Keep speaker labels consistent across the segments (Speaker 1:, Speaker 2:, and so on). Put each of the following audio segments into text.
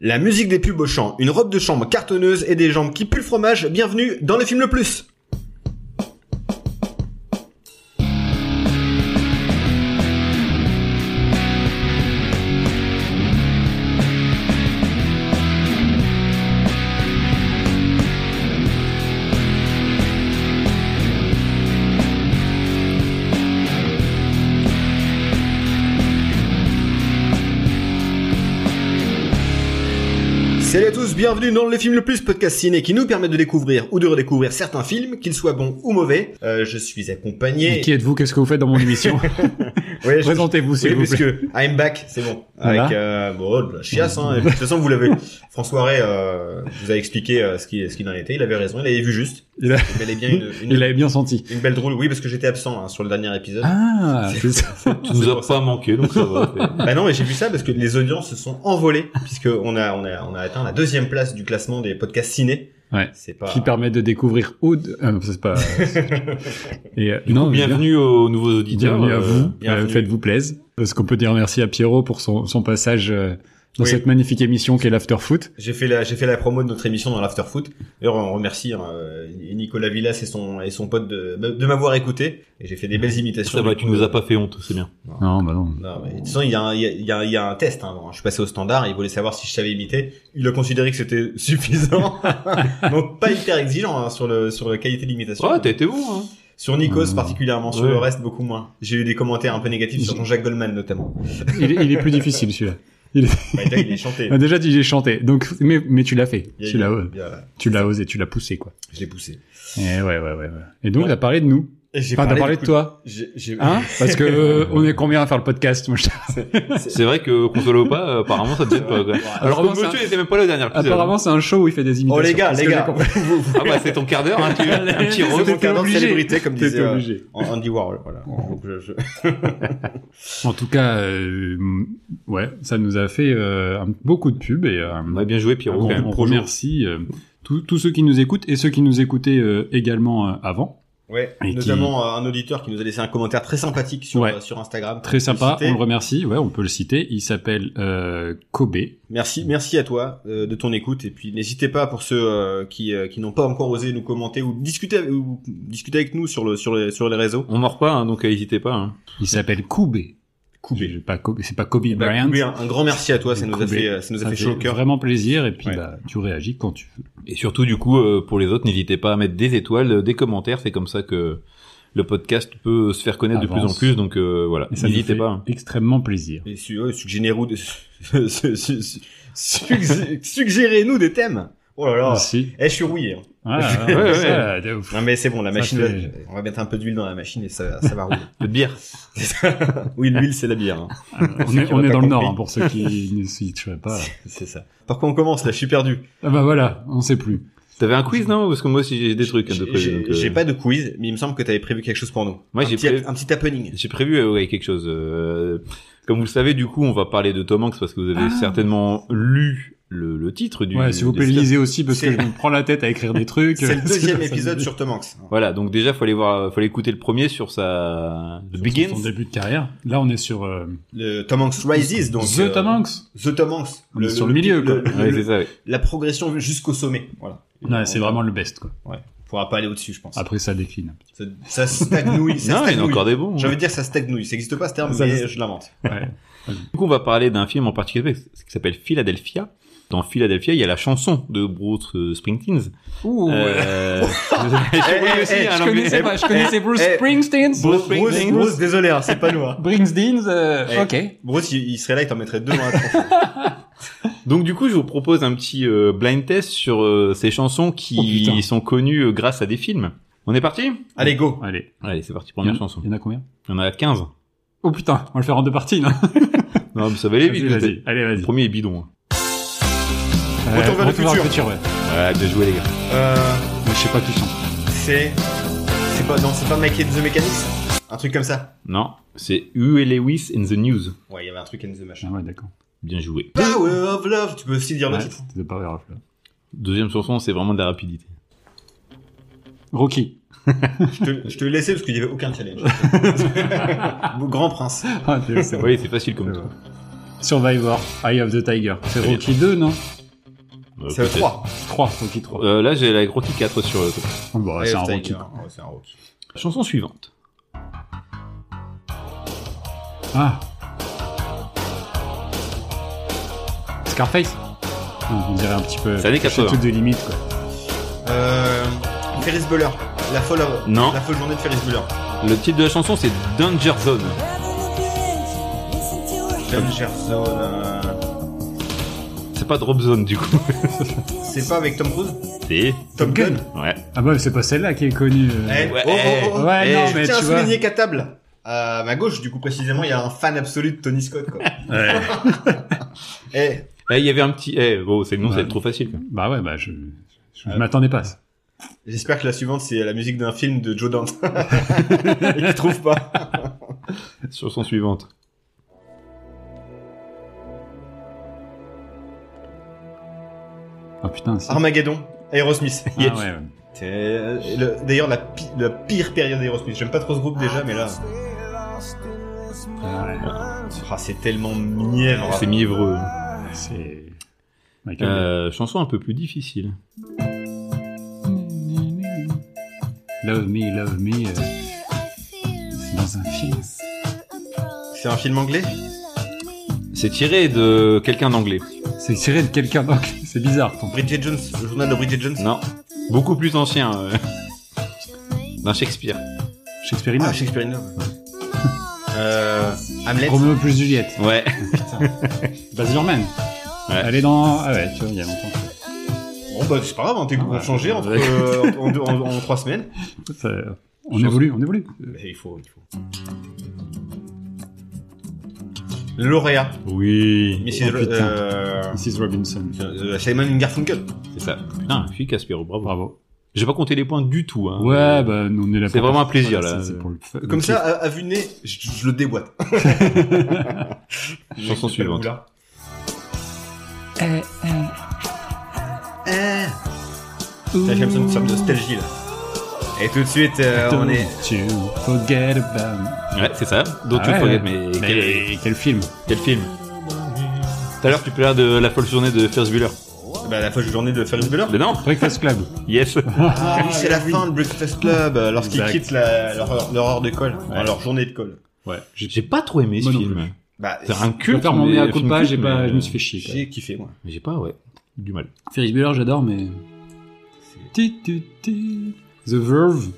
Speaker 1: La musique des pubs au champ, une robe de chambre cartonneuse et des jambes qui puent le fromage, bienvenue dans le film le plus Salut à tous, bienvenue dans le film le plus podcast ciné qui nous permet de découvrir ou de redécouvrir certains films, qu'ils soient bons ou mauvais. Euh, je suis accompagné.
Speaker 2: Mais qui êtes-vous Qu'est-ce que vous faites dans mon émission
Speaker 1: Ouais, je-
Speaker 2: Présentez-vous, s'il
Speaker 1: Oui,
Speaker 2: vous plaît.
Speaker 1: puisque I'm back, c'est bon.
Speaker 2: Voilà.
Speaker 1: Avec euh, bon, de la chiasse. Hein. Et puis, de toute façon, vous l'avez. François Ray euh, vous a expliqué euh, ce qu'il ce qu'il en était. Il avait raison. Il avait vu juste.
Speaker 2: Il, a-
Speaker 1: C'est bel et bien une, une,
Speaker 2: il l'avait bien senti.
Speaker 1: une belle drôle. Oui, parce que j'étais absent hein, sur le dernier épisode.
Speaker 2: Ah, c'est ça.
Speaker 3: Tu nous as pas manqué, donc ça va.
Speaker 1: Bah non, mais j'ai vu ça parce que les audiences se sont envolées puisque on a on a on a atteint la deuxième place du classement des podcasts ciné.
Speaker 2: Ouais.
Speaker 1: C'est pas.
Speaker 2: Qui permet de découvrir Aude. Ah, non, ça, c'est pas. Et, euh, non, mais bien.
Speaker 3: Bienvenue aux nouveaux auditeurs.
Speaker 2: Bienvenue à
Speaker 3: euh,
Speaker 2: vous.
Speaker 1: bienvenue.
Speaker 2: Euh, Faites-vous plaisir. Parce qu'on peut dire merci à Pierrot pour son, son passage euh, dans
Speaker 1: Oui.
Speaker 2: cette magnifique émission qu'est l'After Foot.
Speaker 1: J'ai fait la j'ai fait la promo de notre émission dans l'after foot. D'ailleurs, on remercie hein, euh, Nicolas Villas et son et son pote de de m'avoir écouté. Et j'ai fait des belles imitations.
Speaker 3: Ça va,
Speaker 1: du
Speaker 3: tu
Speaker 1: coup,
Speaker 3: nous as pas fait honte, c'est bien.
Speaker 2: Non, bah non.
Speaker 1: Non, mais de toute façon, il y a un, il y a- il y a un- il y a un test. Hein. Je suis passé au standard, il voulait savoir si je savais imiter. Il a considéré que c'était suffisant. Donc pas hyper exigeant hein, sur le sur la qualité de l'imitation.
Speaker 3: Ouais, t'as été bon. Hein.
Speaker 1: Sur
Speaker 2: Mmh.
Speaker 1: Nikos particulièrement, sur
Speaker 3: Ouais.
Speaker 1: le reste beaucoup moins. J'ai eu des commentaires un peu négatifs sur Jean-Jacques Goldman notamment.
Speaker 2: Il, est- il est plus difficile, celui-là.
Speaker 1: Bah, déjà, il est chanté.
Speaker 2: Ah, Déjà, tu j'ai chanté. Donc, mais, mais tu l'as fait.
Speaker 1: Il y a
Speaker 2: Tu
Speaker 1: eu-
Speaker 2: l'as, euh,
Speaker 1: il y a-
Speaker 2: tu l'as osé, tu l'as poussé, quoi.
Speaker 1: Je l'ai poussé.
Speaker 2: Et ouais, ouais, ouais, ouais. Et donc,
Speaker 1: Ouais.
Speaker 2: t'as parlé de nous.
Speaker 1: Et J'ai
Speaker 2: Enfin, t'as parlé
Speaker 1: du
Speaker 2: de
Speaker 1: coup-
Speaker 2: toi.
Speaker 1: j'ai- j'ai-
Speaker 2: Hein Parce que euh, on est combien à faire le podcast moi, je-
Speaker 3: C'est vrai que qu'on soit là ou pas, euh, apparemment ça te gêne pas. quoi. Alors
Speaker 2: Apparemment,
Speaker 3: que
Speaker 2: ça-
Speaker 3: Mathieu n'était même pas là au dernier épisode.
Speaker 2: Apparemment, c'est un show où il fait des imitations.
Speaker 1: Oh les gars,
Speaker 2: Parce
Speaker 1: les
Speaker 2: que j'ai
Speaker 1: gars,
Speaker 2: compris.
Speaker 3: Ah bah c'est ton quart d'heure, hein, tu un petit
Speaker 1: C'est
Speaker 3: rose.
Speaker 1: mon
Speaker 2: T'étais
Speaker 1: cadre de
Speaker 2: obligé.
Speaker 1: célébrité comme
Speaker 2: T'étais
Speaker 1: disait euh,
Speaker 2: obligé.
Speaker 1: Andy Warhol. Voilà. Donc, je- je-
Speaker 2: En tout cas, euh, ouais, ça nous a fait euh, un- beaucoup de pubs et euh,
Speaker 3: On a bien joué,
Speaker 2: on,
Speaker 3: Pierrot. quand
Speaker 2: on
Speaker 3: même.
Speaker 2: remercie euh, tous tous ceux qui nous écoutent et ceux qui nous écoutaient euh, également euh, avant.
Speaker 1: Ouais,
Speaker 2: Et qui-
Speaker 1: notamment euh, un auditeur qui nous a laissé un commentaire très sympathique sur,
Speaker 2: Ouais.
Speaker 1: euh, sur Instagram.
Speaker 2: Très sympa,
Speaker 1: Cité.
Speaker 2: on le remercie. Ouais, on peut le citer. Il s'appelle euh, Kobe.
Speaker 1: Merci, merci à toi euh, de ton écoute et puis n'hésitez pas pour ceux euh, qui, euh, qui n'ont pas encore osé nous commenter ou discuter avec- ou discuter avec nous sur le sur les sur les réseaux.
Speaker 3: On mord pas, hein, donc euh, n'hésitez pas. hein.
Speaker 2: Il s'appelle Kobe. Je- je- Pas Kobe, c'est pas Kobe
Speaker 1: Bah,
Speaker 2: Bryant.
Speaker 1: oui, un, un grand merci à toi, ça nous a
Speaker 2: Kobe.
Speaker 1: fait euh, ça nous a
Speaker 2: Ça
Speaker 1: fait
Speaker 2: fait
Speaker 1: chaud au cœur.
Speaker 2: vraiment plaisir et puis
Speaker 1: Ouais.
Speaker 2: bah, tu réagis quand tu veux.
Speaker 3: Et surtout, du coup, euh, pour les autres, n'hésitez pas à mettre des étoiles, euh, des commentaires. C'est comme ça que le podcast peut se faire connaître de plus
Speaker 2: Avance.
Speaker 3: en plus. Donc euh, voilà,
Speaker 2: Et ça nous
Speaker 3: n'hésitez
Speaker 2: fait
Speaker 3: pas. hein.
Speaker 2: Extrêmement plaisir.
Speaker 1: Et su- euh, suggérez-nous de- su- su- su- suggé- suggérez-nous des thèmes. Oh là là.
Speaker 2: Merci.
Speaker 1: Eh, je suis rouillé. hein.
Speaker 2: Ah,
Speaker 3: Ouais, ouais.
Speaker 2: ça, de ouf.
Speaker 1: Non mais c'est bon, la
Speaker 2: Ça
Speaker 1: machine,
Speaker 2: fait-
Speaker 1: va- on va mettre un peu d'huile dans la machine et ça, ça va rouler.
Speaker 3: Peu de bière.
Speaker 1: oui, l'huile c'est la bière. hein.
Speaker 2: on est,
Speaker 1: qui
Speaker 2: on
Speaker 1: auraient
Speaker 2: est
Speaker 1: pas
Speaker 2: dans le
Speaker 1: compris.
Speaker 2: nord hein, pour ceux qui ne situeraient pas.
Speaker 1: C'est ça. Par quoi on commence là Je suis perdu.
Speaker 2: Ah bah voilà, on sait plus.
Speaker 3: T'avais un quiz, non Parce que moi aussi, j'ai des trucs hein, de
Speaker 1: J'ai-
Speaker 3: prévu.
Speaker 1: J'ai
Speaker 3: donc, euh,
Speaker 1: j'ai pas de quiz, mais il me semble que t'avais prévu quelque chose pour nous.
Speaker 3: Moi,
Speaker 1: un,
Speaker 3: j'ai
Speaker 1: petit,
Speaker 3: prévu-
Speaker 1: un petit happening.
Speaker 3: J'ai prévu euh, ouais, quelque chose. euh, comme vous le savez, du coup, on va parler de Tom Hanks parce que vous avez
Speaker 2: Ah.
Speaker 3: certainement lu le, le titre du.
Speaker 2: Ouais, s'il vous
Speaker 3: du
Speaker 2: plaît,
Speaker 3: film.
Speaker 2: lisez aussi parce que
Speaker 1: C'est-
Speaker 2: je me prends la tête à écrire des trucs.
Speaker 1: C'est le deuxième
Speaker 2: Ça- ça-
Speaker 1: épisode sur Tom Hanks.
Speaker 3: Voilà, donc déjà, fallait voir, fallait écouter le premier sur sa The
Speaker 2: sur
Speaker 3: Begins.
Speaker 2: Son début de carrière. Là, on est sur euh,
Speaker 1: Le Tom Hanks Rises, donc.
Speaker 2: The
Speaker 1: euh,
Speaker 2: Tom Hanks.
Speaker 1: The Tom Hanks.
Speaker 2: On est sur le milieu, quoi.
Speaker 1: le-
Speaker 3: Ouais,
Speaker 1: le-
Speaker 3: c'est ça. ouais.
Speaker 1: la progression jusqu'au sommet. Voilà.
Speaker 2: Ouais, c'est Ah. vraiment le best quoi.
Speaker 1: On pourra pas aller au-dessus, je pense.
Speaker 2: Après, ça décline.
Speaker 1: Ça, ça stagnouille. ça
Speaker 3: Non, il y en a
Speaker 1: stagnouille.
Speaker 3: encore des bons. hein.
Speaker 1: J'ai envie de dire ça stagnouille. Ça existe pas ce terme,
Speaker 2: Ça-
Speaker 1: mais je l'invente.
Speaker 2: Ouais.
Speaker 3: Du coup, on va parler d'un film en particulier qui s'appelle Philadelphia. Dans Philadelphia, il y a la chanson de Bruce euh, Springsteen.
Speaker 2: Ouh.
Speaker 3: Euh...
Speaker 1: Eh, eh, eh,
Speaker 3: aussi, hein,
Speaker 2: je
Speaker 3: l'anglais.
Speaker 2: connaissais
Speaker 1: eh,
Speaker 2: pas. Je connaissais
Speaker 1: eh,
Speaker 2: Bruce
Speaker 1: eh,
Speaker 2: Springsteen.
Speaker 3: Bruce Springsteen.
Speaker 1: Bruce, désolé, hein, c'est pas nous. hein.
Speaker 2: Springsteen. euh,
Speaker 1: Eh.
Speaker 2: Ok.
Speaker 1: Bruce, il, il serait là, il t'en mettrait deux. hein.
Speaker 3: Donc du coup, je vous propose un petit euh, blind test sur euh, ces chansons
Speaker 2: Oh,
Speaker 3: qui
Speaker 2: putain.
Speaker 3: sont connues euh, grâce à des films. On est parti
Speaker 1: Allez, go.
Speaker 2: Allez.
Speaker 3: Allez, c'est parti,
Speaker 2: Il y en
Speaker 3: première
Speaker 2: a-
Speaker 3: chanson.
Speaker 2: il y en a combien
Speaker 3: Il y en a 15.
Speaker 2: Oh putain, on va le faire en deux parties. Non
Speaker 3: Non, mais ça
Speaker 1: Eh
Speaker 3: va aller vite.
Speaker 2: Vas-y,
Speaker 3: peut-être.
Speaker 2: vas-y. Allez, vas-y.
Speaker 3: Le premier est bidon. hein.
Speaker 2: Euh,
Speaker 1: Retour vers le
Speaker 2: Retour
Speaker 1: futur.
Speaker 2: ouais.
Speaker 3: Ouais, bien joué, les gars.
Speaker 1: Euh,
Speaker 2: Moi, je sais pas qui chante.
Speaker 1: c'est. C'est pas, non, c'est pas Mikey and the Mechanics? Un truc comme ça?
Speaker 3: Non, c'est Huey Lewis and the News.
Speaker 1: Ouais, il y avait un truc and the machin.
Speaker 2: Ah ouais, d'accord.
Speaker 3: Bien joué.
Speaker 1: Power of Love, tu peux aussi dire le
Speaker 2: Ouais,
Speaker 1: titre.
Speaker 2: c'était The Power of Love.
Speaker 3: Deuxième chanson, c'est vraiment de la rapidité.
Speaker 2: Rocky.
Speaker 1: Je te, je te l'ai laissé parce qu'il n'y avait aucun challenge. Grand prince.
Speaker 2: Euh, Ah, t'es- c'est vrai.
Speaker 3: Oui, c'est facile comme tout.
Speaker 2: Survivor, Eye of the Tiger. C'est Rocky 2, non
Speaker 3: Euh,
Speaker 1: C'est le
Speaker 3: peut-être.
Speaker 1: 3.
Speaker 2: 3, Rocky 3.
Speaker 3: Euh, là, j'ai la grotti 4 sur le top.
Speaker 2: Bon, bah, c'est un Rocky.
Speaker 1: Ouais, c'est un Rocky.
Speaker 3: Chanson suivante.
Speaker 2: Ah. Scarface On dirait un petit peu.
Speaker 3: C'est années
Speaker 2: C'est
Speaker 3: 80.
Speaker 2: toutes des limites, quoi.
Speaker 1: Euh, Ferris Bueller. La folle,
Speaker 3: Non.
Speaker 1: la folle journée de Ferris Bueller.
Speaker 3: Le titre de la chanson, c'est Danger Zone.
Speaker 1: Danger Zone. euh,
Speaker 3: C'est pas Drop Zone, du coup.
Speaker 1: C'est pas avec Tom Cruise
Speaker 3: C'est...
Speaker 1: Tom Gunn
Speaker 3: Ouais.
Speaker 2: Ah bah, c'est pas celle-là qui est connue. euh.
Speaker 1: Eh,
Speaker 3: Ouais.
Speaker 1: oh, oh, oh, oh.
Speaker 2: Ouais,
Speaker 1: Eh,
Speaker 2: non,
Speaker 1: je
Speaker 2: mais
Speaker 1: tiens à
Speaker 2: tu vois.
Speaker 1: souligner qu'à table, à ma gauche, du coup, précisément, il y a un fan absolu de Tony Scott, quoi.
Speaker 2: Ouais.
Speaker 1: Eh,
Speaker 3: Eh, Il y avait un petit... Eh, bon, c'est non,
Speaker 2: Ouais.
Speaker 3: c'est trop facile. quoi.
Speaker 2: Bah ouais, bah je, je
Speaker 1: Ouais.
Speaker 2: m'attendais pas à ça.
Speaker 1: j'espère que la suivante, c'est la musique d'un film de Joe Dante. Et qu'il trouve pas.
Speaker 3: Chanson suivante.
Speaker 2: Ah putain, si.
Speaker 1: Armageddon, Aerosmith.
Speaker 2: Ah
Speaker 1: Yes.
Speaker 2: ouais, ouais.
Speaker 1: C'est, euh, le- D'ailleurs, la, pi- la pire période d'Aerosmith. J'aime pas trop ce groupe déjà, mais là,
Speaker 2: Ah ouais,
Speaker 1: ah, c'est tellement mièvre.
Speaker 3: C'est mièvreux.
Speaker 2: C'est. Michael
Speaker 3: Euh, chanson un peu plus difficile.
Speaker 2: Bay. Love me, love me. euh, C'est dans un film.
Speaker 1: C'est un film anglais
Speaker 3: C'est tiré de quelqu'un d'anglais.
Speaker 2: C'est tiré de quelqu'un, donc c'est bizarre. Ton...
Speaker 1: Bridget Jones, le journal de Bridget Jones
Speaker 3: Non. Beaucoup plus ancien. euh, D'un Shakespeare.
Speaker 2: Shakespeare in
Speaker 1: Ah,
Speaker 2: Love.
Speaker 1: Shakespeare in Love. euh, Hamlet.
Speaker 2: Romeo plus Juliette.
Speaker 3: Ouais.
Speaker 2: Baz Luhrmann. Elle est dans. Ah ouais, tu vois, il y a longtemps.
Speaker 1: Bon, bah, c'est pas grave, hein, tes goûts
Speaker 2: Ah,
Speaker 1: vont changer
Speaker 2: ouais.
Speaker 1: entre, euh, en, en- en- en trois semaines.
Speaker 2: Ça- euh, On évolue, on évolue.
Speaker 1: Mais il faut, il faut. Le lauréat,
Speaker 3: Oui.
Speaker 1: Mrs.
Speaker 2: Oh, putain.
Speaker 1: euh,
Speaker 2: Mrs. Robinson.
Speaker 1: euh, Simon Garfunkel.
Speaker 3: C'est ça. Putain, efficace, Pierrot. Bravo.
Speaker 2: Bravo.
Speaker 3: J'ai pas compté les points du tout. Hein.
Speaker 2: Ouais, bah, nous, on est là
Speaker 3: C'est
Speaker 2: pour-
Speaker 3: vraiment un plaisir,
Speaker 2: Voilà,
Speaker 3: là.
Speaker 2: c'est- c'est pour le fun.
Speaker 1: Comme ça, à, à vue de nez, je, je le déboîte. Je
Speaker 3: Chanson
Speaker 1: quitte pas le
Speaker 3: suivante.
Speaker 1: boulard.
Speaker 2: Eh,
Speaker 1: Eh,
Speaker 2: eh,
Speaker 1: Là, j'ai l'impression que nous sommes de
Speaker 2: ouh.
Speaker 1: nostalgie, là. Et tout de suite, euh, on est...
Speaker 2: Don't you forget about me.
Speaker 3: Ouais, c'est ça. D'autres
Speaker 2: Ah ouais,
Speaker 3: forget,
Speaker 2: ouais.
Speaker 3: mais,
Speaker 2: Mais
Speaker 3: Quel,
Speaker 2: quel... film
Speaker 3: quel film Tout à l'heure, tu parlais de la folle journée de Ferris Bueller.
Speaker 1: Bah, la folle journée de Ferris Bueller.
Speaker 3: Mais non
Speaker 2: Breakfast Club.
Speaker 3: Yes
Speaker 1: Ah, oui, c'est la fin de Breakfast Club, euh, lorsqu'ils
Speaker 2: Exact.
Speaker 1: quittent la- leur, leur heure de colle, enfin, leur journée de colle.
Speaker 2: Ouais. J'ai
Speaker 3: J'ai pas trop aimé ce
Speaker 2: Moi non
Speaker 3: film.
Speaker 1: Bah,
Speaker 3: C'est un
Speaker 2: pu
Speaker 3: culte.
Speaker 2: faire mon
Speaker 3: mais-
Speaker 2: mea
Speaker 3: un film
Speaker 2: culpa,
Speaker 3: culte,
Speaker 2: j'ai pas,
Speaker 3: mais- euh,
Speaker 2: je me suis fait chier. quoi.
Speaker 1: J'ai kiffé, moi.
Speaker 3: Mais j'ai pas, ouais. Du mal.
Speaker 2: Ferris Bueller, j'adore, mais. Ti, ti, ti. The Verve.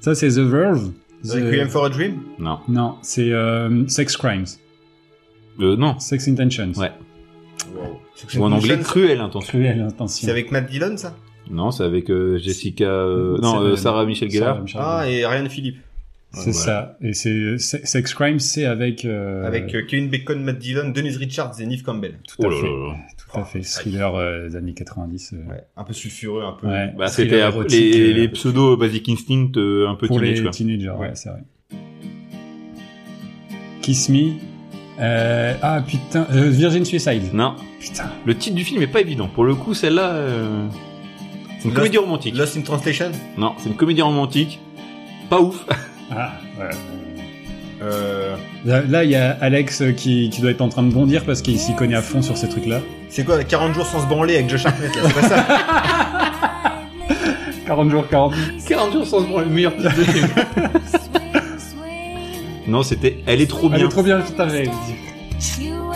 Speaker 2: Ça, c'est The Verve. The-
Speaker 1: Requiem for a Dream
Speaker 3: Non.
Speaker 2: Non, c'est euh, Sex Crimes.
Speaker 3: Euh, non.
Speaker 2: Sex Intentions.
Speaker 3: Ouais.
Speaker 1: wow.
Speaker 3: Ou en anglais, cruel intention.
Speaker 2: Cruel, intention.
Speaker 1: C'est avec Matt Dillon, ça
Speaker 3: Non, c'est avec euh, Jessica. euh,
Speaker 2: C'est
Speaker 3: non, euh,
Speaker 2: le-
Speaker 3: Sarah Michelle Gellar.
Speaker 2: Sarah Michelle Gellar.
Speaker 1: Ah, et Ryan Philippe.
Speaker 2: C'est ça. Et c'est Se- Sex Crimes, c'est avec. euh,
Speaker 1: Avec euh, Kevin Bacon, Matt Dillon, Denise Richards et Neve Campbell.
Speaker 2: tout
Speaker 3: Oh
Speaker 2: à
Speaker 3: là
Speaker 2: fait.
Speaker 3: là là.
Speaker 2: Tout à fait. Thriller euh, des années 90. euh,
Speaker 1: Ouais. Un peu sulfureux, un peu.
Speaker 2: ouais,
Speaker 3: Bah,
Speaker 2: thriller
Speaker 3: c'était après
Speaker 2: érotique,
Speaker 3: les,
Speaker 2: euh,
Speaker 3: les pseudo Basic Instinct euh, un peu
Speaker 2: pour
Speaker 3: teenage,
Speaker 2: les
Speaker 3: quoi.
Speaker 2: teenagers. Ouais,
Speaker 1: Ouais.
Speaker 2: c'est vrai. Kiss Me. Euh, ah putain, euh, Virgin Suicide.
Speaker 3: Non,
Speaker 2: Putain.
Speaker 3: le titre du film est pas évident. Pour le coup, celle-là, euh, c'est une
Speaker 1: Lost-
Speaker 3: comédie romantique.
Speaker 1: Lost in Translation
Speaker 3: Non, c'est une comédie romantique. Pas ouf.
Speaker 2: Ah, ouais.
Speaker 1: euh,
Speaker 2: Là, là, il y a Alex euh, qui, qui doit être en train de bondir parce qu'il s'y connaît à fond sur ces trucs-là.
Speaker 1: C'est quoi 40 jours sans se branler avec Josh Hartnett, là, c'est pas ça
Speaker 2: 40 jours, 40
Speaker 3: 40 jours sans se prendre le meilleur titre de film. non, c'était Elle est trop
Speaker 2: Elle
Speaker 3: bien.
Speaker 2: est trop bien, putain, j'allais le dire.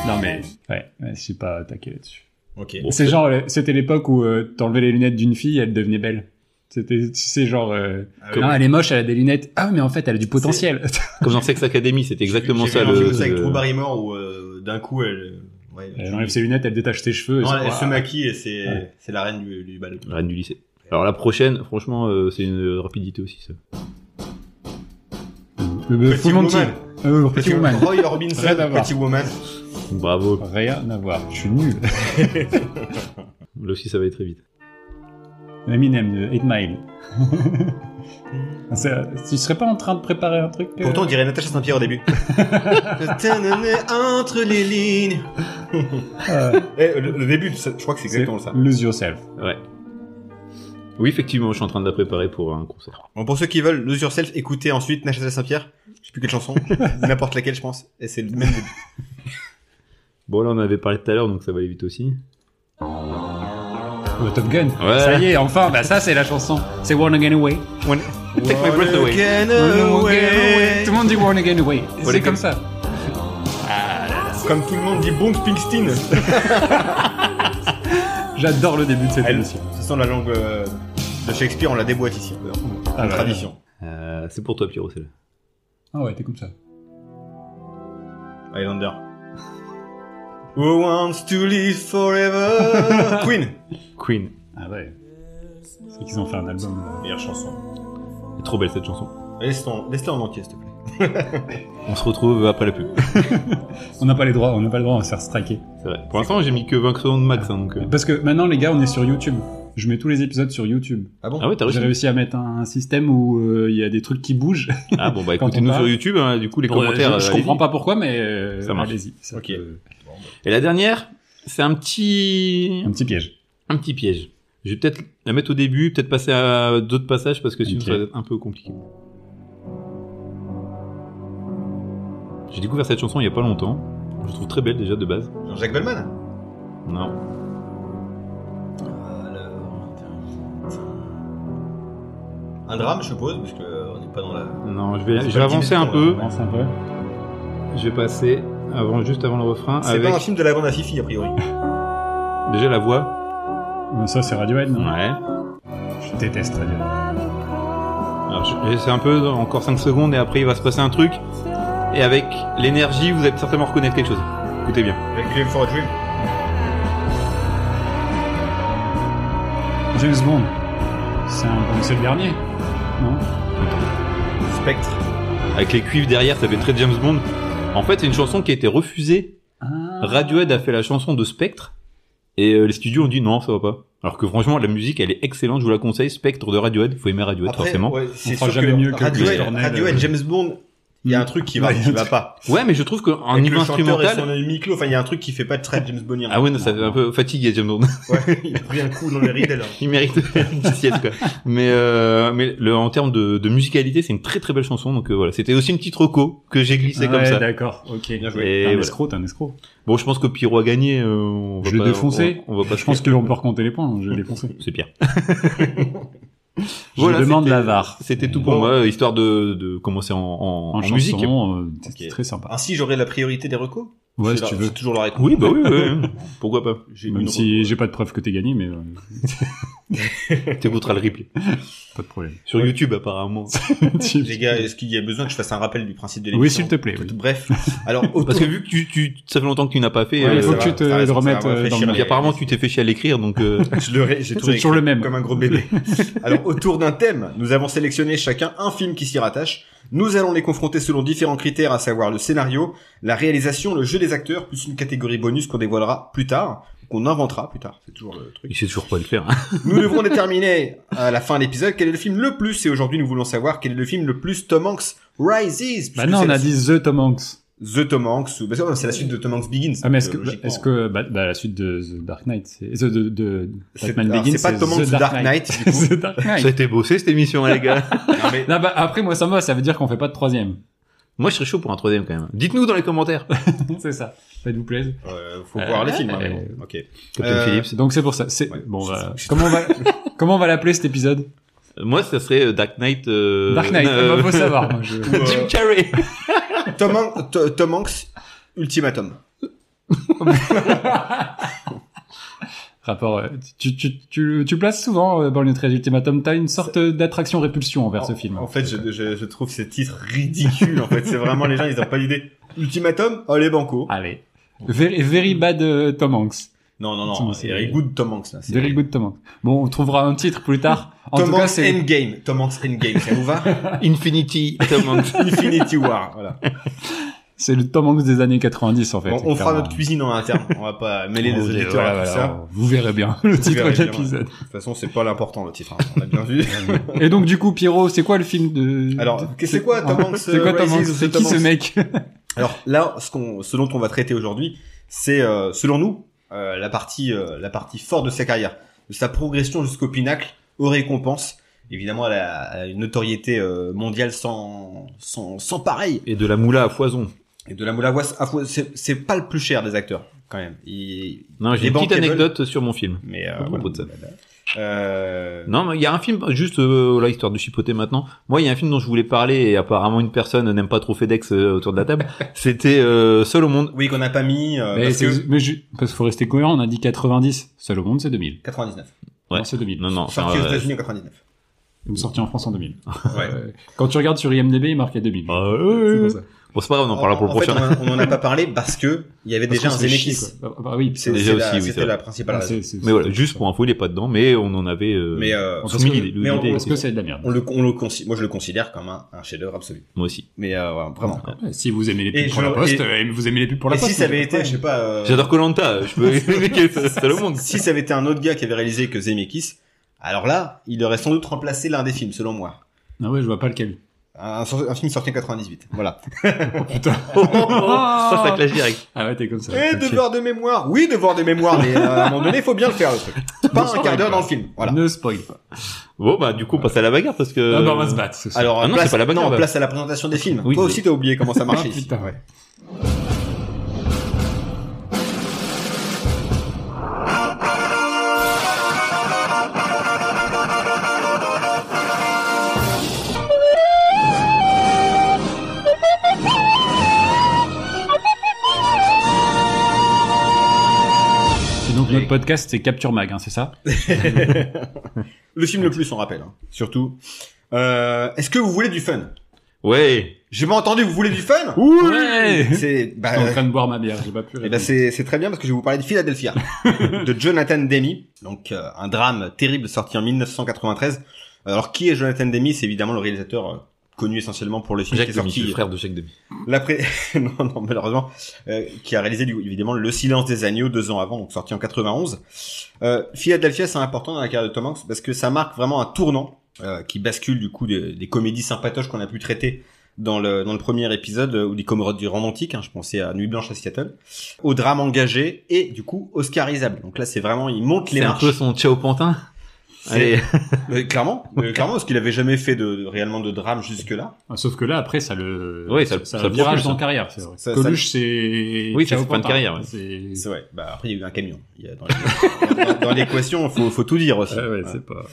Speaker 4: Non mais
Speaker 2: Ouais, ouais, je suis pas attaqué là-dessus.
Speaker 1: Ok.
Speaker 3: Bon,
Speaker 2: C'est genre, euh, c'était l'époque où euh, t'enlevais les lunettes d'une fille, elle devenait belle. C'était, tu sais, genre, euh,
Speaker 1: Ah ouais.
Speaker 2: non, elle est moche, elle a des lunettes. Ah, mais en fait, elle a du potentiel.
Speaker 3: Comme dans Sex Academy, c'était exactement
Speaker 1: J'ai
Speaker 3: ça.
Speaker 1: vu un
Speaker 3: le-
Speaker 1: film avec
Speaker 3: le-
Speaker 1: Drew Barrymore où euh, d'un coup elle. Ouais,
Speaker 2: Elle enlève ses lunettes, elle détache ses cheveux. et
Speaker 1: Non,
Speaker 2: c'est-
Speaker 1: elle, elle se
Speaker 2: Ouah.
Speaker 1: maquille et c'est
Speaker 2: Ouais.
Speaker 1: c'est la reine du, du bal.
Speaker 3: la Reine du lycée. Alors la prochaine, franchement, euh, c'est une rapidité aussi ça.
Speaker 2: Le- le
Speaker 1: Petit
Speaker 2: Full Monty.
Speaker 1: Woman.
Speaker 2: Euh, Pretty Woman.
Speaker 1: Roy Orbison,
Speaker 2: Rien à voir.
Speaker 1: Pretty Woman.
Speaker 3: Bravo.
Speaker 2: Rien à voir, je suis nul.
Speaker 3: Là aussi, ça va aller très vite.
Speaker 2: Eminem de 8 Mile. Ça- tu serais pas en train de préparer un truc euh,
Speaker 1: Pourtant, on dirait Natasha Saint-Pierre au début. Entre les lignes.
Speaker 2: euh,
Speaker 1: Eh, le, le début, ça- je crois que c'est exactement ça.
Speaker 2: Lose Yourself.
Speaker 3: Ouais. Oui, effectivement, je suis en train de la préparer pour un concert.
Speaker 1: Bon, pour ceux qui veulent, Lose Yourself, écoutez ensuite Natasha Saint-Pierre. Je sais plus quelle chanson. N'importe laquelle, je pense. Et c'est le même début.
Speaker 3: Bon, là, on en avait parlé tout à l'heure, donc ça va aller vite aussi.
Speaker 2: ou Oh, Top Gun.
Speaker 3: Ouais.
Speaker 2: Ça y est, enfin, bah ça c'est la chanson. C'est One Again Away.
Speaker 3: Take my breath away.
Speaker 1: Again
Speaker 2: One
Speaker 1: away.
Speaker 2: Tout le monde dit One Again Away. C'est
Speaker 3: Again.
Speaker 2: comme ça.
Speaker 1: Comme tout le monde dit Bruce Springsteen.
Speaker 2: J'adore le début de cette
Speaker 1: Elle,
Speaker 2: émission.
Speaker 1: ce sont la langue euh, de Shakespeare, on la déboîte ici.
Speaker 2: Ah,
Speaker 1: En
Speaker 2: bah,
Speaker 1: tradition.
Speaker 3: Euh, c'est pour toi, Pierrot, celle-là.
Speaker 2: Ah ouais, t'es comme ça.
Speaker 1: Highlander. Who wants to live forever? Queen.
Speaker 3: Queen.
Speaker 2: Ah ouais. C'est qu'ils ont fait un album. euh,
Speaker 1: Meilleure chanson.
Speaker 3: Elle est trop belle cette chanson.
Speaker 1: Laisse-la laisse en entier, s'il te plaît.
Speaker 3: On se retrouve après la pub.
Speaker 2: On n'a pas les droits, on n'a pas le droit, on va se faire striker.
Speaker 3: C'est vrai. Pour l'instant, j'ai mis que 20 secondes max. hein, donc, euh.
Speaker 2: Parce que maintenant, les gars, on est sur YouTube. Je mets tous les épisodes sur YouTube.
Speaker 1: Ah bon?
Speaker 3: Ah ouais, t'as
Speaker 2: J'ai réussi
Speaker 3: réussi.
Speaker 2: à mettre un un système où euh, il y a des trucs qui bougent.
Speaker 3: Ah bon, bah
Speaker 2: Quand on
Speaker 3: écoutez-nous
Speaker 2: parle.
Speaker 3: sur YouTube. hein, du coup, les commentaires.
Speaker 2: Euh, je, je
Speaker 3: euh,
Speaker 2: comprends
Speaker 3: allez-y.
Speaker 2: pas pourquoi, mais euh,
Speaker 3: Ça marche.
Speaker 2: allez-y. Ça
Speaker 1: Ok. Euh,
Speaker 2: peut-
Speaker 3: Et la dernière, c'est un petit,
Speaker 2: Un petit piège.
Speaker 3: un petit piège. Je vais peut-être la mettre au début, peut-être passer à d'autres passages parce que sinon
Speaker 2: Ok.
Speaker 3: ça va être un peu compliqué. J'ai découvert cette chanson il y a pas longtemps. Je la trouve très belle déjà de base.
Speaker 1: Jean-Jacques Goldman.
Speaker 3: Non.
Speaker 1: Un drame, je suppose, parce que euh, on n'est pas dans la.
Speaker 3: Non, je vais,
Speaker 1: C'est
Speaker 3: je vais
Speaker 1: pas le
Speaker 3: avancer un
Speaker 1: Tibétain, là,
Speaker 3: peu.
Speaker 1: ouais.
Speaker 2: Pense un peu.
Speaker 3: Je vais passer avant, juste avant le refrain
Speaker 2: Ah,
Speaker 1: C'est pas un
Speaker 3: avec
Speaker 1: film de la bande à Fifi, a priori.
Speaker 3: déjà la voix.
Speaker 2: Mais Euh, Ça, c'est Radiohead, non
Speaker 3: Ouais.
Speaker 2: Je déteste Radiohead.
Speaker 3: Alors, je- C'est un peu dans- encore 5 secondes et après il va se passer un truc. Et avec l'énergie, vous allez certainement reconnaître quelque chose. Écoutez bien.
Speaker 1: Requiem for a Dream.
Speaker 2: James Bond. C'est un... c'est le dernier. Non
Speaker 1: Spectre.
Speaker 3: Avec les cuivres derrière, ça fait très James Bond. En fait, c'est une chanson qui a été refusée.
Speaker 2: Ah.
Speaker 3: Radiohead a fait la chanson de Spectre. Et euh, les studios ont dit non, ça va pas. Alors que franchement, la musique, elle est excellente. Je vous la conseille. Spectre de Radiohead. Faut aimer Radiohead,
Speaker 1: Après,
Speaker 3: forcément. Ouais.
Speaker 1: ouais, c'est
Speaker 2: On fera
Speaker 1: sûr
Speaker 2: jamais
Speaker 1: que
Speaker 2: mieux que
Speaker 1: Radiohead,
Speaker 2: Chris Cornell. euh.
Speaker 1: Radiohead, James Bond. Il y a un truc qui va,
Speaker 2: Ouais,
Speaker 1: qui va pas.
Speaker 3: mais je trouve qu'en
Speaker 1: Avec
Speaker 3: niveau
Speaker 1: le chanteur et
Speaker 3: instrumental.
Speaker 1: son ami Clo, enfin, il y a un truc qui fait pas très James Bondien.
Speaker 3: Ah ouais, non, ça fait un peu fatigué, James Bond.
Speaker 1: Ouais, il a pris un coup dans les rides, là.
Speaker 3: Il mérite une petite sieste, quoi. Mais, euh, mais le, en termes de, de musicalité, c'est une très très belle chanson. Donc euh, voilà, c'était aussi une petite reco que j'ai glissé comme
Speaker 2: Ouais,
Speaker 3: ça.
Speaker 2: d'accord, ok. T'es un
Speaker 3: joué. Et voilà.
Speaker 2: escroc, t'es un escroc.
Speaker 3: Bon, je pense que Pierrot a gagné. euh, on va
Speaker 2: Je l'ai
Speaker 3: pas-
Speaker 2: défoncé.
Speaker 3: On, on va pas.
Speaker 2: Je pense que l'on peut recompter les points, hein, je l'ai défoncé.
Speaker 3: c'est pire.
Speaker 2: Je
Speaker 3: Voilà,
Speaker 2: demande
Speaker 3: c'était-
Speaker 2: la VAR.
Speaker 3: C'était tout pour
Speaker 1: Bon.
Speaker 3: moi, euh, histoire de, de commencer en, en,
Speaker 2: En,
Speaker 3: en
Speaker 2: chanson,
Speaker 3: musique.
Speaker 2: euh, c'est
Speaker 1: Ok.
Speaker 2: très sympa.
Speaker 1: Ainsi, j'aurai la priorité des recos.
Speaker 2: Ouais,
Speaker 1: C'est
Speaker 2: si tu
Speaker 1: la-
Speaker 2: veux.
Speaker 1: c'est toujours la réponse.
Speaker 3: Oui, bah oui, oui, oui. pourquoi pas.
Speaker 1: J'ai
Speaker 2: Même
Speaker 1: une
Speaker 2: si
Speaker 1: reco.
Speaker 2: j'ai pas de preuve que t'es gagné, mais euh,
Speaker 3: T'écouteras le replay
Speaker 2: pas de problème.
Speaker 3: sur YouTube apparemment.
Speaker 1: Les gars, est-ce qu'il y a besoin que je fasse un rappel du principe de l'émission
Speaker 2: oui, s'il te plaît. oui.
Speaker 1: Bref. Alors, autour-
Speaker 3: Parce que vu que tu, tu ça fait longtemps que tu n'as pas fait.
Speaker 2: Ouais,
Speaker 3: euh,
Speaker 2: il faut
Speaker 1: ça
Speaker 2: que
Speaker 1: va,
Speaker 2: tu te
Speaker 1: ça va,
Speaker 2: le
Speaker 1: ça va
Speaker 2: remettes euh, dans
Speaker 1: rafraîchir
Speaker 2: le
Speaker 1: les-
Speaker 3: et apparemment tu t'es fait chier à l'écrire, donc euh,
Speaker 1: je le ré- j'ai tout
Speaker 2: C'est toujours
Speaker 1: réécrit
Speaker 2: le même.
Speaker 1: comme un gros bébé. Alors, autour d'un thème, nous avons sélectionné chacun un film qui s'y rattache. Nous allons les confronter selon différents critères, à savoir le scénario, la réalisation, le jeu des acteurs, plus une catégorie bonus qu'on dévoilera plus tard, qu'on inventera plus tard. C'est toujours le truc.
Speaker 3: il sait toujours pas le faire. hein.
Speaker 1: Nous devrons déterminer à la fin de l'épisode quel est le film le plus. Et aujourd'hui, nous voulons savoir quel est le film le plus Tom Hanks Rises.
Speaker 2: Bah
Speaker 1: puisque
Speaker 2: non,
Speaker 1: c'est
Speaker 2: on
Speaker 1: la
Speaker 2: a dit The Tom Hanks.
Speaker 1: The Tom Hanks. Ou... bah, c'est- c'est la suite de Tom Hanks Begins.
Speaker 2: Ah mais est-ce que,
Speaker 1: donc, Euh, logiquement.
Speaker 2: est-ce que bah, bah, la suite de The Dark Knight, c'est euh, de, de
Speaker 1: c'est
Speaker 2: Batman
Speaker 1: alors,
Speaker 2: Begins,
Speaker 1: c'est pas Tom Hanks
Speaker 2: The
Speaker 1: Dark Knight, du coup.
Speaker 2: The Dark
Speaker 3: ça a
Speaker 2: Knight.
Speaker 3: été bossé cette émission hein, les gars.
Speaker 1: Non, mais
Speaker 2: Non, bah, après moi ça me va, ça veut dire qu'on fait pas de troisième.
Speaker 3: Moi je serais chaud pour un troisième quand même. Dites-nous dans les commentaires.
Speaker 2: c'est ça. Ça vous plaise.
Speaker 1: euh, faut voir les films. hein, mais bon,
Speaker 2: Euh,
Speaker 1: ok.
Speaker 3: Captain
Speaker 1: Euh,
Speaker 3: Phillips.
Speaker 2: Donc c'est pour ça. C'est
Speaker 1: Ouais.
Speaker 2: bon. Voilà. Comment on va comment on va l'appeler cet épisode
Speaker 3: Moi ça serait euh, Dark Knight. euh,
Speaker 2: Dark Knight.
Speaker 3: euh,
Speaker 2: bah, faut savoir. moi, je-
Speaker 1: Ou, euh,
Speaker 3: Jim Carrey.
Speaker 1: Tom, Han- To- Tom Hanks Ultimatum.
Speaker 2: Rapport. euh, Tu tu tu, tu places souvent euh, Born Trade Ultimatum. T'as une sorte d'attraction répulsion envers ce
Speaker 1: En-
Speaker 2: film.
Speaker 1: En fait, je, je, je trouve ce titre ridicule. En fait, c'est vraiment les gens, ils ont pas l'idée. Ultimatum, oh les banco.
Speaker 2: Allez. Very, very bad euh, Tom Hanks.
Speaker 1: Non, non,
Speaker 2: Attends,
Speaker 1: non.
Speaker 2: c'est-
Speaker 1: C'est Very Good Tom Hanks. Là. C'est-
Speaker 2: Very good Tom Hanks. Bon, on trouvera un titre plus tard. En
Speaker 1: Tom
Speaker 2: tout cas,
Speaker 1: Hanks
Speaker 2: c'est
Speaker 1: Endgame. Tom Hanks Endgame. Ça vous va
Speaker 3: Infinity. Tom Hanks.
Speaker 1: Infinity War. Voilà.
Speaker 2: C'est le Tom Hanks des années 90 en fait.
Speaker 1: Bon, on fera
Speaker 2: clairement. Oh,
Speaker 1: notre cuisine en interne. On va pas mêler les
Speaker 2: Voilà,
Speaker 1: auditeurs
Speaker 2: voilà,
Speaker 1: à tout
Speaker 2: voilà.
Speaker 1: ça.
Speaker 2: Vous verrez bien le titre
Speaker 1: verrez
Speaker 2: de
Speaker 1: bien,
Speaker 2: l'épisode.
Speaker 1: De toute façon, c'est pas l'important le titre. hein. On a bien vu.
Speaker 2: Et donc du coup, Pierrot, c'est quoi le film de
Speaker 1: Alors,
Speaker 2: de- Ah,
Speaker 1: que- c'est quoi Tom Hanks,
Speaker 2: C'est quoi
Speaker 1: euh,
Speaker 2: Tom
Speaker 1: Rises
Speaker 2: Hanks
Speaker 1: of
Speaker 2: C'est
Speaker 1: Tom
Speaker 2: qui ce
Speaker 1: Hanks
Speaker 2: mec
Speaker 1: Alors là, ce, qu'on, ce dont on va traiter aujourd'hui, c'est euh, selon nous euh, la partie euh, la partie forte de sa carrière, de sa progression jusqu'au pinacle, aux récompenses. Évidemment, elle a, elle a une notoriété euh, mondiale sans sans sans pareil.
Speaker 3: Et de la moula à foison.
Speaker 1: Et de la moula voix, à fois- c'est, c'est pas le plus cher des acteurs. quand même. Il...
Speaker 3: Non, j'ai
Speaker 1: Des
Speaker 3: une petite
Speaker 1: bankable.
Speaker 3: anecdote sur mon film.
Speaker 1: Mais euh,
Speaker 3: À propos de ça.
Speaker 1: Euh,
Speaker 3: Non, mais il y a un film, juste euh, là, histoire de chipoter maintenant. Moi, il y a un film dont je voulais parler et apparemment une personne n'aime pas trop FedEx euh, autour de la table. C'était euh, Seul au monde.
Speaker 1: Oui, qu'on n'a pas mis euh,
Speaker 2: Mais
Speaker 1: parce
Speaker 2: c'est-
Speaker 1: que
Speaker 2: mais ju- parce qu'il faut rester cohérent, on a dit 90. Seul au monde, c'est 2000.
Speaker 1: 99.
Speaker 3: Ouais.
Speaker 2: Non, c'est 2000.
Speaker 3: Non, non, enfin,
Speaker 1: Sorti aux
Speaker 3: euh,
Speaker 1: États-Unis en 99.
Speaker 2: Une sortie en France en 2000.
Speaker 1: Ouais.
Speaker 2: Euh, Quand tu regardes sur IMDB, il marquait 2000.
Speaker 3: Ah, ouais.
Speaker 2: C'est pour ça.
Speaker 3: bon, c'est pas grave, on en parlera pour le
Speaker 1: En fait,
Speaker 3: prochain.
Speaker 1: on en- on en a pas parlé parce que il y avait
Speaker 2: Parce
Speaker 1: déjà
Speaker 2: qu'on
Speaker 1: un
Speaker 2: se fait
Speaker 1: Zemeckis.
Speaker 2: chier, quoi. Ah, bah oui,
Speaker 1: C'est-
Speaker 3: Déjà
Speaker 1: c'est
Speaker 3: aussi,
Speaker 1: la-
Speaker 3: oui, c'est
Speaker 1: C'était
Speaker 3: vrai.
Speaker 1: la principale
Speaker 2: ah,
Speaker 1: raison.
Speaker 2: c'est- c'est-
Speaker 3: Mais voilà,
Speaker 2: c'est-
Speaker 3: juste pour info, il est pas dedans, mais on en avait. euh,
Speaker 1: Mais euh,
Speaker 2: On
Speaker 3: Sous
Speaker 2: pense
Speaker 3: mille,
Speaker 2: que-
Speaker 3: il-
Speaker 1: mais on-
Speaker 3: il- il-
Speaker 2: Parce que c'est de la merde.
Speaker 1: on le, on le consi- moi je le considère comme un, un chef-d'œuvre absolu.
Speaker 3: Moi aussi.
Speaker 1: Mais euh, voilà, vraiment.
Speaker 2: Ouais, Si vous aimez les
Speaker 1: Et
Speaker 2: pubs pour
Speaker 1: je-
Speaker 2: la poste,
Speaker 1: et-
Speaker 2: euh, vous aimez les pubs Ah, pour la
Speaker 1: Et
Speaker 2: poste.
Speaker 1: si ça avait
Speaker 2: mais j'ai
Speaker 1: été,
Speaker 2: pas
Speaker 1: je sais pas, euh,
Speaker 3: J'adore Colanta. Je peux expliquer ça, c'est le monde.
Speaker 1: si ça avait été un autre gars qui avait réalisé que Zemeckis, alors là, il aurait sans doute remplacé l'un des films, selon moi.
Speaker 2: Ah ouais, je vois pas lequel.
Speaker 1: Un, un- un film sorti en 98. Voilà. Oh,
Speaker 3: ça, ça clash direct.
Speaker 2: Ah ouais, t'es comme ça.
Speaker 1: Et
Speaker 2: Ok.
Speaker 1: devoir de mémoire. Oui, devoir de mémoire, mais euh, à un moment donné, faut bien le faire, le truc. Pas un quart d'heure dans le film. Voilà.
Speaker 2: Ne spoil pas.
Speaker 3: Bon, bah, du coup, on passe à la bagarre parce que.
Speaker 2: Ah bah on va se battre. ce soir.
Speaker 1: Alors,
Speaker 3: Ah non,
Speaker 1: place,
Speaker 3: c'est pas la bonne
Speaker 1: non,
Speaker 3: heure,
Speaker 1: place à la présentation des films.
Speaker 3: Oui,
Speaker 1: Toi
Speaker 3: mais-
Speaker 1: aussi, t'as oublié comment ça marchait
Speaker 2: Ah,
Speaker 1: ici.
Speaker 2: putain.
Speaker 1: Ouais.
Speaker 2: Et donc notre podcast c'est Capture Mag, hein, c'est ça
Speaker 1: Le film le plus, on rappelle, hein. surtout. Euh, Est-ce que vous voulez du fun
Speaker 3: Ouais.
Speaker 1: J'ai pas entendu, vous voulez du fun
Speaker 2: Ouais. J'étais
Speaker 1: C'est bah,
Speaker 2: en train de boire ma bière, j'ai pas pu.
Speaker 1: eh ben,
Speaker 2: répondre.
Speaker 1: c'est c'est très bien parce que je vais vous parler de Philadelphia de Jonathan Demi, donc euh, un drame terrible sorti en 1993. Alors qui est Jonathan Demi C'est évidemment le réalisateur euh, connu essentiellement pour le film
Speaker 3: Jacques
Speaker 1: qui est
Speaker 3: Demi,
Speaker 1: sorti
Speaker 3: le frère de Jacques Demi.
Speaker 1: L'après, non, non, malheureusement, euh, qui a réalisé du- évidemment Le Silence des Agneaux deux ans avant, donc sorti en 91. Euh, Philadelphia, c'est important dans la carrière de Tom Hanks parce que ça marque vraiment un tournant euh, qui bascule du coup des, des comédies sympatoches qu'on a pu traiter dans le, dans le premier épisode euh, ou des comédies romantiques. Hein, je pensais à Nuit Blanche à Seattle, au drame engagé et du coup Oscarisable. Donc là, c'est vraiment il monte les
Speaker 3: C'est un
Speaker 1: marches.
Speaker 3: peu son ciao pantin.
Speaker 1: C'est-
Speaker 3: Allez.
Speaker 1: Euh, clairement, euh, clairement, parce qu'il avait jamais fait de, de- réellement de drame jusque là.
Speaker 2: Ah, Sauf que là après ça le.
Speaker 3: Ouais, ça- ça le
Speaker 2: virage
Speaker 3: propulse.
Speaker 2: en carrière, c'est vrai.
Speaker 1: Ça- ça-
Speaker 2: Coluche c'est.
Speaker 3: Oui, ça, c'est
Speaker 2: au
Speaker 3: fin de
Speaker 2: pantin.
Speaker 3: carrière, ouais.
Speaker 2: C'est.
Speaker 1: C'est vrai. Bah après, il y a eu un camion. Il y a dans les- dans- dans l'équation, faut, faut tout dire aussi.
Speaker 2: Ah ouais,
Speaker 1: Voilà.
Speaker 2: c'est pas.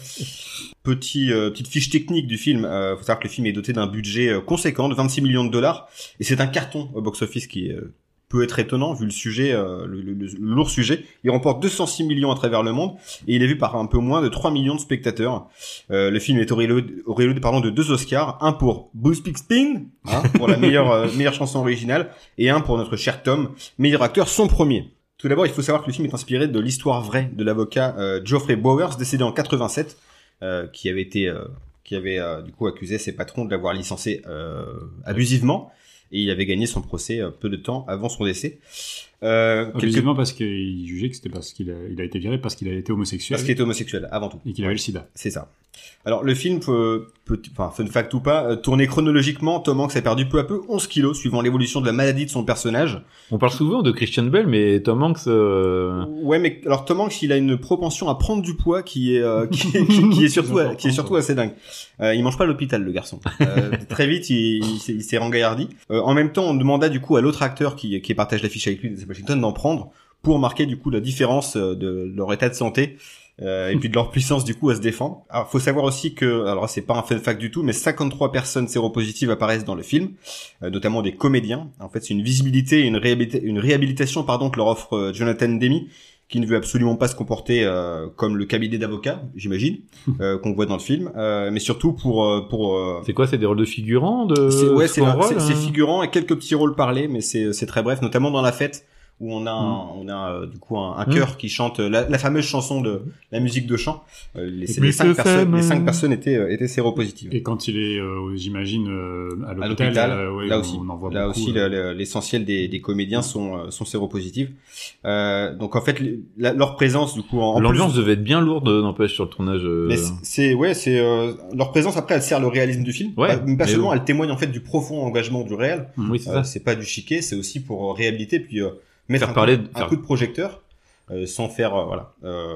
Speaker 1: Petit, euh, petite fiche technique du film. Euh, faut savoir que le film est doté d'un budget euh, conséquent de 26 millions de dollars et c'est un carton au box-office qui euh, peut être étonnant vu le sujet, euh, le, le- le lourd sujet. Il remporte 206 millions à travers le monde et il est vu par un peu moins de 3 millions de spectateurs. Euh, le film est auréolé auréolé, pardon, de deux Oscars, un pour Bruce Springsteen hein, pour la meilleure, euh, meilleure chanson originale et un pour notre cher Tom, meilleur acteur, son premier. Tout d'abord, il faut savoir que le film est inspiré de l'histoire vraie de l'avocat euh, Geoffrey Bowers, décédé en 87, euh, qui avait été, euh, qui avait euh, du coup accusé ses patrons de l'avoir licencié euh, abusivement, et il avait gagné son procès euh, peu de temps avant son décès. Euh, quelques...
Speaker 2: Obligatoirement parce qu'il jugeait que c'était parce qu'il a, il a été viré parce qu'il a été homosexuel
Speaker 1: Parce qu'il était homosexuel, avant tout.
Speaker 2: et qu'il avait le sida.
Speaker 1: C'est ça. Alors le film, peut, peut- enfin fun fact ou pas, euh, tourné chronologiquement, Tom Hanks a perdu peu à peu 11 kilos suivant l'évolution de la maladie de son personnage.
Speaker 3: On parle souvent de Christian Bell, mais Tom Hanks, euh,
Speaker 1: Ouais, mais alors Tom Hanks, il a une propension à prendre du poids qui est euh, qui, qui- qui est surtout qui est surtout assez dingue. Euh, il mange pas à l'hôpital le garçon. Euh, très vite, il, il s'est- il s'est rengaillardi. Euh, en même temps, on demanda du coup à l'autre acteur qui qui partage l'affiche avec lui, Denzel Washington, d'en prendre pour marquer du coup la différence euh, de leur état de santé. euh, et puis de leur puissance du coup à se défendre. Alors faut savoir aussi que, alors c'est pas un fun fact du tout, mais 53 personnes séropositives apparaissent dans le film, euh, notamment des comédiens. En fait c'est une visibilité et une, réhabilita- une réhabilitation pardon que leur offre euh, Jonathan Demi, qui ne veut absolument pas se comporter euh, comme le cabinet d'avocats, j'imagine, euh, qu'on voit dans le film, euh, mais surtout pour euh, pour euh,
Speaker 3: c'est quoi, c'est des rôles de figurants, de
Speaker 1: c'est ouais,
Speaker 3: second
Speaker 1: c'est un-
Speaker 3: rôle,
Speaker 1: c'est- c'est
Speaker 3: hein
Speaker 1: figurant et quelques petits rôles parlés, mais c'est c'est très bref, notamment dans la fête où on a un- on a euh, du coup un, un
Speaker 3: Mm.
Speaker 1: chœur qui chante euh, la, la fameuse chanson de la musique de chant. Euh, les, c'est
Speaker 3: Mais
Speaker 1: les cinq
Speaker 3: ce
Speaker 1: personnes, les
Speaker 3: fameux-
Speaker 1: cinq personnes étaient euh, étaient séropositives.
Speaker 2: Et quand il est, euh, j'imagine, euh, à
Speaker 1: À
Speaker 2: l'hôpital,
Speaker 1: l'hôpital,
Speaker 2: euh, ouais,
Speaker 1: là
Speaker 2: on-
Speaker 1: aussi,
Speaker 2: on en voit
Speaker 1: là
Speaker 2: beaucoup,
Speaker 1: aussi,
Speaker 2: euh.
Speaker 1: le- le- l'essentiel des, des comédiens sont euh, sont séropositifs. Euh, donc en fait, le- la- leur présence du coup en, en plus-
Speaker 3: L'ambiance devait être bien lourde, n'empêche, sur le tournage. euh,
Speaker 1: Mais c'est- c'est ouais, c'est euh, leur présence après elle sert le réalisme du film.
Speaker 3: Ouais,
Speaker 1: Pas- mais pas
Speaker 3: mais
Speaker 1: seulement,
Speaker 3: bon.
Speaker 1: elle témoigne en fait du profond engagement du réel.
Speaker 3: Oui, c'est
Speaker 1: Euh,
Speaker 3: ça.
Speaker 1: c'est pas du chiquet, c'est aussi pour euh, réhabiliter puis euh, mettre
Speaker 3: Faire
Speaker 1: un,
Speaker 3: parler
Speaker 1: coup,
Speaker 3: de-
Speaker 1: un
Speaker 3: faire-
Speaker 1: coup de projecteur. euh, sans faire euh, voilà. Euh,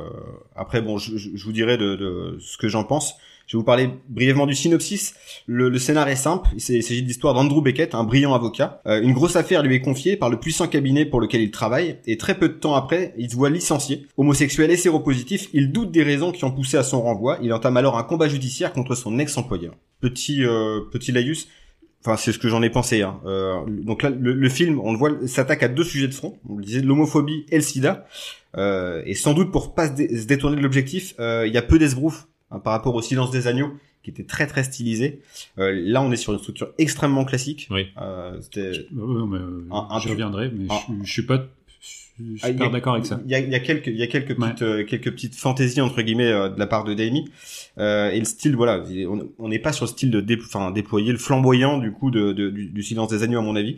Speaker 1: après bon, je, je- je vous dirai de, de ce que j'en pense. Je vais vous parler brièvement du synopsis. Le, le scénar est simple. Il s'est- il s'agit de l'histoire d'Andrew Beckett, un brillant avocat. Euh, une grosse affaire lui est confiée par le puissant cabinet pour lequel il travaille, et très peu de temps après, il se voit licencié. Homosexuel et séropositif, il doute des raisons qui ont poussé à son renvoi. Il entame alors un combat judiciaire contre son ex-employeur. Petit euh, petit laïus. Enfin, c'est ce que j'en ai pensé. Hein. Euh, donc là, le, le film, on le voit, s'attaque à deux sujets de front. On le disait, l'homophobie et le sida. Euh, et sans doute pour pas se, dé- se détourner de l'objectif, euh, il y a peu d'esbrouf hein, par rapport au Silence des agneaux qui était très très stylisé. Euh, là, on est sur une structure extrêmement classique.
Speaker 2: Oui.
Speaker 1: Euh, c'était-
Speaker 2: Ouais, ouais, mais, euh,
Speaker 1: Un- un
Speaker 2: je
Speaker 1: truc-
Speaker 2: reviendrai, mais
Speaker 1: un-
Speaker 2: je, je suis pas, je suis
Speaker 1: Ah, il y
Speaker 2: pas
Speaker 1: a-
Speaker 2: d'accord avec ça.
Speaker 1: Il y a, il y a quelques, il y a quelques
Speaker 2: Ouais.
Speaker 1: petites, euh, quelques petites fantaisies entre guillemets euh, de la part de Daimi. Euh, et le style, voilà, il est- on- on n'est pas sur le style de dé- enfin, déployer le flamboyant du coup de, de- du, du Silence des agneaux à mon avis.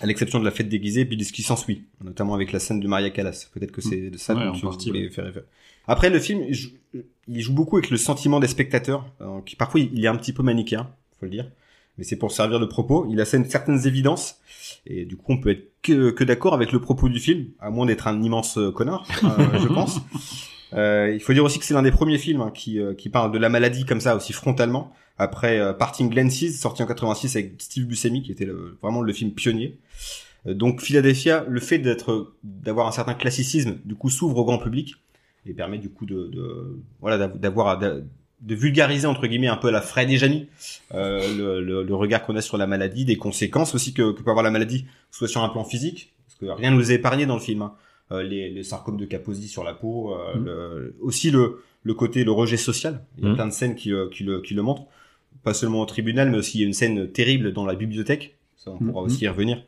Speaker 1: À l'exception de la fête déguisée, et puis de ce qui s'ensuit, notamment avec la scène de Maria Callas. Peut-être que c'est de ça
Speaker 2: Ouais,
Speaker 1: dont
Speaker 2: en
Speaker 1: tu
Speaker 2: partie,
Speaker 1: voulais faire référence. Après, le film, il joue, il joue beaucoup avec le sentiment des spectateurs, euh, qui parfois il est un petit peu manichéen, faut le dire. Mais c'est pour servir le propos. Il a certaines évidences, et du coup, on peut être que, que d'accord avec le propos du film, à moins d'être un immense euh, connard, euh, je pense. Euh, il faut dire aussi que c'est l'un des premiers films hein, qui, euh, qui parle de la maladie comme ça, aussi frontalement. Après euh, Parting Glances, sorti en 86 avec Steve Buscemi, qui était le- vraiment le film pionnier. Euh, donc Philadelphia, le fait d'être, d'avoir un certain classicisme, du coup, s'ouvre au grand public et permet du coup de, de voilà, d'av- d'avoir à- d'a- de vulgariser entre guillemets un peu à la Fred et Jamy euh, le, le- le regard qu'on a sur la maladie, des conséquences aussi que, que peut avoir la maladie soit sur un plan physique, parce que rien ne nous est épargné dans le film. hein. Euh, les, les sarcomes de Kaposi sur la peau, euh,
Speaker 2: Mm.
Speaker 1: le- aussi le, le côté, le rejet social. Il y a
Speaker 2: Mmh.
Speaker 3: Mm.
Speaker 1: plein de scènes qui, le- qui, le, qui le montrent. Pas seulement au tribunal, mais aussi il y a une scène terrible dans la bibliothèque. Ça, on
Speaker 2: Mm.
Speaker 1: pourra aussi y revenir.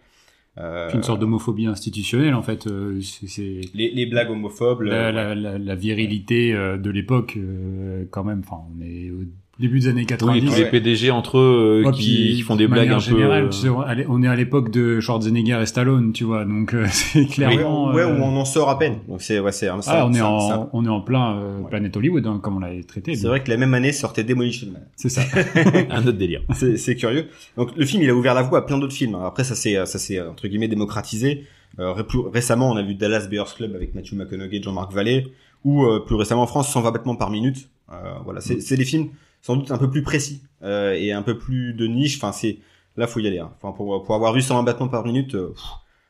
Speaker 1: Euh,
Speaker 2: C'est une sorte d'homophobie institutionnelle, en fait. euh, c'est- c'est
Speaker 1: les, les blagues homophobes. le-
Speaker 3: Euh,
Speaker 2: la, la- la- la virilité euh, de l'époque, euh, quand même. Enfin, on est au début des années
Speaker 3: Oui,
Speaker 2: 90.
Speaker 3: tous
Speaker 1: ouais.
Speaker 3: les PDG entre eux euh,
Speaker 2: Ouais,
Speaker 3: qui,
Speaker 2: puis,
Speaker 3: qui font des
Speaker 2: de
Speaker 3: blagues
Speaker 2: manière
Speaker 3: un
Speaker 2: générale,
Speaker 3: peu. euh,
Speaker 2: tu sais, on- allez, on est à l'époque de Schwarzenegger et Stallone, tu vois, donc euh, c'est clairement.
Speaker 1: ouais, ouais,
Speaker 2: euh,
Speaker 1: où on en sort à peine. Donc c'est ouais, c'est un- c'est
Speaker 2: ah,
Speaker 1: un-
Speaker 2: on
Speaker 1: c'est
Speaker 2: est
Speaker 1: un- c'est
Speaker 2: en
Speaker 1: un-
Speaker 2: on est en plein euh,
Speaker 1: Ouais.
Speaker 2: planète Hollywood, hein, comme on l'avait traité.
Speaker 1: C'est
Speaker 2: donc,
Speaker 1: vrai que la même année sortait Demolition Man.
Speaker 2: c'est ça.
Speaker 3: un autre délire.
Speaker 1: C'est c'est curieux. Donc le film, il a ouvert la voie à plein d'autres films. hein. Après, ça s'est ça s'est entre guillemets démocratisé. Euh, ré- plus récemment, on a vu Dallas Buyers Club avec Matthew McConaughey, Jean-Marc Vallée, ou euh, plus récemment en France, 120 battements par minute. Euh, voilà, c'est c'est des films sans doute un peu plus précis euh, et un peu plus de niche. Enfin, c'est là, faut y aller. hein. Enfin, pour pour avoir vu 120 battements par minute, euh, pff,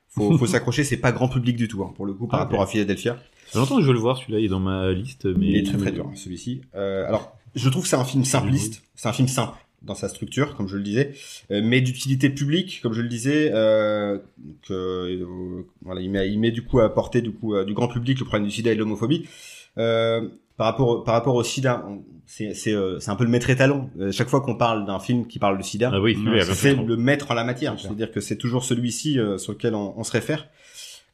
Speaker 1: faut faut s'accrocher. C'est pas grand public du tout hein, pour le coup par
Speaker 3: Ah,
Speaker 1: rapport
Speaker 3: ouais.
Speaker 1: à Philadelphia.
Speaker 3: Ça fait longtemps que je veux le voir, celui-là, il est dans ma liste. Mais...
Speaker 1: Il est très très dur celui-ci. Euh, alors, je trouve que c'est un film simpliste. C'est un film simple dans sa structure, comme je le disais, euh, mais d'utilité publique, comme je le disais. Euh, que, euh, voilà, il met, il met du coup à portée du coup euh, du grand public le problème du sida et de l'homophobie. Euh, par rapport au- par rapport au sida, on- c'est c'est euh, c'est un peu le maître étalon. Euh, chaque fois qu'on parle d'un film qui parle du sida,
Speaker 3: Ah oui,
Speaker 2: Non,
Speaker 3: celui-là, il y a
Speaker 1: c'est
Speaker 3: plein de-
Speaker 1: le maître en la matière.
Speaker 2: C'est
Speaker 1: C'est-à-dire que c'est toujours celui-ci euh, sur lequel on, on se réfère.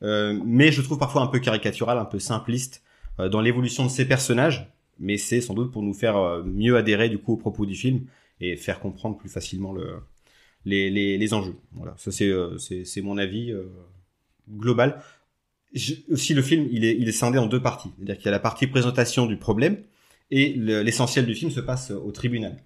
Speaker 1: Euh, mais je trouve parfois un peu caricatural, un peu simpliste euh, dans l'évolution de ces personnages. Mais c'est sans doute pour nous faire euh, mieux adhérer du coup aux propos du film et faire comprendre plus facilement le, les, les, les enjeux. Voilà, ça c'est euh, c'est c'est mon avis euh, global. Je- aussi le film, il est, il est scindé en deux parties. C'est-à-dire qu'il y a la partie présentation du problème et le- l'essentiel du film se passe euh, au tribunal.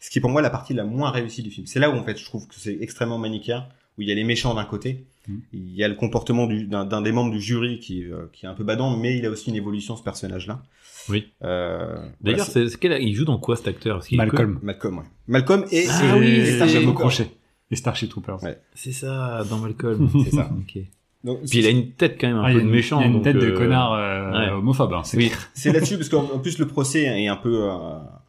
Speaker 1: Ce qui est pour moi la partie la moins réussie du film. C'est là où en fait je trouve que c'est extrêmement manichéen, où il y a les méchants d'un côté,
Speaker 3: Mmh.
Speaker 2: Mm.
Speaker 1: il y a le comportement du- d'un d'un des membres du jury qui, euh, qui est un peu badant, mais il a aussi une évolution ce personnage-là.
Speaker 3: Oui.
Speaker 1: Euh,
Speaker 3: D'ailleurs,
Speaker 1: voilà,
Speaker 3: c'est- c'est quel- il joue dans quoi cet acteur Parce qu'il est
Speaker 2: Malcolm.
Speaker 1: c'est Malcolm, ouais. Malcolm et
Speaker 3: Ah
Speaker 2: Et-
Speaker 3: oui,
Speaker 2: et
Speaker 3: c'est-
Speaker 2: Starship
Speaker 3: c'est-
Speaker 2: Crochet. Et Starship Troopers.
Speaker 1: Ouais.
Speaker 3: connu- C'est ça, dans Malcolm.
Speaker 1: C'est ça.
Speaker 3: Ok.
Speaker 1: Donc,
Speaker 3: Puis il a une tête quand même un
Speaker 2: Ah, il y
Speaker 3: peu
Speaker 2: a
Speaker 3: de
Speaker 2: une-
Speaker 3: méchant.
Speaker 2: Il y a une
Speaker 3: donc,
Speaker 2: tête de
Speaker 3: euh,
Speaker 2: connard euh,
Speaker 3: ouais.
Speaker 2: homophobe. hein, c'est
Speaker 3: Oui.
Speaker 2: clair.
Speaker 1: c'est là-dessus parce qu'en en plus le procès est un peu euh,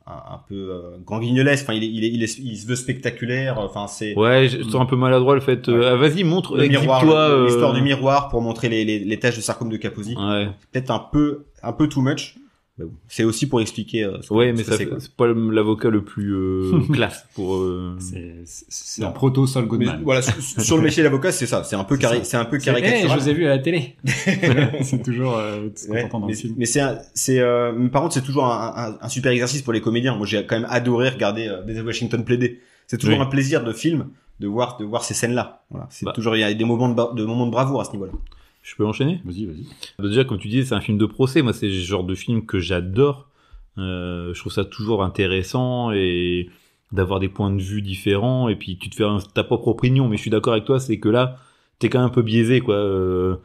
Speaker 1: un, un peu euh, grand guignolesque. Enfin, il est, il, est, il, est- il se veut spectaculaire. Enfin, c'est
Speaker 3: Ouais, je je trouve un peu maladroit le fait. euh, ah, vas-y, montre,
Speaker 1: le miroir,
Speaker 3: exhibe-toi.
Speaker 1: le-
Speaker 3: euh,
Speaker 1: l'histoire du miroir pour montrer les, les, les taches de sarcome de Kaposi.
Speaker 3: Ouais, Bah
Speaker 1: Peut-être un peu un peu too much. Mais bon, c'est aussi pour expliquer. euh, ce que- ce
Speaker 3: ouais mais
Speaker 1: que
Speaker 3: ça
Speaker 1: c'est, quoi.
Speaker 3: fait- c'est pas l'avocat le plus euh, classe pour. euh,
Speaker 2: C'est- C'est c'est
Speaker 1: Non.
Speaker 2: un proto Saul
Speaker 1: Mais
Speaker 2: Goodman.
Speaker 1: voilà, sur, sur le métier d'avocat, c'est ça. C'est un peu
Speaker 2: C'est
Speaker 1: carré,
Speaker 2: ça.
Speaker 1: c'est un peu
Speaker 2: C'est-
Speaker 1: caricatural.
Speaker 2: Hey, Eh, je vous ai vu à la télé. c'est toujours euh, ce qu'on
Speaker 1: Ouais,
Speaker 2: entend dans
Speaker 1: mais,
Speaker 2: le film.
Speaker 1: mais c'est un- c'est euh, mais par contre c'est toujours un, un- un super exercice pour les comédiens. Moi j'ai quand même adoré regarder euh, Denzel Washington plaider. C'est toujours
Speaker 3: Oui.
Speaker 1: un plaisir de film de voir de voir ces scènes là. Voilà, c'est
Speaker 3: Bah.
Speaker 1: toujours il y a des moments de, ba- de moments de bravoure à ce niveau-là.
Speaker 3: Je peux enchaîner
Speaker 2: Vas-y, vas-y.
Speaker 3: Bah, Déjà, comme tu dis, c'est un film de procès. Moi, c'est le genre de film que j'adore. Euh, je trouve ça toujours intéressant et d'avoir des points de vue différents. Et puis, tu te fais un- ta propre opinion. Mais je suis d'accord avec toi, c'est que là, t'es quand même un peu biaisé, quoi. Euh,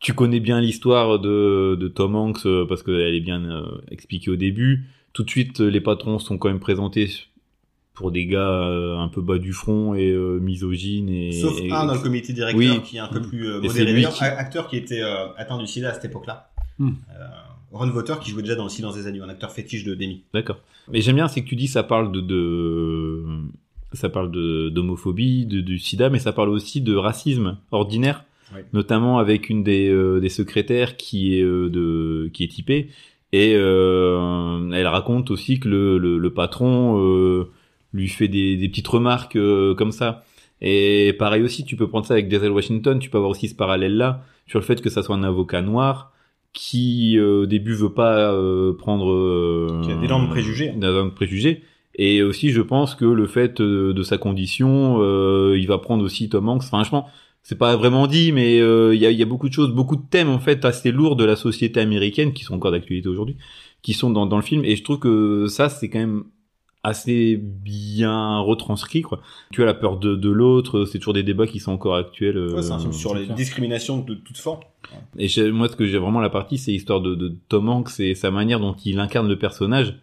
Speaker 3: tu connais bien l'histoire de, de Tom Hanks euh, parce qu'elle est bien euh, expliquée au début. Tout de suite, euh, les patrons sont quand même présentés pour des gars euh, un peu bas du front et euh, misogynes et,
Speaker 1: Sauf
Speaker 3: et-
Speaker 1: un dans le comité directeur
Speaker 3: Oui. Mm.
Speaker 1: qui est un peu plus euh,
Speaker 3: Et
Speaker 1: modéré.
Speaker 3: c'est lui
Speaker 1: D'ailleurs,
Speaker 3: qui- Mm.
Speaker 1: a- acteur qui était euh, atteint du sida à cette époque-là.
Speaker 2: Hmm.
Speaker 1: Euh, Ron Voter qui jouait déjà dans Le Silence des Agneaux, un acteur fétiche de Demi.
Speaker 3: D'accord. Mais j'aime bien, c'est que tu dis ça parle de, de ça parle de d'homophobie, de, du sida, mais ça parle aussi de racisme ordinaire,
Speaker 1: Ouais.
Speaker 3: notamment avec une des, euh, des secrétaires qui est euh, de qui est typée et euh, elle raconte aussi que le le, le patron euh, lui fait des, des petites remarques euh, comme ça. Et pareil aussi, tu peux prendre ça avec Denzel Washington, tu peux avoir aussi ce parallèle-là sur le fait que ça soit un avocat noir qui euh, au début veut pas euh, prendre euh,
Speaker 1: Qui a d'énormes préjugés.
Speaker 3: d'énormes préjugés. Et aussi, je pense que le fait euh, de sa condition, euh, il va prendre aussi Tom Hanks. Enfin, je pense, c'est pas vraiment dit, mais euh, il y, a, il y a beaucoup de choses, beaucoup de thèmes en fait assez lourds de la société américaine qui sont encore d'actualité aujourd'hui, qui sont dans, dans le film. Et je trouve que ça, c'est quand même assez bien retranscrit quoi. Tu as la peur de, de l'autre, c'est toujours des débats qui sont encore actuels. euh,
Speaker 1: Ouais, c'est un film sur
Speaker 2: c'est
Speaker 1: les
Speaker 2: clair.
Speaker 1: discriminations de toutes formes.
Speaker 3: et j'ai- moi, ce que j'ai vraiment la partie, c'est l'histoire de, de Tom Hanks et sa manière dont il incarne le personnage.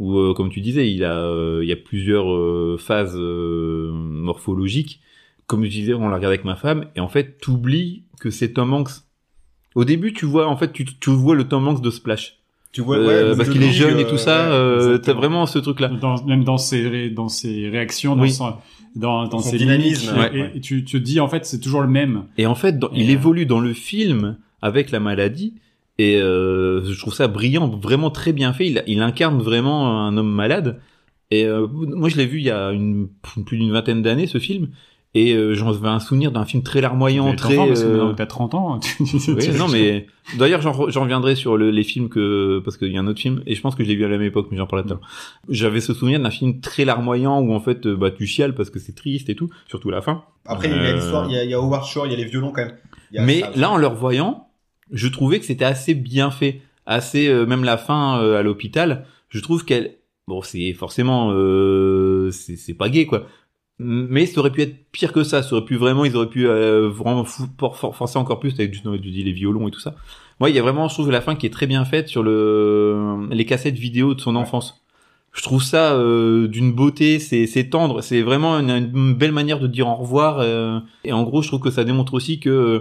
Speaker 3: Où, euh, comme tu disais, il a, euh, il y a plusieurs euh, phases euh, morphologiques. Comme je disais, on la regarde avec ma femme, et en fait, t'oublies que c'est Tom Hanks. Au début, tu vois, en fait, tu, tu vois le Tom Hanks de Splash,
Speaker 1: Tu vois,
Speaker 3: Euh,
Speaker 1: ouais,
Speaker 3: parce
Speaker 1: je
Speaker 3: qu'il est
Speaker 1: dis,
Speaker 3: jeune et
Speaker 1: euh,
Speaker 3: tout ça.
Speaker 1: ouais,
Speaker 3: euh, T'as
Speaker 1: exactement.
Speaker 3: vraiment ce truc-là.
Speaker 2: Dans- même dans ses, ré- dans ses réactions, dans,
Speaker 3: Oui.
Speaker 2: son, dans, dans
Speaker 1: Son
Speaker 2: ses
Speaker 1: dynamisme,
Speaker 2: mimiques,
Speaker 1: ouais,
Speaker 2: et-
Speaker 1: ouais.
Speaker 2: et tu te dis, en fait, c'est toujours le même.
Speaker 3: Et en fait, dans-
Speaker 2: Et,
Speaker 3: il
Speaker 2: euh,
Speaker 3: évolue dans le film avec la maladie. Et euh, je trouve ça brillant, vraiment très bien fait. Il, il incarne vraiment un homme malade. Et euh, moi, je l'ai vu il y a une, plus d'une vingtaine d'années, ce film. Et euh, j'en vais un souvenir d'un film très larmoyant,
Speaker 2: T'es
Speaker 3: très...
Speaker 2: enfant, parce que
Speaker 3: euh,
Speaker 2: maintenant, T'as 30 ans. tu-
Speaker 3: oui,
Speaker 2: tu- Ah,
Speaker 3: non, mais d'ailleurs, j'en re- j'en reviendrai sur le- les films que parce qu'il y a un autre film et je pense que je l'ai vu à la même époque, mais j'en
Speaker 2: Mm.
Speaker 3: parlais tout à l'heure. J'avais ce souvenir d'un film très larmoyant où en fait, euh, bah, tu chiales parce que c'est triste et tout, surtout la fin.
Speaker 1: Après, il y a
Speaker 3: Euh,
Speaker 1: l'histoire, il y a- il y a Howard Shore, il y a les violons quand même. Il y a
Speaker 3: Mais
Speaker 1: ça.
Speaker 3: là, en le revoyant, je trouvais que c'était assez bien fait, assez euh, même la fin euh, à l'hôpital. Je trouve qu'elle, bon, c'est forcément, euh, c'est c'est pas gay quoi. Mais ça aurait pu être pire que ça. Ça aurait pu vraiment, ils auraient pu euh, vraiment fou- por- for- forcer encore plus avec justement, tu dis les violons et tout ça. Moi, il y a vraiment, je trouve la fin qui est très bien faite sur le les cassettes vidéo de son enfance. Je trouve ça euh, d'une beauté, c'est c'est tendre, c'est vraiment une, une belle manière de dire au revoir. euh. et en gros, je trouve que ça démontre aussi que euh,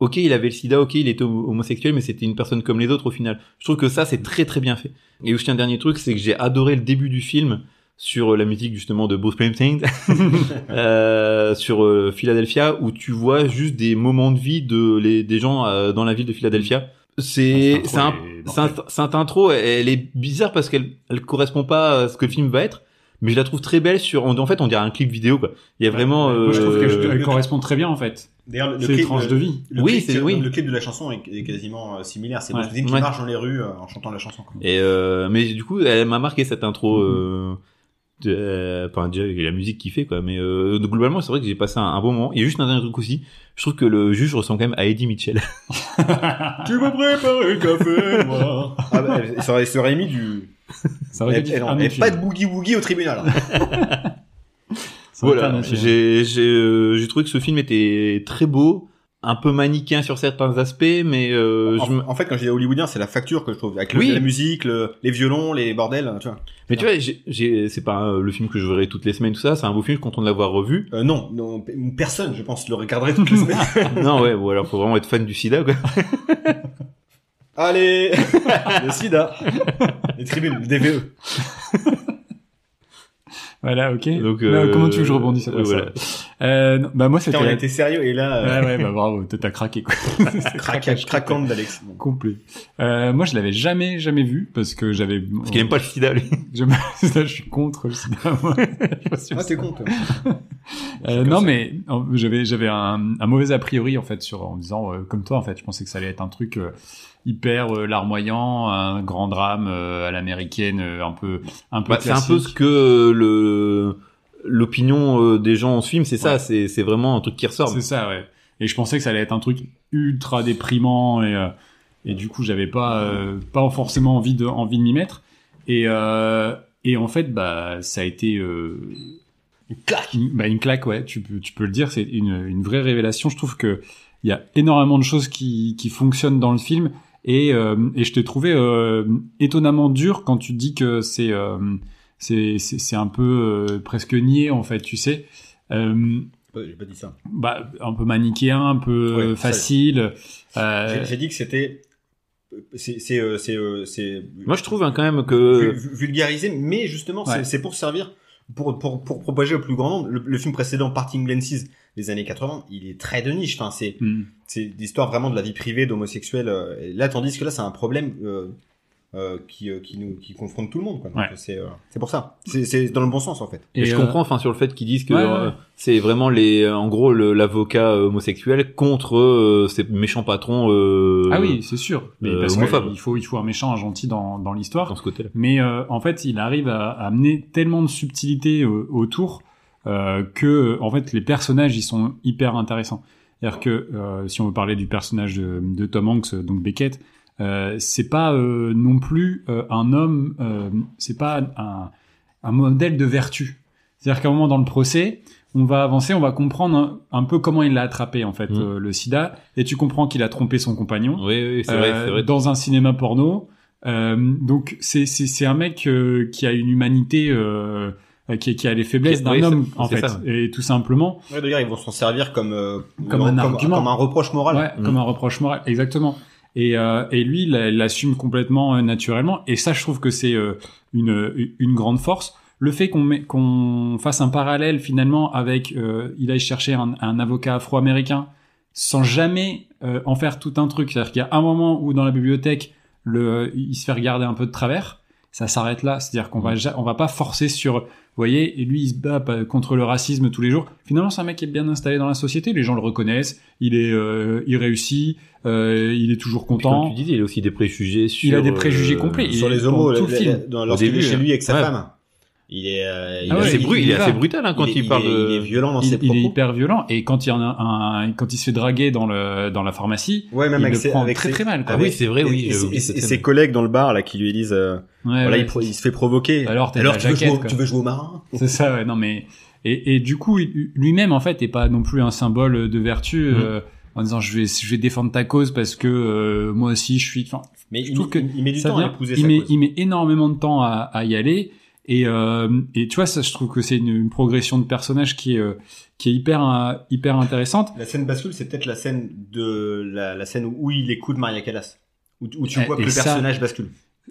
Speaker 3: Ok, il avait le sida, ok, il était homo- homosexuel, mais c'était une personne comme les autres au final. Je trouve que ça, c'est très très bien fait. Et aussi un dernier truc, c'est que j'ai adoré le début du film sur euh, la musique justement de Bruce Springsteen, euh, sur euh, Philadelphia, où tu vois juste des moments de vie de les, des gens euh, dans la ville de Philadelphia. C'est
Speaker 2: Cette
Speaker 3: c'est un,
Speaker 2: intro est
Speaker 3: c'est un- cette intro, elle est bizarre parce qu'elle elle correspond pas à ce que le film va être, mais je la trouve très belle sur. En en fait, on dirait un clip vidéo quoi. Il y a vraiment.
Speaker 2: Moi, je trouve
Speaker 3: euh,
Speaker 2: qu'elle correspond très bien, en fait.
Speaker 1: D'ailleurs, le, euh, le
Speaker 2: C'est une
Speaker 1: clip,
Speaker 2: tranche
Speaker 1: le-
Speaker 2: de vie.
Speaker 1: le
Speaker 3: Oui,
Speaker 1: clip,
Speaker 3: c'est- oui.
Speaker 1: le clip de la chanson est, est quasiment euh, similaire. C'est
Speaker 2: Ouais.
Speaker 1: Bruce Springsteen qui
Speaker 3: Ouais.
Speaker 1: marche dans les rues euh, en chantant la chanson. quoi.
Speaker 3: Et euh, mais du coup, elle m'a marqué cette intro.
Speaker 2: Mm-hmm.
Speaker 3: Euh, de- euh, enfin, déjà, il y a la musique qui fait quoi. Mais euh, donc, globalement, c'est vrai que j'ai passé un, un bon moment. Et juste un dernier truc aussi, je trouve que le juge ressemble quand même à Eddie Mitchell.
Speaker 2: tu me prépares un café, moi.
Speaker 1: Ah, bah, elle- elle serait- elle serait mis du.
Speaker 3: Ah,
Speaker 2: Ça aurait
Speaker 1: Elle,
Speaker 2: été
Speaker 1: elle-
Speaker 2: un hein.
Speaker 1: elle-
Speaker 2: autre
Speaker 1: pas de
Speaker 2: film.
Speaker 1: boogie woogie au tribunal.
Speaker 2: Ça aurait été un
Speaker 3: voilà.
Speaker 2: autre film.
Speaker 3: J'ai j'ai euh, j'ai trouvé que ce film était très beau, un peu manichéen sur certains aspects, mais euh, je
Speaker 1: en,
Speaker 3: me-
Speaker 1: en fait, quand je dis hollywoodien, c'est la facture que je trouve. Avec le-
Speaker 3: Oui.
Speaker 1: la musique, le- les violons, les bordels, tu vois.
Speaker 3: mais tu vois, j'ai- j'ai- c'est pas euh, le film que je verrai toutes les semaines, tout ça. C'est un beau film, je suis content de l'avoir revu.
Speaker 1: Euh, non, non, pe- personne, je pense, le regarderait toutes les semaines.
Speaker 3: non, ouais, bon alors faut vraiment être fan du SIDA quoi.
Speaker 1: Allez, le sida, les tribunes, le E. DVE.
Speaker 2: Voilà, ok.
Speaker 3: Donc
Speaker 2: Là,
Speaker 3: euh,
Speaker 2: comment tu veux que je rebondisse
Speaker 3: euh,
Speaker 2: après
Speaker 3: voilà.
Speaker 2: ça euh, non, Bah moi, c'était...
Speaker 1: Putain, on était sérieux et là, euh,
Speaker 2: Ouais, ouais, bah bravo, t'as craqué quoi.
Speaker 1: craquage, craquante d'Alex. Bon.
Speaker 2: complet. Euh, moi, je l'avais jamais, jamais vu parce que j'avais.
Speaker 3: Parce qu'il aime pas le SIDA lui.
Speaker 2: Je, je suis contre le cinéma. moi. Je suis
Speaker 1: Ah, t'es con, toi.
Speaker 2: Euh,
Speaker 1: comme
Speaker 2: non,
Speaker 1: ça.
Speaker 2: mais en- j'avais j'avais un, un mauvais a priori en fait sur en me disant euh, comme toi en fait, je pensais que ça allait être un truc euh, hyper euh, larmoyant, un grand drame euh, à l'américaine, euh, un peu un peu
Speaker 3: Bah, c'est un peu ce
Speaker 2: classique.
Speaker 3: que euh, le l'opinion euh, des gens en ce film, c'est ça,
Speaker 2: Ouais.
Speaker 3: c'est c'est vraiment un truc qui ressort.
Speaker 2: C'est ça, ouais. Et je pensais que ça allait être un truc ultra déprimant et, euh, et du coup, j'avais pas, euh, pas forcément envie de, envie de m'y mettre. Et, euh, et en fait, bah, ça a été. euh, une claque Une, bah, une claque, ouais, tu peux, tu peux le dire, c'est une, une vraie révélation. Je trouve que Il y a énormément de choses qui, qui fonctionnent dans le film. Et, euh, et je t'ai trouvé euh, étonnamment dur quand tu dis que c'est euh, c'est c'est c'est un peu euh, presque niais en fait, tu sais. Euh,
Speaker 1: Ouais, J'ai pas dit ça.
Speaker 2: bah, un peu manichéen, un peu
Speaker 1: Ouais,
Speaker 2: euh,
Speaker 1: ça-
Speaker 2: facile.
Speaker 1: J'ai-
Speaker 2: Euh,
Speaker 1: J'ai dit que c'était c'est c'est euh, c'est euh, c'est
Speaker 3: Moi, je trouve hein, quand même
Speaker 1: vul-
Speaker 3: que
Speaker 1: vul- vulgarisé, mais justement c'est-
Speaker 2: Ouais.
Speaker 1: c'est pour servir pour pour pour propager au plus grand nombre. Le, le film précédent Parting Lenses des années 80, il est très de niche. Enfin c'est
Speaker 2: hmm.
Speaker 1: c'est l'histoire vraiment de la vie privée d'homosexuels. euh, et Là, tandis que là, c'est un problème euh, euh, qui, euh, qui nous qui confronte tout le monde. quoi. Donc,
Speaker 2: Ouais.
Speaker 1: C'est euh, c'est pour ça. C'est c'est dans le bon sens en fait.
Speaker 3: Et je
Speaker 2: euh,
Speaker 3: comprends, enfin, sur le fait qu'ils disent que
Speaker 2: ouais, ouais,
Speaker 3: euh,
Speaker 2: ouais.
Speaker 3: c'est vraiment les, euh, en gros, le- l'avocat euh, homosexuel contre euh, ces méchants patrons. euh,
Speaker 2: Ah oui, c'est sûr. Mais
Speaker 3: euh,
Speaker 2: parce que
Speaker 3: homophobe.
Speaker 2: il faut il faut un méchant, un gentil dans dans l'histoire.
Speaker 3: Dans ce côté-là.
Speaker 2: Mais euh, en fait, il arrive à, à amener tellement de subtilité euh, autour euh, que, en fait, les personnages, ils sont hyper intéressants. C'est-à-dire que, euh, si on veut parler du personnage de, de Tom Hanks, euh, donc Beckett, euh, c'est pas euh, non plus euh, un homme, euh, c'est pas un, un modèle de vertu. C'est-à-dire qu'à un moment dans le procès, on va avancer, on va comprendre un, un peu comment il l'a attrapé en fait
Speaker 3: Mhm.
Speaker 2: euh, le sida, et tu comprends qu'il a trompé son compagnon.
Speaker 3: Oui, oui, c'est vrai,
Speaker 2: Euh,
Speaker 3: c'est vrai.
Speaker 2: dans un cinéma porno. Euh, donc c'est c'est c'est un mec euh, qui a une humanité euh, euh, qui qui a les faiblesses
Speaker 3: Qui-
Speaker 2: d'un
Speaker 3: oui,
Speaker 2: homme
Speaker 3: c'est-
Speaker 2: en
Speaker 3: c'est
Speaker 2: fait
Speaker 3: ça.
Speaker 2: et tout simplement
Speaker 1: Ouais, D'ailleurs, ils vont s'en servir comme euh,
Speaker 2: Comme un argument.
Speaker 1: comme un reproche moral.
Speaker 2: ouais,
Speaker 3: Mhm.
Speaker 2: comme un reproche moral exactement. Et euh, et lui il il l'assume complètement euh, naturellement et ça je trouve que c'est euh, une une grande force. Le fait qu'on met- qu'on fasse un parallèle finalement avec euh, il aille chercher un, un avocat afro-américain sans jamais euh, en faire tout un truc. C'est-à-dire qu'il y a un moment où dans la bibliothèque, le, euh, il se fait regarder un peu de travers. Ça s'arrête là. C'est-à-dire qu'on va, ja- on va pas forcer sur, vous voyez, et lui, il se bat pas- contre le racisme tous les jours. Finalement, c'est un mec qui est bien installé dans la société. Les gens le reconnaissent. Il est, euh, il réussit. euh, il est toujours
Speaker 3: Puis, comme tu
Speaker 2: content.
Speaker 3: disais, il a aussi des préjugés sur. euh,
Speaker 2: Il a des préjugés complets.
Speaker 1: euh, sur
Speaker 2: il est
Speaker 1: les homos,
Speaker 2: dans tout
Speaker 1: la-
Speaker 2: le
Speaker 1: la-
Speaker 2: film.
Speaker 1: la- dans- lorsqu'il
Speaker 3: début,
Speaker 1: est chez
Speaker 3: hein.
Speaker 1: lui avec sa
Speaker 3: Ouais.
Speaker 1: femme, il est euh, il
Speaker 2: Ah
Speaker 1: est
Speaker 2: ouais,
Speaker 3: c'est
Speaker 1: assez-
Speaker 2: il-
Speaker 3: bru-
Speaker 2: il
Speaker 3: il est
Speaker 2: va.
Speaker 3: assez brutal hein, quand
Speaker 1: est-
Speaker 3: il, parle
Speaker 1: est-
Speaker 3: de.
Speaker 1: il est violent dans
Speaker 2: Il,
Speaker 1: ses
Speaker 2: il
Speaker 1: propos.
Speaker 2: est hyper violent. Et quand il y en a un, quand il se fait draguer dans le, dans la pharmacie,
Speaker 1: Ouais, même
Speaker 2: il
Speaker 1: avec
Speaker 2: le
Speaker 1: ses-
Speaker 2: prend
Speaker 1: avec
Speaker 2: très
Speaker 1: ses-
Speaker 2: très mal. quoi.
Speaker 3: Ah oui, c'est vrai, oui.
Speaker 1: et, et-
Speaker 3: j'ai
Speaker 1: et-
Speaker 3: oublié cette
Speaker 1: et ses
Speaker 3: scène.
Speaker 1: collègues dans le bar là qui lui disent euh,
Speaker 2: Ouais,
Speaker 1: voilà
Speaker 2: Ah ouais.
Speaker 1: il, pro- il se fait provoquer
Speaker 2: Alors, t'as la
Speaker 1: tu veux, jouer,
Speaker 2: jaquette,
Speaker 1: au-
Speaker 2: quoi.
Speaker 1: tu veux jouer au marin
Speaker 2: C'est ça, ouais, non mais et, et du coup il- lui-même en fait est pas non plus un symbole de vertu
Speaker 1: Mm.
Speaker 2: euh, en disant je vais je vais défendre ta cause parce que euh, moi aussi je suis enfin
Speaker 1: mais
Speaker 2: Je
Speaker 1: il,
Speaker 2: trouve que
Speaker 1: il- il met du
Speaker 2: ça
Speaker 1: temps
Speaker 2: vient-
Speaker 1: à épouser
Speaker 2: il
Speaker 1: sa
Speaker 2: met,
Speaker 1: cause.
Speaker 2: il met énormément de temps à, à y aller. Et, euh, et tu vois, ça, je trouve que c'est une, une progression de personnage qui est, euh, qui est hyper, euh, hyper intéressante.
Speaker 1: la scène bascule c'est peut-être la scène de la, la scène où il écoute Maria Callas où, tu- où tu
Speaker 2: Eh, Et-
Speaker 1: vois que
Speaker 2: et
Speaker 1: le
Speaker 2: ça-
Speaker 1: personnage bascule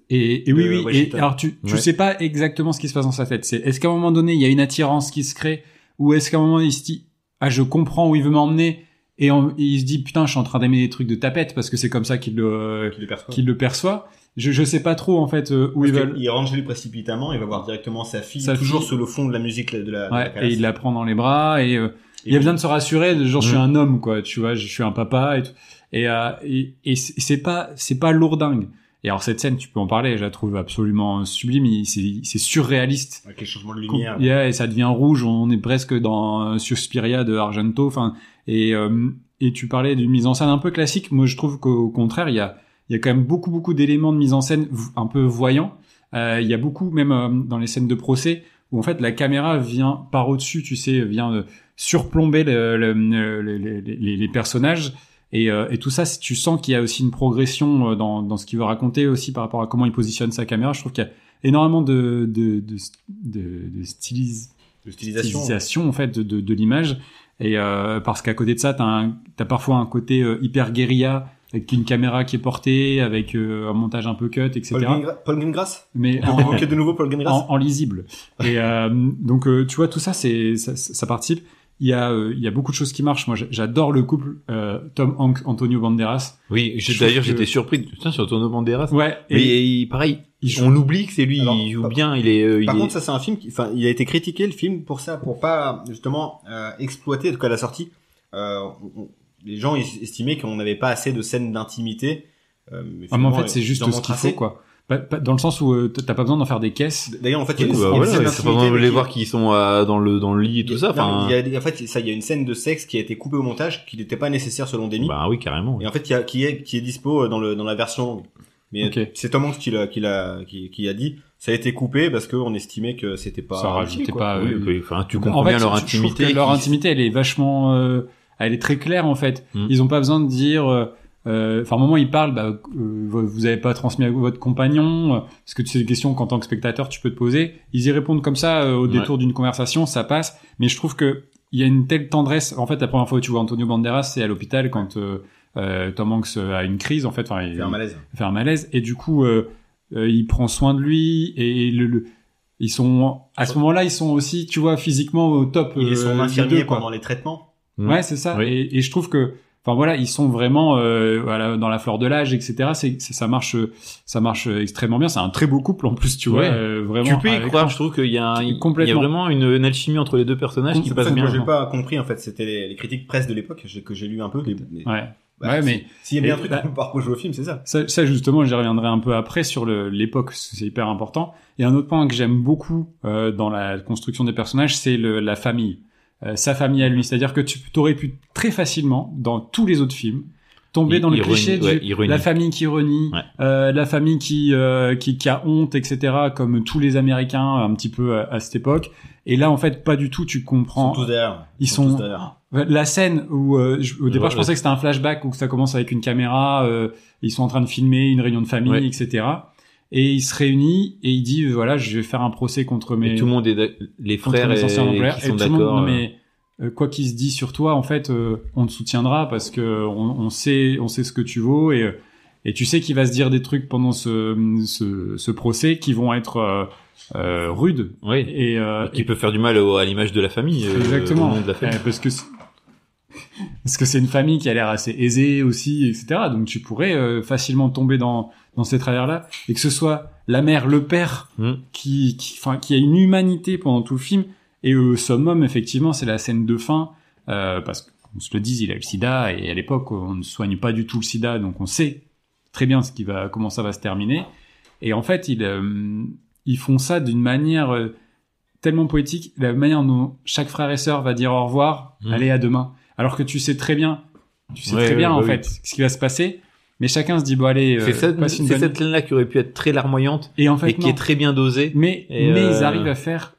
Speaker 2: Et, et oui,
Speaker 1: De
Speaker 2: oui. Et
Speaker 1: Washington.
Speaker 2: alors, tu, tu
Speaker 3: Ouais.
Speaker 2: sais pas exactement ce qui se passe dans sa tête. C'est est-ce qu'à un moment donné, il y a une attirance qui se crée, ou est-ce qu'à un moment il se dit ah je comprends où il veut m'emmener, et en- il se dit putain je suis en train d'aimer des trucs de tapette parce que c'est comme ça qu'il le,
Speaker 1: qu'il le perçoit.
Speaker 2: qu'il le perçoit. Je, je sais pas trop en fait euh, où
Speaker 1: Parce
Speaker 2: ils veulent.
Speaker 1: que il rentre chez lui précipitamment il va voir directement sa fille
Speaker 2: Sa
Speaker 1: toujours
Speaker 2: fille.
Speaker 1: sous le fond de la musique de la, de la
Speaker 2: Ouais,
Speaker 1: Callas.
Speaker 2: et il la prend dans les bras et euh, il y a besoin de se rassurer de genre je suis
Speaker 1: Mmh.
Speaker 3: Mm.
Speaker 2: un homme quoi tu vois je suis un papa et tout et euh, et, et c'est c'est pas c'est pas lourdingue et alors cette scène tu peux en parler je la trouve absolument sublime il- c'est c'est surréaliste
Speaker 1: avec les changements de lumière
Speaker 2: Yeah, et ça devient rouge on est presque dans euh, Suspiria de Argento enfin et euh, et tu parlais d'une mise en scène un peu classique moi je trouve qu'au contraire il y a il y a quand même beaucoup beaucoup d'éléments de mise en scène v- un peu voyants Euh, il y a beaucoup même euh, dans les scènes de procès où en fait la caméra vient par au-dessus tu sais vient euh, surplomber le- le- le- le- les- les, les personnages et, euh, et tout ça c'est- tu sens qu'il y a aussi une progression euh, dans, dans ce qu'il veut raconter aussi par rapport à comment il positionne sa caméra je trouve qu'il y a énormément de de, de, de, de stylis-
Speaker 1: de stylisation
Speaker 2: stylisation, en fait de, de, de l'image et euh, parce qu'à côté de ça t'as un- t'as parfois un côté euh, hyper guérilla avec une caméra qui est portée avec euh, un montage un peu cut etc
Speaker 1: Paul Greengra- Paul Greengrass
Speaker 2: mais
Speaker 1: on
Speaker 2: en-
Speaker 1: va manquer de nouveau Paul Greengrass
Speaker 2: en, en lisible. Et euh, donc, euh, tu vois, tout ça, c'est ça, ça participe. Il y a, euh, il y a beaucoup de choses qui marchent. Moi, j'- j'adore le couple euh, Tom Hanks Antonio Banderas.
Speaker 3: Oui, j'ai-
Speaker 2: Je
Speaker 3: d'ailleurs,
Speaker 2: trouve
Speaker 3: j'étais
Speaker 2: que-
Speaker 3: surpris. de- Putain, sur Antonio Banderas.
Speaker 2: Ouais. Et,
Speaker 3: Mais il- pareil,
Speaker 2: il joue-
Speaker 3: on oublie que c'est lui,
Speaker 1: Alors,
Speaker 3: il joue
Speaker 1: par-
Speaker 3: bien, il est. euh, il
Speaker 1: Par
Speaker 3: est-
Speaker 1: contre, ça c'est un film qui, enfin, il a été critiqué le film pour ça, pour pas justement euh, exploiter, en tout cas à la sortie, euh, on- on- les gens est- estimaient qu'on n'avait pas assez de scènes d'intimité. euh, mais
Speaker 2: Ah, mais en
Speaker 1: finalement,
Speaker 2: fait, c'est
Speaker 1: euh,
Speaker 2: juste
Speaker 1: dans
Speaker 2: ce qu'il
Speaker 1: Montracé-
Speaker 2: faut, quoi. Pas- pas- dans le sens où euh, t'as pas besoin d'en faire des caisses.
Speaker 1: D'ailleurs, en fait, il y a
Speaker 3: Oui,
Speaker 1: une,
Speaker 3: bah
Speaker 1: il y a une
Speaker 3: voilà,
Speaker 1: scène
Speaker 3: c'est pas
Speaker 1: d'intimité,
Speaker 3: vraiment
Speaker 1: mais
Speaker 3: les
Speaker 1: qui-
Speaker 3: voir qui sont euh, dans le dans le lit et tout ça.
Speaker 1: non,
Speaker 3: Enfin,
Speaker 1: mais il y a- en fait, ça, il y a une scène de sexe qui a été coupée au montage, qui n'était pas nécessaire selon Demi,
Speaker 3: bah oui, carrément.
Speaker 1: et en fait, il y a, qui est qui est dispo euh, dans le dans la version longue. Mais
Speaker 2: Ok.
Speaker 1: c'est Tom Hanks qui l'a qui l'a qui, qui a dit, ça a été coupé parce qu'on estimait que c'était pas.
Speaker 2: Ça rajoutait
Speaker 1: quoi.
Speaker 2: pas.
Speaker 3: Oui,
Speaker 2: euh,
Speaker 3: oui, enfin, tu
Speaker 2: en
Speaker 3: comprends
Speaker 2: fait,
Speaker 3: bien leur
Speaker 2: je- je trouve
Speaker 3: intimité.
Speaker 2: que leur
Speaker 3: qui-
Speaker 2: intimité, elle est vachement. euh, elle est très claire en fait.
Speaker 3: Mm.
Speaker 2: Ils ont pas besoin de dire. euh, euh, Enfin, à un moment, ils parlent. Bah, euh, vous avez pas transmis à votre compagnon. euh, Parce que c'est des questions qu'en tant que spectateur tu peux te poser. Ils y répondent comme ça euh, au
Speaker 3: Ouais.
Speaker 2: détour d'une conversation, ça passe. Mais je trouve que il y a une telle tendresse. En fait, la première fois où tu vois Antonio Banderas, c'est à l'hôpital quand euh, euh, Tom Hanks a une crise. En fait, enfin, il-
Speaker 1: Faire un malaise.
Speaker 2: fait un malaise et du coup euh, euh, il prend soin de lui et le, le- ils sont à ce moment-là ils sont aussi tu vois physiquement au top
Speaker 1: Il est
Speaker 2: euh,
Speaker 1: son
Speaker 2: les
Speaker 1: infirmier
Speaker 2: deux, quoi.
Speaker 1: pendant les traitements.
Speaker 2: ouais c'est ça
Speaker 3: Mm. Oui.
Speaker 2: et, et je trouve que enfin voilà ils sont vraiment euh, voilà, dans la fleur de l'âge etc c'est c'est- ça marche euh, ça marche euh, extrêmement bien c'est un très beau couple en plus tu vois
Speaker 3: Ouais.
Speaker 2: euh, vraiment
Speaker 3: Tu peux y
Speaker 2: avec-
Speaker 3: croire, je trouve qu'il y a, un- il y a
Speaker 2: Complètement.
Speaker 3: vraiment une, une alchimie entre les deux personnages qui
Speaker 1: C'est
Speaker 3: passe
Speaker 1: pour ça que
Speaker 3: bien.
Speaker 1: moi, j'ai pas compris, en fait. C'était les, les critiques presse de l'époque j'ai- que j'ai lu un peu. les- les-
Speaker 2: ouais
Speaker 1: bah,
Speaker 2: ouais
Speaker 1: si-
Speaker 2: mais
Speaker 1: S'il y a bien
Speaker 2: Et-
Speaker 1: un truc
Speaker 2: bah-
Speaker 1: qu'on peut pas reprocher au film, c'est ça.
Speaker 2: Ça, ça, justement, j'y reviendrai un peu après sur le- l'époque, parce que c'est hyper important. Et un autre point que j'aime beaucoup euh, dans la construction des personnages, c'est le- la famille, Euh, sa famille à lui. C'est-à-dire que tu aurais pu très facilement, dans tous les autres films, tomber
Speaker 3: Il-
Speaker 2: dans
Speaker 3: il
Speaker 2: le cliché
Speaker 3: renie- ouais,
Speaker 2: du
Speaker 3: il renie.
Speaker 2: la famille qui renie,
Speaker 3: Ouais.
Speaker 2: euh, la famille qui, euh, qui qui a honte, etc. Comme tous les Américains un petit peu à, à cette époque. Et là, en fait, pas du tout. Tu
Speaker 1: Ils sont
Speaker 2: comprends.
Speaker 1: tous derrière.
Speaker 2: Ils sont-
Speaker 1: tous derrière.
Speaker 2: La scène où euh, je- au
Speaker 3: Je vois,
Speaker 2: départ je pensais que c'était un flashback où ça commence avec une caméra, euh, ils sont en train de filmer une réunion de famille,
Speaker 3: Ouais.
Speaker 2: etc. Et il se réunit et il dit voilà je vais faire un procès contre
Speaker 3: Mais
Speaker 2: mes
Speaker 3: tout le monde est d'ac- les
Speaker 2: contre
Speaker 3: frères
Speaker 2: mes
Speaker 3: et,
Speaker 2: anciens employeurs.
Speaker 3: qui
Speaker 2: Et
Speaker 3: sont
Speaker 2: tout le monde,
Speaker 3: d'accord.
Speaker 2: non,
Speaker 3: euh,
Speaker 2: mais euh, quoi qu'il se dise sur toi en fait euh, on te soutiendra parce que on, on sait on sait ce que tu vaux et euh, et tu sais qu'il va se dire des trucs pendant ce ce, ce procès qui vont être euh, euh, rudes
Speaker 3: Oui.
Speaker 2: et, euh,
Speaker 3: Qui peut faire du mal au- à l'image de la famille. euh,
Speaker 2: Exactement.
Speaker 3: au nom de la famille.
Speaker 2: Ouais, parce que c'est- parce que c'est une famille qui a l'air assez aisée aussi, etc. Donc tu pourrais euh, facilement tomber dans dans ces travers-là et que ce soit la mère, le père
Speaker 3: Mm.
Speaker 2: qui qui enfin qui a une humanité pendant tout le film et euh, au summum effectivement c'est la scène de fin euh, parce qu'on se le dise il a le sida et à l'époque on ne soigne pas du tout le sida donc on sait très bien ce qui va comment ça va se terminer et en fait ils euh, ils font ça d'une manière euh, tellement poétique, la manière dont chaque frère et sœur va dire au revoir,
Speaker 3: Mhm.
Speaker 2: allez à demain. Alors que tu sais très bien, tu sais
Speaker 3: Ouais,
Speaker 2: très
Speaker 3: ouais,
Speaker 2: bien
Speaker 3: bah
Speaker 2: en
Speaker 3: oui.
Speaker 2: fait ce qui va se passer, mais chacun se dit bon allez, euh,
Speaker 3: C'est cette,
Speaker 2: passe une
Speaker 3: c'est
Speaker 2: bonne
Speaker 3: cette scène-là qui aurait pu être très larmoyante
Speaker 2: nuit. et en fait
Speaker 3: et qui
Speaker 2: non.
Speaker 3: est très bien dosée.
Speaker 2: mais
Speaker 3: et,
Speaker 2: mais ils
Speaker 3: euh,
Speaker 2: arrivent à faire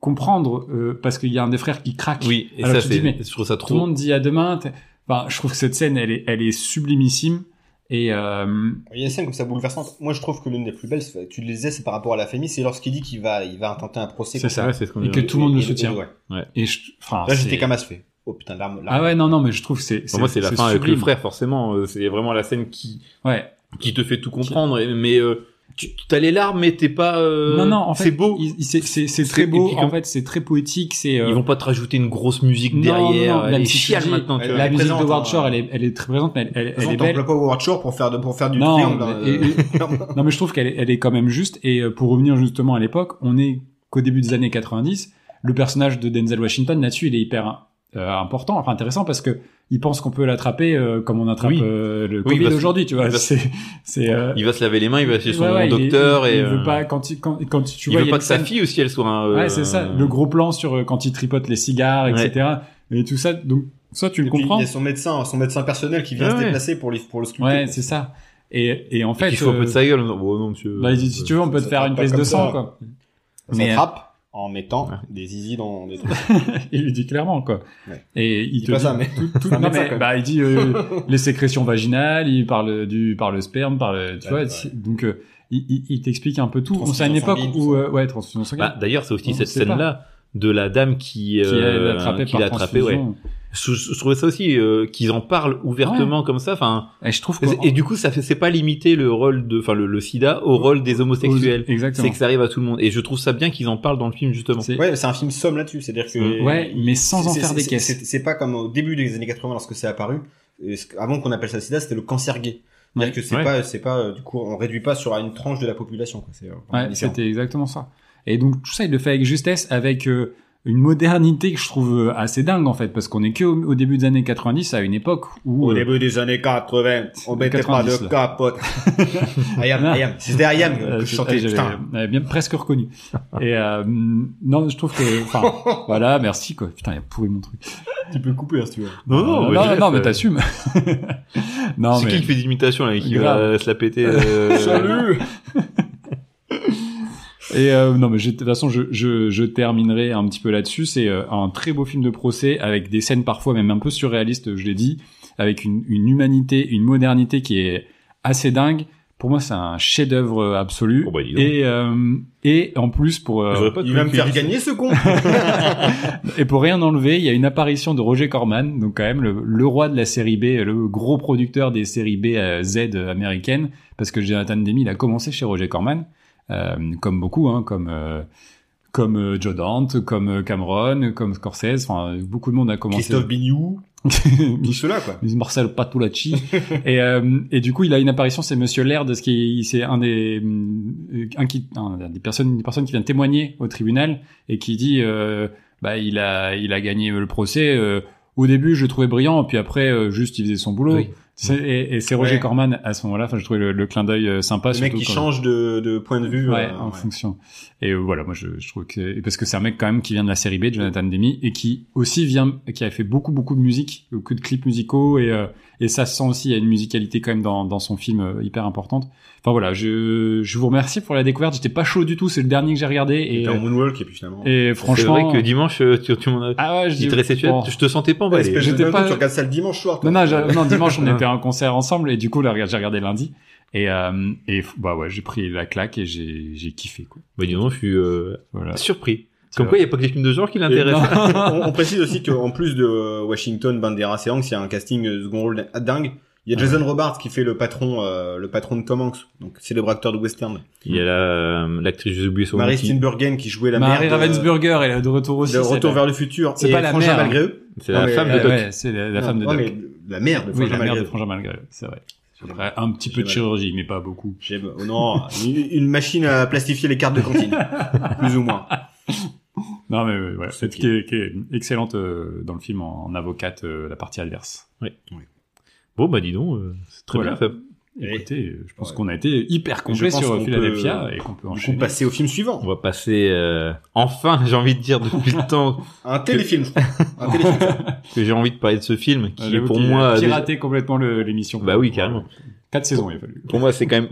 Speaker 2: comprendre euh, parce qu'il y a un des frères qui craque.
Speaker 3: Oui, et
Speaker 2: Alors
Speaker 3: ça,
Speaker 2: tu te dis,
Speaker 3: c'est,
Speaker 2: mais
Speaker 3: je trouve ça
Speaker 2: Tout le
Speaker 3: trop.
Speaker 2: monde dit à demain. t'es- Enfin, je trouve que cette scène elle est elle est sublimissime et euh,
Speaker 1: Il y a des scènes comme ça bouleversantes. Moi, je trouve que l'une des plus belles, c'est- tu le disais, c'est par rapport à la famille, c'est lorsqu'il dit qu'il va, il va intenter un procès.
Speaker 2: C'est
Speaker 1: contre-
Speaker 2: ça.
Speaker 3: Ouais, c'est ce qu'on
Speaker 2: Et
Speaker 3: dit.
Speaker 2: que tout le monde le
Speaker 1: Et-
Speaker 2: soutient.
Speaker 1: ouais.
Speaker 2: et je, enfin
Speaker 1: Là,
Speaker 2: c'est-
Speaker 1: j'étais comme à se fait. Oh putain, l'arme.
Speaker 2: ah ouais non non mais je trouve que c'est
Speaker 3: Pour moi, c'est la fin avec le
Speaker 2: sublime.
Speaker 3: frère, forcément. euh, C'est vraiment la scène qui,
Speaker 2: Ouais.
Speaker 3: qui te fait tout comprendre. et- Mais euh, tu as les larmes, mais t'es pas. euh,
Speaker 2: non non en fait
Speaker 3: C'est beau.
Speaker 2: il- il- c'est c'est c'est
Speaker 3: C'est- et
Speaker 2: très beau.
Speaker 3: puis
Speaker 2: En
Speaker 3: comme-
Speaker 2: fait c'est très poétique. C'est euh,
Speaker 3: Ils vont pas te rajouter une grosse musique
Speaker 2: Non, non,
Speaker 3: derrière.
Speaker 2: non,
Speaker 3: Elle
Speaker 2: même
Speaker 3: est
Speaker 2: si tu
Speaker 3: chiale
Speaker 2: dis-
Speaker 3: maintenant. tu
Speaker 1: elle-
Speaker 3: vois.
Speaker 1: elle
Speaker 2: la
Speaker 1: est
Speaker 2: musique de
Speaker 1: présente,
Speaker 2: Ward Shore,
Speaker 1: hein.
Speaker 2: elle est, elle est très présente, mais elle, elle- elle
Speaker 1: Elle
Speaker 2: est belle.
Speaker 1: pas Howard Shore pour faire de, pour faire du
Speaker 2: Non,
Speaker 1: triangle.
Speaker 2: mais-
Speaker 1: euh,
Speaker 2: Non, mais je trouve qu'elle est, elle est quand même juste. Et euh, pour revenir justement à l'époque, on est qu'au début des années 90. Le personnage de Denzel Washington là-dessus, il est hyper euh, important, enfin intéressant parce que il pense qu'on peut l'attraper euh, comme on attrape
Speaker 3: Oui.
Speaker 2: euh, le
Speaker 3: Oui,
Speaker 2: Covid
Speaker 3: parce-
Speaker 2: aujourd'hui, tu vois.
Speaker 3: parce-
Speaker 2: C'est, c'est. euh,
Speaker 3: Il va se laver les mains, il va chez son
Speaker 2: ouais, ouais, il est-
Speaker 3: docteur
Speaker 2: il,
Speaker 3: et.
Speaker 2: il veut
Speaker 3: euh,
Speaker 2: pas quand il- quand, quand tu
Speaker 3: il
Speaker 2: vois il y a
Speaker 3: veut pas
Speaker 2: une
Speaker 3: que sa
Speaker 2: scène-
Speaker 3: fille aussi elle soit un. euh,
Speaker 2: Ouais, c'est ça. Le gros plan sur euh, quand il tripote les cigares,
Speaker 3: Ouais.
Speaker 2: etc. Et tout ça. Donc ça, tu
Speaker 1: et
Speaker 2: le
Speaker 1: puis,
Speaker 2: comprends.
Speaker 1: Il y a son médecin, son médecin personnel qui vient
Speaker 3: Ouais,
Speaker 1: se
Speaker 3: ouais.
Speaker 1: déplacer pour, les, pour le sculpter.
Speaker 2: Ouais, c'est ça. Et, et en fait,
Speaker 3: Il faut un peu de
Speaker 2: euh,
Speaker 3: sa gueule. Bon, non, monsieur.
Speaker 2: bah, si si tu veux, on peut te
Speaker 1: Ça
Speaker 2: faire
Speaker 1: tape
Speaker 2: une
Speaker 1: pas
Speaker 2: prise de
Speaker 1: comme ça.
Speaker 2: sang, quoi.
Speaker 1: Ça
Speaker 2: Mais, euh,
Speaker 1: frappe en mettant
Speaker 3: Ouais.
Speaker 1: des zizi dans des trucs.
Speaker 2: Il lui dit clairement, quoi.
Speaker 1: Ouais.
Speaker 2: Et il,
Speaker 1: Il dit
Speaker 2: te
Speaker 1: pas
Speaker 2: dit
Speaker 1: ça, mais-
Speaker 2: tout, tout-
Speaker 1: c'est un
Speaker 2: non,
Speaker 1: médecin,
Speaker 2: mais,
Speaker 1: quand même.
Speaker 2: bah, il dit euh, les sécrétions vaginales, il parle du, par le sperme, par le, tu
Speaker 1: Ouais,
Speaker 2: vois,
Speaker 1: ouais.
Speaker 2: si- donc euh, il, il- il t'explique un peu tout.
Speaker 1: Transfusion
Speaker 2: C'est à une époque
Speaker 1: sanguine, tout
Speaker 2: où,
Speaker 1: ça.
Speaker 2: euh, ouais, transfusion sanguine,
Speaker 3: Bah, D'ailleurs, c'est aussi
Speaker 2: On
Speaker 3: cette
Speaker 2: sait pas.
Speaker 3: scène-là de la dame qui,
Speaker 2: qui
Speaker 3: euh,
Speaker 2: est attrapée
Speaker 3: qui
Speaker 2: par
Speaker 3: l'a attrapée, ouais.
Speaker 2: transfusion.
Speaker 3: Je, je trouvais ça aussi euh, qu'ils en parlent ouvertement comme ça. Enfin,
Speaker 2: Et je trouve que
Speaker 3: et du coup, ça fait c'est pas limiter le rôle de, enfin, le, le SIDA au rôle des homosexuels. C'est
Speaker 2: exactement.
Speaker 3: que ça arrive à tout le monde. Et je trouve ça bien qu'ils en parlent dans le film justement.
Speaker 2: C'est-
Speaker 1: Ouais, mais c'est un film somme là-dessus, c'est-à-dire que.
Speaker 2: Ouais, mais sans en
Speaker 1: c'est-
Speaker 2: faire
Speaker 1: c'est-
Speaker 2: des
Speaker 1: c'est-
Speaker 2: caisses.
Speaker 1: c'est- C'est pas comme au début des années 80 lorsque c'est apparu. Euh, ce que- Avant qu'on appelle ça le sida, c'était le cancer gay. C'est-à-dire
Speaker 2: Ouais.
Speaker 1: que c'est
Speaker 3: Ouais.
Speaker 1: pas, c'est pas, euh, du coup, on réduit pas sur une tranche de la population. quoi. C'est, euh, vraiment
Speaker 2: Ouais,
Speaker 1: différent.
Speaker 2: c'était exactement ça. Et donc tout ça, il le fait avec justesse, avec euh, une modernité que je trouve euh, assez dingue en fait, parce qu'on est que au, au début des années 90, à une époque où
Speaker 1: Au
Speaker 2: euh,
Speaker 1: début des années 80, on mettait pas
Speaker 2: 90,
Speaker 1: de
Speaker 2: là.
Speaker 1: capote. I am, I am. C'était I am que
Speaker 2: euh,
Speaker 1: je
Speaker 2: je-
Speaker 1: chantais,
Speaker 2: euh, j'avais-
Speaker 1: putain.
Speaker 2: j'avais bien presque reconnu. Et euh, non, je trouve que, enfin, voilà, merci quoi. Putain, il a pourri mon truc.
Speaker 1: Tu peux couper, hein, si tu veux.
Speaker 3: Non,
Speaker 2: non,
Speaker 3: mais
Speaker 2: non,
Speaker 3: laisse,
Speaker 2: non, mais
Speaker 3: euh,
Speaker 2: t'assumes. non,
Speaker 3: C'est
Speaker 2: mais
Speaker 3: qui euh, qui fait des imitations là, et qui
Speaker 2: Grave.
Speaker 3: va se la péter euh,
Speaker 2: Et euh, non, mais j'ai- de toute façon, je, je, je terminerai un petit peu là-dessus. C'est euh, un très beau film de procès avec des scènes parfois même un peu surréalistes, je l'ai dit, avec une, une humanité, une modernité qui est assez dingue. Pour moi, c'est un chef-d'œuvre euh, absolu.
Speaker 3: Oh, bah, dis donc.
Speaker 2: et euh, et en plus pour euh,
Speaker 3: J'aurais pas
Speaker 1: Il
Speaker 3: cru
Speaker 1: va me
Speaker 3: que-
Speaker 1: faire gagner ce con.
Speaker 2: et pour rien enlever, il y a une apparition de Roger Corman, donc quand même le, le roi de la série B, le gros producteur des séries B euh, Z américaines, parce que Jonathan Demi, il a commencé chez Roger Corman, euh, comme beaucoup, hein, comme euh, comme euh, Joe Dante, comme euh, Cameron, comme Scorsese, enfin euh, beaucoup de monde a commencé.
Speaker 1: Christophe Bignou, tout cela quoi.
Speaker 2: Marcel Patulacci. et, euh, et du coup, il a une apparition, c'est Monsieur Laird, ce qui c'est un des euh, un qui un des personnes une personne qui vient témoigner au tribunal et qui dit euh, bah il a il a gagné le procès. euh, au début, je le trouvais brillant, puis après, euh, juste, il faisait son boulot.
Speaker 3: Oui.
Speaker 2: C'est- Et, et c'est Roger
Speaker 1: Ouais.
Speaker 2: Corman à ce moment-là. Enfin, je trouvais le, le clin d'œil euh, sympa.
Speaker 1: Le mec
Speaker 2: surtout
Speaker 1: qui
Speaker 2: quand-
Speaker 1: change de, de point de vue.
Speaker 2: Ouais,
Speaker 1: euh,
Speaker 2: en
Speaker 1: ouais.
Speaker 2: fonction. Et euh, voilà, moi je, je trouve que parce que c'est un mec quand même qui vient de la série B, de Jonathan Demi, et qui aussi vient, qui a fait beaucoup beaucoup de musique, beaucoup de clips musicaux, et euh, et ça se sent aussi. Il y a une musicalité quand même dans dans son film euh, hyper importante. Enfin voilà, je je vous remercie pour la découverte. J'étais pas chaud du tout. C'est le dernier que j'ai regardé et euh,
Speaker 1: T'es en moonwalk et puis finalement.
Speaker 2: et
Speaker 3: C'est
Speaker 2: franchement.
Speaker 3: vrai que dimanche, euh, tu, tu m'en as.
Speaker 2: ah ouais,
Speaker 3: Il
Speaker 2: je
Speaker 3: te restait, tu
Speaker 2: bon.
Speaker 3: je te sentais pas
Speaker 1: Ouais,
Speaker 3: emballé.
Speaker 1: espèce de
Speaker 2: j'étais
Speaker 1: dingo,
Speaker 2: pas-
Speaker 1: Tu regardes ça le dimanche soir. toi.
Speaker 2: Non, non, j'a- non, dimanche, on
Speaker 3: Ah.
Speaker 2: était en concert ensemble, et du coup, là, regarde, j'ai regardé lundi, et, euh, et bah ouais, j'ai pris la claque et j'ai j'ai kiffé, quoi.
Speaker 3: Bah, dis donc, je suis euh,
Speaker 2: Voilà.
Speaker 3: surpris.
Speaker 2: C'est
Speaker 3: Comme
Speaker 2: vrai.
Speaker 3: quoi, il n'y a pas que les films de genre qui
Speaker 2: Non.
Speaker 3: l'intéressent.
Speaker 1: on, on précise aussi qu'en plus de euh, Washington, Banderas et Hanks, il y a un casting euh, second rôle dingue. Il y a Jason Robards qui fait le patron, euh, le patron de Tom Hanks, donc célèbre acteur de western.
Speaker 3: Il y a la, euh, l'actrice, j'ai oublié son nom.
Speaker 1: Marie
Speaker 3: qui-
Speaker 1: Steenburgen qui jouait la mère
Speaker 2: Marie
Speaker 1: de,
Speaker 2: Ravensburger, elle est de retour aussi.
Speaker 1: de
Speaker 2: c'est
Speaker 1: Retour
Speaker 2: la-
Speaker 1: vers le futur.
Speaker 2: c'est
Speaker 1: et
Speaker 2: pas la
Speaker 1: Frangin
Speaker 2: mère.
Speaker 1: malgré eux.
Speaker 3: C'est
Speaker 1: Non,
Speaker 3: la
Speaker 1: mais-
Speaker 3: femme de
Speaker 2: Ouais,
Speaker 3: Doc.
Speaker 2: ouais, c'est la, la
Speaker 1: Non,
Speaker 2: femme de
Speaker 1: non,
Speaker 2: Doc.
Speaker 1: mais la mère de
Speaker 2: Oui,
Speaker 1: Frangin
Speaker 2: la mère
Speaker 1: malgré
Speaker 2: de
Speaker 1: eux.
Speaker 2: Frangin Malgré, c'est vrai. Après, un petit peu de chirurgie, mais pas beaucoup.
Speaker 1: J'ai- oh non, une, une machine à plastifier les cartes de cantine, plus ou moins.
Speaker 2: Non, mais ouais, ouais,
Speaker 1: C'est
Speaker 2: c'est qui est, qui est excellente euh, dans le film en, en avocate, euh, la partie adverse.
Speaker 3: Bon, bah, dis donc, euh, c'est très
Speaker 2: Voilà.
Speaker 3: bien ça.
Speaker 1: Et-
Speaker 2: Écoutez, euh, je pense
Speaker 1: ouais.
Speaker 2: qu'on a été hyper complet
Speaker 1: Je pense
Speaker 2: sur euh,
Speaker 1: qu'on
Speaker 2: Philadelphia
Speaker 1: peut,
Speaker 2: et qu'on peut
Speaker 1: Du coup,
Speaker 2: enchaîner.
Speaker 1: passer au film suivant.
Speaker 3: On va passer, euh, enfin, j'ai envie de dire depuis le temps
Speaker 1: Un téléfilm, je crois. Un téléfilm.
Speaker 3: que j'ai envie de parler de ce film,
Speaker 2: Ah,
Speaker 3: qui est
Speaker 2: j'avoue
Speaker 3: pour
Speaker 2: qu'il a
Speaker 3: moi, déjà-
Speaker 2: piraté complètement le- l'émission.
Speaker 3: Bah oui, carrément.
Speaker 2: Quatre saisons, il a fallu.
Speaker 3: pour moi, c'est quand même,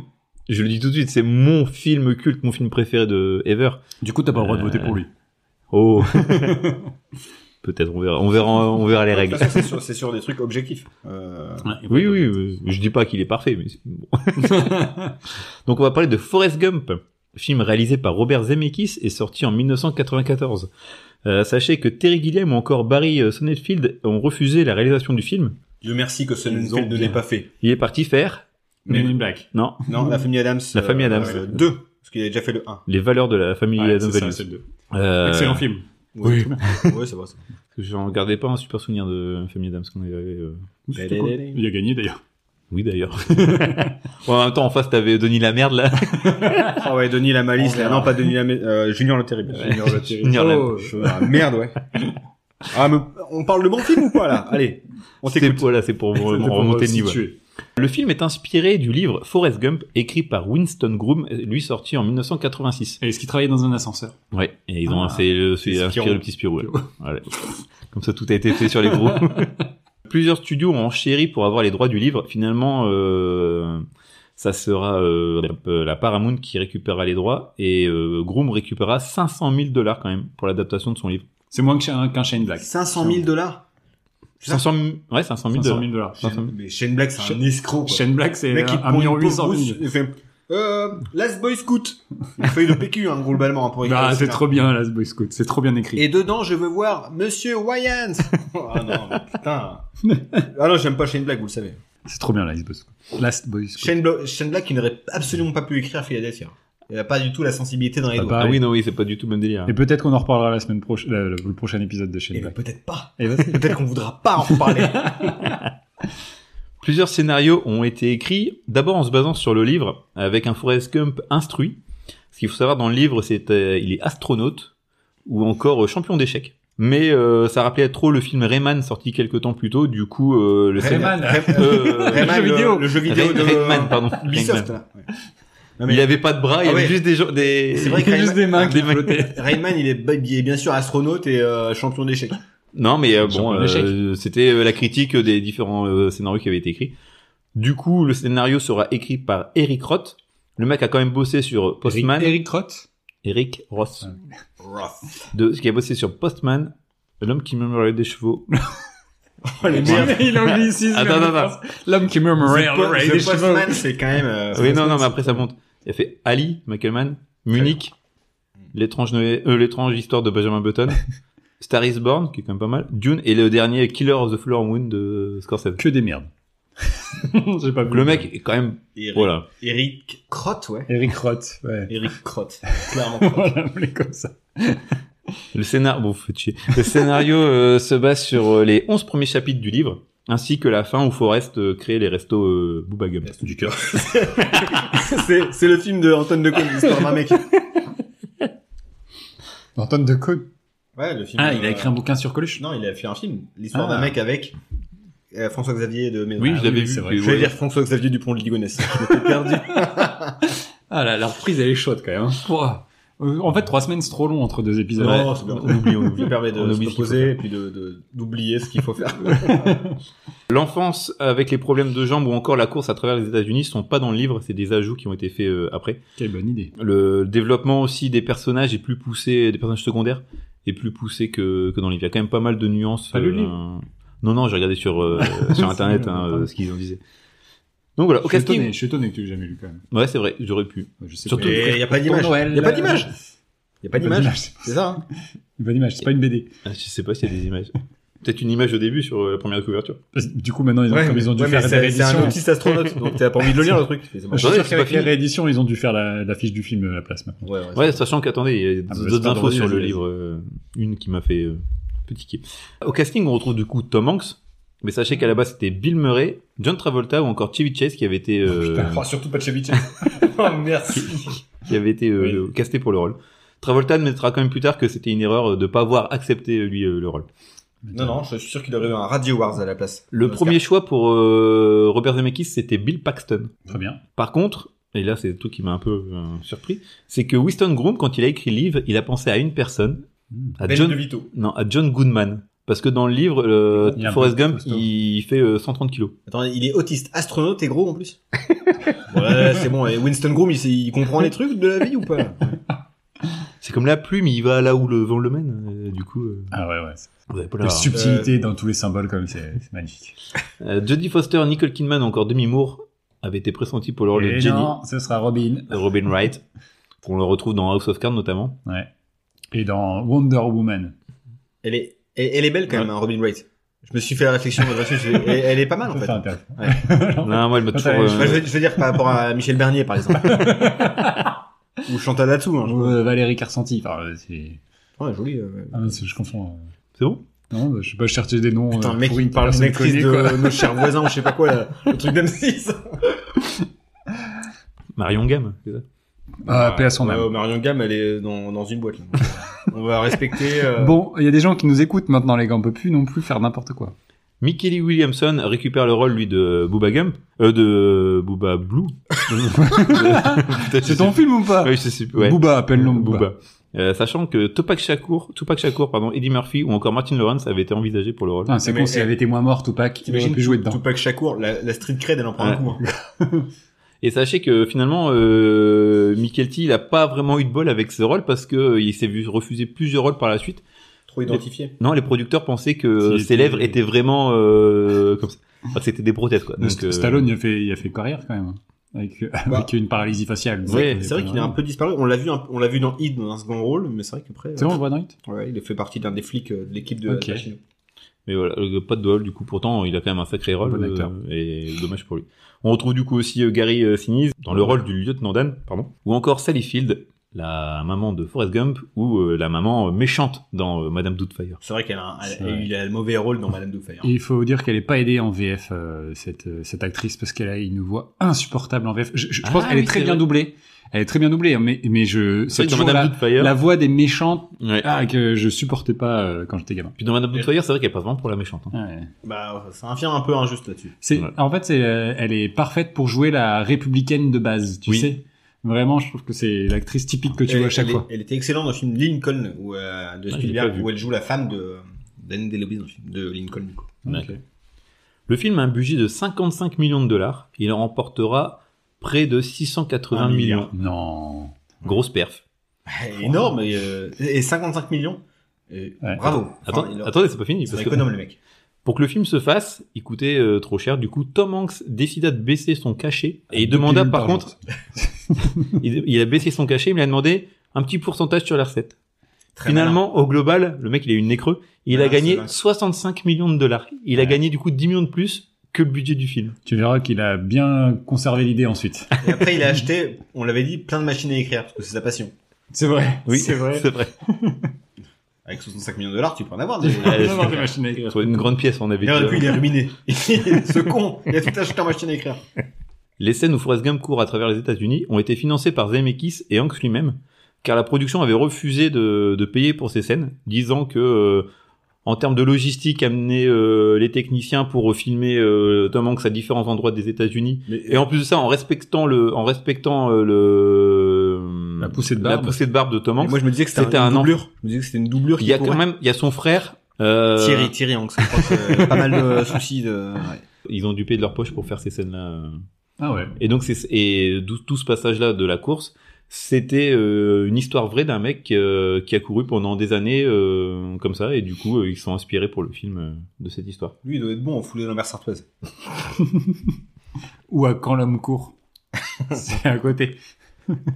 Speaker 3: je le dis tout de suite, c'est mon film culte, mon film préféré de Ever.
Speaker 2: Du coup, t'as pas le droit de
Speaker 3: Euh,
Speaker 2: voter pour lui.
Speaker 3: Oh. Peut-être, on verra, on verra, on verra les
Speaker 1: De toute
Speaker 3: règles.
Speaker 1: façon, C'est sur, c'est sur des trucs objectifs. Euh,
Speaker 3: Oui, oui, euh, je dis pas qu'il est parfait, mais c'est- bon. Donc on va parler de Forrest Gump, film réalisé par Robert Zemeckis et sorti en 1994. Euh, sachez que Terry Gilliam ou encore Barry euh, Sonnenfeld ont refusé la réalisation du film.
Speaker 1: Dieu merci que ce ne
Speaker 3: Ils ont
Speaker 1: ne
Speaker 3: bien.
Speaker 1: l'ait pas fait.
Speaker 3: Il est parti faire,
Speaker 2: Men
Speaker 1: Mais-
Speaker 2: in Black.
Speaker 3: non,
Speaker 1: Non, la famille Adams.
Speaker 3: La famille Adams.
Speaker 1: 2. Parce qu'il avait déjà fait le 1.
Speaker 3: les valeurs de la famille
Speaker 2: Ouais,
Speaker 3: Adams
Speaker 2: c'est ça,
Speaker 3: Value.
Speaker 2: c'est le deux.
Speaker 3: Euh,
Speaker 2: Excellent film.
Speaker 1: Ouais, ouais, ça va, ça.
Speaker 3: parce que J'en gardais pas un super souvenir de la famille Adams qu'on avait. euh,
Speaker 2: C'était quoi Il a gagné d'ailleurs.
Speaker 3: Oui d'ailleurs. Bon, en même temps en face t'avais Denis la merde là.
Speaker 1: Ah ouais, Denis la malice, là. Non, pas Denis la, ma- euh, Junior le terrible. Junior le terrible.
Speaker 3: Junior la-
Speaker 1: Oh, je- ah, merde, ouais. Ah, mais on parle de bon film ou pas, là? Allez. On
Speaker 3: C'était
Speaker 1: s'écoute.
Speaker 3: voilà, c'est pour
Speaker 2: C'était pour
Speaker 3: remonter le niveau.
Speaker 2: situer.
Speaker 3: Le film est inspiré du livre Forrest Gump, écrit par Winston Groom, lui sorti en 1986.
Speaker 2: Et est-ce qu'il travaillait dans un ascenseur
Speaker 3: Ouais, et ils ont
Speaker 2: Ah,
Speaker 3: c'est le- c'est
Speaker 1: c'est
Speaker 3: inspiré
Speaker 1: Spirou.
Speaker 3: le petit Spirou. ouais. Voilà. Comme ça, tout a été fait sur les gros. Plusieurs studios ont enchéri pour avoir les droits du livre. Finalement, euh, ça sera euh, la Paramount qui récupérera les droits et euh, Groom récupérera 500 000 dollars quand même pour l'adaptation de son livre.
Speaker 2: C'est moins que qu'un Shane Black.
Speaker 1: 500 000 dollars?
Speaker 3: 500 000, ouais, 500 000 dollars. Ah
Speaker 2: 500 000 dollars.
Speaker 1: Shane- Mais Shane Black, c'est un
Speaker 2: Shane-
Speaker 1: escroc, quoi.
Speaker 2: Shane Black,
Speaker 1: Le
Speaker 2: c'est
Speaker 1: mec, il
Speaker 2: 1
Speaker 1: prend
Speaker 2: million
Speaker 1: une pauvre
Speaker 2: 800
Speaker 1: brousse,
Speaker 2: 000.
Speaker 1: il fait, euh, Last Boy Scout. Une feuille de PQ, un gros le ballon, hein, pour écrire
Speaker 2: Ah,
Speaker 1: le
Speaker 2: c'est
Speaker 1: scénario.
Speaker 2: trop bien, Last Boy Scout. C'est trop bien écrit.
Speaker 1: Et dedans, je veux voir Monsieur Wyans. ah non, mais putain. Ah non, j'aime pas Shane Black, vous le savez.
Speaker 2: C'est trop bien, Last Boy Scout. Last Boy Scout.
Speaker 1: Shane, Bla- Shane Black, il n'aurait absolument pas pu écrire Philadelphia. Il a pas du tout la sensibilité dans les
Speaker 2: Ah
Speaker 1: doigts.
Speaker 2: bah,
Speaker 3: Ah oui, non, oui, c'est pas du tout le même délire.
Speaker 2: Et peut-être qu'on en reparlera la semaine prochaine, le, le- le prochain épisode de Shane
Speaker 1: Et ben,
Speaker 2: Black.
Speaker 1: peut-être pas.
Speaker 2: Et vas-y.
Speaker 1: Peut-être qu'on voudra pas en reparler.
Speaker 3: Plusieurs scénarios ont été écrits, d'abord en se basant sur le livre, avec un Forrest Gump instruit. Ce qu'il faut savoir dans le livre, c'est euh, il est astronaute ou encore euh, champion d'échecs. Mais euh, ça rappelait trop le film Rayman sorti quelques temps plus tôt. Du coup, euh, le scénar-
Speaker 2: Rayman.
Speaker 3: Euh,
Speaker 1: Rayman,
Speaker 2: jeu vidéo.
Speaker 1: le jeu vidéo
Speaker 3: Ray-
Speaker 1: de
Speaker 3: Rayman, pardon.
Speaker 1: Ubisoft.
Speaker 3: Rayman.
Speaker 1: là. Ouais. Non, mais
Speaker 3: Il avait pas de bras, il
Speaker 1: Ah
Speaker 3: avait
Speaker 1: ouais.
Speaker 3: juste des gens- des.
Speaker 1: C'est vrai que
Speaker 2: Il y a
Speaker 1: Rayman-
Speaker 2: juste des mains qui
Speaker 3: des mains.
Speaker 2: flottaient.
Speaker 1: Rayman, il est, ba- il est bien sûr astronaute et euh, champion d'échecs.
Speaker 3: Non, mais euh, bon,
Speaker 2: Champion
Speaker 3: euh,
Speaker 2: d'échecs.
Speaker 3: c'était euh, la critique des différents euh, scénarios qui avaient été écrits. Du coup, le scénario sera écrit par Eric Roth. Le mec a quand même bossé sur Postman.
Speaker 2: Eric Roth.
Speaker 3: Eric Ross,
Speaker 1: Roth.
Speaker 3: de, qui a bossé sur Postman, l'homme qui murmurait des chevaux.
Speaker 1: Oh, les
Speaker 3: Ouais.
Speaker 1: mecs.
Speaker 2: Il anglicisme.
Speaker 3: Attends, attends, attends.
Speaker 2: L'homme qui murmurait.
Speaker 1: The Po- The Postman, c'est quand même. euh,
Speaker 3: oui, non, non, mais après ça monte. Il a fait Ali, Michaelman, Munich, l'étrange Noé- euh, l'étrange histoire de Benjamin Button, Star is Born, qui est quand même pas mal, Dune, et le dernier Killer of the Flower Moon de Scorsese.
Speaker 2: Que des merdes. J'ai pas
Speaker 3: Donc le mec est quand même,
Speaker 1: Eric,
Speaker 3: voilà.
Speaker 1: Eric Crotte, ouais.
Speaker 2: Eric Roth, ouais.
Speaker 1: Eric Crotte, clairement.
Speaker 2: On va l'appeler comme ça.
Speaker 3: Le scénario, bon, faites chier. Le scénario euh, se base sur euh, les 11 premiers chapitres du livre, ainsi que la fin où Forrest euh, crée les restos euh, Booba Gum.
Speaker 1: du cœur. c'est c'est le film de Antoine de Caunes, l'histoire d'un mec.
Speaker 2: Antoine de Côte.
Speaker 1: Ouais, le film.
Speaker 2: Ah, il a
Speaker 1: euh,
Speaker 2: écrit un bouquin sur Coluche
Speaker 1: Non, il a fait un film, l'histoire
Speaker 2: Ah.
Speaker 1: d'un mec avec euh, François-Xavier de Maison. Ah
Speaker 3: Oui, je l'avais
Speaker 2: oui,
Speaker 3: vu.
Speaker 2: c'est vrai.
Speaker 3: mais
Speaker 1: Je vais
Speaker 3: ouais.
Speaker 1: dire François-Xavier Dupont de Ligonnès. Je m'étais perdu.
Speaker 2: Ah là, la reprise, elle est chaude quand même. Ouah. Euh, En fait, trois semaines, c'est trop long entre deux épisodes.
Speaker 1: Non, c'est bien. On oublie, on oublie. Ça permet
Speaker 3: On
Speaker 1: de
Speaker 3: oublie
Speaker 1: se
Speaker 3: ce qu'il faut
Speaker 1: reposer et puis de- de- d'oublier ce qu'il faut faire.
Speaker 3: L'enfance avec les problèmes de jambes ou encore la course à travers les États-Unis sont pas dans le livre, c'est des ajouts qui ont été faits euh, après.
Speaker 2: Quelle bonne idée.
Speaker 3: Le développement aussi des personnages est plus poussé, des personnages secondaires est plus poussé que, que dans le livre. Il y a quand même pas mal de nuances.
Speaker 2: T'as lu le
Speaker 3: euh, Non, non, j'ai regardé sur euh, sur internet
Speaker 2: C'est
Speaker 3: hein,
Speaker 2: vrai,
Speaker 3: euh, ce qu'ils en disaient. Donc voilà, au
Speaker 2: je, suis étonné,
Speaker 3: casting.
Speaker 2: je suis étonné que tu l'aies jamais lu quand même.
Speaker 3: Ouais, c'est vrai, j'aurais pu.
Speaker 2: Je sais
Speaker 3: Surtout-
Speaker 2: pas.
Speaker 1: Et il n'y a pas d'image.
Speaker 2: Pour Noël,
Speaker 1: Il n'y a pas
Speaker 2: euh,
Speaker 1: d'image. Il n'y a pas d'image. C'est ça, hein.
Speaker 2: Il n'y a pas d'image, c'est pas une BD.
Speaker 3: Ah, Je sais pas s'il y a des images. Peut-être une image au début sur euh, la première couverture.
Speaker 2: Parce que Du coup, maintenant, ils ont, comme ils ont dû
Speaker 1: ouais,
Speaker 2: faire
Speaker 1: mais
Speaker 2: la
Speaker 1: c'est- c'est un
Speaker 2: réédition.
Speaker 1: autiste astronaute, donc t'as pas envie de le lire le truc. C'est- c'est bon.
Speaker 2: Je suis
Speaker 3: Ouais,
Speaker 2: sûr
Speaker 3: c'est
Speaker 2: qu'avec
Speaker 3: pas
Speaker 2: les
Speaker 3: fini.
Speaker 2: rééditions, ils ont dû faire la, la fiche du film euh, à la place maintenant.
Speaker 1: Ouais, ouais,
Speaker 3: Ouais, sachant qu'attendez, il y a
Speaker 2: Ah, bah,
Speaker 3: d'autres
Speaker 2: c'est
Speaker 3: infos
Speaker 2: vendredi,
Speaker 3: sur le
Speaker 2: vas-y,
Speaker 3: livre. euh, une qui m'a fait euh, petit kiff. Au casting, on retrouve du coup Tom Hanks. Mais sachez qu'à la base, c'était Bill Murray, John Travolta ou encore Chevy Chase qui avait été, euh,
Speaker 1: Putain, oh, surtout pas de Chavichet. oh, merci.
Speaker 3: qui avait été euh, casté pour le rôle. Travolta admettra quand même plus tard que c'était une erreur de pas avoir accepté euh, lui euh, le rôle.
Speaker 1: Non, non, je suis sûr qu'il aurait eu un Radio Wars à la place.
Speaker 3: Le
Speaker 1: Oscar.
Speaker 3: premier choix pour euh, Robert Zemeckis, c'était Bill Paxton.
Speaker 2: Très bien.
Speaker 3: Par contre, et là c'est tout qui m'a un peu euh, surpris, c'est que Winston Groom, quand il a écrit le livre, il a pensé à une personne,
Speaker 2: Hmm.
Speaker 3: à
Speaker 1: Ben
Speaker 3: John
Speaker 1: de Vito.
Speaker 3: Non, à John Goodman. Parce que dans le livre, euh,
Speaker 2: Il y a un
Speaker 3: Forrest
Speaker 2: peu de
Speaker 3: Gump,
Speaker 2: costaud.
Speaker 3: il fait euh, 130 kilos.
Speaker 1: Attends, il est autiste, astronaute et gros en plus. ouais, c'est bon. Et Winston Groom, il, sait- il comprend les trucs de la vie ou pas
Speaker 3: C'est comme la plume, il va là où le vent le mène. euh, du coup, euh,
Speaker 2: Ah ouais, ouais. c'est-
Speaker 3: vous avez pas
Speaker 2: La
Speaker 3: la...
Speaker 2: subtilité dans tous les symboles, comme c'est c'est magnifique.
Speaker 3: Euh, Jodie Foster, Nicole Kidman, encore Demi Moore, avaient été pressentis pour le
Speaker 1: Oh,
Speaker 3: rôle de
Speaker 2: Et
Speaker 3: Jenny,
Speaker 2: non, ce sera Robin.
Speaker 3: de Robin Wright. On le retrouve dans House of Cards notamment.
Speaker 2: Ouais. Et dans Wonder Woman.
Speaker 1: Elle est, elle, elle est belle quand même, hein, Robin Wright. Je me suis fait la réflexion. je me suis dit, elle, elle est Ah, pas mal en fait.
Speaker 2: C'est intéressant.
Speaker 3: Non, moi, elle m'a
Speaker 2: Quand
Speaker 3: toujours...
Speaker 2: elle-
Speaker 1: Enfin, je,
Speaker 3: euh,
Speaker 1: veux, je veux dire par rapport à Michel Bernier par exemple. ou Chantal Latsou. Hein, je-
Speaker 2: Ou, euh, Valérie Carcenti. Enfin, euh, c'est-
Speaker 1: Ouais, joli. euh, ouais.
Speaker 2: Ah non, c'est- je confonds. euh.
Speaker 3: C'est bon
Speaker 2: Non, bah, je sais pas, je cherchais des noms.
Speaker 1: Putain,
Speaker 2: euh,
Speaker 1: le mec,
Speaker 2: pour
Speaker 1: il
Speaker 2: une
Speaker 1: parle d'une
Speaker 2: personne
Speaker 1: actrice
Speaker 2: connue,
Speaker 1: de
Speaker 2: quoi.
Speaker 1: nos chers voisins ou je sais pas quoi, là, le truc d'M6.
Speaker 3: Marion Gamme, c'est ça
Speaker 2: Ah, paix à son
Speaker 1: Ouais,
Speaker 2: âme.
Speaker 1: ouais, Marion Gamme, elle est dans, dans une boîte. là. On va respecter. euh,
Speaker 2: Bon, il y a des gens qui nous écoutent maintenant, les gars. On peut plus non plus faire n'importe quoi.
Speaker 3: Mickey Lee Williamson récupère le rôle, lui, de Booba Gump. Euh, de Booba Blue.
Speaker 2: C'est ton film ou pas
Speaker 3: Oui, je sais plus, Euh, ouais.
Speaker 2: Booba, appelle-le Booba.
Speaker 3: Booba. Euh, sachant que Tupac Shakur, Tupac Shakur, pardon, Eddie Murphy ou encore Martin Lawrence avaient été envisagés pour le rôle.
Speaker 2: Putain, c'est
Speaker 1: Mais-
Speaker 2: con, s'il
Speaker 1: eh,
Speaker 2: avait été moins mort, Tupac, il aurait
Speaker 1: T'imagines
Speaker 2: pu jouer dedans.
Speaker 1: Tupac Shakur, la, la street cred, elle en prend un
Speaker 3: Ouais.
Speaker 1: coup. hein.
Speaker 3: Et sachez que finalement, euh, Michael T, il a pas vraiment eu de bol avec ce rôle parce que euh, il s'est vu refuser plusieurs rôles par la suite.
Speaker 1: Trop identifié.
Speaker 3: Non, les producteurs pensaient que
Speaker 2: S'il
Speaker 3: ses
Speaker 2: était-
Speaker 3: lèvres étaient vraiment euh, comme ça. Enfin, que c'était des prothèses quoi.
Speaker 2: Le
Speaker 3: Donc,
Speaker 2: St-
Speaker 3: euh,
Speaker 2: Stallone, il a, fait, il a fait carrière quand même. Avec, euh, avec une paralysie faciale.
Speaker 3: Ouais,
Speaker 2: Donc,
Speaker 1: C'est vrai qu'il est un peu disparu. On l'a vu, un- on l'a vu dans Id dans un second rôle, mais c'est vrai qu'après,
Speaker 2: C'est bon, on le voit dans Hit
Speaker 1: euh, ouais, il fait partie d'un des flics euh, de l'équipe de.
Speaker 2: Ok.
Speaker 1: de la Chine.
Speaker 3: Mais voilà, euh, pas de duel du coup. Pourtant, il a quand même un sacré rôle.
Speaker 2: Bon acteur.
Speaker 3: euh, et dommage pour lui. On retrouve du coup aussi euh, Gary euh, Sinise dans le rôle du lieutenant Dan, pardon, ou encore Sally Field, la maman de Forrest Gump, ou euh, la maman euh, méchante dans euh, Madame Doubtfire.
Speaker 1: C'est vrai qu'elle a, un- elle-
Speaker 2: C'est vrai.
Speaker 1: il a le mauvais rôle dans Madame Doubtfire.
Speaker 2: Et il faut dire qu'elle est pas aidée en VF, euh, cette, euh, cette actrice, parce qu'elle a une voix insupportable en VF. Je, je- je
Speaker 3: Ah
Speaker 2: pense qu'elle
Speaker 3: oui,
Speaker 2: est très
Speaker 3: c'est
Speaker 2: bien
Speaker 3: vrai.
Speaker 2: doublée. Elle est très bien doublée, hein, mais, mais je, c'est
Speaker 3: C'est vrai que dans
Speaker 2: toujours
Speaker 3: Madame
Speaker 2: la,
Speaker 3: Doubtfire.
Speaker 2: la voix des méchantes
Speaker 3: Ouais.
Speaker 2: ah, que je supportais pas euh, quand j'étais gamin.
Speaker 3: Puis dans Madame Doubtfire, c'est vrai qu'elle passe vraiment pour la méchante. hein.
Speaker 2: Ouais.
Speaker 1: Bah, c'est un film un peu injuste là-dessus.
Speaker 2: C'est,
Speaker 3: Ouais.
Speaker 2: en fait, c'est, euh, elle est parfaite pour jouer la républicaine de base, tu
Speaker 3: Oui.
Speaker 2: sais. Vraiment, je trouve que c'est l'actrice typique que tu
Speaker 1: Elle-
Speaker 2: vois à chaque
Speaker 1: elle,
Speaker 2: fois.
Speaker 1: Elle était excellente dans le film Lincoln où, euh, de
Speaker 3: l'ai pas
Speaker 1: Spielberg
Speaker 3: vu.
Speaker 1: où elle joue la femme de d'Anne Delobis dans le film de Lincoln. du coup.
Speaker 3: Ouais.
Speaker 2: Ok.
Speaker 3: Le film a un budget de 55 millions de dollars. Il en remportera près de 680
Speaker 1: Un milliard.
Speaker 3: millions.
Speaker 2: Non.
Speaker 3: Grosse perf.
Speaker 1: Énorme. Et, euh, et 55 millions. Et
Speaker 2: Ouais.
Speaker 1: Bravo.
Speaker 3: Attends,
Speaker 1: Enfin, il-
Speaker 3: attendez, c'est pas fini.
Speaker 1: c'est un
Speaker 3: Parce que
Speaker 1: économe, le mec.
Speaker 3: pour que le film se fasse, il coûtait euh, trop cher. Du coup, Tom Hanks décida de baisser son cachet et il
Speaker 2: Deux
Speaker 3: demanda,
Speaker 2: pilules
Speaker 3: par
Speaker 2: jour.
Speaker 3: contre, il, il a baissé son cachet, mais il a demandé un petit pourcentage sur la recette.
Speaker 1: Très
Speaker 3: Finalement, au global, le mec, il a eu une nez creux. Il
Speaker 1: Ah,
Speaker 3: a gagné
Speaker 1: c'est vrai.
Speaker 3: 65 millions de dollars. Il a
Speaker 2: Ouais.
Speaker 3: gagné du coup 10 millions de plus que le budget du film.
Speaker 2: tu verras qu'il a bien conservé l'idée ensuite.
Speaker 1: malin. Et après, il a acheté, on l'avait dit, plein de machines à écrire, parce que c'est sa passion.
Speaker 2: C'est vrai. c'est vrai.
Speaker 3: C'est vrai.
Speaker 1: Avec 65 millions de dollars, tu peux en avoir
Speaker 3: Ah,
Speaker 1: des.
Speaker 2: On va voir
Speaker 3: c'est
Speaker 2: des machines à écrire.
Speaker 3: Sur une grande pièce, on avait
Speaker 1: Il aurait pu,
Speaker 3: dit.
Speaker 1: il est ruiné. Ce con, il a tout acheté en machine à écrire.
Speaker 3: Les scènes où Forrest Gump court à travers les États-Unis ont été financées par Zemeckis et Hanks lui-même, car la production avait refusé de, de payer pour ces scènes, disant que euh, en termes de logistique, amener euh, les techniciens pour filmer euh, Tom Hanks à différents endroits des États-Unis,
Speaker 2: Mais-
Speaker 3: et en plus de ça, en respectant le, en respectant euh, le
Speaker 2: La poussée de barbe.
Speaker 3: la poussée de barbe de Tom
Speaker 1: Et
Speaker 3: Hanks,
Speaker 1: moi, je me disais que
Speaker 3: C'était
Speaker 1: c'était
Speaker 3: un
Speaker 1: une doublure. Je me disais que c'était une doublure
Speaker 3: il y a
Speaker 1: qui
Speaker 3: quand
Speaker 1: courait.
Speaker 3: même, il y a son frère. euh,
Speaker 1: Thierry, Thierry Hanks, je crois que, euh, pas mal de soucis de... ouais.
Speaker 3: Ils ont dû payer de leur poche pour faire ces scènes-là. euh.
Speaker 2: Ah ouais.
Speaker 3: Et donc, c'est, et tout, tout ce passage-là de la course, c'était euh, une histoire vraie d'un mec euh, qui a couru pendant des années euh, comme ça, et du coup, euh, ils sont inspirés pour le film euh, de cette histoire.
Speaker 1: Lui, il doit être bon en foulée dans la mer sartoise.
Speaker 2: Ou à quand l'homme court. c'est à côté.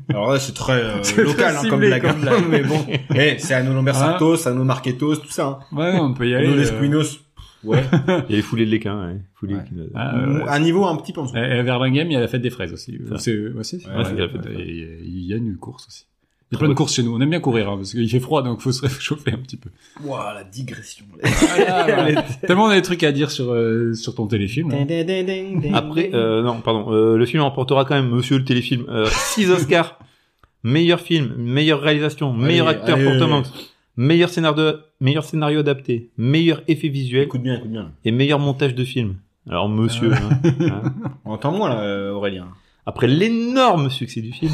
Speaker 1: Alors là, c'est très euh,
Speaker 2: C'est
Speaker 1: local
Speaker 2: très
Speaker 1: hein,
Speaker 2: ciblé
Speaker 1: comme blague.
Speaker 2: comme blague.
Speaker 1: mais bon, Eh, c'est Anno Lambert Sartos, Anno Marquetos, tout ça. Hein.
Speaker 2: Ouais, on peut y aller.
Speaker 1: Anno
Speaker 2: euh,
Speaker 1: Lesquinos. Ouais.
Speaker 3: Il y avait Foulé de l'équin, ouais. Foulé de
Speaker 1: Ouais.
Speaker 3: l'Équin.
Speaker 2: ah, ouais, ouais.
Speaker 1: Un niveau un petit peu en dessous.
Speaker 2: Et et à Verlinghem, il y a la fête des fraises aussi.
Speaker 3: Ça.
Speaker 2: C'est ouais, si, si.
Speaker 1: Ouais, c'est
Speaker 3: la fête des Ah fraises.
Speaker 2: Et Il y a- il y a une course aussi. Il y a
Speaker 3: Trop
Speaker 2: plein de
Speaker 3: bien.
Speaker 2: courses chez nous. On aime bien courir hein, parce qu'il fait froid, donc faut se réchauffer un petit peu.
Speaker 1: Ouah, la digression.
Speaker 2: Ah. Tellement on a des trucs à dire sur euh, sur ton téléfilm. là.
Speaker 3: Après, euh, non, pardon, euh, le film remportera quand même, monsieur le téléfilm, 6 Oscars. meilleur film, meilleure réalisation, meilleur
Speaker 1: Allez,
Speaker 3: acteur
Speaker 1: allez,
Speaker 3: pour Tom
Speaker 1: allez.
Speaker 3: Hanks, meilleur scénario, meilleur scénario adapté, meilleur effet visuel
Speaker 1: Eh, Écoute Euh. bien, écoute bien.
Speaker 3: et meilleur montage de film. Alors, monsieur. hein, hein.
Speaker 1: Entends-moi, là, euh, Aurélien.
Speaker 3: Après l'énorme succès du film,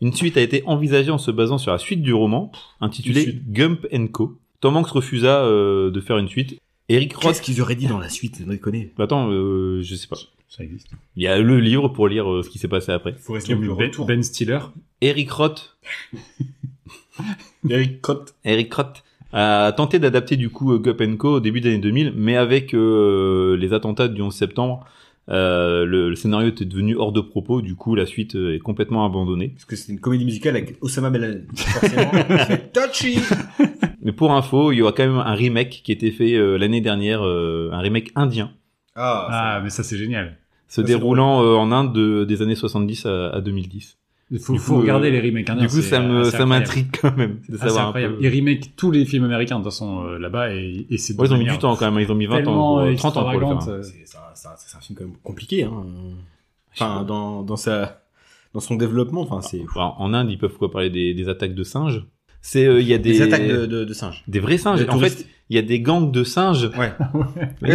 Speaker 3: une suite a été envisagée en se basant sur la suite du roman,
Speaker 1: Une
Speaker 3: intitulée Gump and Co. Tom Hanks refusa euh, de faire une suite. Eric Ross.
Speaker 1: qu'ils auraient dit dans la suite Non, déconner.
Speaker 3: Bah, Attends, euh, je sais pas.
Speaker 2: Ça existe.
Speaker 3: Il y a le livre pour lire euh, ce qui s'est passé après.
Speaker 1: Faut rester
Speaker 2: Comme
Speaker 1: le
Speaker 2: ben,
Speaker 1: retour.
Speaker 2: ben Stiller.
Speaker 3: Eric Roth
Speaker 2: ben-
Speaker 1: Eric Cotte.
Speaker 3: Eric Kratt a tenté d'adapter du coup Gup Co au début des années 2000, mais avec euh, les attentats du 11 septembre, euh, le, le scénario était devenu hors de propos, du coup la suite euh, est complètement abandonnée.
Speaker 1: Parce que c'est une comédie musicale avec Osama Ben Laden. Forcément, c'est touchy.
Speaker 3: Mais pour info, il y aura quand même un remake qui a été fait euh, l'année dernière, euh, un remake indien,
Speaker 1: Ah,
Speaker 2: Ah, mais ça c'est génial.
Speaker 1: Ça, c'est
Speaker 3: se déroulant euh, en Inde de- des années 70 à, à 2010.
Speaker 2: Il faut,
Speaker 3: Du
Speaker 2: faut
Speaker 3: coup,
Speaker 2: regarder
Speaker 3: euh,
Speaker 2: les remakes. indiens,
Speaker 3: du coup
Speaker 2: Ah c'est
Speaker 3: ça me
Speaker 2: assez
Speaker 3: ça
Speaker 2: incroyable.
Speaker 3: m'intrigue quand même de
Speaker 2: Ah, c'est
Speaker 3: savoir un
Speaker 2: incroyable.
Speaker 3: peu.
Speaker 2: Ils remake tous les films américains de toute façon euh, là-bas et, et c'est.
Speaker 3: Ouais, ils ont mis
Speaker 2: manière
Speaker 3: du temps quand même, ils ont mis 20
Speaker 2: tellement,
Speaker 3: ans,
Speaker 2: euh,
Speaker 3: euh, 30 ans pour le faire.
Speaker 2: extravagante,
Speaker 3: hein.
Speaker 2: euh,
Speaker 1: C'est c'est un, c'est un- c'est un film quand même compliqué, hein.
Speaker 3: Je sais
Speaker 1: Enfin,
Speaker 3: pas.
Speaker 1: dans, dans sa, dans son développement, enfin, c'est.
Speaker 3: En- en Inde, ils peuvent quoi parler des, des attaques de singes C'est euh, il y a des
Speaker 1: Des attaques de, de, de singes.
Speaker 3: Des vrais singes.
Speaker 1: Des
Speaker 3: en
Speaker 1: touristes.
Speaker 3: fait, il y a des gangs de singes.
Speaker 1: Ouais.
Speaker 3: Mais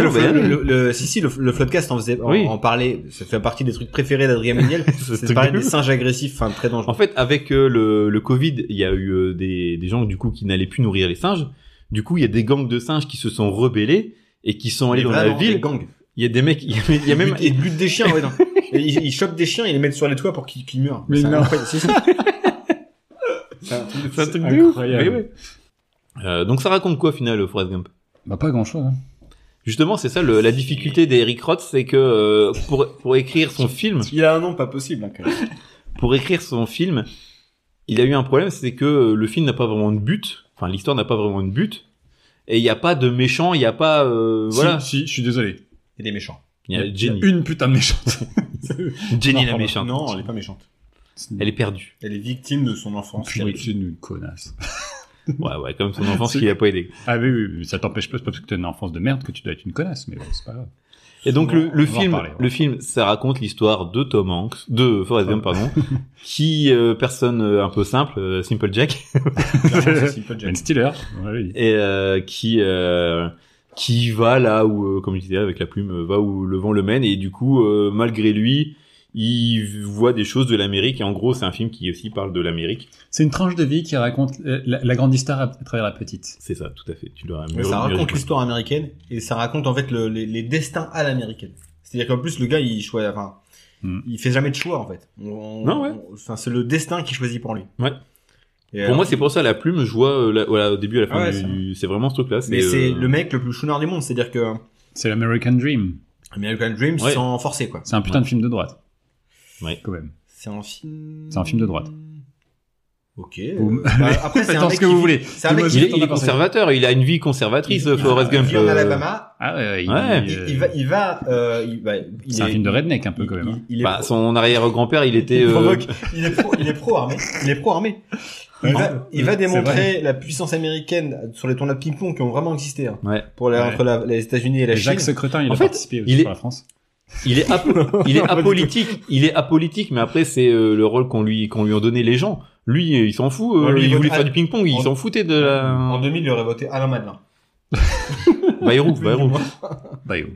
Speaker 1: Ouais,
Speaker 3: non,
Speaker 1: Ah, le,
Speaker 3: bah,
Speaker 1: le- le- le- si, si, le, le Floodcast en, faisait, en,
Speaker 3: Oui.
Speaker 1: en parlait. Ça fait partie des trucs préférés d'Adrien Méniel.
Speaker 3: ce
Speaker 1: c'est de
Speaker 3: truc
Speaker 1: parler
Speaker 3: de
Speaker 1: des
Speaker 3: ouf.
Speaker 1: singes agressifs, enfin, très dangereux.
Speaker 3: En fait, avec euh, le, le Covid, il y a eu euh, des, des gens du coup qui n'allaient plus nourrir les singes. Du coup, il y a des gangs de singes qui se sont rebellés et qui sont allés dans la
Speaker 1: Vraiment, des
Speaker 3: ville.
Speaker 1: gangs.
Speaker 3: Il y a des mecs, il y a, il y a même
Speaker 1: Ils butent- ils butent des chiens, ouais, non. Et Ils, ils chopent des chiens et ils les mettent sur les toits pour qu'ils qu'ils meurent.
Speaker 2: Mais
Speaker 1: C'est
Speaker 2: non.
Speaker 1: incroyable, c'est ça. C'est un truc de fou.
Speaker 3: C'est un truc de ouf.
Speaker 2: Incroyable.
Speaker 3: Mais ouais. Euh, donc ça raconte quoi au final, euh, Forrest Gump
Speaker 2: Bah pas grand
Speaker 3: hein.
Speaker 2: chose.
Speaker 3: Justement, c'est ça le- la difficulté d'Eric Roth, c'est que euh, pour pour écrire son film,
Speaker 1: Il a un nom pas possible, hein, quand même.
Speaker 3: pour écrire son film, il a eu un problème, c'est que euh, le film n'a pas vraiment de but. Enfin, l'histoire n'a pas vraiment de but. Et il n'y a pas de méchant, il n'y a pas, euh, voilà.
Speaker 2: Si, si, je suis désolé.
Speaker 1: Il est méchant.
Speaker 3: Il y a Jenny.
Speaker 2: Une putain de méchante.
Speaker 3: Jenny
Speaker 1: Non,
Speaker 3: la
Speaker 1: pardon.
Speaker 3: méchante.
Speaker 1: Non, elle est pas méchante.
Speaker 3: Elle est perdue.
Speaker 1: Elle est victime de son enfance.
Speaker 2: Purée, c'est une connasse.
Speaker 3: Ouais, ouais, comme son enfance
Speaker 2: C'est-
Speaker 3: qui l'a pas aidé.
Speaker 2: Ah oui, oui, mais ça t'empêche pas, c'est pas parce que t'as une enfance de merde que tu dois être une connasse, mais bon, c'est pas grave.
Speaker 3: Et donc,
Speaker 2: On
Speaker 3: le,
Speaker 2: va
Speaker 3: le
Speaker 2: en
Speaker 3: film,
Speaker 2: reparler, ouais.
Speaker 3: le film, ça raconte l'histoire de Tom Hanks, de Forrest Gump, pardon, qui, euh, personne euh, un peu simple, euh, Simple Jack,
Speaker 1: Clairement, c'est Simple Jack.
Speaker 2: Ben Stiller, ouais,
Speaker 3: et euh, qui, euh, qui va là où, euh, comme je disais, avec la plume, euh, va où le vent le mène, et du coup, euh, malgré lui, il voit des choses de l'Amérique, et en gros, c'est un film qui aussi parle de l'Amérique.
Speaker 2: C'est une tranche de vie qui raconte euh, la, la grande histoire à, à travers la petite.
Speaker 3: C'est ça, tout à fait. Tu l'auras
Speaker 1: Mais
Speaker 3: mieux-
Speaker 1: ça
Speaker 3: mieux
Speaker 1: raconte
Speaker 3: résumé.
Speaker 1: l'histoire américaine et ça raconte en fait le- les, les destins à l'américaine. C'est-à-dire qu'en plus le gars il choisit, enfin,
Speaker 2: Hmm.
Speaker 1: il fait jamais de choix en fait. On-
Speaker 3: Non, ouais.
Speaker 1: on- enfin, c'est le destin qui choisit pour lui.
Speaker 3: Ouais.
Speaker 1: Et
Speaker 3: Pour
Speaker 1: alors-
Speaker 3: moi, c'est pour ça la plume, je vois euh, la- voilà, au début à la fin
Speaker 1: Ah ouais,
Speaker 3: du-
Speaker 1: ça.
Speaker 3: du- c'est vraiment ce truc-là.
Speaker 1: mais c'est
Speaker 3: euh,
Speaker 1: le mec le plus chouinard du monde, c'est-à-dire que
Speaker 2: C'est l'American Dream.
Speaker 1: American Dream
Speaker 3: Ouais.
Speaker 1: sans forcer quoi.
Speaker 2: C'est un putain de film de droite.
Speaker 3: Ouais.
Speaker 2: Quand même.
Speaker 1: C'est un film.
Speaker 2: C'est un film de droite.
Speaker 1: Ok.
Speaker 2: Boum.
Speaker 1: euh, bah, après, c'est
Speaker 2: Faites-en
Speaker 1: un
Speaker 2: ce
Speaker 1: mec qui
Speaker 2: que vous
Speaker 1: vit-
Speaker 2: voulez.
Speaker 1: C'est un mec
Speaker 2: Dis-moi
Speaker 1: qui
Speaker 2: ce
Speaker 3: Il est,
Speaker 2: que
Speaker 1: vit-
Speaker 2: t'en
Speaker 3: il
Speaker 2: as
Speaker 3: est
Speaker 2: pensé.
Speaker 3: conservateur, il a une vie conservatrice,
Speaker 2: Il-
Speaker 3: euh, Forrest
Speaker 1: il
Speaker 3: Gump.
Speaker 1: vit en
Speaker 3: euh,
Speaker 1: Alabama.
Speaker 2: Ah ouais, il,
Speaker 3: Ouais,
Speaker 1: Il,
Speaker 2: euh,
Speaker 1: il va, il va, euh, il, bah, il
Speaker 2: c'est un
Speaker 1: est-
Speaker 2: film de redneck un peu quand même. hein.
Speaker 1: Il, il est
Speaker 3: bah,
Speaker 1: pro-
Speaker 3: son arrière-grand-père, il était.
Speaker 1: il
Speaker 3: euh,
Speaker 1: provoque. Il est pro, il est pro armé. Il est Hein pro armé. Il
Speaker 2: Ouais.
Speaker 1: va, il va
Speaker 2: C'est
Speaker 1: démontrer la puissance américaine sur les tournois de ping-pong qui ont vraiment existé hein,
Speaker 3: Ouais.
Speaker 1: pour la-
Speaker 2: Ouais.
Speaker 1: entre la- les États-Unis et la
Speaker 2: Et Jacques
Speaker 1: Chine.
Speaker 2: Secretin, il
Speaker 3: En
Speaker 2: a
Speaker 3: fait,
Speaker 2: participé aussi
Speaker 3: il est-
Speaker 2: pour la France.
Speaker 3: il est, ap- il est apolitique. Il est apolitique, mais après c'est euh, le rôle qu'on lui qu'on lui ont donné les gens. Lui, euh, il s'en fout. euh,
Speaker 1: Ouais, lui, il
Speaker 3: il voulait
Speaker 1: vote-
Speaker 3: faire du ping-pong.
Speaker 1: en-
Speaker 3: Il s'en foutait de
Speaker 1: Euh, En
Speaker 3: la.
Speaker 1: 2000, il aurait voté Alain Madelin.
Speaker 3: Bayrou, Bayrou.
Speaker 2: Bah, yo.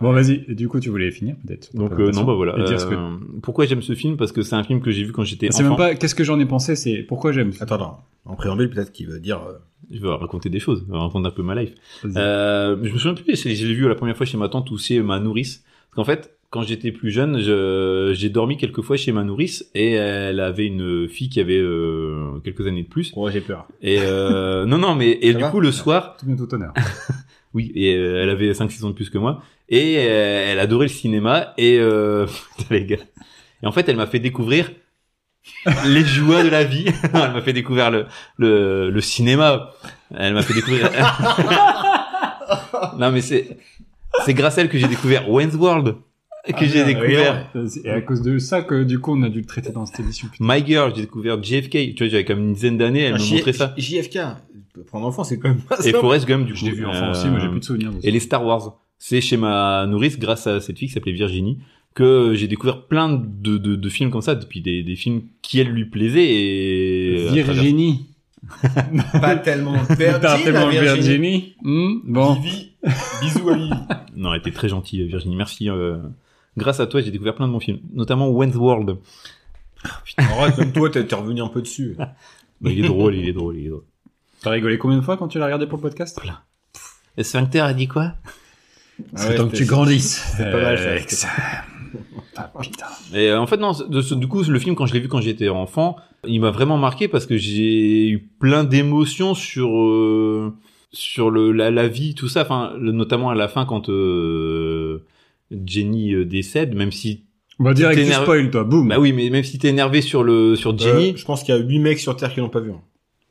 Speaker 2: Bon, vas-y. Et Du coup, tu voulais finir peut-être. ta
Speaker 3: Ah. Donc euh,
Speaker 2: présentation
Speaker 3: non, bah voilà.
Speaker 2: Et dire ce que- Ah,
Speaker 3: Euh, Pourquoi j'aime ce film Parce que c'est un film que j'ai vu quand j'étais
Speaker 2: C'est
Speaker 3: enfant.
Speaker 2: même pas. Qu'est-ce que j'en ai pensé C'est pourquoi j'aime. ça.
Speaker 1: Attends, attends. En préambule, peut-être qu'il veut dire. euh,
Speaker 3: Je vais raconter des choses, raconter un peu ma life.
Speaker 2: Vas-y.
Speaker 3: Euh, je me souviens plus, c'est- je l'ai vu la première fois chez ma tante ou chez ma nourrice. Parce qu'en fait, quand j'étais plus jeune, je- j'ai dormi quelques fois chez ma nourrice et elle avait une fille qui avait euh, quelques années de plus.
Speaker 1: Ouais, j'ai peur.
Speaker 3: Et euh, non, non, mais et
Speaker 1: Ça
Speaker 3: du
Speaker 1: va
Speaker 3: coup le soir,
Speaker 2: Tout bien tout honneur.
Speaker 3: oui, et euh, elle avait 5 ans de plus que moi et euh, elle adorait le cinéma et euh, putain, les gars. Et en fait, elle m'a fait découvrir les joies de la vie. Non, elle m'a fait découvrir le le, le cinéma. Elle m'a fait découvrir. non, mais c'est c'est grâce à elle que j'ai découvert Wayne's World, que
Speaker 1: Ah,
Speaker 3: j'ai
Speaker 1: merde,
Speaker 3: découvert
Speaker 2: Et à cause de ça que du coup on a dû le traiter dans cette édition. putain.
Speaker 3: My Girl, j'ai découvert JFK. Tu vois, j'avais comme une dizaine d'années, elle
Speaker 1: Ah,
Speaker 3: me
Speaker 1: J-
Speaker 3: montrait ça.
Speaker 1: JFK, prendre enfant, c'est quand même
Speaker 2: Ah,
Speaker 1: pas
Speaker 3: Et
Speaker 1: ça.
Speaker 3: Forrest Gump, du coup.
Speaker 2: Je l'ai vu enfant
Speaker 3: Euh,
Speaker 2: aussi, mais j'ai plus de souvenirs. de ça.
Speaker 3: Et les Star Wars. C'est chez ma nourrice, grâce à cette fille qui s'appelait Virginie, que j'ai découvert plein de, de, de films comme ça, depuis des, des films qui, elle, lui plaisaient. Et... euh, à travers-
Speaker 2: Virginie.
Speaker 1: Pas tellement
Speaker 2: T'as
Speaker 1: perdu, la
Speaker 2: tellement
Speaker 1: Virginie.
Speaker 2: Virginie. Hmm, Bon.
Speaker 1: Vivi, bisous à Vivi.
Speaker 3: Non, elle était très gentille, Virginie. Merci. euh, Grâce à toi, j'ai découvert plein de bons films, notamment When's World.
Speaker 1: En vrai, comme toi, t'es t'es revenu un peu dessus.
Speaker 3: Bah, il est drôle, il est drôle, il est drôle.
Speaker 2: T'as rigolé combien de fois quand tu l'as regardé pour le podcast
Speaker 3: Le Sphincter a dit quoi
Speaker 1: Ah ouais,
Speaker 2: tant que
Speaker 1: c'était-
Speaker 2: tu grandisses. C'est
Speaker 1: pas mal, ça.
Speaker 2: Ah, putain.
Speaker 3: Et euh, en fait, non, de ce- du coup, le film, quand je l'ai vu quand j'étais enfant, il m'a vraiment marqué parce que j'ai eu plein d'émotions sur, euh, sur le, la, la vie, tout ça. Enfin, le- notamment à la fin, quand euh, Jenny euh, décède, même si.
Speaker 2: On va dire que tu
Speaker 3: T'énerve-
Speaker 2: spoil, toi. Boum.
Speaker 3: Bah oui, mais même si t'es énervé sur, le, sur
Speaker 1: Euh,
Speaker 3: Jenny.
Speaker 1: je pense qu'il y a 8 mecs sur Terre qui l'ont pas vu. hein.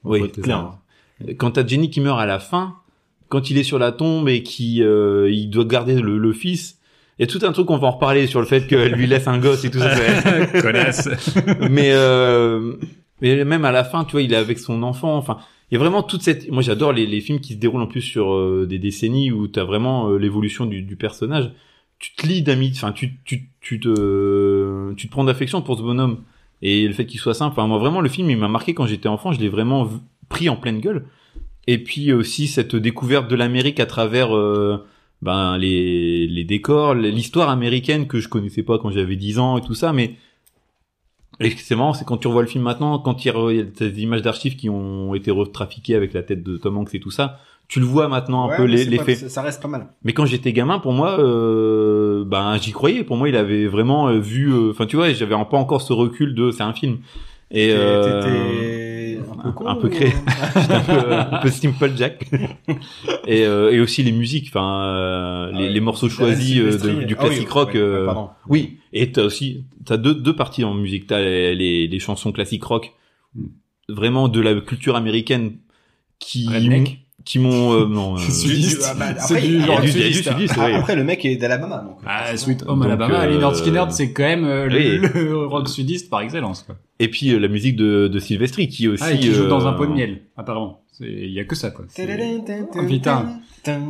Speaker 1: On
Speaker 3: Oui,
Speaker 1: peut être
Speaker 3: c'est
Speaker 1: clair,
Speaker 3: ça.
Speaker 1: hein.
Speaker 3: Quand t'as Jenny qui meurt à la fin, quand il est sur la tombe et qui euh, il doit garder le, le fils, il y a tout un truc qu'on va en reparler sur le fait qu'elle lui laisse un gosse et tout ça. c'est-
Speaker 2: Connasse.
Speaker 3: mais euh, mais même à la fin tu vois il est avec son enfant enfin il y a vraiment toute cette moi j'adore les, les films qui se déroulent en plus sur euh, des décennies où t'as vraiment euh, l'évolution du, du personnage tu te lis d'amis enfin tu tu tu te tu te prends d'affection pour ce bonhomme et le fait qu'il soit simple enfin moi vraiment le film il m'a marqué quand j'étais enfant je l'ai vraiment v- pris en pleine gueule et puis euh, aussi cette découverte de l'Amérique à travers euh, ben les les décors l'histoire américaine que je connaissais pas quand j'avais 10 ans et tout ça mais et c'est marrant, c'est quand tu revois le film maintenant, quand il y a des images d'archives qui ont été retrafiquées avec la tête de Tom Hanks et tout ça, tu le vois maintenant un
Speaker 1: Ouais,
Speaker 3: peu
Speaker 1: mais
Speaker 3: les,
Speaker 1: c'est
Speaker 3: les
Speaker 1: pas-
Speaker 3: faits.
Speaker 1: ça- Ça reste pas mal.
Speaker 3: Mais quand j'étais gamin, pour moi, euh, ben j'y croyais. Pour moi, il avait vraiment euh, vu. euh, Enfin, tu vois, j'avais en- pas encore ce recul de c'est un film. Et
Speaker 1: T'es-
Speaker 3: euh,
Speaker 1: T'étais un peu con.
Speaker 3: un peu
Speaker 1: ou-
Speaker 3: créé. j'étais un peu, un peu Simple Jack. et, euh, et aussi les musiques, enfin euh,
Speaker 1: Ah
Speaker 3: les,
Speaker 1: ouais.
Speaker 3: les morceaux
Speaker 1: Alan
Speaker 3: choisis euh, de-
Speaker 1: Silvestri.
Speaker 3: du
Speaker 1: Ah oui,
Speaker 3: classique rock.
Speaker 1: ouais,
Speaker 3: euh,
Speaker 1: pardon. Ah,
Speaker 3: oui, et t'as aussi t'as deux deux parties en musique. T'as les, les les chansons classiques rock, vraiment de la culture américaine qui
Speaker 2: Redneck.
Speaker 3: qui m'ont euh, non. euh,
Speaker 1: du- ah bah, après,
Speaker 2: du
Speaker 1: il y a
Speaker 2: genre
Speaker 3: du- il y a du
Speaker 2: sudiste, hein.
Speaker 3: sudiste,
Speaker 1: Ah,
Speaker 3: ouais.
Speaker 1: Après, le mec est d'Alabama, donc.
Speaker 2: Ah,
Speaker 1: forcément.
Speaker 2: Sweet Home
Speaker 3: Donc,
Speaker 2: Alabama,
Speaker 3: euh,
Speaker 2: Leonard Skinner, c'est quand même euh,
Speaker 3: oui.
Speaker 2: le, le rock sudiste par excellence. Quoi.
Speaker 3: Et puis euh, la musique de, de Silvestri qui aussi
Speaker 2: Ah, et qui joue
Speaker 3: euh,
Speaker 2: dans un pot de miel, apparemment. C'est- Il y a que ça, quoi. C'est- Oh, putain.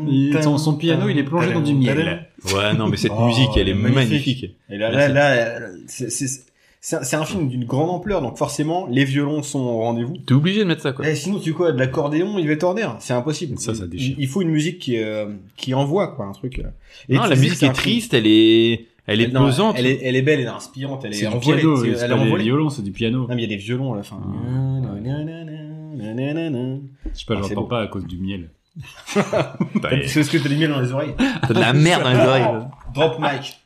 Speaker 2: Il- son- son piano, il est plongé dans du miel.
Speaker 3: Ouais, non, mais cette
Speaker 1: Oh,
Speaker 3: musique, elle est
Speaker 1: magnifique.
Speaker 3: magnifique.
Speaker 1: Et là, là,
Speaker 3: Merci.
Speaker 1: là, c'est- c'est c'est un- c'est un film d'une grande ampleur, donc forcément, les violons sont au rendez-vous.
Speaker 3: T'es obligé de mettre ça, quoi.
Speaker 1: Eh, sinon, tu quoi, de l'accordéon, il va tourner, hein. c'est impossible.
Speaker 2: Ça, ça
Speaker 1: Il-
Speaker 2: déchire.
Speaker 1: Il, faut une musique qui, euh, qui envoie, quoi, un truc. euh. Et
Speaker 3: non,
Speaker 1: tu sais
Speaker 3: la
Speaker 1: que
Speaker 3: musique
Speaker 1: c'est
Speaker 3: est
Speaker 1: un film-
Speaker 3: triste, elle est, elle est
Speaker 1: Non,
Speaker 3: pesante.
Speaker 1: Elle est, elle est belle, elle est inspirante, elle est,
Speaker 2: C'est du
Speaker 1: envolée.
Speaker 2: piano,
Speaker 1: c'est-
Speaker 2: c'est
Speaker 1: elle est
Speaker 2: pas des
Speaker 1: envolée. Ah,
Speaker 2: violons, c'est du piano.
Speaker 1: Non, mais il y a des violons à la fin.
Speaker 2: Je sais pas,
Speaker 1: Ah, c'est
Speaker 2: j'entends
Speaker 1: beau.
Speaker 2: pas à cause du miel.
Speaker 1: C'est ce que t'as du miel dans les oreilles.
Speaker 3: T'as de la merde dans les oreilles.
Speaker 1: Drop mic.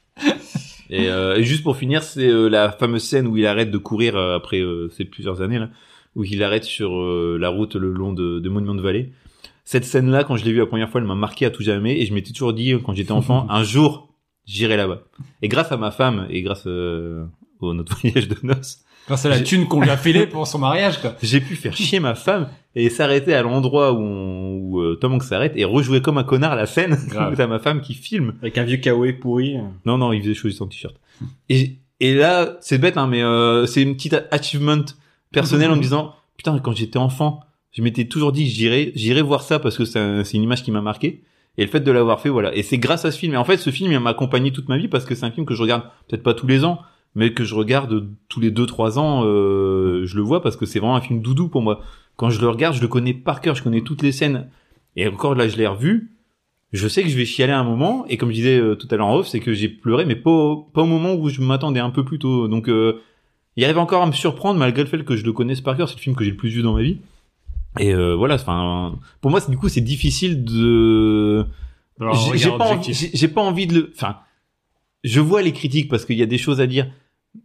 Speaker 3: Et, euh, et juste pour finir, c'est euh, la fameuse scène où il arrête de courir euh, après euh, ces plusieurs années là. où il arrête sur euh, la route le long de, de Monument Valley. Cette scène-là, quand je l'ai vue la première fois, elle m'a marqué à tout jamais et je m'étais toujours dit, euh, quand j'étais enfant, un jour, j'irai là-bas. Et grâce à ma femme et grâce euh, au notre voyage de noces,
Speaker 2: Grâce à la
Speaker 3: J'ai-
Speaker 2: thune qu'on lui a filée pour son mariage, quoi.
Speaker 3: j'ai pu faire chier ma femme et s'arrêter à l'endroit où, on- où euh, Tom Hanks s'arrête et rejouer comme un connard la scène
Speaker 2: Grave.
Speaker 3: où t'as ma femme qui filme.
Speaker 1: Avec un vieux kawaii pourri.
Speaker 3: Non, non, il faisait chaud son t-shirt. Et, et là, c'est bête, hein, mais euh, c'est une petite achievement personnelle en me disant, putain, quand j'étais enfant, je m'étais toujours dit, j'irai, j'irai voir ça parce que c'est un- c'est une image qui m'a marqué. Et le fait de l'avoir fait, voilà. Et c'est grâce à ce film. Et en fait, ce film, il m'a accompagné toute ma vie parce que c'est un film que je regarde peut-être pas tous les ans, mais que je regarde tous les deux, trois ans, euh, je le vois parce que c'est vraiment un film doudou pour moi. Quand je le regarde, je le connais par cœur, je connais toutes les scènes. Et encore là, je l'ai revu je sais que je vais chialer un moment et comme je disais euh, tout à l'heure en off c'est que j'ai pleuré mais pas au, pas au moment où je m'attendais un peu plus tôt donc euh, il arrive encore à me surprendre malgré le fait que je le connaisse par cœur c'est le film que j'ai le plus vu dans ma vie et euh, voilà enfin pour moi c'est- du coup c'est difficile de
Speaker 2: Alors,
Speaker 3: j'ai- j'ai
Speaker 2: regard
Speaker 3: pas envie,
Speaker 2: objectif.
Speaker 3: j'ai- j'ai pas envie de le enfin je vois les critiques parce qu'il y a des choses à dire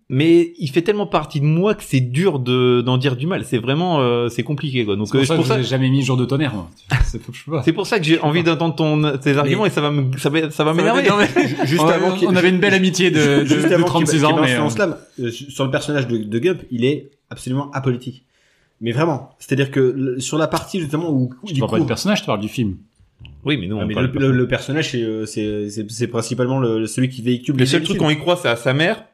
Speaker 3: mais il fait tellement partie de moi que c'est dur de d'en dire du mal c'est vraiment euh, c'est compliqué quoi donc
Speaker 2: C'est
Speaker 3: euh,
Speaker 2: pour ça que
Speaker 3: pour
Speaker 2: je vous ai jamais mis jour de tonnerre, moi. C'est- je sais pas.
Speaker 3: c'est pour ça que j'ai envie d'entendre ton, euh, tes arguments et ça va me, ça va, ça va m'énerver.
Speaker 1: Juste
Speaker 2: on,
Speaker 1: avant qu'il-
Speaker 2: on avait une belle amitié de, de,
Speaker 1: Juste
Speaker 2: de
Speaker 1: avant qu'il-
Speaker 2: 36
Speaker 1: qu'il
Speaker 2: ans,
Speaker 1: balance
Speaker 2: mais.
Speaker 1: Léon
Speaker 2: euh,
Speaker 1: Slam, euh, sur le personnage de, de Gump, il est absolument apolitique. Mais vraiment, c'est-à-dire que le- sur la partie justement où
Speaker 2: Tu
Speaker 1: il
Speaker 2: parles pas du
Speaker 1: court-
Speaker 2: personnage, tu parles du film.
Speaker 3: Oui, mais non,
Speaker 1: Ah, mais le, le- le personnage, c'est, euh, c'est, c'est, c'est principalement le, le- celui qui véhicule
Speaker 3: le
Speaker 1: les
Speaker 3: seul truc
Speaker 1: habitudes.
Speaker 3: qu'on y croit, c'est à sa mère,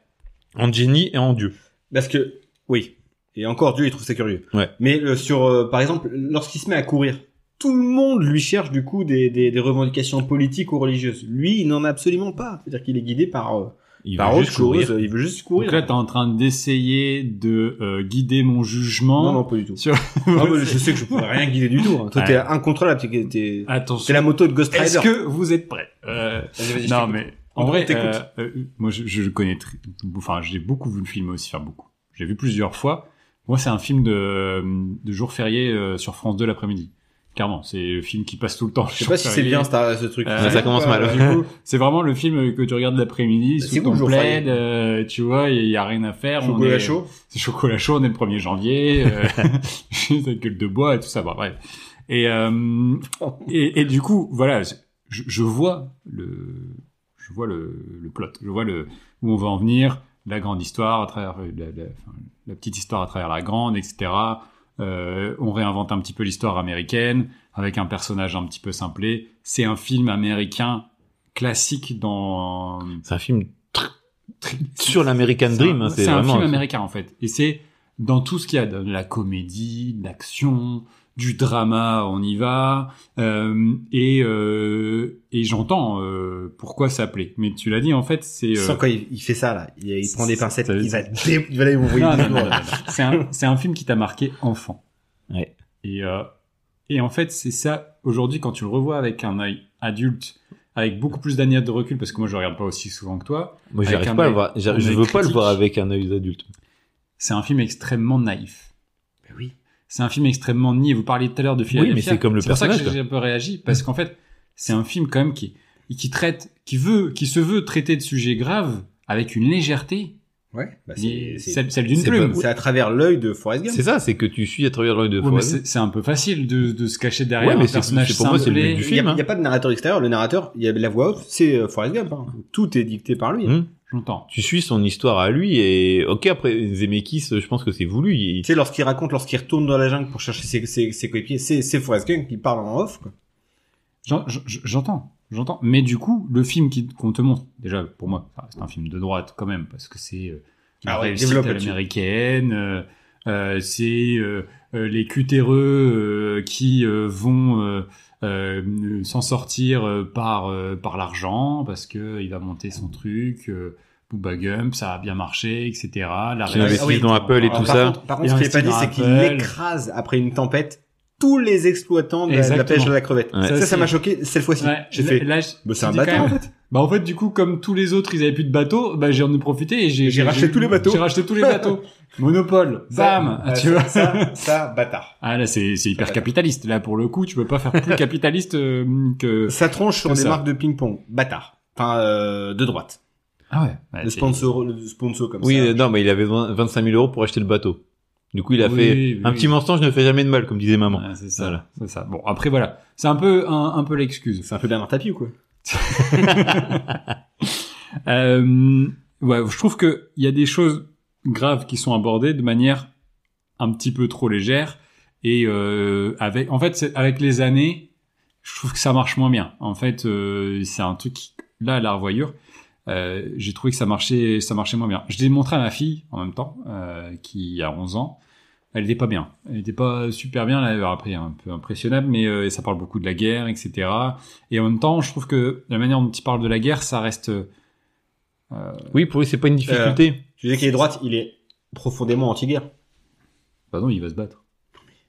Speaker 3: en Jenny et en Dieu.
Speaker 1: Parce que, oui. Et encore, Dieu, il trouve ça curieux.
Speaker 3: Ouais.
Speaker 1: Mais euh, sur, euh, par exemple, lorsqu'il se met à courir, tout le monde lui cherche du coup des, des, des revendications politiques ou religieuses. Lui, il n'en a absolument pas. C'est-à-dire qu'il est guidé par, euh,
Speaker 3: Il
Speaker 1: par
Speaker 3: veut
Speaker 1: autre
Speaker 3: juste courir.
Speaker 1: chose. Il veut juste
Speaker 2: Donc
Speaker 1: courir.
Speaker 2: là, t'es en train d'essayer de euh, guider mon jugement.
Speaker 1: non, non, pas du tout.
Speaker 2: Sur-
Speaker 1: Ah, bah, je sais que je pourrais rien guider du tout. hein. Toi,
Speaker 2: Ouais.
Speaker 1: t'es incontrôlable. T'es, t'es, t'es
Speaker 2: Attention.
Speaker 1: la moto de Ghost Rider.
Speaker 2: Est-ce que vous êtes prêts Euh, Non, mais en
Speaker 1: On
Speaker 2: vrai,
Speaker 1: t'écoute.
Speaker 2: euh, euh, moi, je, je le connais. très- Enfin, j'ai beaucoup vu le film aussi, enfin beaucoup. J'ai vu plusieurs fois. Moi, c'est un film de, de jour férié euh, sur France 2 l'après-midi. Clairement, c'est le film qui passe tout le temps.
Speaker 1: Je sais pas si c'est bien ça, ce truc.
Speaker 2: Euh,
Speaker 3: ça commence mal.
Speaker 1: Du coup,
Speaker 2: C'est vraiment le film que tu regardes l'après-midi
Speaker 1: C'est
Speaker 2: sous
Speaker 1: où le
Speaker 2: ton
Speaker 1: jour
Speaker 2: plaid,
Speaker 1: férié
Speaker 2: euh, tu vois, il y a rien à faire. on
Speaker 1: chocolat
Speaker 2: est-
Speaker 1: chaud.
Speaker 2: c'est chocolat chaud, on est le 1er janvier, euh, la gueule de bois et tout ça, bon, bref. Et, euh, et, et du coup, voilà, je, je vois le, je vois le, le plot, je vois le, où on va en venir, la grande histoire à travers, euh, la, la- enfin, la petite histoire à travers la grande, etc. Euh, on réinvente un petit peu l'histoire américaine avec un personnage un petit peu simplé. C'est un film américain classique dans
Speaker 3: C'est un film sur l'American
Speaker 2: c'est
Speaker 3: Dream.
Speaker 2: un-
Speaker 3: hein,
Speaker 2: C'est un
Speaker 3: vraiment
Speaker 2: film américain en fait. Et c'est dans tout ce qu'il y a, de la comédie, de l'action, du drama, on y va. Euh, et euh, et j'entends euh, pourquoi ça plaît. Mais tu l'as dit en fait, c'est...
Speaker 1: Tu
Speaker 2: euh,
Speaker 1: sens quand il, il fait ça là, il, il prend des pincettes,
Speaker 2: Ça-
Speaker 1: il va, dé- il va aller vous voyez.
Speaker 2: Non, non, non, non, non. C'est un, c'est un film qui t'a marqué enfant.
Speaker 3: Ouais.
Speaker 2: Et, euh, et en fait, c'est ça, aujourd'hui, quand tu le revois avec un œil adulte, avec beaucoup plus d'années de recul, parce que moi, je le regarde pas aussi souvent que toi,
Speaker 3: Moi,
Speaker 2: Avec
Speaker 3: j'arrive
Speaker 2: un
Speaker 3: pas à le
Speaker 2: œil-
Speaker 3: voir.
Speaker 2: un
Speaker 3: J'a- Je
Speaker 2: œil
Speaker 3: veux pas le
Speaker 2: critique.
Speaker 3: voir avec un œil adulte.
Speaker 2: c'est un film extrêmement naïf.
Speaker 1: oui.
Speaker 2: c'est un film extrêmement niais. Vous parliez tout à l'heure de Philadelphia.
Speaker 3: Bah mais c'est comme le
Speaker 2: pour ça
Speaker 3: personnage,
Speaker 2: que j'ai un peu réagi parce qu'en fait, c'est un film quand même qui qui traite, qui veut, qui se veut traiter de sujets graves avec une légèreté,
Speaker 1: Ouais. Bah, c'est,
Speaker 2: mais
Speaker 1: c'est,
Speaker 2: celle, celle d'une
Speaker 3: c'est
Speaker 2: plume.
Speaker 3: pas-
Speaker 1: c'est à travers l'œil de Forrest Gump.
Speaker 3: C'est ça, c'est que tu suis à travers l'œil de
Speaker 2: Ouais, mais
Speaker 3: Forrest.
Speaker 2: c'est c'est un peu facile de, de se cacher derrière
Speaker 3: Ouais, mais
Speaker 2: un
Speaker 3: c'est-
Speaker 2: personnage
Speaker 3: c'est pour moi, c'est le but
Speaker 2: simplé.
Speaker 1: Il
Speaker 3: du
Speaker 1: n'y a,
Speaker 3: film, hein.
Speaker 1: il y a pas de narrateur extérieur. Le narrateur, il y a la voix off, c'est euh, Forrest Gump.
Speaker 2: Mm.
Speaker 1: hein. Tout est dicté par lui.
Speaker 3: Hum.
Speaker 2: J'entends.
Speaker 3: Tu suis son histoire à lui et ok après Zemeckis, je pense que c'est voulu. Il-
Speaker 1: Tu sais, lorsqu'il raconte, lorsqu'il retourne dans la jungle pour chercher ses, ses, ses coéquipiers, c'est, c'est Forrest Gump qui parle en off. Quoi.
Speaker 2: J'en- j- j- J'entends, j'entends. Mais du coup, le film qui- qu'on te montre, déjà pour moi, enfin, c'est un film de droite quand même, parce que c'est euh, la
Speaker 1: Ah ouais,
Speaker 2: réussite
Speaker 1: développe
Speaker 2: à
Speaker 1: là-dessus.
Speaker 2: l'américaine, euh, euh, c'est euh, euh, les cutéreux euh, qui euh, vont euh, euh, s'en sortir euh, par, euh, par l'argent, parce que il va monter son truc, euh, Booba Gump, ça a bien marché, etc. La
Speaker 3: Qui
Speaker 2: réussite-
Speaker 1: investit
Speaker 3: dans Apple et
Speaker 2: Ah,
Speaker 1: Alors,
Speaker 3: tout
Speaker 1: par
Speaker 3: ça.
Speaker 1: Contre, par
Speaker 2: Et
Speaker 1: contre, ce qui
Speaker 2: un
Speaker 1: n'est pas dit,
Speaker 2: style
Speaker 1: c'est qu'il
Speaker 2: rappel.
Speaker 1: écrase après une tempête tous les exploitants de la, de la
Speaker 2: Exactement.
Speaker 1: pêche de la crevette.
Speaker 3: Ouais.
Speaker 1: Ça, ça,
Speaker 2: Ça,
Speaker 1: m'a choqué cette fois-ci.
Speaker 2: Ouais,
Speaker 1: J'ai
Speaker 2: là-
Speaker 1: fait.
Speaker 2: là, je-
Speaker 1: Bah, c'est
Speaker 2: tu
Speaker 1: un
Speaker 2: dis quand
Speaker 1: bâtard, en
Speaker 2: même-
Speaker 1: fait.
Speaker 2: Bah en fait du coup comme tous les autres ils avaient plus de bateaux, bah j'en ai profité et j'ai
Speaker 1: J'ai racheté tous les bateaux.
Speaker 2: J'ai racheté tous les bateaux. Monopole, bam, Ah,
Speaker 1: Ça,
Speaker 2: tu
Speaker 1: euh,
Speaker 2: vois.
Speaker 1: ça, ça, ça, bâtard.
Speaker 2: Ah là c'est c'est hyper capitaliste là pour le coup, tu peux pas faire plus capitaliste euh, que
Speaker 1: Ça tranche sur
Speaker 2: Comme
Speaker 1: des
Speaker 2: ça.
Speaker 1: marques de ping-pong. Bâtard. Enfin, euh, de droite.
Speaker 2: Ah ouais. ouais,
Speaker 1: le
Speaker 2: c'est-
Speaker 1: sponsor, le sponsor comme
Speaker 3: Oui,
Speaker 1: ça.
Speaker 3: euh, non, mais il avait vingt- 25 000 euros pour acheter le bateau. Du coup, il a
Speaker 2: Oui,
Speaker 3: fait
Speaker 2: oui,
Speaker 3: un
Speaker 2: oui.
Speaker 3: petit mensonge ne fait jamais de mal, comme disait maman.
Speaker 2: Ouais, c'est ça,
Speaker 3: Voilà.
Speaker 2: c'est ça. Bon, après voilà, c'est un peu un, un peu l'excuse.
Speaker 1: C'est un peu Bernard Tapie ou quoi
Speaker 2: Euh, ouais, je trouve que il y a des choses graves qui sont abordées de manière un petit peu trop légère et euh, avec en fait c'est- avec les années, je trouve que ça marche moins bien. En fait, euh, c'est un truc qui- là la revoyure. euh, j'ai trouvé que ça marchait ça marchait moins bien. Je l'ai montré à ma fille en même temps euh, qui a 11 ans. Elle était pas bien. Elle était pas super bien. Elle avait appris un peu impressionnable, mais euh, ça parle beaucoup de la guerre, etc. Et en même temps, je trouve que la manière dont il parle de la guerre, ça reste
Speaker 3: Oui, pour lui, c'est pas une difficulté.
Speaker 2: Euh.
Speaker 1: Tu disais qu'il est droite, il est profondément anti-guerre.
Speaker 2: Pardon, Bah il va se battre.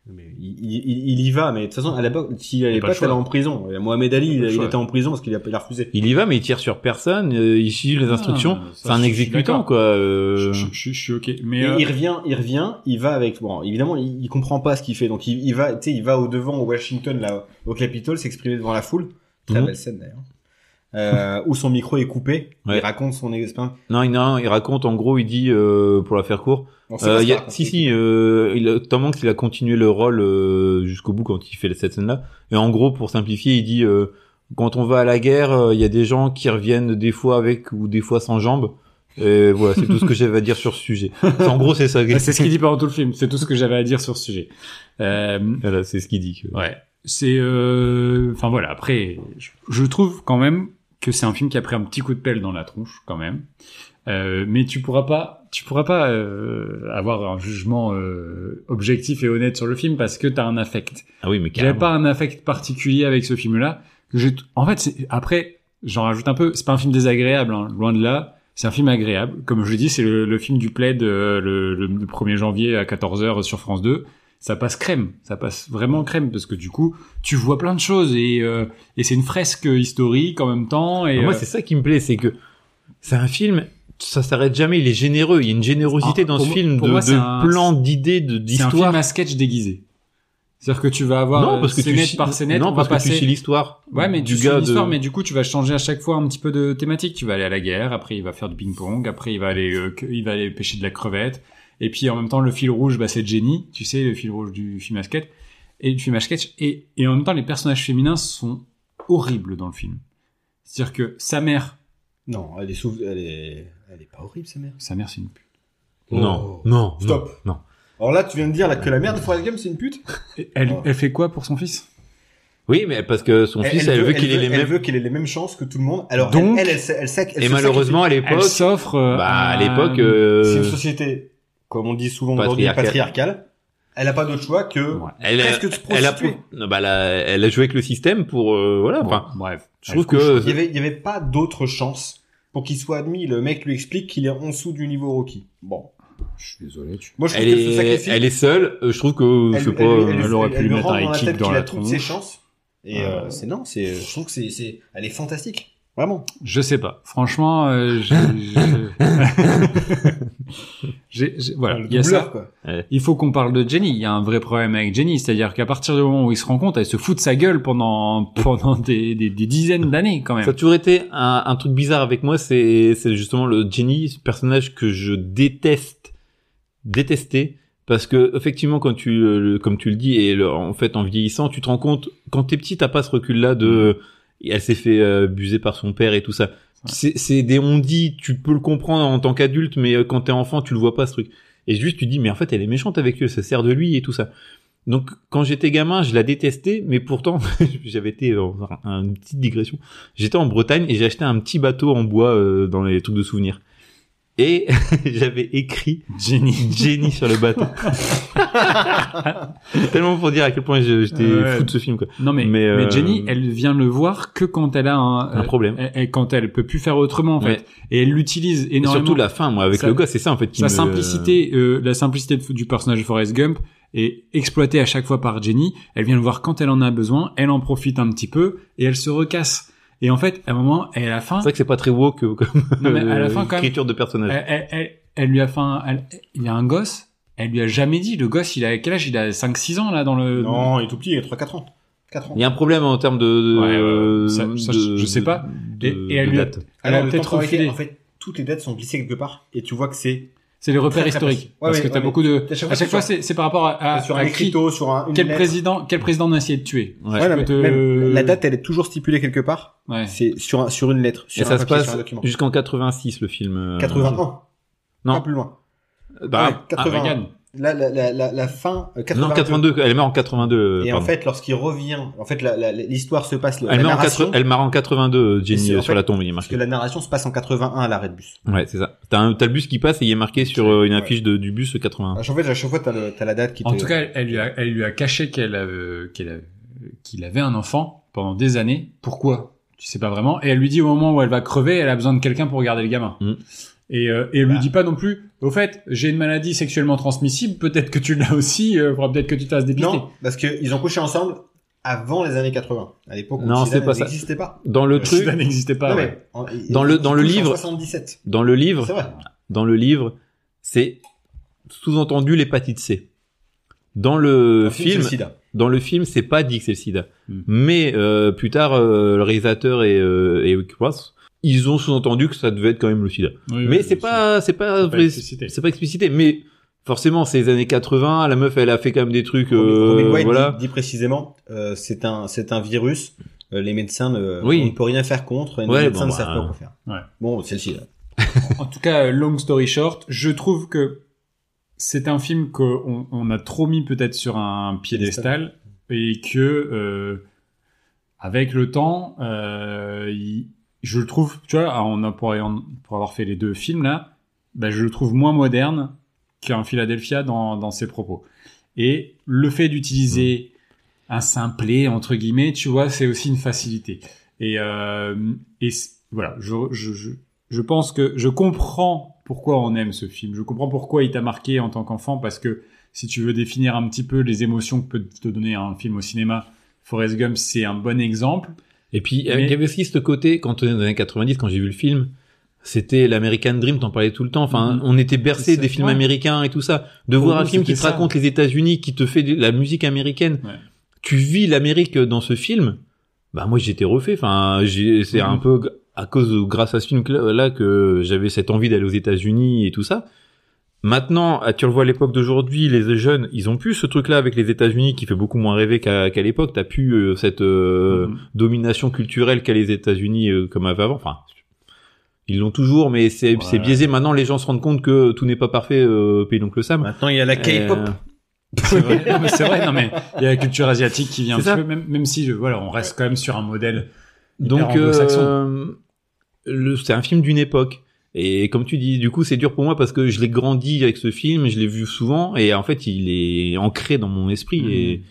Speaker 1: Mais il, il, il y va, mais de toute façon, à l'époque, s'il allait pas,
Speaker 2: pas le choix.
Speaker 1: t'allais en prison. Et Mohamed Ali,
Speaker 2: Il a
Speaker 1: il,
Speaker 2: pas le
Speaker 1: il
Speaker 2: choix.
Speaker 1: était en prison parce qu'il a, il a refusé.
Speaker 3: Il y va, mais il tire sur personne. euh, il suit les instructions.
Speaker 2: Ah, ça,
Speaker 3: c'est un
Speaker 2: je suis
Speaker 3: exécutant,
Speaker 2: d'accord.
Speaker 3: quoi. euh.
Speaker 2: Je, je- je- je suis ok. Mais
Speaker 1: Et
Speaker 2: euh,
Speaker 1: il revient, il revient, il va avec. Bon, évidemment, il, il comprend pas ce qu'il fait, donc il, il va, tu sais, il va au devant au Washington, là, au Capitole, s'exprimer devant la foule. Très
Speaker 3: Mhm.
Speaker 1: belle scène d'ailleurs. Euh, où son micro est coupé,
Speaker 3: Ouais.
Speaker 1: il raconte son expérience.
Speaker 3: Non, il, non, il raconte, en gros, il dit, euh, pour la faire court,
Speaker 1: On sait
Speaker 3: euh,
Speaker 1: pas ce
Speaker 3: il y
Speaker 1: qu'il
Speaker 3: a-
Speaker 1: raconte.
Speaker 3: si, si, euh, il, Tom Hanks, il a continué le rôle euh, jusqu'au bout quand il fait cette scène-là. Et en gros, pour simplifier, il dit, euh, quand on va à la guerre, euh, il y a des gens qui reviennent des fois avec ou des fois sans jambes. Et voilà, c'est tout ce que j'avais à dire sur ce sujet. C'est- En gros, c'est ça.
Speaker 2: c'est ce qu'il dit pendant tout le film. C'est tout ce que j'avais à dire sur ce sujet. Euh,
Speaker 3: Voilà, c'est ce qu'il dit.
Speaker 2: ouais. C'est. euh, Enfin voilà. Après, je, je trouve quand même que c'est un film qui a pris un petit coup de pelle dans la tronche quand même. Euh, mais tu pourras pas, tu pourras pas euh, avoir un jugement euh, objectif et honnête sur le film parce que t'as un affect.
Speaker 3: Ah oui, mais
Speaker 2: J'avais
Speaker 3: carrément.
Speaker 2: pas un affect particulier avec ce film-là. J'ai- En fait, c'est- après, j'en rajoute un peu. C'est pas un film désagréable, hein, loin de là. C'est un film agréable. Comme je dis, c'est le, le film du plaid euh, le, le 1er janvier à 14h sur France 2. Ça passe crème. Ça passe vraiment crème parce que du coup, tu vois plein de choses et, euh, et c'est une fresque historique en même temps. Et,
Speaker 3: Alors Ah, moi,
Speaker 2: euh,
Speaker 3: c'est ça qui me plaît, c'est que c'est un film, ça s'arrête jamais, il est généreux, il y a une générosité
Speaker 2: Ah,
Speaker 3: dans
Speaker 2: pour
Speaker 3: ce
Speaker 2: moi-
Speaker 3: film
Speaker 2: pour
Speaker 3: de,
Speaker 2: moi,
Speaker 3: de
Speaker 2: c'est un-
Speaker 3: plans, d'idées, de-
Speaker 2: c'est un film
Speaker 3: d'histoires.
Speaker 2: à sketch déguisé. C'est-à-dire que tu vas avoir euh,
Speaker 3: non, parce que tu
Speaker 2: scénette
Speaker 3: suis-
Speaker 2: par scénette,
Speaker 3: non,
Speaker 2: on
Speaker 3: parce
Speaker 2: va
Speaker 3: que tu
Speaker 2: passer...
Speaker 3: suis l'histoire.
Speaker 2: Ouais, mais
Speaker 3: du
Speaker 2: tu
Speaker 3: gars
Speaker 2: suis
Speaker 3: de-
Speaker 2: l'histoire, mais du coup, tu vas changer à chaque fois un petit peu de thématique. Tu vas aller à la guerre, après il va faire du ping-pong, après il va aller, euh, que- il va aller pêcher de la crevette. Et puis en même temps, le fil rouge, bah, c'est Jenny, tu sais, le fil rouge du film à sketch. Et du film à sketch. Et, et en même temps, les personnages féminins sont horribles dans le film. C'est-à-dire que sa mère,
Speaker 1: Non, elle est, sou- elle est, elle est pas horrible sa mère.
Speaker 2: sa mère, c'est une pute.
Speaker 3: Non,
Speaker 1: Oh.
Speaker 3: non,
Speaker 1: Stop.
Speaker 3: non, non.
Speaker 1: Alors là, tu viens de dire là, que la mère de Forrest Gump c'est une pute.
Speaker 2: Et Elle,
Speaker 1: Oh.
Speaker 2: elle fait quoi pour son fils
Speaker 3: Oui, mais parce que son fils, elle, veut qu'il ait les
Speaker 1: elle
Speaker 3: mêmes.
Speaker 1: veut qu'il ait les mêmes chances que tout le monde. Alors
Speaker 2: Donc-
Speaker 1: elle, elle, elle, sait- elle sait- elle
Speaker 3: Et
Speaker 1: se
Speaker 3: malheureusement, à
Speaker 2: Elle
Speaker 3: l'époque,
Speaker 2: s'offre. euh,
Speaker 3: bah, à
Speaker 2: un-
Speaker 3: l'époque,
Speaker 1: sacrifie.
Speaker 3: euh,
Speaker 1: c'est une société, comme on dit souvent aujourd'hui,
Speaker 3: Patriarcale.
Speaker 1: patriarcale. Elle a pas d'autre choix que
Speaker 2: Ouais.
Speaker 3: elle, a-
Speaker 1: presque de se
Speaker 3: elle a,
Speaker 1: prostituer.
Speaker 3: non, bah, elle a- elle a joué avec le système pour, euh, voilà,
Speaker 2: Bon,
Speaker 3: enfin,
Speaker 2: bref.
Speaker 3: je
Speaker 2: Elle
Speaker 3: trouve
Speaker 2: couche.
Speaker 3: que,
Speaker 1: Il y avait, il y avait pas d'autre chance pour qu'il soit admis. Le mec lui explique qu'il est en dessous du niveau Rocky. Bon,
Speaker 2: Je suis désolé, tu.
Speaker 1: moi je trouve
Speaker 3: elle
Speaker 1: qu'elle se
Speaker 3: est,
Speaker 1: sacrifie.
Speaker 3: elle est seule, euh, je trouve que,
Speaker 1: Elle-
Speaker 3: je sais
Speaker 1: elle-
Speaker 3: pas,
Speaker 1: elle-
Speaker 3: euh,
Speaker 1: elle-
Speaker 2: elle aurait
Speaker 1: elle
Speaker 2: pu
Speaker 1: lui
Speaker 2: mettre
Speaker 1: rend
Speaker 2: un
Speaker 1: dans la
Speaker 2: équipe
Speaker 1: tête
Speaker 2: dans
Speaker 1: qu'il
Speaker 2: la
Speaker 1: a toutes ses
Speaker 2: tronche.
Speaker 1: chances. Et
Speaker 2: Euh,
Speaker 1: euh, c'est non, c'est, je trouve que c'est, c'est, elle est fantastique, vraiment.
Speaker 2: Je sais pas. Franchement, euh, j'ai- j'ai- j'ai- j'ai-
Speaker 3: Ah,
Speaker 2: voilà,
Speaker 1: Le
Speaker 2: il y a
Speaker 1: doubleur,
Speaker 2: ça.
Speaker 1: quoi.
Speaker 2: Il faut qu'on parle de Jenny. Il y a un vrai problème avec Jenny, c'est-à-dire qu'à partir du moment où il se rend compte, elle se fout de sa gueule pendant pendant des, des, des dizaines d'années quand
Speaker 3: Ça a
Speaker 2: même.
Speaker 3: toujours été un, un truc bizarre avec moi, c'est c'est justement le Jenny, ce personnage que je déteste, détester, parce que effectivement, quand tu, euh, le- comme tu le dis, et le- en fait en vieillissant, tu te rends compte, quand t'es petit, t'as pas ce recul-là de, euh,
Speaker 2: Mm.
Speaker 3: elle s'est fait euh, buser par son père et tout ça. C'est c'est des on dit, tu peux le comprendre en tant qu'adulte, mais euh, quand t'es enfant, tu le vois pas ce truc. Et juste tu te dis, mais en fait, elle est méchante avec lui, elle se sert de lui et tout ça. Donc quand j'étais gamin, je la détestais, mais pourtant j'avais été euh, une petite digression j'étais en Bretagne et j'ai acheté un petit bateau en bois euh, dans les trucs de souvenirs. Et j'avais écrit
Speaker 2: Jenny.
Speaker 3: Jenny sur le bateau. Tellement pour dire à quel point je- j'étais
Speaker 2: Ouais.
Speaker 3: fou de ce film, quoi.
Speaker 2: Non mais
Speaker 3: Mais,
Speaker 2: mais,
Speaker 3: euh,
Speaker 2: Jenny, elle vient le voir que quand elle a un,
Speaker 3: Un
Speaker 2: euh,
Speaker 3: problème.
Speaker 2: elle- elle- quand elle peut plus faire autrement en fait.
Speaker 3: Ouais.
Speaker 2: Et elle l'utilise
Speaker 3: Et
Speaker 2: énormément.
Speaker 3: surtout la fin, moi, avec
Speaker 2: Sa-
Speaker 3: le gosse, c'est ça en fait qui
Speaker 2: sa
Speaker 3: me-
Speaker 2: simplicité, euh, la simplicité de- du personnage de Forrest Gump est exploitée à chaque fois par Jenny. Elle vient le voir quand elle en a besoin, elle en profite un petit peu et elle se recasse. Et en fait, à un moment, elle a faim.
Speaker 3: C'est vrai que c'est pas très woke euh, comme
Speaker 2: Non, mais à la fin, quand même,
Speaker 3: écriture de personnage.
Speaker 2: elle, elle- elle- elle lui a faim. elle- il y a un gosse. Elle lui a jamais dit. Le gosse, il a quel âge Il a 5-6 ans là dans le.
Speaker 1: Non, il est tout petit, il a 3-4 ans. 4 ans.
Speaker 3: Il y a un problème en termes de, de-
Speaker 2: Ouais, ouais, ouais. Ça-
Speaker 3: de-
Speaker 2: ça, je- je sais pas.
Speaker 3: de-
Speaker 2: Et- et elle
Speaker 3: de
Speaker 2: lui a-
Speaker 3: date.
Speaker 2: Elle a
Speaker 1: Alors,
Speaker 2: peut-être
Speaker 1: temporalité,
Speaker 2: refilé.
Speaker 1: En fait, toutes les dates sont glissées quelque part et tu vois que c'est
Speaker 2: c'est les repères
Speaker 1: très
Speaker 2: historiques.
Speaker 1: précis. Ouais,
Speaker 2: Parce
Speaker 1: oui,
Speaker 2: que t'as
Speaker 1: ouais,
Speaker 2: beaucoup de,
Speaker 1: À chaque
Speaker 2: à chaque fois, c'est c'est par rapport à, à-
Speaker 1: sur
Speaker 2: Ah, à
Speaker 1: un
Speaker 2: qui,
Speaker 1: écriteau, sur un, une
Speaker 2: quel
Speaker 1: lettre.
Speaker 2: président, quel président on a essayé de tuer.
Speaker 3: Ouais,
Speaker 1: Voilà,
Speaker 2: je
Speaker 1: mais
Speaker 2: peux te-
Speaker 1: même la date, elle est toujours stipulée quelque part.
Speaker 2: Ouais.
Speaker 1: C'est sur un, sur une lettre, sur
Speaker 3: Et
Speaker 1: un
Speaker 3: ça se
Speaker 1: papier, sur
Speaker 3: passe
Speaker 1: un document.
Speaker 3: jusqu'en 86 le film. euh,
Speaker 1: 81.
Speaker 3: Non.
Speaker 1: Pas plus loin.
Speaker 3: Bah,
Speaker 1: Ouais,
Speaker 2: Ah,
Speaker 1: 80.
Speaker 2: Reagan.
Speaker 1: La, la, la, la, la fin, euh, 82.
Speaker 3: Non, 82. Elle meurt en 82. euh,
Speaker 1: Et en
Speaker 3: pardon.
Speaker 1: fait, lorsqu'il revient, en fait, la- la- l'histoire se passe, la
Speaker 3: elle meurt en
Speaker 1: narration,
Speaker 3: 80 elle meurt en 82. euh,
Speaker 1: Et
Speaker 3: Jenny
Speaker 1: c'est- en
Speaker 3: euh, sur
Speaker 1: fait,
Speaker 3: la tombe, il est
Speaker 1: parce que la
Speaker 3: marqué.
Speaker 1: narration se passe en 81 à l'arrêt de bus.
Speaker 3: Ouais, c'est ça. T'as un- t'as le bus qui passe et il est marqué sur euh, une affiche de, du bus euh, 81.
Speaker 1: En fait, à chaque fois, t'as le- t'as la date qui
Speaker 2: En
Speaker 1: te-
Speaker 2: tout cas, elle, elle lui, a, elle lui a caché qu'elle avait- qu'elle avait- qu'il avait un enfant pendant des années. Pourquoi Tu sais pas vraiment. Et elle lui dit au moment où elle va crever, elle a besoin de quelqu'un pour garder le gamin.
Speaker 3: Mm.
Speaker 2: Et, euh, et elle lui
Speaker 1: Bah.
Speaker 2: dit pas non plus. Au fait, j'ai une maladie sexuellement transmissible. Peut-être que tu l'as aussi. Euh, faudra peut-être que tu te fasses dépister.
Speaker 1: Non, parce qu'ils ont couché ensemble avant les années 80. À l'époque où
Speaker 3: Non,
Speaker 1: le
Speaker 3: c'est
Speaker 1: sida
Speaker 3: pas ça.
Speaker 1: n'existait pas.
Speaker 3: Dans le
Speaker 2: Le
Speaker 3: truc,
Speaker 2: sida n'existait pas.
Speaker 1: Non,
Speaker 2: ouais.
Speaker 1: mais en- ils-
Speaker 3: Dans le-
Speaker 1: ils
Speaker 3: dans le
Speaker 1: couchent en
Speaker 3: livre.
Speaker 1: 77.
Speaker 3: dans le livre,
Speaker 1: C'est vrai.
Speaker 3: dans le livre, c'est sous-entendu l'hépatite C. Dans le
Speaker 1: Un c'est
Speaker 3: film,
Speaker 1: le sida. Hmm.
Speaker 3: dans le film, c'est pas dit que c'est le sida.
Speaker 2: Mm.
Speaker 3: Mais euh, plus tard, euh, le réalisateur et, euh, et Cross, ils ont sous-entendu que ça devait être quand même le sida.
Speaker 1: Hmm,
Speaker 2: Oui,
Speaker 3: mais
Speaker 2: oui,
Speaker 3: c'est
Speaker 2: oui,
Speaker 3: pas, c'est pas,
Speaker 2: c'est pas
Speaker 3: vrai-
Speaker 2: explicité.
Speaker 3: c'est pas explicité. Mais forcément, c'est les années 80. La meuf, elle a fait quand même des trucs. euh,
Speaker 1: Robin White
Speaker 3: voilà.
Speaker 1: dit, dit précisément, euh, c'est un, c'est un virus. euh, les médecins ne,
Speaker 3: Oui.
Speaker 1: on ne peut rien faire contre. Et
Speaker 3: Ouais,
Speaker 1: les médecins
Speaker 3: bon,
Speaker 1: ne savent
Speaker 3: bah,
Speaker 1: pas quoi faire.
Speaker 2: ouais.
Speaker 1: Bon, c'est le sida.
Speaker 2: En tout cas, euh, long story short, je trouve que c'est un film qu'on on a trop mis peut-être sur un piédestal et que, euh, avec le temps, euh, il- je le trouve, tu vois, ah, on a pour, pour avoir fait les deux films là, ben, je le trouve moins moderne qu'un Philadelphia dans, dans ses propos. Et le fait d'utiliser un simplet, entre guillemets, tu vois, c'est aussi une facilité. Et, euh, et c- voilà, je, je, je, je pense que je comprends pourquoi on aime ce film. Je comprends pourquoi il t'a marqué en tant qu'enfant, parce que si tu veux définir un petit peu les émotions que peut te donner un film au cinéma, Forrest Gump, c'est un bon exemple.
Speaker 3: Et puis,
Speaker 2: Mais-
Speaker 3: il y avait aussi ce côté, quand on est dans les années 90, quand j'ai vu le film, c'était l'American Dream, t'en parlais tout le temps. Enfin,
Speaker 2: Mhm.
Speaker 3: on était bercés
Speaker 2: C'est ça,
Speaker 3: des films
Speaker 2: ouais.
Speaker 3: américains et tout ça. De
Speaker 2: Pour
Speaker 3: voir un
Speaker 2: nous,
Speaker 3: film qui te
Speaker 2: c'était ça.
Speaker 3: raconte les États-Unis, qui te fait de la musique américaine.
Speaker 2: Ouais.
Speaker 3: Tu vis l'Amérique dans ce film. Bah, moi, j'étais refait. Enfin, j'ai- c'est
Speaker 2: Mhm.
Speaker 3: un peu à cause, grâce à ce film-là que j'avais cette envie d'aller aux États-Unis et tout ça. Maintenant, ah, tu le vois à l'époque d'aujourd'hui, les jeunes, ils ont plus ce truc-là avec les États-Unis qui fait beaucoup moins rêver qu'à qu'à l'époque. T'as plus euh, cette euh,
Speaker 2: Mhm.
Speaker 3: domination culturelle qu'a les États-Unis euh, comme avait avant. Enfin, ils l'ont toujours, mais c'est
Speaker 2: Ouais.
Speaker 3: c'est biaisé. Maintenant, les gens se rendent compte que tout n'est pas parfait euh, au pays d'Oncle Sam.
Speaker 1: Maintenant, il y a la K-pop.
Speaker 3: Euh,
Speaker 2: C'est vrai. Non, mais c'est vrai, non mais il y a la culture asiatique qui vient un
Speaker 3: C'est
Speaker 2: petit
Speaker 3: ça.
Speaker 2: peu, même, même si euh, voilà, on reste quand même sur un modèle. hyper
Speaker 3: donc,
Speaker 2: anglo-saxon.
Speaker 3: euh, le- c'est un film d'une époque. Et comme tu dis, du coup, c'est dur pour moi parce que je l'ai grandi avec ce film, je l'ai vu souvent, et en fait, il est ancré dans mon esprit.
Speaker 2: Mhm.
Speaker 3: Et,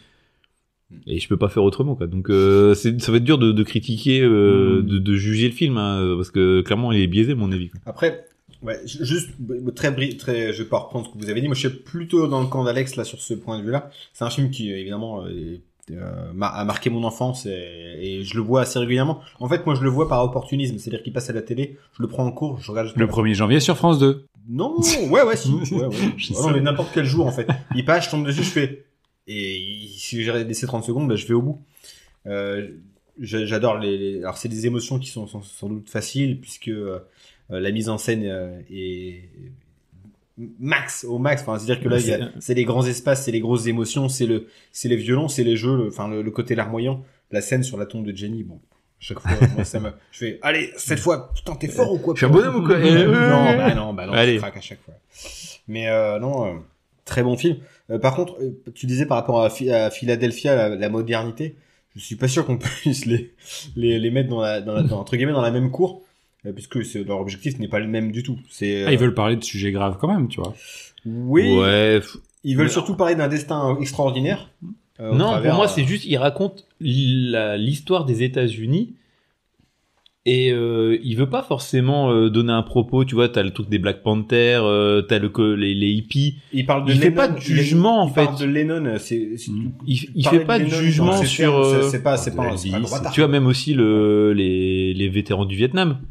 Speaker 3: et je peux pas faire autrement, quoi. Donc, euh, c'est- ça va être dur de, de critiquer, euh,
Speaker 2: Mhm.
Speaker 3: de, de juger le film, hein, parce que clairement, il est biaisé, à mon avis. quoi.
Speaker 1: Après, ouais, ju- juste euh, très bri- très, je vais pas reprendre ce que vous avez dit. Moi, je suis plutôt dans le camp d'Alex là sur ce point de vue-là. C'est un film qui évidemment euh, euh, m'a- a marqué mon enfance et, et je le vois assez régulièrement. En fait, moi, je le vois par opportunisme, c'est-à-dire qu'il passe à la télé, je le prends en cours, je regarde. jusqu'à
Speaker 2: Le
Speaker 1: la
Speaker 2: 1er janvier sur France 2.
Speaker 1: non, ouais, ouais, si. Ouais, ouais.
Speaker 2: Je
Speaker 1: Ah
Speaker 2: sais.
Speaker 1: non, mais n'importe quel jour, en fait. Il passe, je tombe dessus, je fais. Et il- si j'ai laissé 30 secondes, bah, je vais au bout. Euh, j'a- J'adore les, les- Alors, c'est des émotions qui sont sans, sans doute faciles, puisque euh, la mise en scène euh, est max, au max. Enfin, c'est-à-dire que là, il y a- c'est les grands espaces, c'est les grosses émotions, c'est le, c'est les violons, c'est les jeux, le, enfin, le, le côté larmoyant. La scène sur la tombe de Jenny, bon. Chaque fois, moi, ça me, je fais, allez, cette fois, putain, t'es fort ou quoi?
Speaker 3: Je suis un bonhomme ou quoi
Speaker 1: Euh,
Speaker 3: Euh,
Speaker 1: non, bah non, bah non,
Speaker 3: Allez.
Speaker 1: je craque à chaque fois. Mais euh, non, euh, très bon film. Euh, par contre, euh, tu disais par rapport à, Phi- à Philadelphia, la, la modernité, je suis pas sûr qu'on puisse les, les, les mettre dans la, dans la, dans- entre guillemets, dans la même cour, euh, puisque c'est- leur objectif n'est pas le même du tout. C'est, euh,
Speaker 2: Ah, ils veulent parler de sujets graves quand même, tu vois.
Speaker 1: Oui,
Speaker 3: Ouais, f-
Speaker 1: ils veulent
Speaker 3: Mais-
Speaker 1: surtout parler d'un destin extraordinaire. euh, au
Speaker 3: Non,
Speaker 1: travers,
Speaker 3: pour moi,
Speaker 1: euh,
Speaker 3: c'est juste, il raconte la- l'histoire des États-Unis et euh, il veut pas forcément euh, donner un propos. Tu vois, t'as le truc des Black Panthers, euh, t'as le, co- les, les hippies.
Speaker 1: Il parle de
Speaker 3: Il fait
Speaker 1: Lennon,
Speaker 3: pas de jugement, en
Speaker 1: il parle
Speaker 3: fait.
Speaker 1: de Lennon, euh, c'est, c'est-
Speaker 2: Mhm.
Speaker 3: Il, il
Speaker 1: parler
Speaker 3: fait pas de
Speaker 1: Lennon,
Speaker 3: jugement
Speaker 1: c'est-
Speaker 3: sur.
Speaker 1: c'est-
Speaker 3: euh,
Speaker 1: C'est pas, c'est
Speaker 2: Ah,
Speaker 1: pas, c'est pas
Speaker 3: Elvis.
Speaker 1: droitard.
Speaker 3: tu vois, même aussi le, les, les vétérans du Vietnam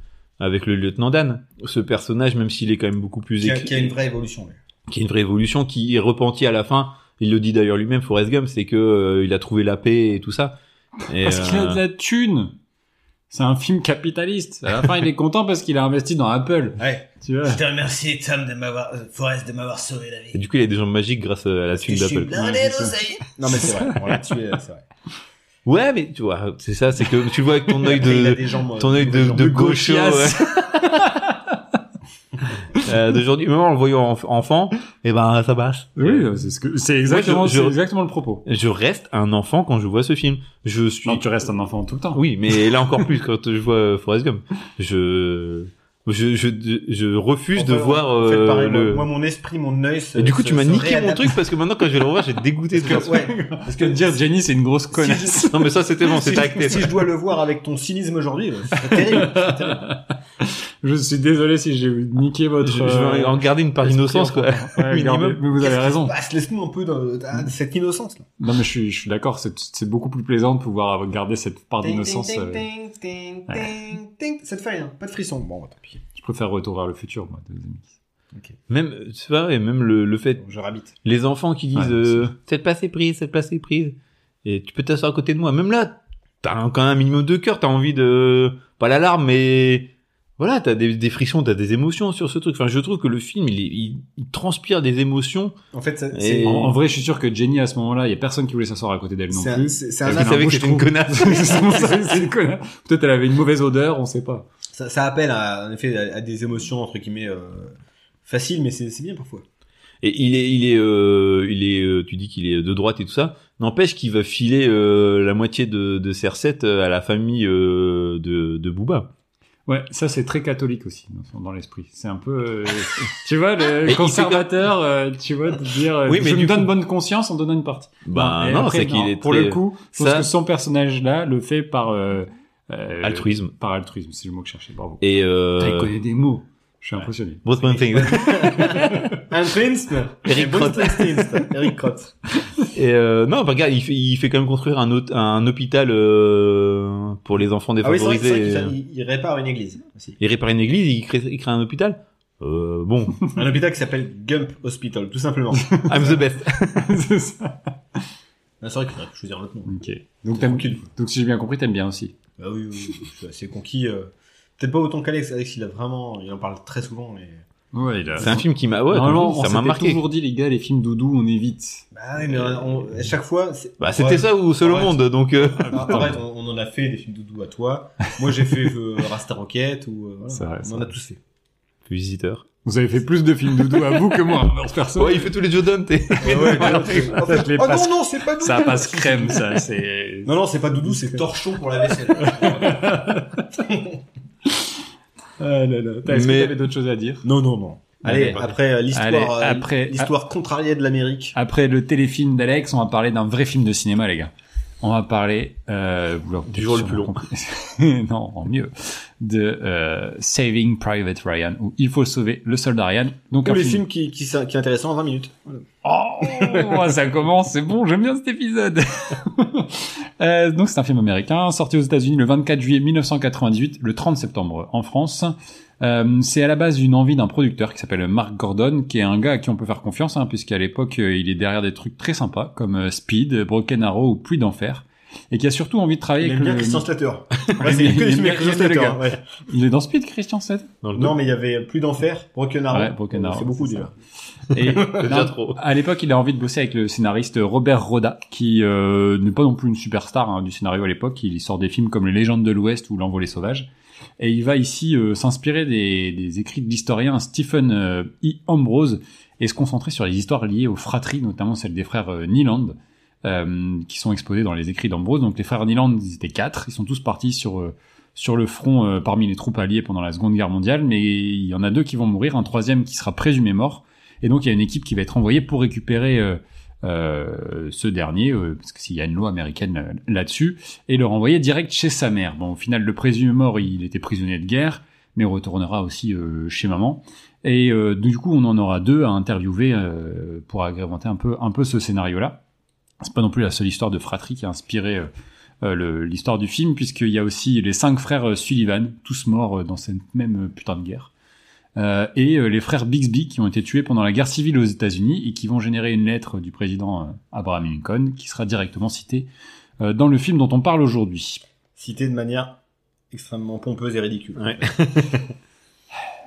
Speaker 3: avec le lieutenant Dan. Ce personnage, même s'il est quand même beaucoup plus
Speaker 1: Qui a,
Speaker 3: écrit,
Speaker 1: qui a une vraie évolution. lui.
Speaker 3: qui a une vraie évolution, qui est repenti à la fin. Il le dit d'ailleurs lui-même, Forrest Gump, c'est que euh, il a trouvé la paix et tout ça. Et,
Speaker 2: Parce qu'il a
Speaker 3: euh,
Speaker 2: de la thune. c'est un film capitaliste. À la fin, il est content parce qu'il a investi dans Apple.
Speaker 4: Ouais.
Speaker 2: Tu vois.
Speaker 4: Je te remercie, Tom, de m'avoir, euh, Forrest, de m'avoir sauvé la vie.
Speaker 3: Et du coup, il y a des gens magiques grâce à la
Speaker 4: Parce que
Speaker 3: suite
Speaker 4: je suis
Speaker 3: d'Apple.
Speaker 2: Ouais,
Speaker 4: blindé
Speaker 2: c'est ça.
Speaker 4: d'oseille.
Speaker 1: Non, mais c'est vrai. Bon, là-dessus, euh, c'est vrai.
Speaker 3: Ouais, mais tu vois, c'est ça, c'est que tu le vois avec ton œil
Speaker 1: Après, il a
Speaker 3: de,
Speaker 1: des jambes, euh,
Speaker 3: ton œil de,
Speaker 1: des jambes
Speaker 3: de gaucho,
Speaker 2: gauchiasse.
Speaker 3: ouais. Euh, d'aujourd'hui, même en le voyant enf- enfant, eh ben, ça passe.
Speaker 2: Oui, euh, c'est ce que, c'est exactement,
Speaker 3: Moi, je- je-
Speaker 2: c'est exactement le propos.
Speaker 3: Je reste un enfant quand je vois ce film. Je suis.
Speaker 2: Non, tu restes un enfant tout le temps.
Speaker 3: Oui, mais là encore plus quand je vois euh, Forrest Gump. Je, je, je, je refuse
Speaker 1: Enfin,
Speaker 3: de voir
Speaker 1: en fait,
Speaker 3: euh,
Speaker 1: pareil, moi-
Speaker 3: le.
Speaker 1: moi, mon esprit, mon œil. se-
Speaker 3: Et du coup,
Speaker 1: se-
Speaker 3: tu m'as
Speaker 1: se
Speaker 3: niqué mon
Speaker 1: réadapte.
Speaker 3: truc parce que maintenant quand je vais le revoir, j'ai dégoûté de
Speaker 1: Parce que,
Speaker 3: faire
Speaker 1: ouais,
Speaker 2: Parce que dire Jenny, c'est une grosse connasse.
Speaker 3: ça. Non, mais ça, c'était bon,
Speaker 1: si,
Speaker 3: c'était acté.
Speaker 1: je, si je dois le voir avec ton cynisme aujourd'hui, c'est terrible. c'est terrible.
Speaker 2: Je suis désolé si j'ai niqué
Speaker 3: Je,
Speaker 2: votre. euh,
Speaker 3: je vais en garder une part
Speaker 2: esprit
Speaker 3: d'innocence,
Speaker 2: enfant.
Speaker 3: quoi.
Speaker 2: Ouais,
Speaker 3: Minimum.
Speaker 2: gardez- mais vous avez raison.
Speaker 1: Bah, laisse-nous un peu dans dans cette innocence. Là.
Speaker 2: Non, mais je suis, je suis d'accord. C'est, c'est beaucoup plus plaisant de pouvoir garder cette part d'innocence.
Speaker 1: Ting,
Speaker 2: euh,
Speaker 1: ting, ting, ting, ting, ting. Ça te fait rien, hein, pas de frisson.
Speaker 3: bah,
Speaker 1: Bon, tant pis.
Speaker 2: Je préfère retour vers le futur, moi. de Zemeckis.
Speaker 3: Même, euh, c'est pas vrai, même le, le fait,
Speaker 1: Je rabite.
Speaker 3: les enfants qui disent,
Speaker 2: Ouais,
Speaker 3: euh, cette place est prise, cette place est prise, et tu peux t'asseoir à côté de moi. Même là, t'as un- quand même un minimum de cœur, t'as envie de, pas l'alarme, mais voilà, t'as des, des frictions, t'as des émotions sur ce truc. Enfin, je trouve que le film, il, est- il, il transpire des émotions.
Speaker 1: En fait, ça-
Speaker 3: Et-
Speaker 1: c'est
Speaker 2: En, en vrai, je suis sûr que Jenny, à ce moment-là, il y a personne qui voulait s'asseoir à côté d'elle non
Speaker 1: c'est un,
Speaker 2: plus.
Speaker 1: c'est- c'est un
Speaker 2: Elle
Speaker 3: Parce
Speaker 2: a
Speaker 3: qu'il
Speaker 1: acte-
Speaker 2: un
Speaker 3: savait
Speaker 2: beau
Speaker 3: que c'était une
Speaker 2: chetrou.
Speaker 3: connasse.
Speaker 2: C'est pour ça que c'est une conne. Peut-être elle avait une mauvaise odeur, on sait pas.
Speaker 1: ça, ça appelle à, en effet à, à des émotions entre guillemets euh, faciles, mais c'est c'est bien parfois.
Speaker 3: Et il est, il est, euh, il est, euh, tu dis qu'il est de droite et tout ça. N'empêche qu'il va filer euh, la moitié de, de CR7 à la famille euh, de, de Booba.
Speaker 2: Ouais, ça c'est très catholique aussi dans, dans l'esprit. C'est un peu, euh, tu vois, le
Speaker 3: Mais il
Speaker 2: conservateur, euh, tu vois, de dire, euh,
Speaker 3: Oui, mais
Speaker 2: je
Speaker 3: du
Speaker 2: me
Speaker 3: coup-
Speaker 2: donne bonne conscience en donnant une partie.
Speaker 3: Bah
Speaker 2: et
Speaker 3: non,
Speaker 2: après,
Speaker 3: c'est qu'il est
Speaker 2: pour
Speaker 3: très
Speaker 2: le coup, je
Speaker 3: ça-
Speaker 2: pense que son personnage là le fait par euh, euh,
Speaker 3: altruisme.
Speaker 2: par altruisme, c'est le mot que je cherchais. Bravo.
Speaker 3: Et
Speaker 2: Putain, Il
Speaker 3: euh,
Speaker 2: connaît des mots. Je suis impressionné.
Speaker 3: Bruce Springsteen.
Speaker 1: Un Princeton.
Speaker 3: Eric Krotz.
Speaker 1: Eric Krotz.
Speaker 3: Et euh, non, bah, regarde, il fait, il fait quand même construire un, hôte- un hôpital euh, pour les enfants
Speaker 1: Ah oui, c'est vrai, c'est
Speaker 3: défavorisés.
Speaker 1: vrai qu'il fait-
Speaker 2: euh,
Speaker 1: il, il répare une église. Aussi.
Speaker 3: il répare une église, il crée, il crée un hôpital. Euh, bon,
Speaker 1: Un hôpital qui s'appelle Gump Hospital, tout simplement.
Speaker 3: I'm the best.
Speaker 2: c'est ça.
Speaker 1: Ah, c'est vrai qu'il faudrait que je choisir l'autre nom.
Speaker 2: Ok. Donc t'aimes-
Speaker 1: tranquille.
Speaker 2: Donc si j'ai bien compris, t'aimes bien aussi.
Speaker 1: Bah oui, oui, oui, je suis assez conquis. euh, Peut-être pas autant qu'Alex. Alex, il a vraiment, il en parle très souvent. Mais...
Speaker 2: Ouais, il a.
Speaker 3: C'est un film qui m'a, ouais, comme
Speaker 2: Normalement,
Speaker 3: je
Speaker 2: on
Speaker 3: dis, ça m'a
Speaker 2: s'était
Speaker 3: marqué.
Speaker 2: toujours dit les gars, les films doudou, on évite.
Speaker 1: Bah oui, mais on- on- à chaque fois, c'est-
Speaker 3: Bah, c'était
Speaker 1: Ouais.
Speaker 3: ça ou seul au
Speaker 1: Ouais.
Speaker 3: monde, donc. euh,
Speaker 1: Ah, arrête, on, on en a fait des films doudou à toi. Moi, j'ai fait euh, Rasta Rocket ou euh, voilà.
Speaker 2: C'est vrai,
Speaker 1: on
Speaker 2: c'est
Speaker 1: en a
Speaker 2: vrai.
Speaker 1: tous fait.
Speaker 3: Visiteur.
Speaker 2: Vous avez fait plus de films doudou à vous que moi, en perso.
Speaker 3: Ouais, il fait tous les Joe Dante.
Speaker 1: En fait,
Speaker 2: je l'ai
Speaker 1: oh
Speaker 2: pas-
Speaker 1: non non, c'est pas doudou.
Speaker 2: Ça passe crème, ça, c'est.
Speaker 1: Non non, c'est pas doudou, c'est torchon pour la vaisselle.
Speaker 2: Ah là là. T'as- Est-ce
Speaker 3: Mais-
Speaker 2: que t'avais d'autres choses à dire
Speaker 1: non non non. Allez, après euh, l'histoire,
Speaker 2: Allez,
Speaker 1: euh,
Speaker 2: après- ah.
Speaker 1: l'histoire contrariée de l'Amérique.
Speaker 2: Après le téléfilm d'Alex, on va parler d'un vrai film de cinéma, les gars. On va parler euh, vous l'aurez
Speaker 3: Du jour le plus
Speaker 2: sûrement
Speaker 3: long.
Speaker 2: compris. non, en mieux de euh, Saving Private Ryan ou Il faut sauver le soldat Ryan. Donc
Speaker 1: Tous
Speaker 2: un
Speaker 1: les
Speaker 2: film.
Speaker 1: films qui, qui, sont- qui sont intéressants en 20 minutes.
Speaker 2: Oh, ça commence, c'est bon, j'aime bien cet épisode. Euh, donc c'est un film américain sorti aux États-Unis le 24 juillet 1998, le 30 septembre en France. Euh, c'est à la base une envie d'un producteur qui s'appelle Mark Gordon, qui est un gars à qui on peut faire confiance, hein, puisqu'à l'époque euh, il est derrière des trucs très sympas comme euh, Speed, euh, Broken Arrow ou Pluie d'enfer, et qui a surtout envie de travailler
Speaker 1: Il aime
Speaker 2: avec
Speaker 1: bien
Speaker 2: le-
Speaker 1: Christian Slater. Ouais, c'est que des
Speaker 2: Il aime
Speaker 1: films
Speaker 2: bien
Speaker 1: avec Christian
Speaker 2: Christian
Speaker 1: Slater.
Speaker 2: Slater.
Speaker 1: hein, ouais.
Speaker 2: Il est dans Speed, Christian Seth
Speaker 3: Dans le
Speaker 1: Non, mais il y avait plus d'enfer, Broken Arrow.
Speaker 2: Ouais, Broken Arrow,
Speaker 1: Euh, C'est beaucoup
Speaker 2: c'est
Speaker 1: déjà.
Speaker 2: Et
Speaker 3: dos.
Speaker 2: Non,
Speaker 3: Déjà trop.
Speaker 2: À l'époque, il a envie de bosser avec le scénariste Robert Roda, qui euh, n'est pas non plus une superstar hein, du scénario à l'époque. Il sort des films comme Les Légendes de l'Ouest ou L'Envolée Sauvage. Et il va ici euh, s'inspirer des, des écrits de l'historien Stephen euh, E. Ambrose et se concentrer sur les histoires liées aux fratries, notamment celle des frères euh, Neeland, euh, qui sont exposées dans les écrits d'Ambrose. Donc les frères Neeland, ils étaient quatre. Ils sont tous partis sur... euh, sur le front euh, parmi les troupes alliées pendant la Seconde Guerre mondiale, mais il y en a deux qui vont mourir, un troisième qui sera présumé mort, et donc, il y a une équipe qui va être envoyée pour récupérer euh, euh, ce dernier, euh, parce que s'il y a une loi américaine euh, là-dessus, et le renvoyer direct chez sa mère. Bon, au final, le présumé mort, il était prisonnier de guerre, mais retournera aussi euh, chez maman. Et euh, du coup, on en aura deux à interviewer euh, pour agrémenter un peu, un peu ce scénario-là. C'est pas non plus la seule histoire de fratrie qui a inspiré euh, euh, le- l'histoire du film, puisqu'il y a aussi les cinq frères euh, Sullivan, tous morts euh, dans cette même euh, putain de guerre. Euh, et euh, les frères Bixby qui ont été tués pendant la guerre civile aux États-Unis et qui vont générer une lettre du président euh, Abraham Lincoln qui sera directement citée euh, dans le film dont on parle aujourd'hui.
Speaker 1: Cité de manière extrêmement pompeuse et ridicule.
Speaker 3: Ouais.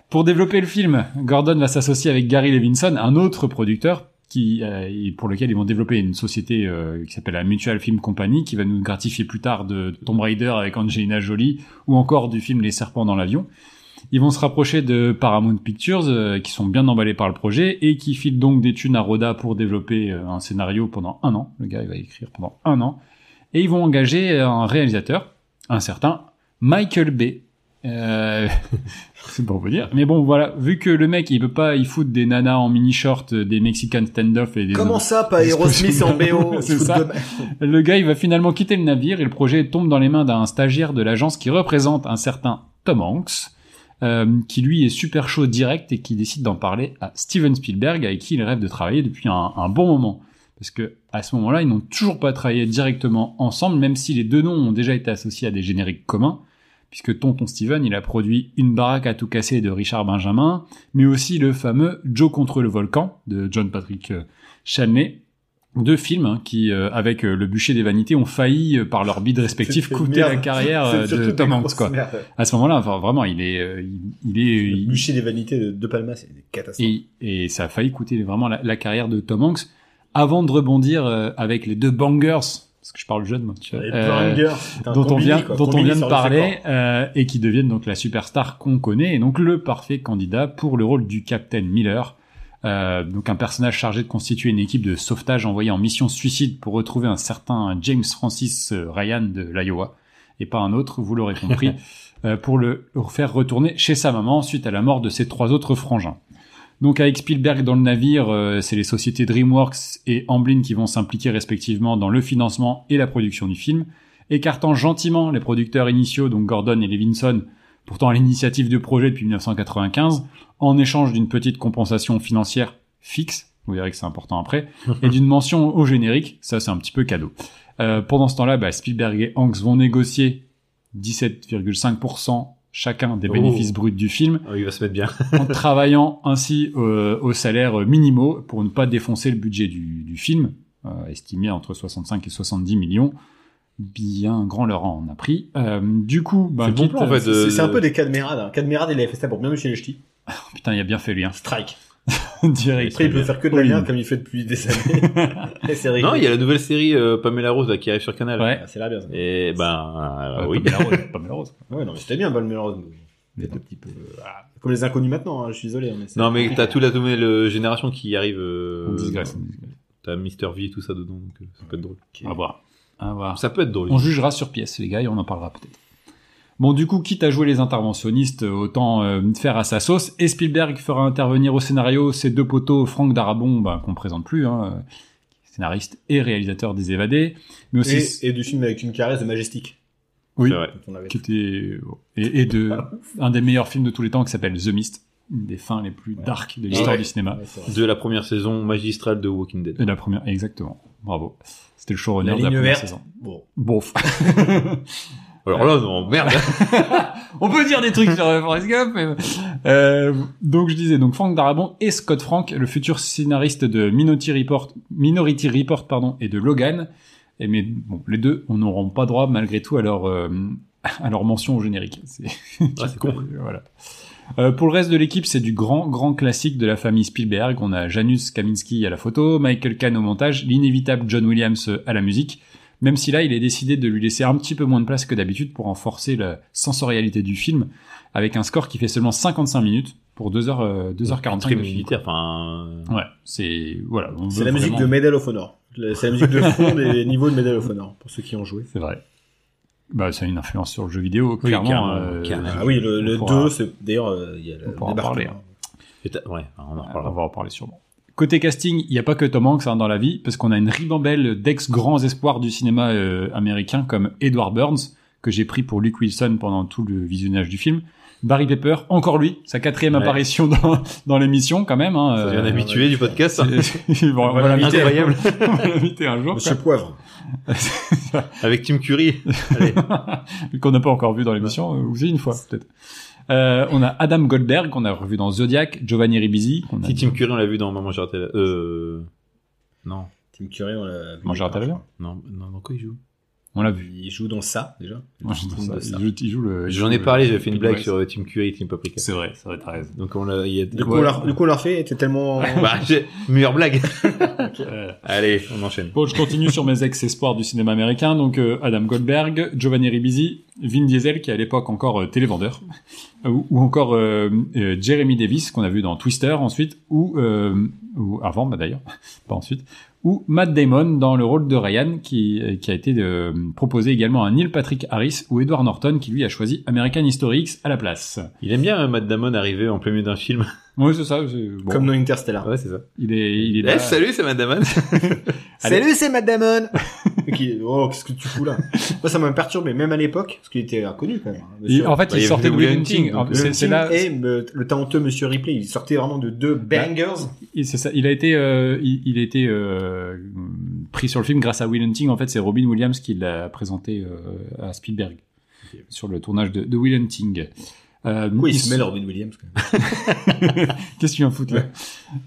Speaker 2: Pour développer le film, Gordon va s'associer avec Gary Levinson, un autre producteur qui, euh, et pour lequel ils vont développer une société euh, qui s'appelle la Mutual Film Company, qui va nous gratifier plus tard de Tomb Raider avec Angelina Jolie ou encore du film Les Serpents dans l'avion. Ils vont se rapprocher de Paramount Pictures, euh, qui sont bien emballés par le projet et qui filent donc des thunes à Roda pour développer euh, un scénario pendant un an. Le gars, il va écrire pendant un an. Et ils vont engager euh, un réalisateur, un certain Michael Bay. Euh, c'est pour vous dire. Mais bon, voilà, vu que le mec, il peut pas, il fout des nanas en mini-short, euh, des Mexican stand-off et des...
Speaker 1: Comment ça, pas Aerosmith en BO
Speaker 2: C'est ça. Le gars, il va finalement quitter le navire et le projet tombe dans les mains d'un stagiaire de l'agence qui représente un certain Tom Hanks, euh, qui lui est super chaud direct et qui décide d'en parler à Steven Spielberg, avec qui il rêve de travailler depuis un, un bon moment. Parce que à ce moment-là, ils n'ont toujours pas travaillé directement ensemble, même si les deux noms ont déjà été associés à des génériques communs, puisque Tonton Steven, il a produit Une baraque à tout casser de Richard Benjamin, mais aussi le fameux Joe contre le volcan de John Patrick euh, Chaney. Deux films hein, qui, euh, avec euh, Le bûcher des vanités, ont failli, euh, par leur bide respectif,
Speaker 1: C'était
Speaker 2: coûter
Speaker 1: merde.
Speaker 2: la carrière euh,
Speaker 1: C'est
Speaker 2: de
Speaker 1: surtout
Speaker 2: Tom
Speaker 1: des
Speaker 2: Hanks.
Speaker 1: grosses
Speaker 2: Quoi
Speaker 1: merdes.
Speaker 2: à ce moment-là, enfin, vraiment, il est, euh, il, il est, hein.
Speaker 1: Le
Speaker 2: il-
Speaker 1: bûcher des vanités de, de Palma, c'est une catastrophe.
Speaker 2: et, et ça a failli coûter vraiment la, la carrière de Tom Hanks. Avant de rebondir euh, avec les deux bangers, parce que je parle jeune, moi, tu vois,
Speaker 1: Les
Speaker 2: euh,
Speaker 1: Bangers, c'est un
Speaker 2: dont on
Speaker 1: combini,
Speaker 2: vient,
Speaker 1: quoi.
Speaker 2: dont on
Speaker 1: Combini
Speaker 2: vient de
Speaker 1: sur le
Speaker 2: parler, euh, et qui deviennent donc la superstar qu'on connaît, et donc le parfait candidat pour le rôle du Captain Miller. Euh, donc un personnage chargé de constituer une équipe de sauvetage envoyée en mission suicide pour retrouver un certain James Francis euh, Ryan de l'Iowa et pas un autre, vous l'aurez compris, euh, pour le faire retourner chez sa maman suite à la mort de ses trois autres frangins. Donc avec Spielberg dans le navire, euh, c'est les sociétés DreamWorks et Amblin qui vont s'impliquer respectivement dans le financement et la production du film écartant gentiment les producteurs initiaux, donc Gordon et Levinson, pourtant à l'initiative du projet depuis 1995, en échange d'une petite compensation financière fixe, vous verrez que c'est important après, et d'une mention au générique, ça c'est un petit peu cadeau. Euh, pendant ce temps-là, bah, Spielberg et Hanks vont négocier 17,5% chacun des
Speaker 3: Oh.
Speaker 2: bénéfices bruts du film,
Speaker 3: Oh, il va se mettre bien.
Speaker 2: en travaillant ainsi euh, aux salaires minimaux pour ne pas défoncer le budget du, du film, euh, estimé entre 65 et 70 millions. Bien grand leur en a pris. Euh, du coup, bah,
Speaker 3: C'est bon
Speaker 2: quitte-
Speaker 3: plan, en fait.
Speaker 1: C'est-
Speaker 3: euh,
Speaker 1: C'est un peu des Cadmerades. Hein. Cadmerade, il avait fait ça pour bien Michel les Ch'tis.
Speaker 2: Putain, il a bien fait lui, hein.
Speaker 1: Strike.
Speaker 2: direct. Euh,
Speaker 1: Après, il peut faire que de la
Speaker 2: All in.
Speaker 1: merde comme il fait depuis des années. Et c'est
Speaker 3: Non,
Speaker 1: rigolo.
Speaker 3: il y a la nouvelle série euh, Pamela Rose là, qui arrive sur Canal.
Speaker 2: Ouais.
Speaker 1: Ah, C'est là bien. ça.
Speaker 3: Et ben euh,
Speaker 2: Euh,
Speaker 3: oui.
Speaker 2: Pamela Rose, Pamela Rose.
Speaker 1: Ouais, non, mais c'était bien, Balmerose.
Speaker 2: Mais
Speaker 1: un petit peu. ah, Comme les inconnus maintenant, hein, je suis désolé. hein, mais c'est-
Speaker 3: Non mais t'as toute la nouvelle euh, génération qui arrive. euh,
Speaker 2: On digresse.
Speaker 3: T'as Mister V et tout ça dedans, donc euh, ça peut être drôle.
Speaker 2: À voir. À voir.
Speaker 3: Ça peut être drôle.
Speaker 2: On jugera sur pièce, les gars, et on en parlera peut-être. Bon, du coup, quitte à jouer les interventionnistes, autant euh, faire à sa sauce. Et Spielberg fera intervenir au scénario ses deux poteaux, Franck Darabon, ben, qu'on présente plus, hein, euh, scénariste et réalisateur des Évadés, mais aussi
Speaker 1: Et, et du film avec une caresse de Majestic.
Speaker 2: oui,
Speaker 3: C'est vrai.
Speaker 1: dont on avait-
Speaker 2: qui était euh, et, et de un des meilleurs films de tous les temps qui s'appelle The Mist, une des fins les plus dark de l'histoire
Speaker 3: Ouais.
Speaker 2: du cinéma.
Speaker 1: Ouais, c'est vrai.
Speaker 3: De la première saison magistrale de Walking Dead.
Speaker 2: Et la première, exactement. Bravo. C'était le showrunner
Speaker 4: La
Speaker 2: de la
Speaker 4: ligne
Speaker 2: première
Speaker 4: verte.
Speaker 2: saison.
Speaker 1: Bon.
Speaker 2: Bon.
Speaker 3: Alors là, non, merde.
Speaker 2: On peut dire des trucs sur euh, Forrest Gump. Mais... Euh, donc je disais donc Frank Darabont et Scott Frank, le futur scénariste de Minority Report, Minority Report pardon, et de Logan. Et mais bon, les deux, on n'auront pas droit malgré tout à leur euh, à leur mention au générique. C'est
Speaker 3: Ah, c'est con.
Speaker 2: voilà. Euh, pour le reste de l'équipe, c'est du grand, grand classique de la famille Spielberg. On a Janus Kaminski à la photo, Michael Kahn au montage, l'inévitable John Williams à la musique. Même si là, il est décidé de lui laisser un petit peu moins de place que d'habitude pour renforcer la sensorialité du film, avec un score qui fait seulement 55 minutes pour 2h, euh, 2h45
Speaker 3: Très
Speaker 2: de film.
Speaker 3: militaire. Enfin.
Speaker 2: Ouais, c'est, voilà. on
Speaker 1: C'est
Speaker 2: veut
Speaker 1: la musique
Speaker 2: vraiment-
Speaker 1: de Medal of Honor. Le- C'est la musique de fond des niveaux de Medal of Honor, pour ceux qui ont joué.
Speaker 2: C'est vrai. Bah, ça a une influence sur le jeu vidéo, clairement.
Speaker 3: carrément,
Speaker 2: euh,
Speaker 3: carrément.
Speaker 1: Ah oui, le,
Speaker 2: on
Speaker 1: le
Speaker 2: pourra-
Speaker 1: 2, c'est d'ailleurs, euh, il y a le
Speaker 2: on pourra en
Speaker 1: débarquement.
Speaker 2: parler, hein.
Speaker 3: et t'as- Ouais, on en
Speaker 2: on
Speaker 3: reparlera.
Speaker 2: va en parler sûrement. Côté casting, il n'y a pas que Tom Hanks hein, dans la vie, parce qu'on a une ribambelle d'ex-grands espoirs du cinéma euh, américain comme Edward Burns, que j'ai pris pour Luke Wilson pendant tout le visionnage du film, Barry Pepper, encore lui, sa quatrième
Speaker 3: Ouais.
Speaker 2: apparition dans, dans l'émission quand même. Hein,
Speaker 3: Ça devient
Speaker 2: euh,
Speaker 3: habitué du podcast. hein.
Speaker 2: c'est- bon, on va
Speaker 1: Voilà,
Speaker 2: l'inviter-
Speaker 3: Incroyable.
Speaker 2: on va l'inviter un jour,
Speaker 1: Monsieur Poivre.
Speaker 3: Avec Tim Curry. Allez.
Speaker 2: qu'on n'a pas encore vu dans l'émission, euh, ou c'est une fois peut-être. Euh, on a Adam Goldberg, qu'on a revu dans Zodiac, Giovanni Ribisi, qu'on a
Speaker 3: Si Tim Curry, on l'a vu dans Maman j'ai raté la- Euh. Non.
Speaker 1: Tim Curry, on l'a.
Speaker 2: Manger à table.
Speaker 3: Non, non, dans quoi il joue
Speaker 2: On l'a vu.
Speaker 1: Il joue dans ça, déjà.
Speaker 2: Moi, je trouve ça- il joue- il joue le- il
Speaker 3: J'en
Speaker 2: joue
Speaker 3: ai
Speaker 2: le-
Speaker 3: parlé, j'avais fait une
Speaker 2: le-
Speaker 3: blague
Speaker 2: ouais,
Speaker 3: sur euh, Team QA et Team Paprika.
Speaker 2: C'est vrai, c'est vrai, t'as raison.
Speaker 3: Donc on l'a, il y a
Speaker 1: Du coup,
Speaker 2: Ouais.
Speaker 1: on l'a- du coup, on l'a refait, et t'es tellement...
Speaker 3: bah, j'ai- meilleure blague.
Speaker 2: Euh,
Speaker 3: Allez, on enchaîne.
Speaker 2: Bon, je continue sur mes ex-espoirs du cinéma américain. Donc, euh, Adam Goldberg, Giovanni Ribisi, Vin Diesel, qui est à l'époque encore euh, télévendeur, ou, ou encore euh, euh, Jeremy Davis, qu'on a vu dans Twister ensuite, ou, euh, ou avant bah, d'ailleurs, pas ensuite, ou Matt Damon dans le rôle de Ryan, qui, euh, qui a été euh, proposé également à Neil Patrick Harris ou Edward Norton, qui lui a choisi American History X à la place.
Speaker 3: Il aime bien euh, Matt Damon arriver en plein milieu d'un film.
Speaker 2: Oui, c'est ça. c'est- Bon,
Speaker 1: Comme dans Interstellar.
Speaker 3: Ouais, c'est ça.
Speaker 2: il est, il est là.
Speaker 3: Eh, salut, c'est Matt Damon.
Speaker 2: Allez.
Speaker 1: Salut, c'est Madame Ok, oh, qu'est-ce que tu fous là Moi, ça m'a perturbé, même à l'époque, parce qu'il était inconnu quand même. hein,
Speaker 2: Il-
Speaker 1: monsieur.
Speaker 2: en fait,
Speaker 3: Bah, il
Speaker 2: il
Speaker 3: y a
Speaker 2: sortait de
Speaker 3: Will
Speaker 2: Will
Speaker 3: Hunting,
Speaker 2: Hunting.
Speaker 3: donc,
Speaker 2: En- c'est- C'est
Speaker 1: Tim
Speaker 2: là.
Speaker 1: et euh, le talentueux Monsieur Ripley, il sortait vraiment de deux bangers.
Speaker 2: Et c'est ça. Il a été, euh, il, il a été euh, pris sur le film grâce à Will Hunting. En fait, c'est Robin Williams qui l'a présenté euh, à Spielberg sur le tournage de, de Will Hunting. Euh,
Speaker 1: Oui, il
Speaker 2: ils
Speaker 1: se mêle à Robin Williams. quand même.
Speaker 2: Qu'est-ce que tu viens foutre là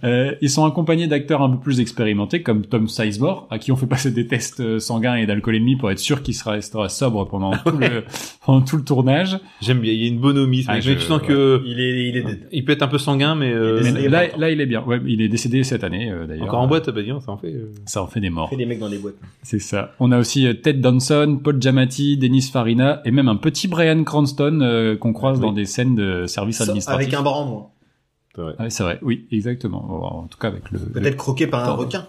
Speaker 2: Euh, Ils sont accompagnés d'acteurs un peu plus expérimentés comme Tom Sizemore, à qui on fait passer des tests euh, sanguins et d'alcoolémie pour être sûr qu'il sera, restera sobre pendant, tout, le, pendant tout le tournage.
Speaker 3: J'aime bien, il y a une bonhomie. ce
Speaker 2: Ah,
Speaker 3: mec.
Speaker 2: je-
Speaker 3: mais tu sens que euh,
Speaker 1: Il est, il est dead.
Speaker 3: il peut être un peu sanguin, mais, euh,
Speaker 1: Il est
Speaker 2: Mais
Speaker 1: décédé il y a
Speaker 2: là,
Speaker 1: pas longtemps.
Speaker 2: là, il est bien. Ouais, il est décédé cette année euh, d'ailleurs.
Speaker 3: encore en boîte, bah, dis donc, ça en fait. euh.
Speaker 2: Ça en fait des morts.
Speaker 1: Fait des mecs dans des boîtes.
Speaker 2: C'est ça. On a aussi euh, Ted Danson, Paul Giamatti, Dennis Farina et même un petit Brian Cranston euh, qu'on croise
Speaker 3: Oui.
Speaker 2: dans des scènes de service
Speaker 1: Ça,
Speaker 2: administratif.
Speaker 1: Avec un bras en moins.
Speaker 2: Ah oui, c'est vrai. Oui, exactement. En tout cas avec le.
Speaker 1: Peut-être croqué par un
Speaker 2: Attends.
Speaker 1: requin.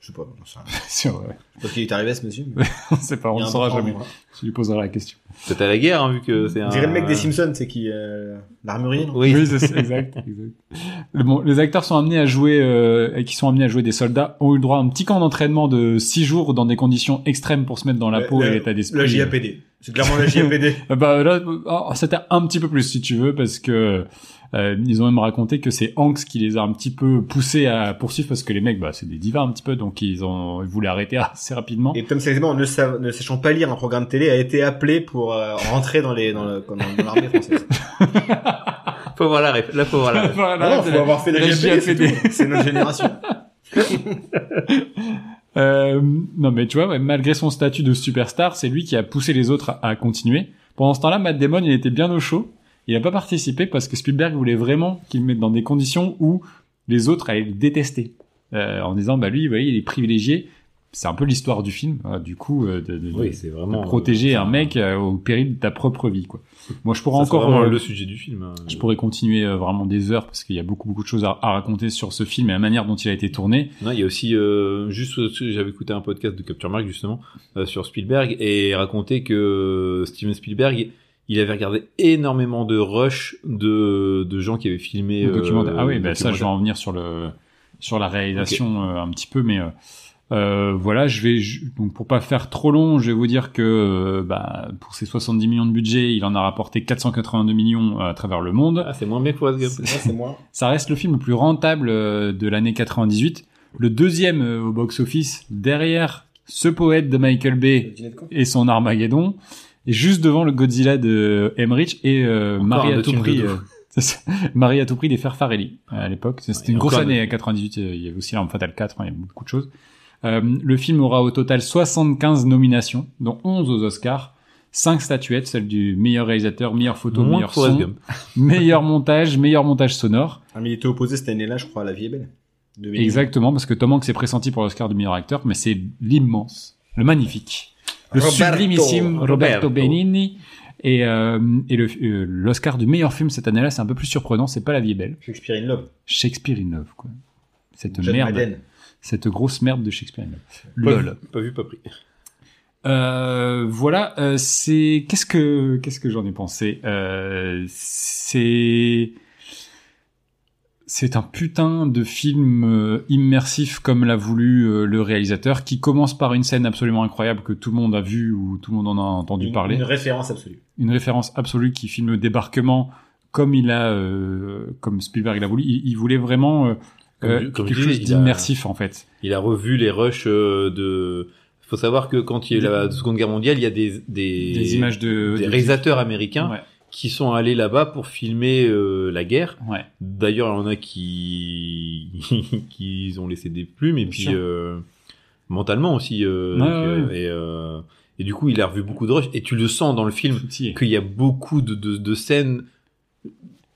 Speaker 1: Je sais pas. j'en sais rien.
Speaker 2: C'est vrai.
Speaker 1: Je sais pas ce qui est arrivé à ce monsieur. mais
Speaker 2: On ne sait pas. On
Speaker 1: il y
Speaker 2: ne
Speaker 1: a un
Speaker 2: saura
Speaker 1: bras en
Speaker 2: jamais.
Speaker 1: moins.
Speaker 2: Je lui poserai la question.
Speaker 3: Peut-être à la guerre, hein, vu que c'est un.
Speaker 1: On dirait le mec des Simpsons, c'est qui euh, L'armurier, non
Speaker 3: Oui.
Speaker 2: c'est ça, exact. exact. Le- bon, les acteurs sont amenés à jouer, euh, qui sont amenés à jouer des soldats, ont eu le droit à un petit camp d'entraînement de six jours dans des conditions extrêmes pour se mettre dans la
Speaker 1: Le-
Speaker 2: peau
Speaker 1: le-
Speaker 2: et l'état d'esprit.
Speaker 1: La JAPD. C'est clairement la JAPD.
Speaker 2: Euh, Bah là, euh, oh, c'était un petit peu plus si tu veux, parce que euh, ils ont même raconté que c'est Hanks qui les a un petit peu poussés à poursuivre, parce que les mecs, bah, c'est des divas un petit peu, donc ils ont ils voulaient arrêter assez rapidement.
Speaker 1: Et Tom Sizemore, ne, sa- ne sachant pas lire un programme télé, a été appelé pour euh, rentrer dans les dans le- dans l'armée française.
Speaker 3: Faut voir la ref. Là, faut voir la ref.
Speaker 2: Voilà,
Speaker 1: Ah non, non,
Speaker 2: c'est
Speaker 1: faut
Speaker 2: la-
Speaker 1: avoir fait la,
Speaker 2: la
Speaker 1: JAPD.
Speaker 2: JAPD.
Speaker 1: c'est tout. C'est notre génération.
Speaker 2: Euh, non, mais tu vois, ouais, malgré son statut de superstar, c'est lui qui a poussé les autres à, à continuer. Pendant ce temps-là, Matt Damon, il était bien au chaud. Il n'a pas participé parce que Spielberg voulait vraiment qu'il le mette dans des conditions où les autres allaient le détester. Euh, en disant, bah lui, vous voyez, il est privilégié. C'est un peu l'histoire du film, hein, du coup, euh, de, de- de-
Speaker 3: Oui, c'est
Speaker 2: de
Speaker 3: vraiment.
Speaker 2: protéger un mec euh, au péril de ta propre vie, quoi. Moi, je pourrais
Speaker 3: Ça, c'est
Speaker 2: encore
Speaker 3: vraiment
Speaker 2: euh,
Speaker 3: le sujet du film. hein.
Speaker 2: je pourrais continuer euh, vraiment des heures parce qu'il y a beaucoup beaucoup de choses à, à raconter sur ce film et la manière dont il a été tourné.
Speaker 3: Non, il y a aussi euh, juste euh, j'avais écouté un podcast de Capture Mark justement euh, sur Spielberg et il racontait que Steven Spielberg il avait regardé énormément de rush de, de gens qui avaient filmé
Speaker 2: Le
Speaker 3: euh,
Speaker 2: documentaire. Ah oui, bah, ça, je vais
Speaker 3: documentaire.
Speaker 2: en venir sur le sur la réalisation euh, un petit peu, mais euh, euh, voilà, je vais je- donc pour pas faire trop long, je vais vous dire que euh, bah, pour ses 70 millions de budget, il en a rapporté 482 millions euh, à travers le monde.
Speaker 3: Ah, c'est moins bien que Forrest Gump.
Speaker 1: Moi, c'est moi.
Speaker 2: Ça reste le film le plus rentable euh, de l'année 98, le deuxième euh, au box-office derrière ce poète de Michael Bay
Speaker 1: Le dîner de con.
Speaker 2: et son Armageddon, et juste devant le Godzilla de Emmerich et euh,
Speaker 3: Encore
Speaker 2: Marie
Speaker 3: un
Speaker 2: à
Speaker 3: autre
Speaker 2: tout
Speaker 3: film
Speaker 2: prix.
Speaker 3: de
Speaker 2: euh, c'est ça. Marie à tout prix des Ferfarelli à l'époque. C'est- C'était
Speaker 3: Ouais,
Speaker 2: une grosse
Speaker 3: encore
Speaker 2: année, hein, 98. euh, Il y avait aussi un Fatal 4, hein, il y avait beaucoup de choses. Euh, le film aura au total 75 nominations, dont 11 aux Oscars, 5 statuettes, celle du meilleur réalisateur, meilleure photo,
Speaker 3: Moins que
Speaker 2: meilleur
Speaker 3: Forrest
Speaker 2: son,
Speaker 3: Gump.
Speaker 2: meilleur montage, meilleur montage sonore.
Speaker 1: Ah, mais il était opposé cette année-là, je crois, à La vie est belle. De Ménil.
Speaker 2: Exactement, parce que Tom Hanks est pressenti pour l'Oscar du meilleur acteur, mais c'est l'immense, le magnifique, le
Speaker 1: Roberto.
Speaker 2: sublimissime Roberto,
Speaker 3: Roberto.
Speaker 2: Benigni. Et, euh, et le- euh, l'Oscar du meilleur film cette année-là, c'est un peu plus surprenant, c'est pas La vie est belle.
Speaker 1: Shakespeare in Love.
Speaker 2: Shakespeare in Love, quoi. Cette
Speaker 1: John
Speaker 2: merde,
Speaker 1: Madden.
Speaker 2: cette grosse merde de Shakespeare in Love.
Speaker 3: Pas
Speaker 2: Lol.
Speaker 3: vu, pas vu, pas pris.
Speaker 2: Euh, voilà, euh, c'est qu'est-ce que qu'est-ce que j'en ai pensé euh, C'est c'est un putain de film euh, immersif comme l'a voulu euh, le réalisateur, qui commence par une scène absolument incroyable que tout le monde a vue ou tout le monde en a entendu
Speaker 1: Une-
Speaker 2: parler
Speaker 1: Une référence absolue.
Speaker 2: une référence absolue qui filme le débarquement comme il a euh, comme Spielberg l'a voulu il, il voulait vraiment euh,
Speaker 3: Comme
Speaker 2: euh,
Speaker 3: je- comme je
Speaker 2: quelque
Speaker 3: disais,
Speaker 2: chose
Speaker 3: il a-
Speaker 2: d'immersif en fait
Speaker 3: Il a revu les rushs euh, de. Faut savoir que quand il y a eu la Seconde Guerre mondiale, il y a des des,
Speaker 2: des images de
Speaker 3: des
Speaker 2: de-
Speaker 3: réalisateurs américains
Speaker 2: ouais,
Speaker 3: qui sont allés là-bas pour filmer euh, la guerre.
Speaker 2: ouais.
Speaker 3: D'ailleurs, il y en a qui qui ont laissé des plumes et
Speaker 2: Bien
Speaker 3: puis
Speaker 2: sûr.
Speaker 3: euh, mentalement aussi. euh,
Speaker 2: Ouais,
Speaker 3: donc,
Speaker 2: ouais,
Speaker 3: euh, et, euh, Et du coup, il a revu beaucoup de rush. Et tu le sens dans le film
Speaker 2: Petit.
Speaker 3: qu'il y a beaucoup de, de, de scènes,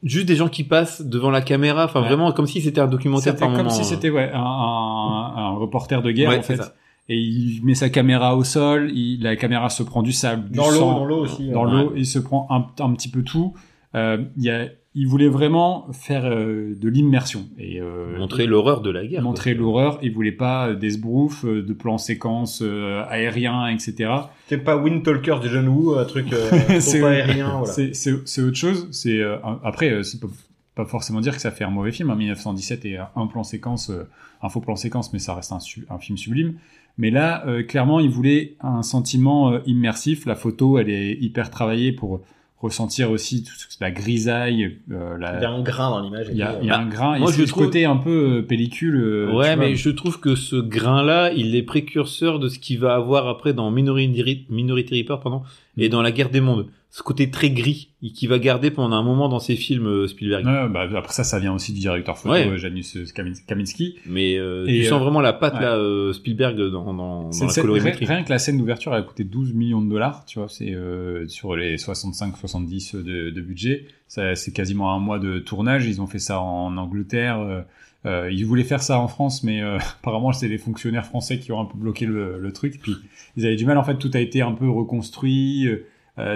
Speaker 3: juste des gens qui passent devant la caméra, enfin
Speaker 2: Ouais.
Speaker 3: vraiment comme si c'était un documentaire
Speaker 2: C'était
Speaker 3: par
Speaker 2: comme
Speaker 3: moment. hein. euh,
Speaker 2: si c'était ouais, un, un- un reporter de guerre
Speaker 3: Ouais,
Speaker 2: en
Speaker 3: c'est
Speaker 2: fait.
Speaker 3: ça.
Speaker 2: Et il met sa caméra au sol, il- la caméra se prend du sable, du
Speaker 1: Dans l'eau,
Speaker 2: sang,
Speaker 1: dans l'eau aussi. euh.
Speaker 2: dans
Speaker 1: ouais.
Speaker 2: l'eau, il se prend un, un petit peu tout. Euh, il, y a, il voulait vraiment faire euh, de l'immersion et euh,
Speaker 3: montrer l'horreur de la guerre. quoi.
Speaker 2: montrer l'horreur. Il voulait pas euh, des sbroufs, euh, de plans séquences euh, aériens, etc.
Speaker 1: C'est pas Wind Talkers de John Woo, un truc euh,
Speaker 2: C'est-
Speaker 1: trop pas aérien. Voilà.
Speaker 2: C'est- C'est c'est autre chose. C'est euh, un- après, euh, c'est pas, pas forcément dire que ça fait un mauvais film. hein. 1917 est un un plan séquence, euh, un faux plan séquence, mais ça reste un, su- un film sublime. Mais là, euh, clairement, il voulait un sentiment euh, immersif. La photo, elle est hyper travaillée pour ressentir aussi toute la grisaille, euh,
Speaker 1: Il y a
Speaker 2: la,
Speaker 1: un grain dans l'image.
Speaker 2: il y a,
Speaker 1: et-
Speaker 2: il y a
Speaker 3: Bah,
Speaker 2: un grain.
Speaker 3: moi,
Speaker 2: et
Speaker 3: je
Speaker 2: c'est ce
Speaker 3: trouve-
Speaker 2: côté un peu euh, pellicule. euh,
Speaker 3: Ouais,
Speaker 2: tu
Speaker 3: mais
Speaker 2: vois.
Speaker 3: je trouve que ce grain-là, il est précurseur de ce qu'il va avoir après dans Minority, Minority Reaper, pardon,
Speaker 2: Mm.
Speaker 3: et dans La Guerre des Mondes. Ce côté très gris, et qu'il va garder pendant un moment dans ses films euh, Spielberg.
Speaker 2: Ouais, bah, après ça, ça vient aussi du directeur photo
Speaker 3: Ouais.
Speaker 2: euh, Janus euh, Kamins- Kaminski.
Speaker 3: Mais euh,
Speaker 2: Et,
Speaker 3: tu
Speaker 2: euh,
Speaker 3: sens vraiment la patte
Speaker 2: ouais.
Speaker 3: là euh, Spielberg dans, dans,
Speaker 2: C'est
Speaker 3: dans
Speaker 2: une
Speaker 3: la
Speaker 2: scène-
Speaker 3: colorimétrie.
Speaker 2: Rien, rien que la scène d'ouverture, elle a coûté 12 millions de dollars, tu vois, c'est euh, sur les 65-70 de, de budget. Ça, c'est quasiment un mois de tournage. Ils ont fait ça en Angleterre. euh, euh, ils voulaient faire ça en France, mais euh, apparemment, c'est les fonctionnaires français qui ont un peu bloqué le, le truc. Puis ils avaient du mal. En fait, tout a été un peu reconstruit. euh,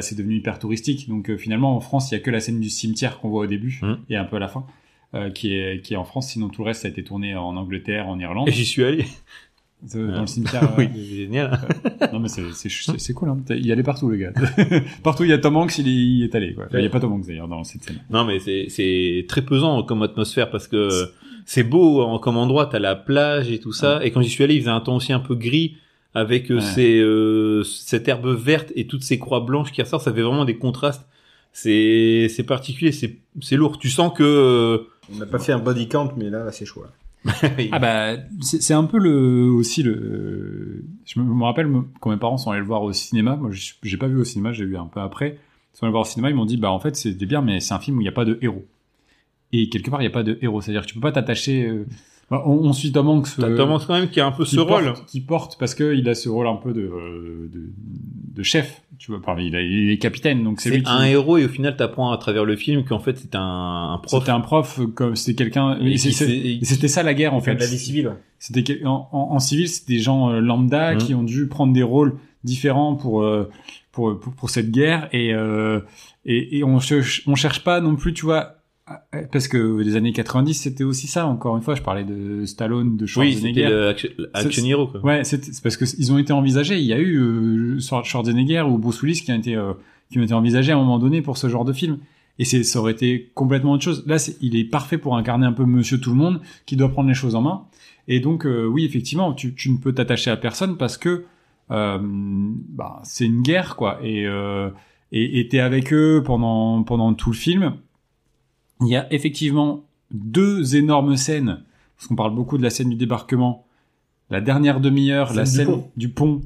Speaker 2: c'est devenu hyper touristique. Donc euh, finalement, en France, il y a que la scène du cimetière qu'on voit au début
Speaker 3: Mhm.
Speaker 2: et un peu à la fin. euh, qui, est, qui est en France, sinon tout le reste ça a été tourné en Angleterre, en Irlande,
Speaker 3: Et J'y suis allé.
Speaker 2: euh, dans
Speaker 3: Ah.
Speaker 2: le cimetière. ouais.
Speaker 3: oui, c'est génial.
Speaker 2: Non mais c'est- c'est c'est- c'est cool, hein. T'as- il y allait partout le gars. partout il y a Tom Hanks, il y, il y est allé. Quoi. Enfin, Il n'y a pas Tom Hanks d'ailleurs dans cette scène.
Speaker 3: Non, mais c'est- c'est très pesant comme atmosphère parce que c'est beau en, comme endroit, t'as la plage et tout ça. Et quand j'y suis allé, il faisait un temps aussi un peu gris avec euh,
Speaker 2: Ouais.
Speaker 3: ces, euh, cette herbe verte et toutes ces croix blanches qui ressortent. Ça fait vraiment des contrastes. C'est c'est particulier, c'est c'est lourd. Tu sens que
Speaker 1: euh, On n'a pas fait un body count, mais là, là, c'est chaud. là.
Speaker 3: euh,
Speaker 2: Ah bah c'est c'est un peu le aussi le. Je me, me rappelle me- quand mes parents sont allés le voir au cinéma. Moi je suis- j'ai pas vu au cinéma, j'ai vu un peu après. Ils sont allés le voir au cinéma, ils m'ont dit bah en fait c'était bien, mais c'est un film où il n'y a pas de héros. Et quelque part il n'y a pas de héros, c'est-à-dire que tu peux pas t'attacher. euh, bah, on, on suit Tom Hanks.
Speaker 3: t'as
Speaker 2: euh,
Speaker 3: tendance quand même qu'il y a un peu
Speaker 2: qui
Speaker 3: ce rôle.
Speaker 2: porte- qui porte parce que il a ce rôle un peu de euh, de, de chef, tu vois. Parmi il, a- il est capitaine, donc c'est
Speaker 3: C'est
Speaker 2: lui qui.
Speaker 3: un héros et au final t'apprends à travers le film qu'en fait c'est un, un prof.
Speaker 2: C'était un prof euh, comme c'était quelqu'un.
Speaker 3: Et
Speaker 2: mais
Speaker 3: qui
Speaker 2: c'est- c'est-
Speaker 3: s'est- et qui-
Speaker 2: C'était ça la guerre en
Speaker 1: Enfin,
Speaker 2: fait.
Speaker 1: de la vie civile.
Speaker 2: C'était quel- en, en- en civil, c'était des gens euh, lambda
Speaker 3: Mhm.
Speaker 2: qui ont dû prendre des rôles différents pour euh, pour, pour pour cette guerre et euh, et, et on cherche on cherche pas non plus, tu vois. à- à- Parce que les années 90, c'était aussi ça. Encore une fois, je parlais de Stallone, de
Speaker 3: Oui, c'était
Speaker 2: Schwarzenegger.
Speaker 3: le action, action
Speaker 2: C'est-
Speaker 3: hero quoi.
Speaker 2: Ouais, c'est c'est parce que c- ils ont été envisagés. Il y a eu euh, Schwar- Schwarzenegger ou Bruce Willis qui ont été euh, qui ont été envisagés à un moment donné pour ce genre de film. Et c'est ça aurait été complètement autre chose. Là, c'est- il est parfait pour incarner un peu Monsieur Tout le Monde qui doit prendre les choses en main. Et donc euh, oui, effectivement, tu, tu ne peux t'attacher à personne parce que euh, bah, c'est une guerre quoi. Et euh, et et t'es avec eux pendant pendant tout le film. Il y a effectivement deux énormes scènes. Parce qu'on parle beaucoup de la scène du débarquement, la dernière demi-heure,
Speaker 1: Scène
Speaker 2: la
Speaker 1: du
Speaker 2: scène
Speaker 1: pont.
Speaker 2: du pont.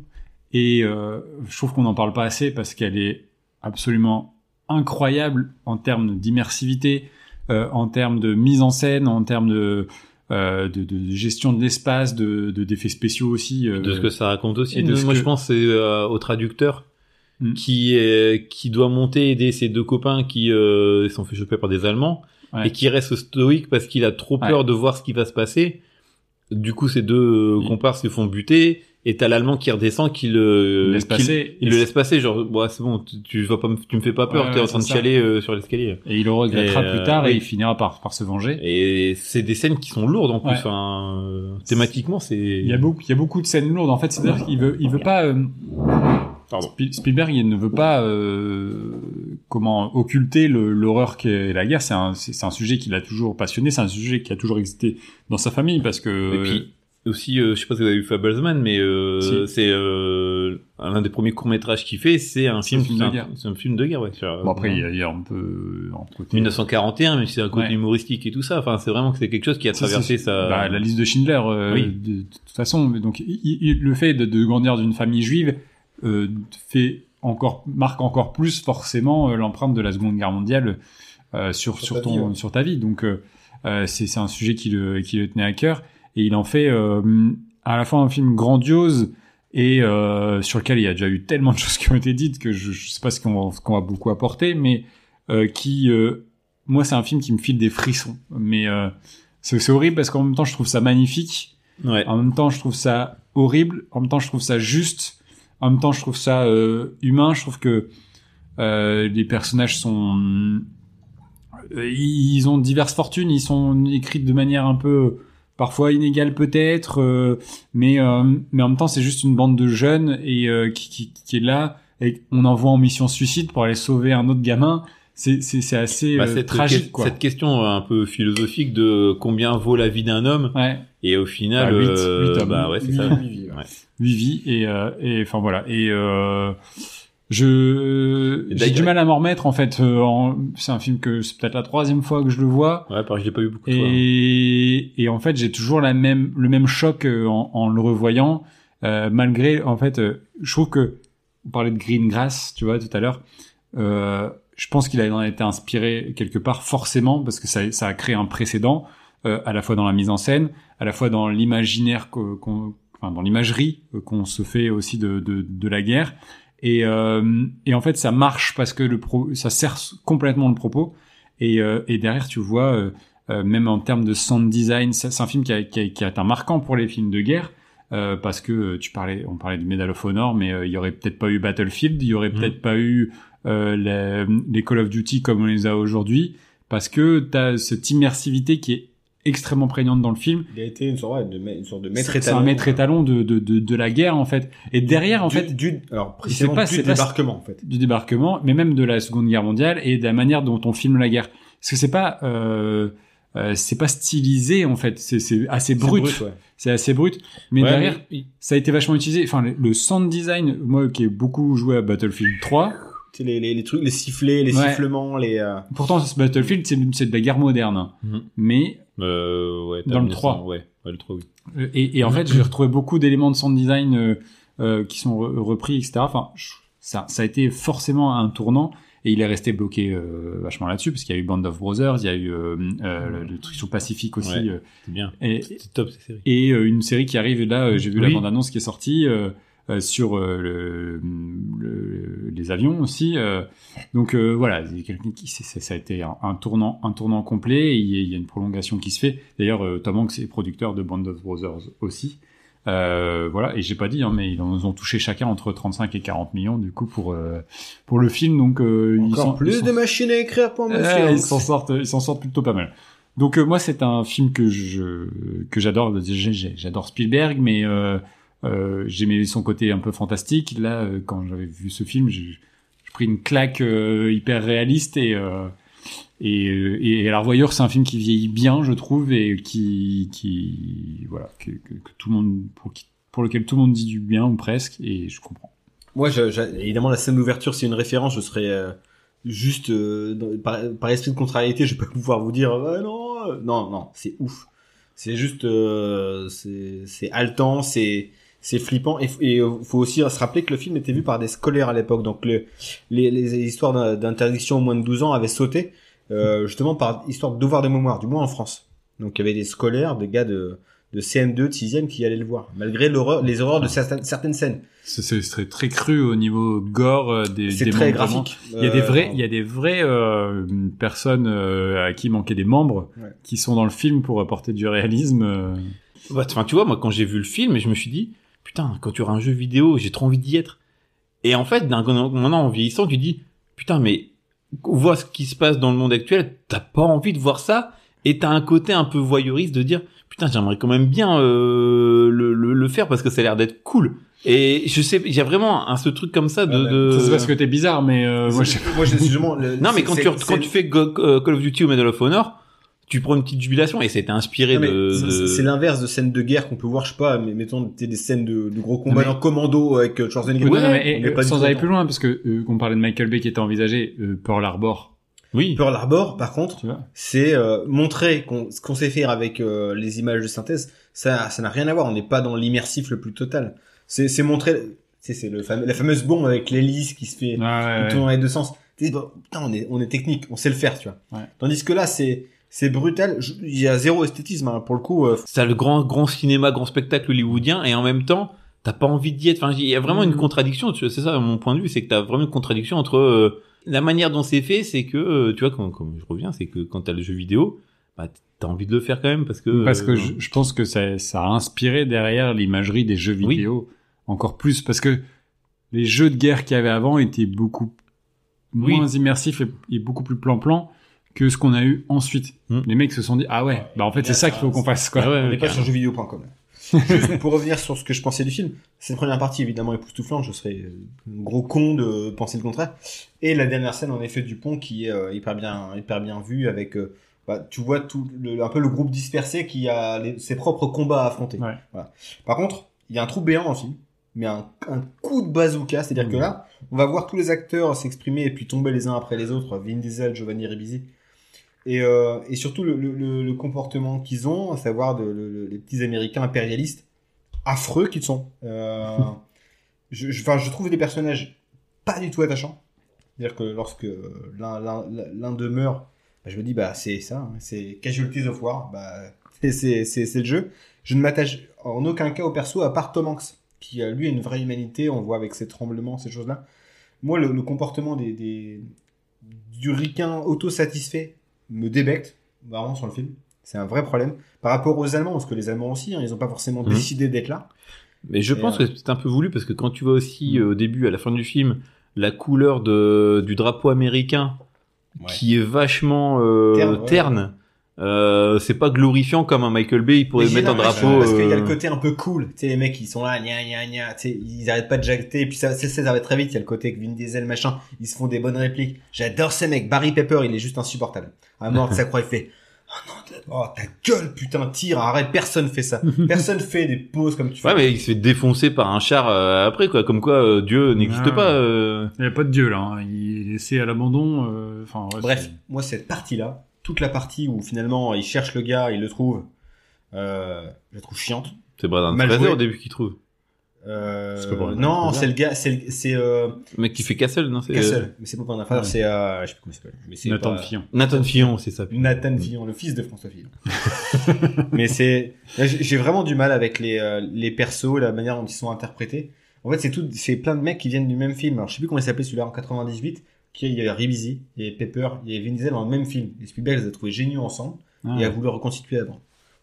Speaker 2: Et euh, je trouve qu'on n'en parle pas assez parce qu'elle est absolument incroyable en termes d'immersivité, euh, en termes de mise en scène, en termes de, euh, de, de gestion de l'espace, de de- d'effets spéciaux aussi. euh,
Speaker 3: de ce que ça raconte aussi.
Speaker 2: et de
Speaker 3: Nous,
Speaker 2: ce
Speaker 3: moi,
Speaker 2: que-
Speaker 3: je pense c'est euh, au traducteur
Speaker 2: Mm.
Speaker 3: qui euh, qui doit monter aider ses deux copains qui euh, sont fait choper par des Allemands
Speaker 2: Ouais.
Speaker 3: et qui reste stoïque parce qu'il a trop
Speaker 2: Ouais.
Speaker 3: peur de voir ce qui va se passer. Du coup, ces deux euh,
Speaker 2: Il-
Speaker 3: comparses se font buter et t'as l'allemand qui redescend qui le
Speaker 2: il laisse
Speaker 3: qui-
Speaker 2: passer.
Speaker 3: il le laisse passer genre bah, c'est bon tu, tu vas pas me- tu me fais pas peur
Speaker 2: Ouais,
Speaker 3: t'es
Speaker 2: ouais,
Speaker 3: en train de
Speaker 2: c'est ça.
Speaker 3: chialer euh, sur l'escalier
Speaker 2: Et il le regrettera
Speaker 3: Et, euh,
Speaker 2: plus tard et
Speaker 3: oui.
Speaker 2: il finira par, par se venger.
Speaker 3: et c'est des scènes qui sont lourdes en plus
Speaker 2: Ouais.
Speaker 3: enfin, euh, thématiquement c'est
Speaker 2: Il y a beaucoup, il y a beaucoup de scènes lourdes. En fait, c'est-à-dire qu'il veut, il veut pas. euh,
Speaker 3: Pardon.
Speaker 2: Spi- Spielberg, il ne veut pas euh, comment occulter le- l'horreur qu'est la guerre. C'est un, c'est c'est un sujet qui l'a toujours passionné. C'est un sujet qui a toujours existé dans sa famille parce que.
Speaker 3: Et puis aussi, euh, je sais pas si vous avez vu Fablesman, mais euh,
Speaker 2: Si.
Speaker 3: c'est euh, l'un des premiers courts métrages qu'il fait. C'est un
Speaker 2: C'est
Speaker 3: film,
Speaker 2: un film de
Speaker 3: c'est un-
Speaker 2: guerre.
Speaker 3: C'est un film de guerre, ouais. Euh, sur-
Speaker 2: euh, bon après, il y a, il y a un peu euh, en côté.
Speaker 3: 1941, mais c'est un côté
Speaker 2: Ouais.
Speaker 3: humoristique et tout ça. Enfin, c'est vraiment que c'est quelque chose qui a
Speaker 2: Si,
Speaker 3: traversé
Speaker 2: si,
Speaker 3: sa.
Speaker 2: bah, la liste de Schindler, euh,
Speaker 3: Oui.
Speaker 2: de, de toute façon. Mais Donc, il- il- le fait de, de grandir d'une famille juive euh, fait encore marque encore plus forcément euh, l'empreinte de la Seconde Guerre mondiale euh, sur sur,
Speaker 1: Sur ta
Speaker 2: ton
Speaker 1: vie, ouais.
Speaker 2: sur ta vie. Donc, euh, euh, c'est c'est un sujet qui le qui le tenait à cœur et il en fait euh, à la fois un film grandiose et euh, sur lequel il y a déjà eu tellement de choses qui ont été dites que je, je sais pas ce qu'on va, qu'on va beaucoup apporter, mais euh, qui, euh, moi, c'est un film qui me file des frissons. Mais euh, c'est c'est horrible parce qu'en même temps, je trouve ça magnifique.
Speaker 3: Ouais.
Speaker 2: En même temps, je trouve ça horrible. En même temps, je trouve ça juste. En même temps, je trouve ça euh, humain. Je trouve que euh, les personnages sont, euh, ils ont diverses fortunes. Ils sont écrites de manière un peu parfois inégale peut-être, euh, mais euh, mais en même temps, c'est juste une bande de jeunes et euh, qui, qui qui est là et on envoie en mission suicide pour aller sauver un autre gamin. C'est c'est c'est assez
Speaker 3: Bah,
Speaker 2: euh,
Speaker 3: cette,
Speaker 2: tragique
Speaker 3: que-
Speaker 2: quoi.
Speaker 3: cette question euh, un peu philosophique de combien vaut la vie d'un homme
Speaker 2: Ouais.
Speaker 3: et au final,
Speaker 2: Bah, huit,
Speaker 3: euh,
Speaker 2: huit hommes.
Speaker 3: bah ouais, c'est ça.
Speaker 2: huit vies et euh, et enfin voilà et euh, je
Speaker 3: Et
Speaker 2: j'ai du
Speaker 3: d'ailleurs-
Speaker 2: mal à m'en remettre en fait euh, en- c'est un film que c'est peut-être la troisième fois que je le vois
Speaker 3: Ouais, pareil, je l'ai pas vu beaucoup de fois. hein.
Speaker 2: et et en fait j'ai toujours la même le même choc euh, en, en le revoyant euh, malgré en fait euh, je trouve que on parlait de Green Grass tu vois tout à l'heure euh, je pense qu'il en a été inspiré quelque part forcément parce que ça ça a créé un précédent euh, à la fois dans la mise en scène, à la fois dans l'imaginaire que- qu'on, enfin, dans l'imagerie euh, qu'on se fait aussi de, de, de la guerre. Et, euh, et en fait, ça marche parce que le pro, ça sert s- complètement le propos. Et, euh, et derrière, tu vois, euh, euh, même en termes de sound design, ça, c'est un film qui a, qui, a, qui a été un marquant pour les films de guerre. euh, parce que euh, tu parlais, on parlait du Medal of Honor, mais euh, il y aurait peut-être pas eu Battlefield, il y aurait
Speaker 3: Mhm.
Speaker 2: peut-être pas eu euh, les, les Call of Duty comme on les a aujourd'hui, parce que t'as cette immersivité qui est extrêmement prégnante dans le film.
Speaker 1: Il a été une sorte, ouais, de, ma- une sorte de maître
Speaker 2: C'est c'est
Speaker 1: étalon.
Speaker 2: un maître étalon de, de, de, de la guerre, en fait. Et derrière, en
Speaker 1: Du-
Speaker 2: fait,
Speaker 1: du, alors précisément
Speaker 2: pas-
Speaker 1: du
Speaker 2: c'est pas-
Speaker 1: débarquement en fait.
Speaker 2: du débarquement, mais même de la Seconde Guerre mondiale et de la manière dont on filme la guerre. Parce que c'est pas... Euh, euh, c'est pas stylisé en fait, c'est c'est assez
Speaker 1: C'est
Speaker 2: brut,
Speaker 1: ouais.
Speaker 2: c'est assez brut. Mais
Speaker 3: Ouais,
Speaker 2: derrière,
Speaker 3: mais-
Speaker 2: ça a été vachement utilisé. Enfin, le, le sound design, moi qui ai beaucoup joué à Battlefield 3,
Speaker 1: Tu sais, Les, les, les trucs, les sifflets, les
Speaker 2: Ouais.
Speaker 1: sifflements, les. euh,
Speaker 2: pourtant ce Battlefield c'est c'est de la guerre moderne, hein.
Speaker 3: Mhm.
Speaker 2: mais
Speaker 3: Euh, ouais, t'as
Speaker 2: Dans le
Speaker 3: mis ça,
Speaker 2: 3.
Speaker 3: Ouais, ouais, le 3, oui.
Speaker 2: Euh, Et, et en fait, j'ai retrouvé beaucoup d'éléments de sound design euh, euh, qui sont re- repris, etc. Enfin, je- ça, ça a été forcément un tournant. Et il est resté bloqué euh, vachement là-dessus, parce qu'il y a eu Band of Brothers, il y a eu euh, euh, le, le truc sur le Pacifique aussi.
Speaker 3: Ouais.
Speaker 2: euh,
Speaker 3: C'est bien.
Speaker 2: et,
Speaker 3: C'est top, ces séries.
Speaker 2: et euh, une série qui arrive, et là, euh, j'ai vu la
Speaker 3: Oui.
Speaker 2: bande-annonce qui est sortie euh, euh, sur euh, le- le- les avions aussi. euh. donc euh, voilà, il y a quelqu'un qui, c'est- c'est- ça a été un, un tournant, un tournant complet. et Il y, a, il y a une prolongation qui se fait. D'ailleurs, euh, Tom Hanks est producteur de Band of Brothers aussi. Euh, voilà, et j'ai pas dit, hein, mais ils en ont touché chacun entre 35 et 40 millions du coup pour euh, pour le film. Donc euh, ils
Speaker 1: Encore
Speaker 2: sont-
Speaker 1: plus
Speaker 2: ils sont-
Speaker 1: de machines à écrire pour
Speaker 2: Ouais,
Speaker 1: Monsieur
Speaker 2: Ah, ils
Speaker 1: Hanks.
Speaker 2: s'en sortent, ils s'en sortent plutôt pas mal. Donc euh, moi c'est un film que je que j'adore. J'ai- j'ai- J'adore Spielberg, mais euh, euh, j'aimais son côté un peu fantastique. Là, euh, quand j'avais vu ce film, j'ai j'ai pris une claque euh, hyper réaliste et euh, et, euh, et La Revoyeur, c'est un film qui vieillit bien, je trouve, et qui qui voilà que, que- que tout le monde pour qui- pour lequel tout le monde dit du bien ou presque, et je comprends.
Speaker 1: Moi, je- je- évidemment, la scène d'ouverture, c'est une référence. Je serais euh, juste euh, dans- par, par esprit de contrariété, je vais pas pouvoir vous dire ah, non, euh, non, non, c'est ouf. C'est juste, euh, c'est c'est haletant, c'est c'est flippant. Et, et euh, faut aussi se rappeler que le film était vu par des scolaires à l'époque, donc le, les, les histoires d'in- d'interdiction aux moins de 12 ans avaient sauté euh, justement par histoire de devoir de mémoire, du moins en France. Donc il y avait des scolaires, des gars de de CM2, de 6e qui allaient le voir, malgré l'horreur, les horreurs de certaines, certaines scènes.
Speaker 2: C'est très très cru au niveau gore euh, des
Speaker 1: C'est très graphique.
Speaker 2: Il y a des vrais,
Speaker 1: Euh,
Speaker 2: il y a des vraies euh, personnes euh, à qui manquaient des membres
Speaker 1: Ouais.
Speaker 2: qui sont dans le film pour apporter du réalisme. euh.
Speaker 3: Bah, Enfin, tu vois, moi, quand j'ai vu le film, je me suis dit, putain, quand tu auras un jeu vidéo, j'ai trop envie d'y être. Et en fait, d'un moment en vieillissant, tu dis, putain, mais on voit ce qui se passe dans le monde actuel, t'as pas envie de voir ça, et t'as un côté un peu voyeuriste de dire, putain, j'aimerais quand même bien euh, le, le, le faire parce que ça a l'air d'être cool. Et je sais, il y a vraiment un ce truc comme ça de.
Speaker 1: Ah, bah,
Speaker 3: de...
Speaker 2: Ça c'est parce que t'es bizarre, mais euh, moi je...
Speaker 1: c'est- moi, je- justement, le-
Speaker 3: Non, mais
Speaker 1: c'est-
Speaker 3: quand
Speaker 1: c'est-
Speaker 3: tu,
Speaker 1: c'est-
Speaker 3: quand tu fais Go- euh, Call of Duty ou Medal of Honor, tu prends une petite jubilation et c'était inspiré
Speaker 1: Non, mais
Speaker 3: de.
Speaker 1: c'est-
Speaker 3: de-
Speaker 1: c'est l'inverse de scènes de guerre qu'on peut voir, je sais pas, mais mettons des, des scènes de, de gros combats
Speaker 2: Non, mais-
Speaker 1: en commando avec euh, Schwarzenegger.
Speaker 2: Non, non,
Speaker 1: On
Speaker 2: mais, eh,
Speaker 1: n'est pas du
Speaker 2: sans
Speaker 1: tout
Speaker 2: aller
Speaker 1: dedans.
Speaker 2: plus loin, parce que euh, qu'on parlait de Michael Bay qui était envisagé, euh, Pearl Harbor,
Speaker 3: Oui.
Speaker 1: Pearl Harbor, par contre,
Speaker 2: tu vois.
Speaker 1: c'est euh, montrer qu'on- ce qu'on sait faire avec euh, les images de synthèse. Ça, ça n'a rien à voir. On n'est pas dans l'immersif le plus total. C'est c'est montrer, c'est c'est le fameux- la fameuse bombe avec l'hélice qui se fait
Speaker 2: Ouais, ouais,
Speaker 1: tout dans les deux sens. Tu dis, bon, putain, on est, on est technique, on sait le faire, tu vois.
Speaker 2: Ouais.
Speaker 1: Tandis que là, c'est, c'est brutal. Je- Il y a zéro esthétisme, hein, pour le coup. euh,
Speaker 3: ça a le grand grand cinéma, grand spectacle hollywoodien et en même temps t'as pas envie d'y être. Enfin, il y a vraiment une
Speaker 2: Mhm.
Speaker 3: contradiction. tu vois, C'est ça mon point de vue, c'est que t'as vraiment une contradiction entre euh, la manière dont c'est fait, c'est que euh, tu vois, comme, comme je reviens, c'est que quand t'as le jeu vidéo, bah t'as envie de le faire quand même parce que
Speaker 2: Parce
Speaker 3: euh,
Speaker 2: que je, je pense que ça, ça a inspiré derrière l'imagerie des jeux
Speaker 3: Oui.
Speaker 2: vidéo encore plus parce que les jeux de guerre qu'il y avait avant étaient beaucoup
Speaker 3: Oui.
Speaker 2: moins immersifs et, et beaucoup plus plan-plan que ce qu'on a eu ensuite.
Speaker 3: Hmm.
Speaker 2: Les mecs se sont dit ah ouais, bah en fait c'est ça qu'il faut qu'on fasse quoi.
Speaker 3: Ah ouais,
Speaker 1: On n'est
Speaker 3: ouais,
Speaker 1: pas sur jeuxvideo.com. Juste pour revenir sur ce que je pensais du film, cette première partie évidemment époustouflante, je serais euh, un gros con de penser le contraire. Et la dernière scène en effet du pont qui est euh, hyper bien hyper bien vue avec euh, bah, tu vois tout le- un peu le groupe dispersé qui a les- ses propres combats à affronter.
Speaker 2: Ouais.
Speaker 1: Voilà. Par contre, il y a un trou béant dans le film, mais un, un coup de bazooka, c'est-à-dire que là, on va voir tous les acteurs s'exprimer et puis tomber les uns après les autres, Vin Diesel, Giovanni Ribisi. Et, euh, et surtout le, le- le- le comportement qu'ils ont, à savoir de, le- le- les petits Américains impérialistes, affreux qu'ils sont. Euh, je, je, enfin, je trouve des personnages pas du tout attachants. C'est-à-dire que lorsque euh, l'un- l'un l'un d'eux meurt, bah, je me dis, bah, c'est ça, hein, c'est Casualties of War, bah, c'est- c'est c'est- c'est le jeu. Je ne m'attache en aucun cas au perso à part Tom Hanks, qui euh, lui a une vraie humanité, on voit avec ses tremblements, ces choses-là. Moi, le, le comportement des, des, du ricain autosatisfait me débecte, vraiment, sur le film. C'est un vrai problème. Par rapport aux Allemands, parce que les Allemands aussi, hein, ils n'ont pas forcément
Speaker 3: Mhm.
Speaker 1: décidé d'être là.
Speaker 3: Mais je
Speaker 1: Et,
Speaker 3: pense
Speaker 1: euh,
Speaker 3: que c'est un peu voulu parce que quand tu vois
Speaker 2: Mm.
Speaker 3: aussi euh, au début, à la fin du film, la couleur de, du drapeau américain
Speaker 4: Ouais.
Speaker 3: qui est vachement euh,
Speaker 1: Terne, ouais.
Speaker 3: terne, euh, c'est pas glorifiant comme un Michael Bay, il pourrait
Speaker 1: Mais j'ai
Speaker 3: mettre un
Speaker 1: l'impression,
Speaker 3: drapeau.
Speaker 1: Parce qu'il y a le
Speaker 3: euh,
Speaker 1: côté un peu cool. Tu sais, les mecs, ils sont là, gna gna gna. Tu sais, ils arrêtent pas de jacter. Et puis ça, ça, ça va très vite. Il y a le côté que Vin Diesel, machin. Ils se font des bonnes répliques. J'adore ces mecs. Barry Pepper, il est juste insupportable. À mort, ça croix, il fait. Oh non, ta- oh, ta gueule, putain, tire, arrête. Personne fait ça. Personne fait des pauses comme tu fais.
Speaker 3: Ouais, mais il se fait défoncer par un char euh, après, quoi. Comme quoi, euh, Dieu n'existe
Speaker 1: Ah
Speaker 2: Ouais.
Speaker 3: pas. euh.
Speaker 2: Il n'y a pas de dieu là, hein. il est laissé à l'abandon. euh, Enfin ouais,
Speaker 1: Bref,
Speaker 2: c'est-
Speaker 1: moi, cette partie-là, toute la partie où finalement, il cherche le gars, il le trouve, euh, je la trouve chiante.
Speaker 3: C'est Brendan
Speaker 1: Mal
Speaker 3: Fraser
Speaker 1: joué.
Speaker 3: au début qui trouve.
Speaker 1: Euh,
Speaker 2: C'est pas pour rien,
Speaker 1: non,
Speaker 2: c'est
Speaker 1: c'est le gars, c'est, le- c'est, euh,
Speaker 3: Le mec qui fait Castle, non c'est, euh,
Speaker 1: Castle. Mais c'est pas Brendan Fraser,
Speaker 2: Ouais.
Speaker 1: c'est, euh, je sais plus comment il s'appelle. Mais c'est
Speaker 2: Nathan Mm.
Speaker 1: pas-
Speaker 2: Fillon.
Speaker 3: Nathan Fillon, c'est ça.
Speaker 1: Nathan Fillon, le fils de François Fillon. Mais c'est, là, j'ai j'ai vraiment du mal avec les, euh, les persos, la manière dont ils sont interprétés. En fait, c'est tout, c'est plein de mecs qui viennent du même film. Alors, je sais plus comment il s'appelait celui-là en 98. Qui, il y avait Ribisi, il y avait Pepper, il y avait Vin Diesel dans le même film. Et Spielberg les a trouvés géniaux ensemble
Speaker 2: Ah.
Speaker 1: et a voulu reconstituer avant.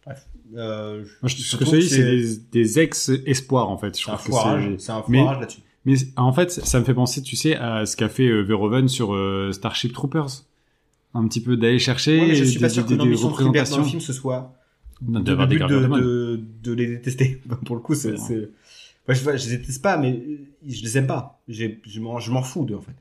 Speaker 1: Bref. Euh,
Speaker 2: Moi, je- ce que
Speaker 1: trouve
Speaker 2: ça dit, c'est
Speaker 1: c'est
Speaker 2: des, des ex-espoirs en fait. Je
Speaker 1: c'est un
Speaker 2: trouve que
Speaker 1: foirage,
Speaker 2: c'est-
Speaker 1: c'est un
Speaker 2: Mais-
Speaker 1: foirage là-dessus.
Speaker 2: Mais en fait, ça ça me fait penser, tu sais, à ce qu'a fait euh, Verhoeven sur euh, Starship Troopers. Un petit peu d'aller chercher
Speaker 1: Ouais, mais je
Speaker 2: des-
Speaker 1: suis pas
Speaker 2: des-
Speaker 1: sûr que
Speaker 2: des- des
Speaker 1: l'ambition de Spielberg dans le
Speaker 2: représentations.
Speaker 1: film ce soit
Speaker 2: Non,
Speaker 1: de,
Speaker 2: d'avoir
Speaker 1: le
Speaker 2: des
Speaker 1: but de,
Speaker 2: gardiens de mode.
Speaker 1: de- de les détester. Bah, Pour le coup, c'est.
Speaker 2: Ouais.
Speaker 1: c'est- Moi, je, je les déteste pas, mais euh, je les aime pas. J'ai- Je m'en je m'en fous d'eux, en fait.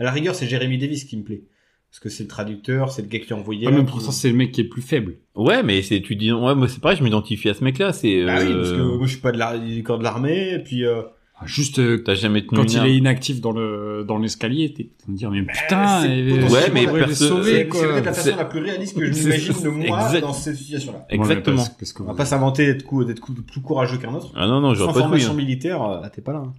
Speaker 1: À la rigueur, c'est Jérémy Davis qui me plaît. Parce que c'est le traducteur, c'est le gars qui l'a envoyé.
Speaker 2: Ah,
Speaker 1: là,
Speaker 2: même pour
Speaker 1: qui-
Speaker 2: ça, c'est le mec qui est le plus faible.
Speaker 3: Ouais, mais c'est, tu dis, ouais, moi c'est pareil, je m'identifie à ce mec-là. C'est.
Speaker 1: Bah oui, parce que
Speaker 3: euh,
Speaker 1: moi, je suis pas de la- du corps de l'armée, et puis. euh,
Speaker 2: Ah, Juste euh,
Speaker 3: T'as jamais tenu
Speaker 2: quand
Speaker 3: une
Speaker 2: il
Speaker 3: arme.
Speaker 2: est inactif dans le dans l'escalier, t'es en train de dire mais putain,
Speaker 1: c'est
Speaker 2: il-
Speaker 1: potentiellement
Speaker 3: Ouais, mais
Speaker 2: il pourrait les
Speaker 3: perso-
Speaker 2: sauver,
Speaker 1: c'est
Speaker 2: quoi.
Speaker 1: c'est peut-être la
Speaker 3: C'est-
Speaker 1: façon la plus réaliste que je
Speaker 2: C'est-
Speaker 1: m'imagine de moi
Speaker 3: Exact.
Speaker 1: dans cette situation-là.
Speaker 2: Ouais, mais
Speaker 3: Exactement.
Speaker 2: parce- parce que-
Speaker 1: On va pas s'inventer d'être cou- d'être cou- plus courageux qu'un autre.
Speaker 3: Ah non, non,
Speaker 1: Sans
Speaker 3: j'aurais pas de couilles,
Speaker 1: formation
Speaker 3: hein.
Speaker 1: militaire, euh, ah, t'es pas là. hein.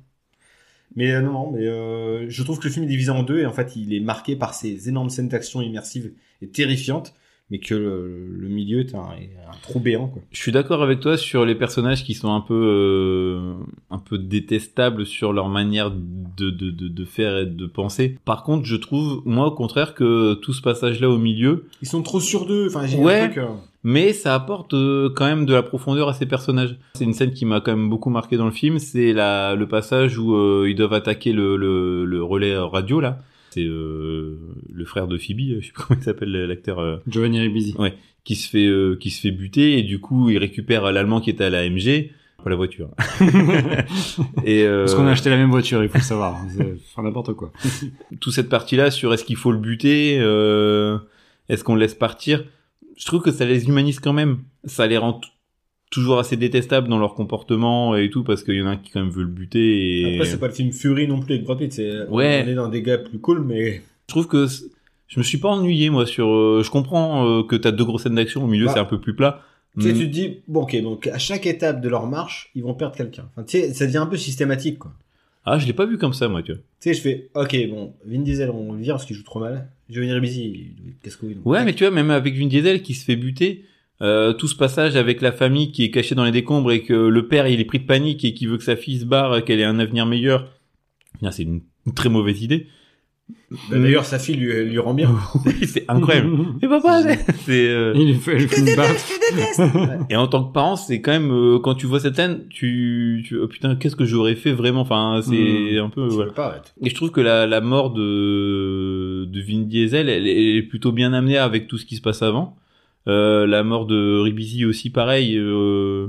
Speaker 1: Mais euh, non, non, mais euh, je trouve que le film est divisé en deux et en fait il est marqué par ces énormes scènes d'action immersives et terrifiantes, mais que le, le milieu est un, est un trou béant quoi.
Speaker 3: Je suis d'accord avec toi sur les personnages qui sont un peu euh, un peu détestables sur leur manière de, de, de, de faire et de penser. Par contre, je trouve moi au contraire que tout ce passage là au milieu,
Speaker 1: Ils sont trop sur deux, enfin j'ai
Speaker 3: Ouais.
Speaker 1: un truc. euh,
Speaker 3: mais ça apporte euh, quand même de la profondeur à ces personnages. C'est une scène qui m'a quand même beaucoup marqué dans le film, c'est la le passage où euh, ils doivent attaquer le, le, le relais radio là. C'est euh, le frère de Phoebe, euh, je sais plus comment il s'appelle l'acteur. euh,
Speaker 2: Giovanni Ribisi.
Speaker 3: qui se fait euh, qui se fait buter et du coup il récupère l'allemand qui était à la MG pas la voiture et euh,
Speaker 2: Parce qu'on a acheté la même voiture, il faut le savoir. C'est- Enfin n'importe quoi.
Speaker 3: toute cette partie là sur est-ce qu'il faut le buter euh, est-ce qu'on le laisse partir je trouve que ça les humanise quand même ça les rend t- toujours assez détestables dans leur comportement et tout parce qu'il y en a un qui quand même veut le buter et
Speaker 1: Après c'est pas le film Fury non plus avec Brad Pitt, c'est euh,
Speaker 3: Ouais.
Speaker 1: on est dans des gars plus cool, mais
Speaker 3: je trouve que c- je me suis pas ennuyé moi sur euh, je comprends euh, que t'as deux grosses scènes d'action au milieu
Speaker 1: Bah.
Speaker 3: c'est un peu plus plat
Speaker 1: tu sais,
Speaker 3: Mm.
Speaker 1: tu te dis bon ok donc à chaque étape de leur marche ils vont perdre quelqu'un. Enfin tu sais ça devient un peu systématique quoi.
Speaker 3: ah je l'ai pas vu comme ça moi tu vois
Speaker 1: Tu sais je fais ok bon Vin Diesel on le vire parce qu'il joue trop mal. Giovanni Ribisi, il doit être casse-couille. donc
Speaker 3: Ouais,
Speaker 1: tac.
Speaker 3: mais tu vois, même avec Vin Diesel qui se fait buter, Euh, tout ce passage avec la famille qui est cachée dans les décombres et que le père il est pris de panique et qui veut que sa fille se barre, qu'elle ait un avenir meilleur. Putain, c'est une une très mauvaise idée.
Speaker 1: Bah, D'ailleurs, sa fille lui, lui rend bien.
Speaker 3: c'est incroyable. Mais papa, c'est- c'est euh,
Speaker 2: Il fait le coup de barbe.
Speaker 3: Et en tant que parent, c'est quand même euh, quand tu vois cette scène, tu, tu oh putain, qu'est-ce que j'aurais fait vraiment Enfin, c'est un peu.
Speaker 1: Je
Speaker 3: voilà.
Speaker 1: peux pas arrêter.
Speaker 3: Et je trouve que la, la mort de de Vin Diesel, elle, est plutôt bien amenée avec tout ce qui se passe avant. Euh, la mort de Ribisi aussi, pareil. euh,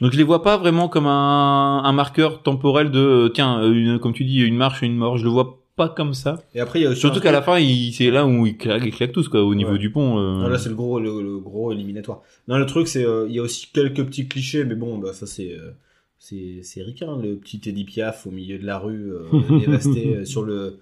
Speaker 3: Donc je les vois pas vraiment comme un, un marqueur temporel de euh, tiens, une, comme tu dis, une marche, une mort. Je le vois pas comme ça.
Speaker 1: Et après, il y a aussi
Speaker 3: Surtout
Speaker 1: un
Speaker 3: qu'à
Speaker 1: truc-
Speaker 3: la fin, il- c'est là où ils claquent, ils claquent tous quoi, au niveau
Speaker 1: Ouais.
Speaker 3: du pont. euh.
Speaker 1: Non, là, c'est le gros, le, le gros éliminatoire. Non, le truc, c'est, euh, il y a aussi quelques petits clichés, mais bon, bah, ça, c'est, euh, c'est, c'est Rick, hein, le petit Teddy Piaf au milieu de la rue, euh, dévasté euh, sur le,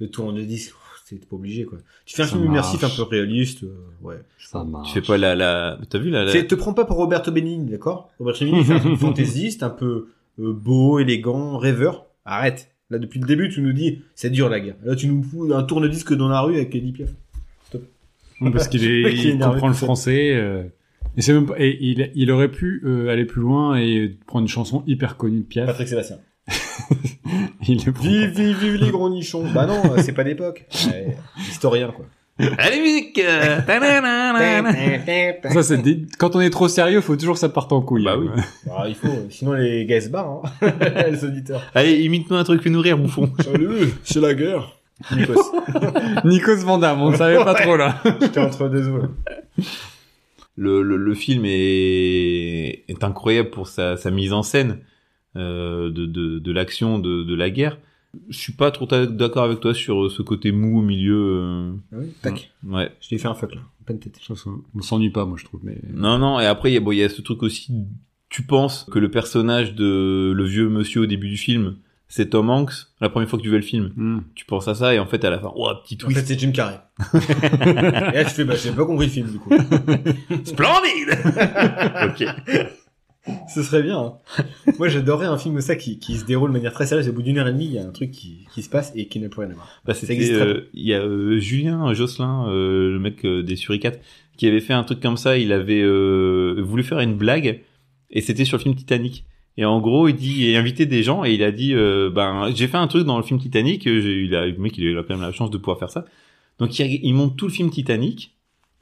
Speaker 1: le tour de disque. Pff, C'est pas obligé, quoi. Tu fais un
Speaker 2: Ça
Speaker 1: film
Speaker 2: marche.
Speaker 1: immersif un peu réaliste, euh, ouais.
Speaker 5: Ça marche.
Speaker 3: Tu fais pas la la. T'as vu la. la...
Speaker 1: C'est- Te prends pas pour Roberto Benigni, d'accord Roberto Benigni, c'est un film fantaisiste, un peu euh, beau, élégant, rêveur. Arrête. Là, depuis le début, tu nous dis, c'est dur, la guerre. Là, tu nous fous un tourne-disque dans la rue avec Teddy Piaf.
Speaker 2: Parce qu'il est-
Speaker 1: Qui est
Speaker 2: il
Speaker 1: énervé
Speaker 2: comprend le
Speaker 1: tout seul.
Speaker 2: français. euh, et, c'est même pas- et il, il aurait pu euh, aller plus loin et prendre une chanson hyper connue de Piaf.
Speaker 1: Patrick Sébastien.
Speaker 2: Il le prend pas.
Speaker 1: Vive, vive, vive les gros nichons. Bah non, euh, c'est pas d'époque. Ouais, historien, quoi.
Speaker 3: Allez musique. euh, ta-da-da-da-da.
Speaker 2: Ça, c'est des- quand on est trop sérieux, faut toujours que ça parte en couille. hein.
Speaker 3: Bah oui.
Speaker 1: Bah, il faut, euh, sinon les gars se barrent, hein. les auditeurs.
Speaker 3: Allez, imite-nous un truc, fais-nous rire, bouffon.
Speaker 1: Salut, c'est la guerre. Nikos.
Speaker 2: Nikos Vandamme, on ne savait pas trop là.
Speaker 1: J'étais entre deux eaux, là.
Speaker 3: Le, le, le film est, est incroyable pour sa, sa mise en scène euh, de, de, de l'action, de, de la guerre. Je suis pas trop ta- d'accord avec toi sur euh, ce côté mou au milieu. euh,
Speaker 1: Tac.
Speaker 3: Ouais.
Speaker 1: Je t'ai fait un fuck, là. En pleine tête.
Speaker 2: Je trouve ça- On s'ennuie pas, moi, je trouve. Mais...
Speaker 3: Non, non, et après, il y, a- bon, il y a ce truc aussi. Tu penses que le personnage de le vieux monsieur au début du film, c'est Tom Hanks, la première fois que tu vois le film.
Speaker 2: Hmm.
Speaker 3: Tu penses à ça, et en fait, à la fin, oh, petit
Speaker 1: En fait,
Speaker 3: twist.
Speaker 1: c'est Jim Carrey. Et là, je fais, bah, j'ai pas compris le film, du coup.
Speaker 3: Splendide! ok.
Speaker 1: Ce serait bien. hein. Moi, j'adorerais un film comme ça qui, qui se déroule de manière très sérieuse. Au bout d'une heure et demie, il y a un truc qui, qui se passe et qui n'a plus rien à voir.
Speaker 3: Bah,
Speaker 1: Ça
Speaker 3: c'était,
Speaker 1: existe très
Speaker 3: euh, il y a euh, Julien Josselin, euh, le mec euh, des Suricates, qui avait fait un truc comme ça. Il avait euh, voulu faire une blague, et c'était sur le film Titanic. Et en gros, il dit, il a invité des gens, et il a dit, euh, ben, j'ai fait un truc dans le film Titanic. euh, j'ai- Il a, le mec, il a quand même la chance de pouvoir faire ça. Donc, il, il monte tout le film Titanic,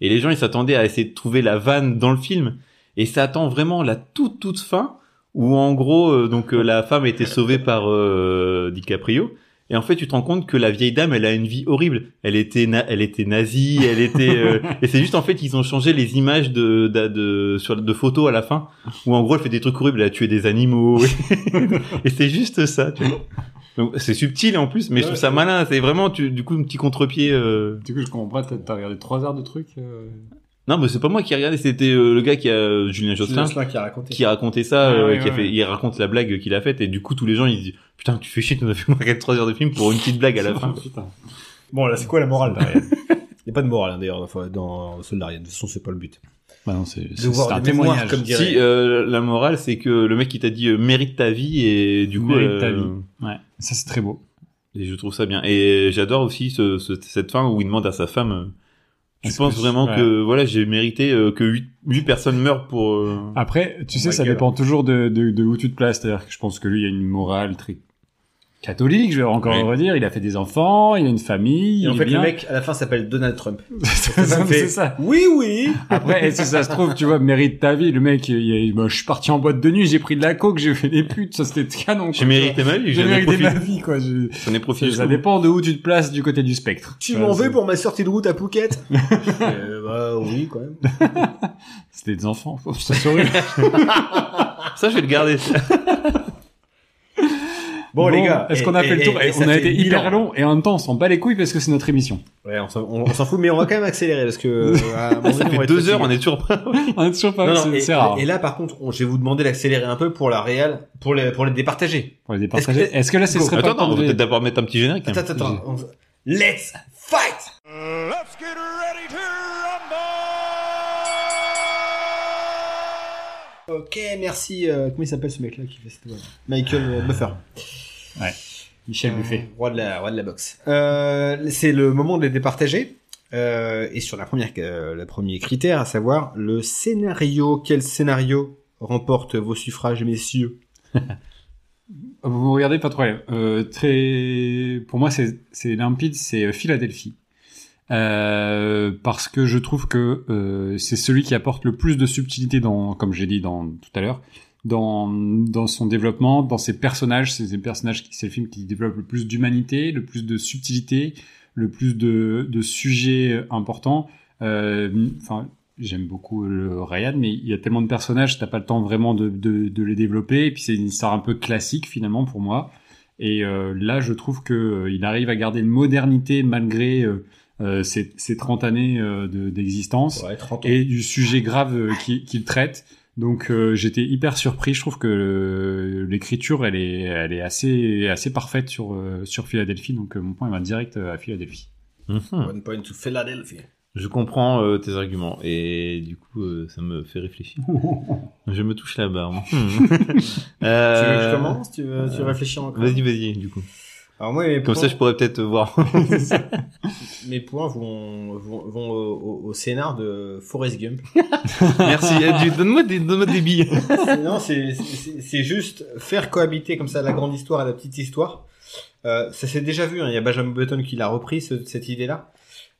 Speaker 3: et les gens, ils s'attendaient à essayer de trouver la vanne dans le film. Et ça attend vraiment la toute toute fin, où en gros, euh, donc euh, la femme a été sauvée par euh, DiCaprio. Et en fait, tu te rends compte que la vieille dame, elle a une vie horrible. Elle était, na- elle était nazie, elle était. euh, et c'est juste en fait, ils ont changé les images de, de, de- sur, de photos à la fin, où en gros, elle fait des trucs horribles, elle a tué des animaux. et c'est juste ça. Tu vois. Donc c'est subtil en plus, mais je trouve ça malin. C'est vraiment, tu, du coup, un petit contre-pied. euh.
Speaker 2: Du coup, je comprends pas, t'as t'as regardé trois heures de trucs. euh,
Speaker 3: Non, mais c'est pas moi qui ai regardé, c'était euh, le gars qui a euh, Julien
Speaker 1: C'est
Speaker 3: Josselin
Speaker 1: Jocelyn qui a raconté.
Speaker 3: qui a raconté ça,
Speaker 2: Ah,
Speaker 3: euh,
Speaker 2: ouais,
Speaker 3: qui a
Speaker 2: ouais,
Speaker 3: fait,
Speaker 2: ouais.
Speaker 3: il raconte la blague qu'il a faite, et du coup, tous les gens ils disent putain, tu fais chier, tu nous as fait regarder trois heures de film pour une petite blague à la fin.
Speaker 2: Putain.
Speaker 1: Bon, là, c'est quoi la morale derrière Il n'y a pas de morale, hein, d'ailleurs, dans, dans Soldaria. De toute façon, c'est pas le but.
Speaker 2: Bah non, c'est
Speaker 1: De voir
Speaker 2: un
Speaker 1: des mémoires,
Speaker 2: témoignage.
Speaker 1: comme dirait.
Speaker 3: Si euh, la morale c'est que le mec qui t'a dit euh, mérite ta vie et du coup
Speaker 2: Mérite ta
Speaker 3: euh,
Speaker 2: Ouais. Ça, c'est très beau.
Speaker 3: et je trouve ça bien et j'adore aussi ce- ce- cette fin où il demande à sa femme euh, tu
Speaker 2: Est-ce
Speaker 3: penses
Speaker 2: que-
Speaker 3: vraiment
Speaker 2: ouais.
Speaker 3: que voilà j'ai mérité euh, que huit huit personnes meurent pour euh,
Speaker 2: Hein. Après, tu sais,
Speaker 1: ma
Speaker 2: ça
Speaker 1: gueule.
Speaker 2: dépend toujours de, de, de où tu te places. C'est-à-dire que je pense que lui, il a une morale très catholique, je vais encore
Speaker 3: Oui.
Speaker 2: le redire. Il a fait des enfants, il a une famille.
Speaker 1: Et en
Speaker 2: il est
Speaker 1: fait,
Speaker 2: bien.
Speaker 1: le mec, à la fin, s'appelle Donald Trump.
Speaker 2: c'est ça,
Speaker 1: fait-
Speaker 2: c'est ça.
Speaker 1: Oui, oui
Speaker 2: Après, et si ça se trouve, tu vois, mérite ta vie. Le mec, il, il- bah, je suis parti en boîte de nuit, j'ai pris de la coke, j'ai fait des putes. Ça, c'était canon. quoi.
Speaker 3: j'ai mérité ma vie
Speaker 2: J'ai
Speaker 3: j'en ai
Speaker 2: mérité ma
Speaker 3: profité
Speaker 2: vie, quoi. Je-
Speaker 3: j'en ai profité
Speaker 2: Ça
Speaker 3: jusqu'au
Speaker 2: dépend de où tu te places du côté du spectre.
Speaker 1: Tu
Speaker 2: Voilà,
Speaker 1: m'en
Speaker 2: c'est-
Speaker 1: veux pour ma sortie de route à Phuket Euh, Bah oui, quand même.
Speaker 2: C'était des enfants. Oh, ça, c'est horrible.
Speaker 3: bout. ça je vais le garder
Speaker 1: Bon, les gars.
Speaker 2: Est-ce
Speaker 1: eh,
Speaker 2: qu'on a
Speaker 1: eh,
Speaker 2: fait le
Speaker 1: eh,
Speaker 2: tour
Speaker 1: eh,
Speaker 2: Et
Speaker 1: ça
Speaker 2: On a
Speaker 1: fait
Speaker 2: été
Speaker 1: mille
Speaker 2: hyper
Speaker 1: ans.
Speaker 2: long et en même temps, on s'en bat les couilles parce que c'est notre émission.
Speaker 1: Ouais, on s'en on- on s'en fout, mais on va quand même accélérer parce que. euh, à un moment
Speaker 3: ça
Speaker 1: donné, on va
Speaker 3: fait
Speaker 1: être
Speaker 3: deux heures
Speaker 1: fatigué.
Speaker 3: on est toujours pas
Speaker 2: On est toujours pas.
Speaker 1: Non, non,
Speaker 2: Hein, c'est-
Speaker 1: et,
Speaker 2: C'est rare.
Speaker 1: et là, par contre, on- je vais vous demander d'accélérer un peu pour la réal, pour les, pour les départager.
Speaker 2: On va les partager.
Speaker 1: Est-ce
Speaker 2: Est-ce que, là, ce
Speaker 1: Go.
Speaker 2: serait
Speaker 3: attends
Speaker 2: pas
Speaker 3: attends, on
Speaker 2: le temps
Speaker 3: va
Speaker 2: de-
Speaker 3: peut-être d'abord mettre un petit générique hein.
Speaker 1: Attends, attends, attends. on- Let's fight!
Speaker 6: Let's get ready to rumble!
Speaker 1: Ok, merci. euh, comment il s'appelle ce mec-là qui fait cette voix Michael euh, Buffer.
Speaker 2: Michel Buffet.
Speaker 1: Euh, Roi de la, roi de la boxe. Euh, c'est le moment de les départager. Euh, et sur la première, euh, le premier critère, à savoir le scénario. Quel scénario remporte vos suffrages, messieurs
Speaker 2: Vous me regardez pas trop. Euh, très, pour moi, c'est c'est limpide, c'est Philadelphie. Euh, parce que je trouve que euh, c'est celui qui apporte le plus de subtilité dans, comme j'ai dit dans, tout à l'heure, dans, dans son développement, dans ses personnages. C'est des personnages qui, c'est le film qui développe le plus d'humanité, le plus de subtilité, le plus de, de sujets importants. Euh, Enfin, j'aime beaucoup le Ryan, mais il y a tellement de personnages, t'as pas le temps vraiment de, de, de les développer. Et puis c'est une histoire un peu classique finalement pour moi. Et euh, là, je trouve que euh, il arrive à garder une modernité malgré euh, euh, ces, ces 30 années euh, de- d'existence
Speaker 1: Ouais, 30
Speaker 2: et du sujet grave euh, qui- qu'il traite. Donc euh, j'étais hyper surpris. Je trouve que euh, l'écriture, elle est, elle est assez, assez parfaite sur, euh, sur Philadelphie. Donc euh, mon point il va direct euh, à Philadelphie.
Speaker 3: Mhm.
Speaker 4: One point to Philadelphia.
Speaker 3: Je comprends euh, tes arguments et du coup euh, ça me fait réfléchir. je me touche la barbe.
Speaker 1: Tu veux que
Speaker 3: Euh,
Speaker 1: je commence Tu veux, tu veux réfléchir encore
Speaker 3: Vas-y, vas-y, du coup.
Speaker 1: Alors moi, mes
Speaker 3: Comme
Speaker 1: points,
Speaker 3: ça, je pourrais peut-être euh, voir.
Speaker 1: mes points vont, vont, vont au, au- au scénar de Forrest Gump.
Speaker 3: Merci. eh, du- Donne-moi des, donne des billes.
Speaker 1: C'est- non, c'est- c'est c'est juste faire cohabiter comme ça la grande histoire et la petite histoire. Euh, ça s'est déjà vu, hein, il y a Benjamin Button qui l'a repris, ce- cette idée-là.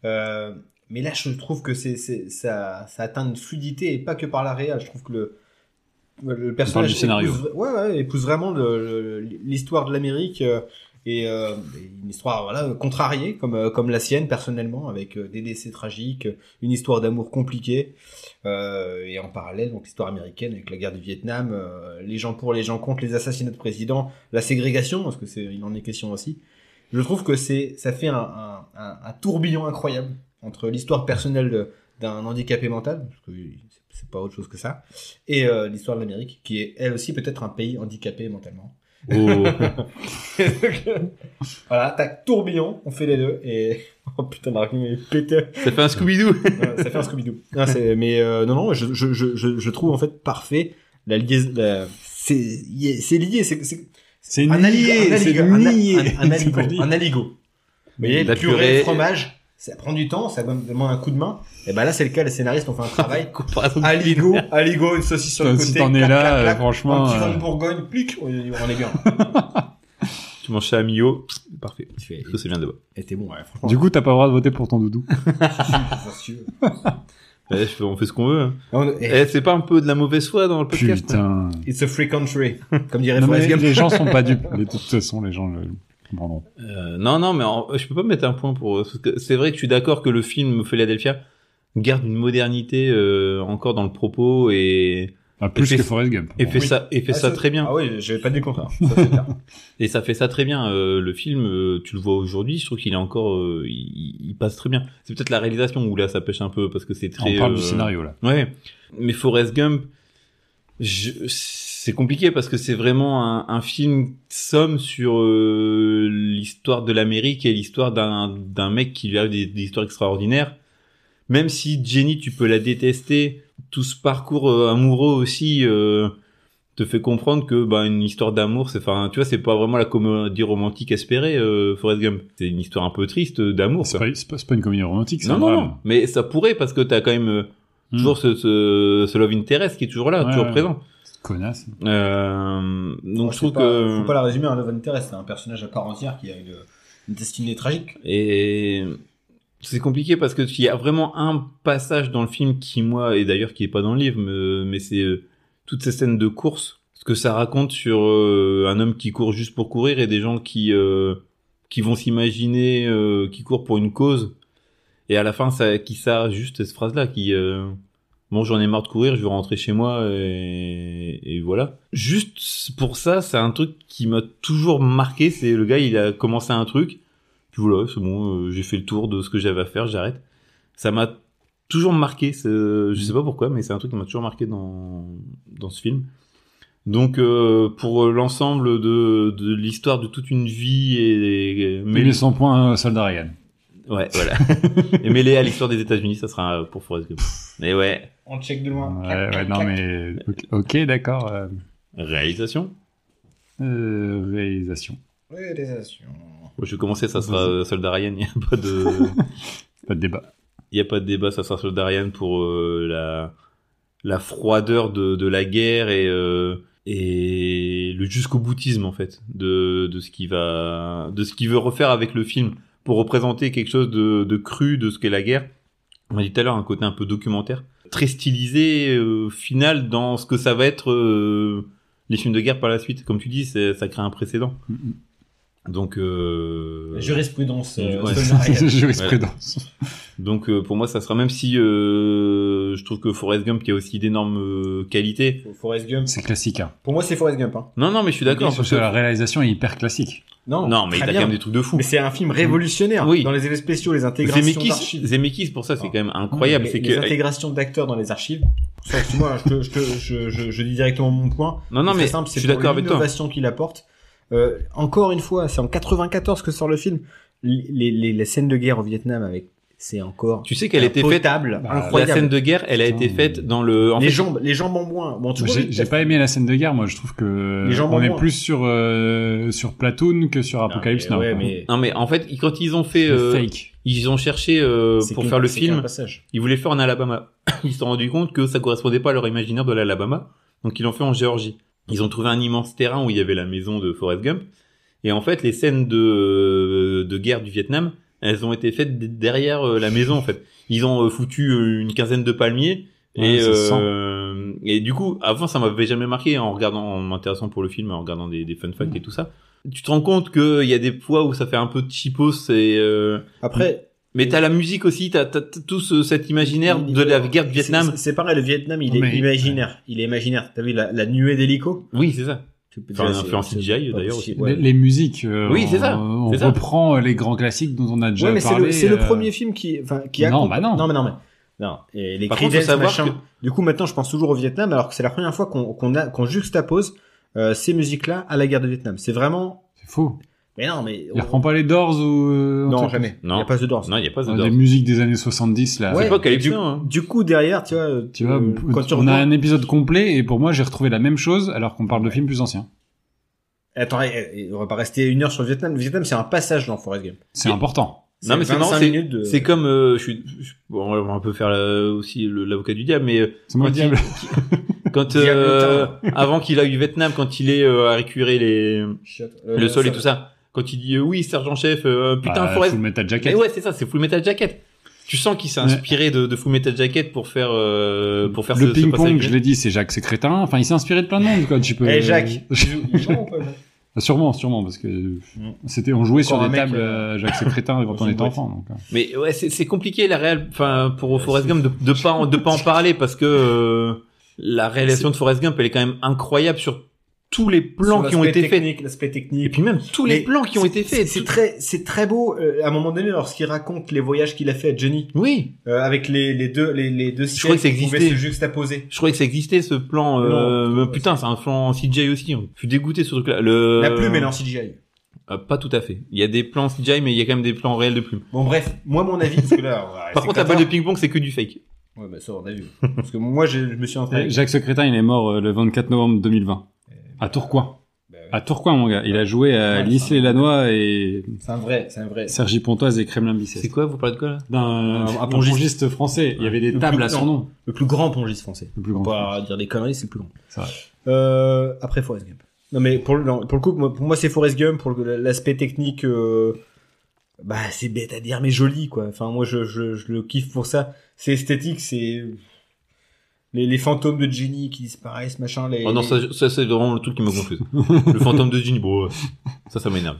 Speaker 1: Euh, mais là, je trouve que c'est c'est- ça, ça atteint une fluidité et pas que par la réelle. Je trouve que le, le personnage
Speaker 2: du scénario.
Speaker 1: épouse, ouais, ouais, épouse vraiment le- le- l'histoire de l'Amérique euh, et euh, une histoire voilà, contrariée comme, euh, comme la sienne personnellement, avec euh, des décès tragiques, une histoire d'amour compliquée. Euh, et en parallèle, donc l'histoire américaine avec la guerre du Vietnam, euh, les gens pour, les gens contre, les assassinats de présidents, la ségrégation, parce que c'est, il en est question aussi. Je trouve que c'est, ça fait un, un, un- un tourbillon incroyable entre l'histoire personnelle de- d'un handicapé mental, parce que c'est- c'est pas autre chose que ça, et euh, l'histoire de l'Amérique, qui est elle aussi peut-être un pays handicapé mentalement.
Speaker 3: Oh.
Speaker 1: voilà, tac, tourbillon, on fait les deux, et oh putain, l'argument est pété.
Speaker 3: ça fait un Scooby-Doo.
Speaker 1: Ouais, ça fait un Scooby-Doo. Non, c'est- mais euh, non, non, je, je, je, je je trouve en fait parfait la liaison. la- C'est y- c'est lié, c'est c'est-
Speaker 2: C'est
Speaker 1: un aligo, un aligo, un- un- un
Speaker 2: C'est
Speaker 1: aligo,
Speaker 2: pas lié.
Speaker 1: un aligo. Vous voyez,
Speaker 3: La
Speaker 1: la purée,
Speaker 3: purée.
Speaker 1: le fromage, ça prend du temps, ça demande un coup de main. Et ben là, c'est le cas, les scénaristes ont fait un travail.
Speaker 3: Comparaison.
Speaker 1: aligo, aligo, une saucisse sur le côté.
Speaker 2: Si t'en es
Speaker 1: clac,
Speaker 2: là,
Speaker 1: clac,
Speaker 2: euh,
Speaker 1: clac,
Speaker 2: franchement,
Speaker 1: Un petit vin
Speaker 2: euh,
Speaker 1: de Bourgogne, plic, on on est bien.
Speaker 3: Tu manges ça à Mio. Parfait.
Speaker 1: Tu fais-
Speaker 3: Ça, c'est bien de bas.
Speaker 1: Et eh, t'es bon, ouais, franchement.
Speaker 2: Du coup, t'as pas le droit de voter pour ton doudou.
Speaker 1: facile.
Speaker 3: Eh, je fais- on fait ce qu'on veut. hein.
Speaker 1: On- eh,
Speaker 3: Eh, c'est pas un peu de la mauvaise foi dans le podcast hein.
Speaker 2: Putain.
Speaker 3: Eh.
Speaker 1: It's a free country, comme dirait
Speaker 2: Non, mais
Speaker 1: Forrest Gump.
Speaker 2: les gens sont pas dupes. De toute façon, les gens le comprendront.
Speaker 3: Euh, non, non, mais en- je peux pas mettre un point pour. euh, parce que C'est vrai que je suis d'accord que le film Philadelphia garde une modernité euh, encore dans le propos et,
Speaker 2: Ah, plus
Speaker 3: Et
Speaker 2: que
Speaker 3: fait-
Speaker 2: Forrest Gump.
Speaker 3: et fait
Speaker 1: Oui.
Speaker 3: ça et fait
Speaker 1: Ah,
Speaker 3: ça très bien.
Speaker 1: Ah oui, j'avais pas dit le contraire. Ça, c'est clair.
Speaker 3: Et ça fait ça très bien. euh, le film, euh, tu le vois aujourd'hui, je trouve qu'il est encore, euh, il, il passe très bien. C'est peut-être la réalisation où là ça pêche un peu parce que c'est très.
Speaker 2: On parle du
Speaker 3: euh,
Speaker 2: scénario là.
Speaker 3: Ouais. Mais Forrest Gump, je- c'est compliqué parce que c'est vraiment un, un film somme sur euh, l'histoire de l'Amérique et l'histoire d'un d'un mec qui lui a des, des histoires extraordinaires. Même si Jenny, tu peux la détester, tout ce parcours euh, amoureux aussi euh, te fait comprendre que bah, une histoire d'amour, c'est enfin, tu vois, c'est pas vraiment la comédie romantique espérée. euh, Forrest Gump, c'est une histoire un peu triste euh, d'amour.
Speaker 2: C'est
Speaker 3: quoi.
Speaker 2: pas, c'est pas- c'est pas une comédie romantique, c'est
Speaker 3: Non,
Speaker 2: un
Speaker 3: non,
Speaker 2: drame.
Speaker 3: non, mais ça pourrait parce que t'as quand même euh,
Speaker 2: Hmm.
Speaker 3: toujours ce, ce, ce love interest qui est toujours là,
Speaker 2: Ouais,
Speaker 3: toujours
Speaker 2: ouais.
Speaker 3: présent.
Speaker 2: Connasse.
Speaker 3: Euh, donc
Speaker 1: Moi,
Speaker 3: je
Speaker 1: c'est
Speaker 3: trouve
Speaker 1: pas-
Speaker 3: que
Speaker 1: Faut pas la résumer à Love and Terrest, c'est un personnage à part entière qui a une, une destinée tragique.
Speaker 3: et c'est compliqué parce que il y a vraiment un passage dans le film qui moi et d'ailleurs qui est pas dans le livre, mais, mais c'est euh, toutes ces scènes de course, ce que ça raconte sur euh, un homme qui court juste pour courir et des gens qui euh, qui vont s'imaginer euh, qui courent pour une cause. Et à la fin, ça, qui ça, juste cette phrase-là, qui, euh, bon, j'en ai marre de courir, je vais rentrer chez moi, et, et voilà. Juste pour ça, c'est un truc qui m'a toujours marqué, c'est le gars, il a commencé un truc, puis voilà, c'est bon, euh, j'ai fait le tour de ce que j'avais à faire, j'arrête. Ça m'a toujours marqué, ce- je sais pas pourquoi, mais c'est un truc qui m'a toujours marqué dans, dans ce film. Donc, euh, pour l'ensemble de, de l'histoire de toute une vie et, et-
Speaker 2: Mais
Speaker 3: mais
Speaker 2: les 100 points, euh, soldat Ryan.
Speaker 3: Ouais, voilà. et mêlé à l'histoire des États-Unis, ça sera euh, pour Forrest Gump. Mais ouais,
Speaker 1: On check de loin.
Speaker 2: Ouais,
Speaker 1: Clac,
Speaker 2: ouais,
Speaker 1: clac,
Speaker 2: non,
Speaker 1: clac.
Speaker 2: mais. ok- Ok, d'accord. euh,
Speaker 3: réalisation.
Speaker 2: euh, réalisation.
Speaker 1: Réalisation.
Speaker 3: Bon, je vais commencer, ça sera euh, Soldat Ryan, il n'y a pas de.
Speaker 2: Pas de débat.
Speaker 3: Il n'y a pas de débat, ça sera Soldarian pour euh, la, la froideur de, de la guerre et, euh, et le jusqu'au boutisme, en fait, de, de ce qu'il va, de ce qu'il veut refaire avec le film pour représenter quelque chose de, de cru de ce qu'est la guerre. On a dit tout à l'heure un côté un peu documentaire, très stylisé, euh, final dans ce que ça va être euh, les films de guerre par la suite. Comme tu dis, c'est- ça crée un précédent.
Speaker 2: Mhm.
Speaker 3: Donc, euh,
Speaker 4: La Jurisprudence. euh,
Speaker 3: Ouais.
Speaker 4: Solarian.
Speaker 2: Jurisprudence.
Speaker 3: donc euh, pour moi, ça sera même si euh, je trouve que Forrest Gump qui a aussi d'énormes euh, qualités.
Speaker 1: Forrest Gump.
Speaker 2: C'est classique. Hein.
Speaker 1: Pour moi, c'est Forrest Gump. hein.
Speaker 3: Non, non, mais je suis d'accord.
Speaker 2: Parce
Speaker 3: parce
Speaker 2: que
Speaker 3: que-
Speaker 2: la réalisation est hyper classique.
Speaker 3: Non, mais
Speaker 1: très
Speaker 3: il a quand
Speaker 1: bien.
Speaker 3: même des trucs de fou.
Speaker 1: Mais c'est un film révolutionnaire.
Speaker 3: Oui.
Speaker 1: Dans les effets spéciaux, les intégrations
Speaker 3: Zemeckis,
Speaker 1: d'archives.
Speaker 3: Zemeckis, pour ça, c'est
Speaker 1: Ah.
Speaker 3: quand même incroyable.
Speaker 1: Les-
Speaker 3: C'est
Speaker 1: les
Speaker 3: que
Speaker 1: intégrations d'acteurs dans les archives. Ça, Excuse-moi, je, te- je, te- je, je, je dis directement mon point.
Speaker 3: non, non,
Speaker 1: C'est
Speaker 3: mais
Speaker 1: très simple,
Speaker 3: je
Speaker 1: c'est
Speaker 3: suis
Speaker 1: pour
Speaker 3: d'accord avec toi.
Speaker 1: l'innovation qu'il apporte. Euh, encore une fois, c'est en 94 que sort le film. Les, les, les- les scènes de guerre au Vietnam avec, c'est encore
Speaker 3: Tu sais qu'elle était faite
Speaker 1: potable,
Speaker 2: Bah,
Speaker 3: La scène
Speaker 1: incroyable.
Speaker 3: de guerre, elle a
Speaker 2: Putain,
Speaker 3: été faite dans le. en
Speaker 1: les
Speaker 3: fait,
Speaker 1: jambes, les jambes en moins. Bon, tu vois,
Speaker 2: J'ai
Speaker 1: oui,
Speaker 2: j'ai
Speaker 1: t'as-
Speaker 2: pas aimé la scène de guerre, moi je trouve que
Speaker 1: Les gens
Speaker 2: on
Speaker 1: vont
Speaker 2: est
Speaker 1: loin.
Speaker 2: plus sur euh, sur Platoon que sur Apocalypse
Speaker 1: mais
Speaker 2: Now.
Speaker 1: ouais,
Speaker 2: quoi.
Speaker 1: mais
Speaker 3: Non mais en fait, ils- quand ils ont fait,
Speaker 2: C'est
Speaker 3: euh,
Speaker 2: fake.
Speaker 3: ils ont cherché euh,
Speaker 1: c'est
Speaker 3: pour
Speaker 1: qu'un-
Speaker 3: faire le
Speaker 1: c'est qu'un
Speaker 3: film,
Speaker 1: passage.
Speaker 3: ils voulaient faire en Alabama. Ils se sont rendus compte que ça correspondait pas à leur imaginaire de l'Alabama, donc ils l'ont fait en Géorgie. Ils ont trouvé un immense terrain où il y avait la maison de Forrest Gump, et en fait, les scènes de de guerre du Vietnam, elles ont été faites d- derrière euh, la maison en fait. Ils ont euh, foutu euh, une quinzaine de palmiers.
Speaker 2: Ouais,
Speaker 3: et,
Speaker 2: ça se sent.
Speaker 3: euh, et du coup, avant, ça m'avait jamais marqué en regardant, en m'intéressant pour le film, en regardant des, des fun facts et tout ça. Tu te rends compte qu'il y a des fois où ça fait un peu de cheapos et euh,
Speaker 1: Après,
Speaker 3: mais t'as la musique aussi, t'as, t'as t'as tout ce- cet imaginaire
Speaker 1: il-
Speaker 3: de la guerre du
Speaker 1: c'est-
Speaker 3: Vietnam.
Speaker 1: c'est- C'est pareil, le Vietnam, il est
Speaker 2: Mais-
Speaker 1: imaginaire. Il est imaginaire. T'as vu la, la nuée d'hélico
Speaker 3: Oui, c'est ça.
Speaker 1: Tu peux
Speaker 3: Enfin,
Speaker 1: dire,
Speaker 3: un
Speaker 1: c'est-
Speaker 3: influence
Speaker 1: c'est
Speaker 3: CGI,
Speaker 1: pas
Speaker 3: d'ailleurs,
Speaker 1: possible.
Speaker 2: Les,
Speaker 1: Ouais.
Speaker 2: les musiques. euh,
Speaker 3: Oui, c'est
Speaker 2: on-
Speaker 3: ça,
Speaker 2: On,
Speaker 3: c'est ça.
Speaker 2: reprend euh, les grands classiques dont on a déjà
Speaker 1: Ouais, mais c'est
Speaker 2: parlé.
Speaker 1: le, c'est le
Speaker 2: euh,
Speaker 1: premier film qui, enfin, qui a.
Speaker 2: Non, bah non.
Speaker 1: Non, mais non, mais. Non. Et les
Speaker 3: Par
Speaker 1: cris
Speaker 3: contre, faut
Speaker 1: d'aise,
Speaker 3: savoir
Speaker 1: machin. Du coup, maintenant, je pense toujours au Vietnam, alors que c'est la première fois qu'on qu'on a- qu'on juxtapose euh, ces musiques-là à la guerre de Vietnam. C'est vraiment.
Speaker 2: C'est faux.
Speaker 1: Mais non, mais.
Speaker 2: Il reprend pas les Doors ou. euh, un
Speaker 1: Non,
Speaker 2: truc-
Speaker 1: jamais. Il
Speaker 3: Non.
Speaker 1: n'y a pas de danse.
Speaker 3: que- Non, il y a pas
Speaker 2: euh,
Speaker 3: de
Speaker 2: Des musiques des années 70 là.
Speaker 1: Ouais.
Speaker 3: C'est pas qu'elle est
Speaker 1: du-
Speaker 3: bien, hein.
Speaker 1: Du coup, derrière, tu vois, euh,
Speaker 2: Tu vois,
Speaker 1: euh, quand tu
Speaker 2: on a
Speaker 1: revois-
Speaker 2: un épisode complet et pour moi j'ai retrouvé la même chose alors qu'on parle de films plus anciens.
Speaker 1: Attends, eh, eh, on va pas rester une heure sur le Vietnam. Le Vietnam, c'est un passage dans Forest Game.
Speaker 2: C'est
Speaker 3: Et-
Speaker 2: important.
Speaker 3: Non, mais c'est
Speaker 1: 25
Speaker 3: marrant, c'est,
Speaker 1: minutes de-
Speaker 3: c'est comme, euh, je suis, je- bon, on va un peu faire euh, aussi le- l'avocat du diable, mais euh,
Speaker 2: C'est moi le
Speaker 3: Quand
Speaker 2: diable.
Speaker 3: quand, euh, avant qu'il aille au Vietnam, quand il est euh, à récurer les,
Speaker 1: Shit. Euh,
Speaker 3: le sol et
Speaker 1: ça-
Speaker 3: tout ça, quand il dit, euh, oui, sergent-chef, euh, putain,
Speaker 2: Bah,
Speaker 3: Forrest,
Speaker 2: Full Metal
Speaker 3: Mais
Speaker 2: Jacket.
Speaker 3: ouais, c'est ça, c'est Full Metal Jacket. Tu sens qu'il s'est
Speaker 2: Ouais.
Speaker 3: inspiré de, de Full Metal Jacket pour faire euh, pour faire ce-
Speaker 2: le
Speaker 3: ce
Speaker 2: ping-pong,
Speaker 3: passage.
Speaker 2: je l'ai dit, c'est Jacques, c'est crétin. Enfin, il s'est inspiré de plein de monde, quoi. Tu peux. Ah,
Speaker 1: Eh, Jacques.
Speaker 2: sûrement, sûrement, parce que c'était on jouait sur
Speaker 1: Mm. Encore
Speaker 2: des
Speaker 1: un mec,
Speaker 2: tables
Speaker 1: euh,
Speaker 2: euh, Jacques, c'est crétin quand
Speaker 1: dans
Speaker 2: on
Speaker 1: une
Speaker 2: était
Speaker 1: boîte.
Speaker 2: enfant. donc, euh.
Speaker 3: Mais ouais, c'est c'est compliqué la réelle enfin pour Forrest Gump de, de pas en- de pas en parler parce que euh, la réalisation de Forrest Gump elle est quand même incroyable sur tous les plans
Speaker 1: Sur
Speaker 3: qui ont
Speaker 1: l'aspect
Speaker 3: été faits
Speaker 1: technique, L'aspect
Speaker 3: et
Speaker 1: technique.
Speaker 3: puis même tous les
Speaker 1: Mais
Speaker 3: plans qui ont été
Speaker 1: C'est
Speaker 3: faits.
Speaker 1: c'est
Speaker 3: tout-
Speaker 1: très, c'est très beau. euh, à un moment donné, lorsqu'il raconte les voyages qu'il a fait à Johnny,
Speaker 3: Oui,
Speaker 1: euh, avec les, les deux, les, les deux
Speaker 3: crois que ça
Speaker 1: sièges qui pouvaient
Speaker 3: existait.
Speaker 1: se juxtaposer.
Speaker 3: je croyais que ça existait ce plan.
Speaker 1: Mais
Speaker 3: euh,
Speaker 1: non.
Speaker 3: putain, c'est un plan CGI aussi. hein. Je suis dégoûté ce truc-là. Le...
Speaker 1: La plume est en CGI.
Speaker 3: Euh, pas tout à fait. Il y a des plans CGI mais il y a quand même des plans réels de plume.
Speaker 1: Bon bref, moi mon avis, parce que là, on va
Speaker 3: Par
Speaker 1: rester
Speaker 3: contre, la
Speaker 1: comme
Speaker 3: balle de
Speaker 1: ça.
Speaker 3: ping-pong c'est que du fake.
Speaker 1: Ouais, bah ça on a vu. Parce que moi je, je me suis entraîné.
Speaker 2: Eh, Jacques Secrétin, il est mort euh, le 24 novembre 2020 à Tourcoing.
Speaker 1: Bah ouais.
Speaker 2: À Tourcoin, mon gars. Il a joué à
Speaker 1: Ouais,
Speaker 2: Lycée les Lannoy et
Speaker 1: C'est un vrai, c'est un vrai.
Speaker 2: Sergi Pontoise et Kremlin
Speaker 3: C'est
Speaker 2: Bicêtre.
Speaker 3: quoi Vous parlez de quoi là
Speaker 2: D'un
Speaker 1: Un- un
Speaker 2: un
Speaker 1: pongiste.
Speaker 2: pongiste français. Il y avait des
Speaker 1: Le
Speaker 2: tables
Speaker 1: plus
Speaker 2: à son
Speaker 1: grand.
Speaker 2: nom.
Speaker 1: Le plus grand pongiste français.
Speaker 2: Le plus
Speaker 1: On
Speaker 2: grand.
Speaker 1: va dire des conneries, c'est le plus grand.
Speaker 2: C'est vrai.
Speaker 1: Euh, après Forrest Gump. Non mais pour le, non, pour le coup, moi- pour moi c'est Forrest Gump pour le- l'aspect technique. euh, bah c'est bête à dire mais joli quoi. Enfin moi je, je, je le kiffe pour ça. C'est esthétique, c'est les, les fantômes de Jenny qui disparaissent machin. Les,
Speaker 3: Oh non,
Speaker 1: les-
Speaker 3: ça, ça, c'est vraiment le truc qui me confuse. le fantôme de Ginny, bon, ouais. ça, ça m'énerve.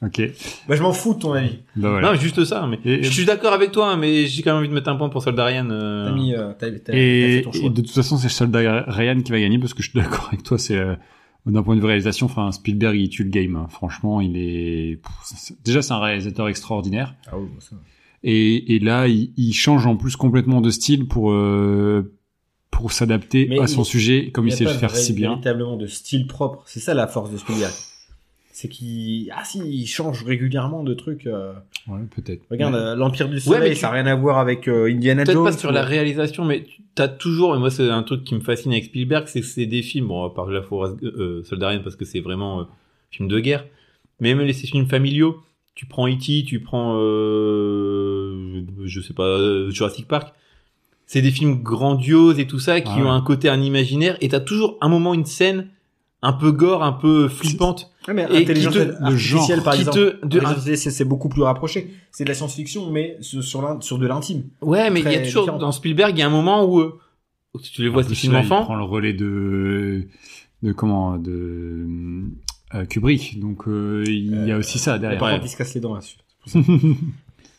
Speaker 2: Ok.
Speaker 1: Bah je m'en fous de ton avis.
Speaker 2: Bah voilà.
Speaker 3: Non, juste ça, mais
Speaker 2: Et-
Speaker 3: je suis d'accord avec toi, hein, mais j'ai quand même envie de mettre un point pour Soldarian. euh.
Speaker 1: T'as mis, euh, t'as- t'as- t'as fait
Speaker 2: Et,
Speaker 1: ton
Speaker 2: et
Speaker 1: choix.
Speaker 2: de toute façon, c'est soldat Ryan qui va gagner parce que je suis d'accord avec toi. C'est euh, d'un point de vue réalisation, enfin Spielberg il tue le game. hein. Franchement, il est pff, c'est- c'est- déjà c'est un réalisateur extraordinaire.
Speaker 1: Ah oui, bon, ça.
Speaker 2: Et, et là, il, il change en plus complètement de style pour euh, pour s'adapter
Speaker 1: Mais
Speaker 2: à
Speaker 1: il-
Speaker 2: son sujet, comme il
Speaker 1: y a
Speaker 2: sait le
Speaker 1: pas
Speaker 2: faire
Speaker 1: vrai-
Speaker 2: si bien.
Speaker 1: Véritablement de style propre. C'est ça la force de Spielberg. C'est qu'il ah si il change régulièrement de trucs. euh.
Speaker 2: Ouais, peut-être.
Speaker 1: Regarde euh, l'Empire du
Speaker 3: Ouais,
Speaker 1: Soleil,
Speaker 3: mais tu-
Speaker 1: ça n'a rien à voir avec euh, Indiana
Speaker 3: Peut-être
Speaker 1: Jones.
Speaker 3: pas sur
Speaker 1: ou-
Speaker 3: la réalisation, mais tu- t'as toujours, et moi c'est un truc qui me fascine avec Spielberg, c'est que c'est des films, bon, à part euh, la forêt euh, Soldarian parce que c'est vraiment euh, film de guerre, mais même les ces films familiaux, tu prends E.T., tu prends, euh, je sais pas, euh, Jurassic Park. C'est des films grandioses et tout ça qui
Speaker 2: Ah ouais.
Speaker 3: ont un côté un imaginaire et t'as toujours un moment une scène un peu gore, un peu flippante.
Speaker 1: Ouais, mais
Speaker 3: Et
Speaker 1: intelligence
Speaker 3: qui te-
Speaker 2: le genre,
Speaker 1: artificielle, par
Speaker 3: qui
Speaker 1: exemple.
Speaker 3: te- de-
Speaker 1: Intelligence artificielle, c'est c'est beaucoup plus rapproché. C'est de la science-fiction, mais sur, sur l'in- sur de l'intime.
Speaker 3: Ouais, mais il y a
Speaker 1: Très
Speaker 3: toujours
Speaker 1: différent.
Speaker 3: dans Spielberg, il y a un moment où euh, si tu les vois
Speaker 2: En
Speaker 3: ces
Speaker 2: plus,
Speaker 3: films
Speaker 2: là,
Speaker 3: enfants.
Speaker 2: Il prend le relais de de comment de euh, Kubrick. Donc euh, il y a aussi ça derrière.
Speaker 1: Par
Speaker 3: ouais.
Speaker 1: contre, il se casse les dents là-dessus.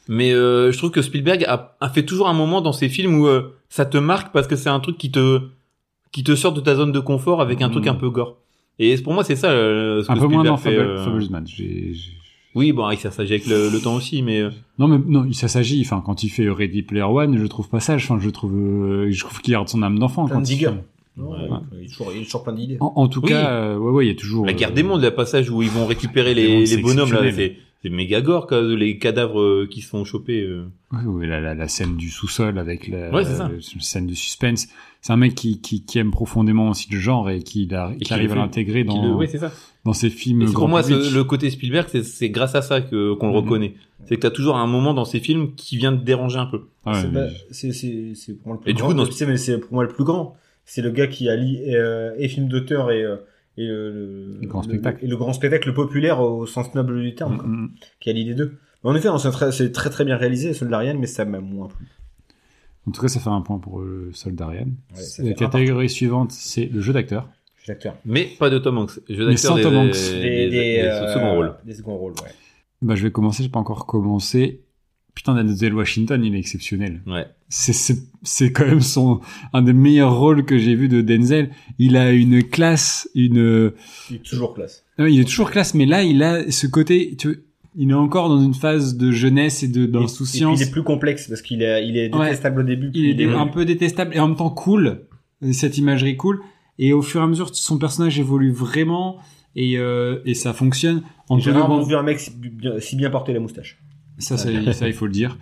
Speaker 3: Mais euh, je trouve que Spielberg a, a fait toujours un moment dans ses films où euh, ça te marque parce que c'est un truc qui te qui te sort de ta zone de confort avec un
Speaker 2: Mm.
Speaker 3: truc un peu gore. Et pour moi, c'est ça euh, ce
Speaker 2: un
Speaker 3: que
Speaker 2: peu moins
Speaker 3: Spielberg
Speaker 2: dans
Speaker 3: fait.
Speaker 2: Fable,
Speaker 3: euh,
Speaker 2: Fableman. J'ai- j'ai-
Speaker 3: Oui, bon, il s'agit avec le, le temps aussi, mais euh,
Speaker 2: Non mais non, il- ça s'agit. Enfin, quand il fait Ready Player One, je trouve pas sage. Enfin, je trouve, euh, je trouve qu'il garde son âme d'enfant.
Speaker 1: Plein
Speaker 2: quand
Speaker 1: de
Speaker 2: il
Speaker 1: digger.
Speaker 2: fait.
Speaker 1: Non,
Speaker 3: Ouais.
Speaker 1: euh, Il est toujours, il est toujours plein d'idées.
Speaker 2: En, en tout
Speaker 3: Oui.
Speaker 2: cas, euh, ouais, ouais, il y a toujours
Speaker 3: la
Speaker 2: euh,
Speaker 3: guerre des mondes, le passage où ils vont récupérer
Speaker 2: des
Speaker 3: les,
Speaker 2: mondes,
Speaker 3: les
Speaker 2: c'est
Speaker 3: bonhommes là,
Speaker 2: exceptionnel.
Speaker 3: c'est c'est méga gore, quoi, les cadavres euh, qui se font choper. euh.
Speaker 2: Ouais, ouais, la, la- la scène du sous-sol avec la, euh,
Speaker 3: Ouais, c'est ça.
Speaker 2: la scène de suspense. C'est un mec qui, qui, qui aime profondément aussi le genre et qui, l'a- qui
Speaker 3: qui
Speaker 2: arrive
Speaker 3: le
Speaker 2: à
Speaker 3: fait.
Speaker 2: l'intégrer
Speaker 3: Qui le-
Speaker 2: dans,
Speaker 3: ouais, c'est ça.
Speaker 2: dans ses films.
Speaker 3: Et c'est
Speaker 2: grand
Speaker 3: pour moi,
Speaker 2: public.
Speaker 3: ce- le côté Spielberg, c'est- c'est grâce à ça que qu'on le
Speaker 2: Mhm.
Speaker 3: reconnaît. C'est que t'as toujours un moment dans ses films qui vient te déranger un peu.
Speaker 2: Ah ouais,
Speaker 1: c'est,
Speaker 2: mais-
Speaker 1: pas- c'est, c'est, c'est pour moi le plus
Speaker 3: Et du
Speaker 1: grand.
Speaker 3: coup, dans-
Speaker 1: Tu sais, mais c'est pour moi le plus grand. C'est le gars qui allie euh, et film d'auteur et, euh, et euh, le,
Speaker 2: Le grand spectacle.
Speaker 1: et le grand spectacle populaire au sens noble du terme, quoi,
Speaker 2: Mm, mm.
Speaker 1: qui allie les deux. Mais en effet, non, c'est, très, c'est très très bien réalisé, celui d'Ariane, mais ça m'a moins plu.
Speaker 2: En tout cas, ça fait un point pour le soldarian.
Speaker 1: Ouais, ça fait
Speaker 2: la
Speaker 1: un
Speaker 2: catégorie suivante, c'est le jeu d'acteur.
Speaker 1: Je suis l'acteur.
Speaker 3: Mais pas de Tom Hanks. Je
Speaker 2: Mais sans Tom Hanks.
Speaker 3: Des, des
Speaker 1: euh,
Speaker 3: second rôle.
Speaker 1: Des seconds rôles, ouais.
Speaker 2: Bah, je vais commencer, j'ai pas encore commencé. Putain, Denzel Washington, il est exceptionnel.
Speaker 3: Ouais.
Speaker 2: C'est- C'est c'est quand même son un des meilleurs rôles que j'ai vu de Denzel. Il a une classe, une
Speaker 1: Il est toujours classe.
Speaker 2: Non, il est toujours classe, mais là, il a ce côté. Tu... vois, Il est encore dans une phase de jeunesse et de
Speaker 1: Et- Et
Speaker 2: d'insouciance.
Speaker 1: puis, il est plus complexe parce qu'il est, il est
Speaker 2: Ouais.
Speaker 1: détestable au début. puis
Speaker 2: Il est, dé-
Speaker 1: est-
Speaker 2: un peu détestable et en même temps cool. Cette imagerie cool. Et au fur et à mesure, son personnage évolue vraiment et, euh, et ça fonctionne. En
Speaker 1: J'ai rarement
Speaker 2: Antonio Ban-
Speaker 1: vu un mec si bien, si bien porter la moustache.
Speaker 2: ça, ça, ça, il faut le dire.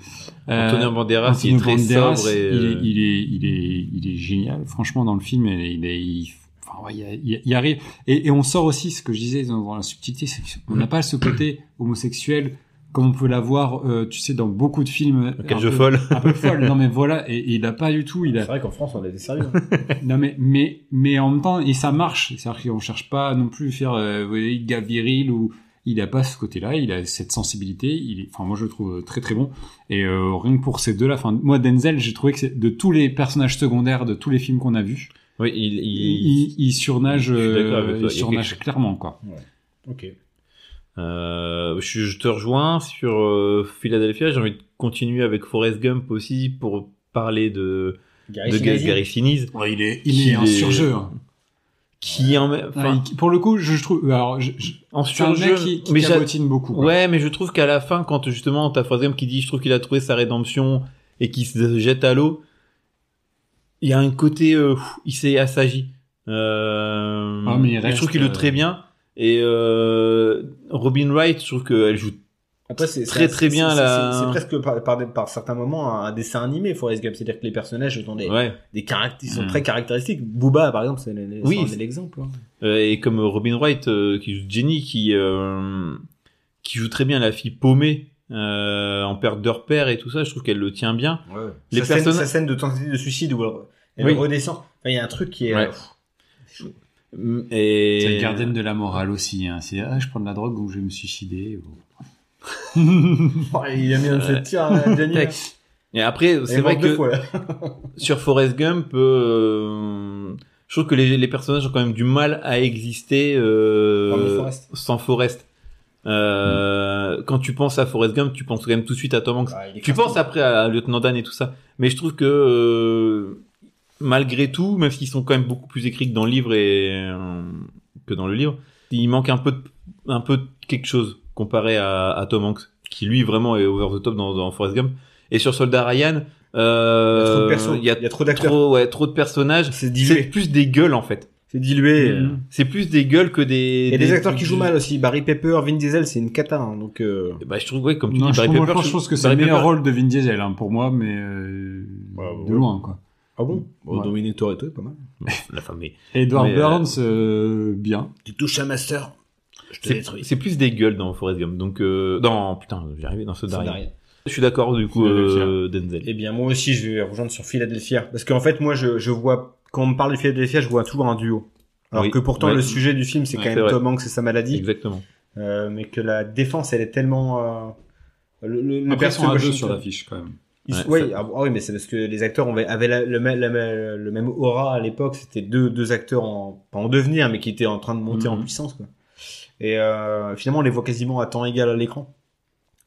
Speaker 2: Euh,
Speaker 3: Antonio Banderas, il est
Speaker 2: Antonio
Speaker 3: très
Speaker 2: Banderas,
Speaker 3: sobre et.
Speaker 2: il, est,
Speaker 3: euh,
Speaker 2: il, est, il, est, il est génial, franchement, dans le film. Il, est- il, est- il- enfin, ouais, il y a- il y a- il arrive. Et, et on sort aussi ce que je disais dans, dans la subtilité c'est qu'on n'a pas ce côté homosexuel comme on peut l'avoir, euh, tu sais, dans beaucoup de films.
Speaker 3: Quel
Speaker 2: un
Speaker 3: jeu
Speaker 2: peu-
Speaker 3: folle.
Speaker 2: Un peu folle, non mais voilà, et, et il n'a pas du tout. Il
Speaker 1: C'est
Speaker 2: a,
Speaker 1: vrai qu'en France, on a des sérieux. hein.
Speaker 2: non mais, mais, mais en même temps, et ça marche. C'est-à-dire qu'on cherche pas non plus à faire, euh, vous voyez, le gars viril ou il a pas ce côté-là, il a cette sensibilité. Il est, enfin, moi je le trouve euh, très très bon. Et euh, rien que pour ces deux-là, enfin, moi Denzel, j'ai trouvé que c'est- de tous les personnages secondaires de tous les films qu'on a vus,
Speaker 3: Oui, il, il-
Speaker 2: il, il surnage,
Speaker 3: je suis d'accord
Speaker 2: euh, il
Speaker 3: avec toi, il y a quelque
Speaker 2: surnage clairement quoi.
Speaker 1: ok.
Speaker 3: euh, je, je te rejoins sur euh, Philadelphia. J'ai envie de continuer avec Forrest Gump aussi pour parler de,
Speaker 1: Gary
Speaker 3: de Ga-
Speaker 1: Sinise.
Speaker 3: Gary Sinise.
Speaker 2: il est,
Speaker 3: il est
Speaker 2: en
Speaker 3: est-
Speaker 2: surjeu. hein.
Speaker 3: Qui en, enfin,
Speaker 2: Ouais, il- pour le coup, je je trouve, alors, je, je-
Speaker 3: en
Speaker 2: c'est un
Speaker 3: surjeu.
Speaker 2: mec qui, qui
Speaker 3: mais j'a-
Speaker 2: cabotine beaucoup. quoi.
Speaker 3: Ouais, mais je trouve qu'à la fin, quand justement t'as Forrest Gump qui dit, je trouve qu'il a trouvé sa rédemption et qui se jette à l'eau, il y a un côté, euh, pff, il s'est assagi. Euh,
Speaker 2: Ah, mais il
Speaker 3: je trouve
Speaker 2: reste,
Speaker 3: qu'il
Speaker 2: euh,
Speaker 3: le très bien. Et euh, Robin Wright, je trouve qu'elle joue.
Speaker 1: Après, c'est
Speaker 3: Très,
Speaker 1: c'est-
Speaker 3: très
Speaker 1: c'est-
Speaker 3: bien,
Speaker 1: c'est-
Speaker 3: là.
Speaker 1: C'est c'est presque par, par, par certains moments un dessin animé, Forrest Gump. C'est-à-dire que les personnages ont des,
Speaker 3: Ouais.
Speaker 1: des caractères, ils sont
Speaker 2: Mm.
Speaker 1: très caractéristiques. Booba, par exemple, c'est le- le-
Speaker 3: Oui,
Speaker 1: c'en est
Speaker 3: c'est-
Speaker 1: l'exemple. hein.
Speaker 3: Euh, et comme Robin Wright euh, qui joue Jenny, qui euh, qui joue très bien la fille paumée euh, en perte de repères et tout ça, je trouve qu'elle le tient bien. Les
Speaker 1: sa, scène-
Speaker 3: personnages-
Speaker 1: sa scène de tentative de suicide où elle- elle
Speaker 3: Oui.
Speaker 1: redescend. Enfin, Il y a un truc qui est.
Speaker 3: Ouais.
Speaker 1: euh, pff,
Speaker 3: Et
Speaker 2: C'est le gardien de la morale aussi. Hein. C'est ah, je prends de la drogue ou je vais me suicider. ou-
Speaker 1: oh, il a mis un de ses tirs à Johnny. là.
Speaker 3: Tac. Et après,
Speaker 1: Elle
Speaker 3: c'est
Speaker 1: est
Speaker 3: vrai
Speaker 1: morte deux
Speaker 3: que
Speaker 1: fois, là.
Speaker 3: sur Forrest Gump, euh, je trouve que les, les personnages ont quand même du mal à exister euh,
Speaker 1: Parmi Forrest.
Speaker 3: sans Forrest. Euh, Quand tu penses à Forrest Gump, tu penses quand même tout de suite à Tom Hanks.
Speaker 1: Ah, il est
Speaker 3: tu
Speaker 1: crasse.
Speaker 3: penses après à Lieutenant Dan et tout ça. Mais je trouve que euh, malgré tout, même s'ils sont quand même beaucoup plus écrits que dans le livre et euh, que dans le livre, il manque un peu de, un peu de quelque chose comparé à, à Tom Hanks, qui lui vraiment est over the top dans, dans Forrest Gump. Et sur Soldat Ryan,
Speaker 1: Il y a trop de
Speaker 3: euh,
Speaker 1: persos,
Speaker 3: il y a
Speaker 1: il y a trop d'acteurs.
Speaker 3: trop, ouais, trop de personnages.
Speaker 1: C'est
Speaker 3: C'est
Speaker 1: dilué.
Speaker 3: plus des gueules en fait.
Speaker 1: C'est dilué. euh.
Speaker 2: Mhm.
Speaker 3: C'est plus des gueules que des.
Speaker 1: Il y a des acteurs qui jouent mal aussi. Barry Pepper, Vin Diesel, c'est une cata. hein, donc, euh,
Speaker 3: Bah, je trouve, ouais, comme tu
Speaker 2: Non,
Speaker 3: dis,
Speaker 2: je,
Speaker 3: Barry
Speaker 2: trouve-
Speaker 3: Pepper,
Speaker 2: moi, je pense que c'est le
Speaker 3: Barry
Speaker 2: meilleur
Speaker 3: Pepper-
Speaker 2: rôle de Vin Diesel hein, pour moi, mais euh,
Speaker 1: Bravo.
Speaker 2: de loin quoi.
Speaker 1: Ah bon
Speaker 2: Ouais.
Speaker 1: Dominique Toretto est pas mal.
Speaker 3: La femme, mais-
Speaker 2: Edward
Speaker 3: Mais, euh,
Speaker 2: Burns, euh, bien.
Speaker 1: Tu touches à Master.
Speaker 3: Je
Speaker 4: te
Speaker 3: c'est-
Speaker 4: détruis.
Speaker 3: C'est plus des gueules dans Forrest Gump. Donc euh, dans putain, j'y arrivais dans ce dernier.
Speaker 1: Daria.
Speaker 3: Je suis d'accord du coup
Speaker 2: Philadelphia.
Speaker 3: euh, Denzel.
Speaker 1: Eh bien, moi aussi, je vais rejoindre sur Philadelphia. Parce qu'en fait, moi, je, je vois, quand on me parle de Philadelphia, je vois toujours un duo. Alors
Speaker 3: Oui.
Speaker 1: que pourtant,
Speaker 3: Ouais.
Speaker 1: le sujet du film, c'est
Speaker 3: Ouais,
Speaker 1: quand
Speaker 3: c'est
Speaker 1: même
Speaker 3: vrai.
Speaker 1: Tom Hanks et sa maladie.
Speaker 3: Exactement.
Speaker 1: Euh, mais que la défense, elle est tellement, euh, le, le, le
Speaker 2: Après, ils
Speaker 1: perso
Speaker 2: sont à deux
Speaker 1: Washington-
Speaker 2: sur l'affiche quand même.
Speaker 1: Ils sont-
Speaker 3: Ouais,
Speaker 1: oui, ah, ah oui, mais c'est parce que les acteurs avaient, avaient la- le, même- la même- le même aura à l'époque. C'était deux, deux acteurs en, pas en devenir, mais qui étaient en train de monter en
Speaker 2: Mhm.
Speaker 1: puissance. Quoi. Et euh, finalement, on les voit quasiment à temps égal à l'écran.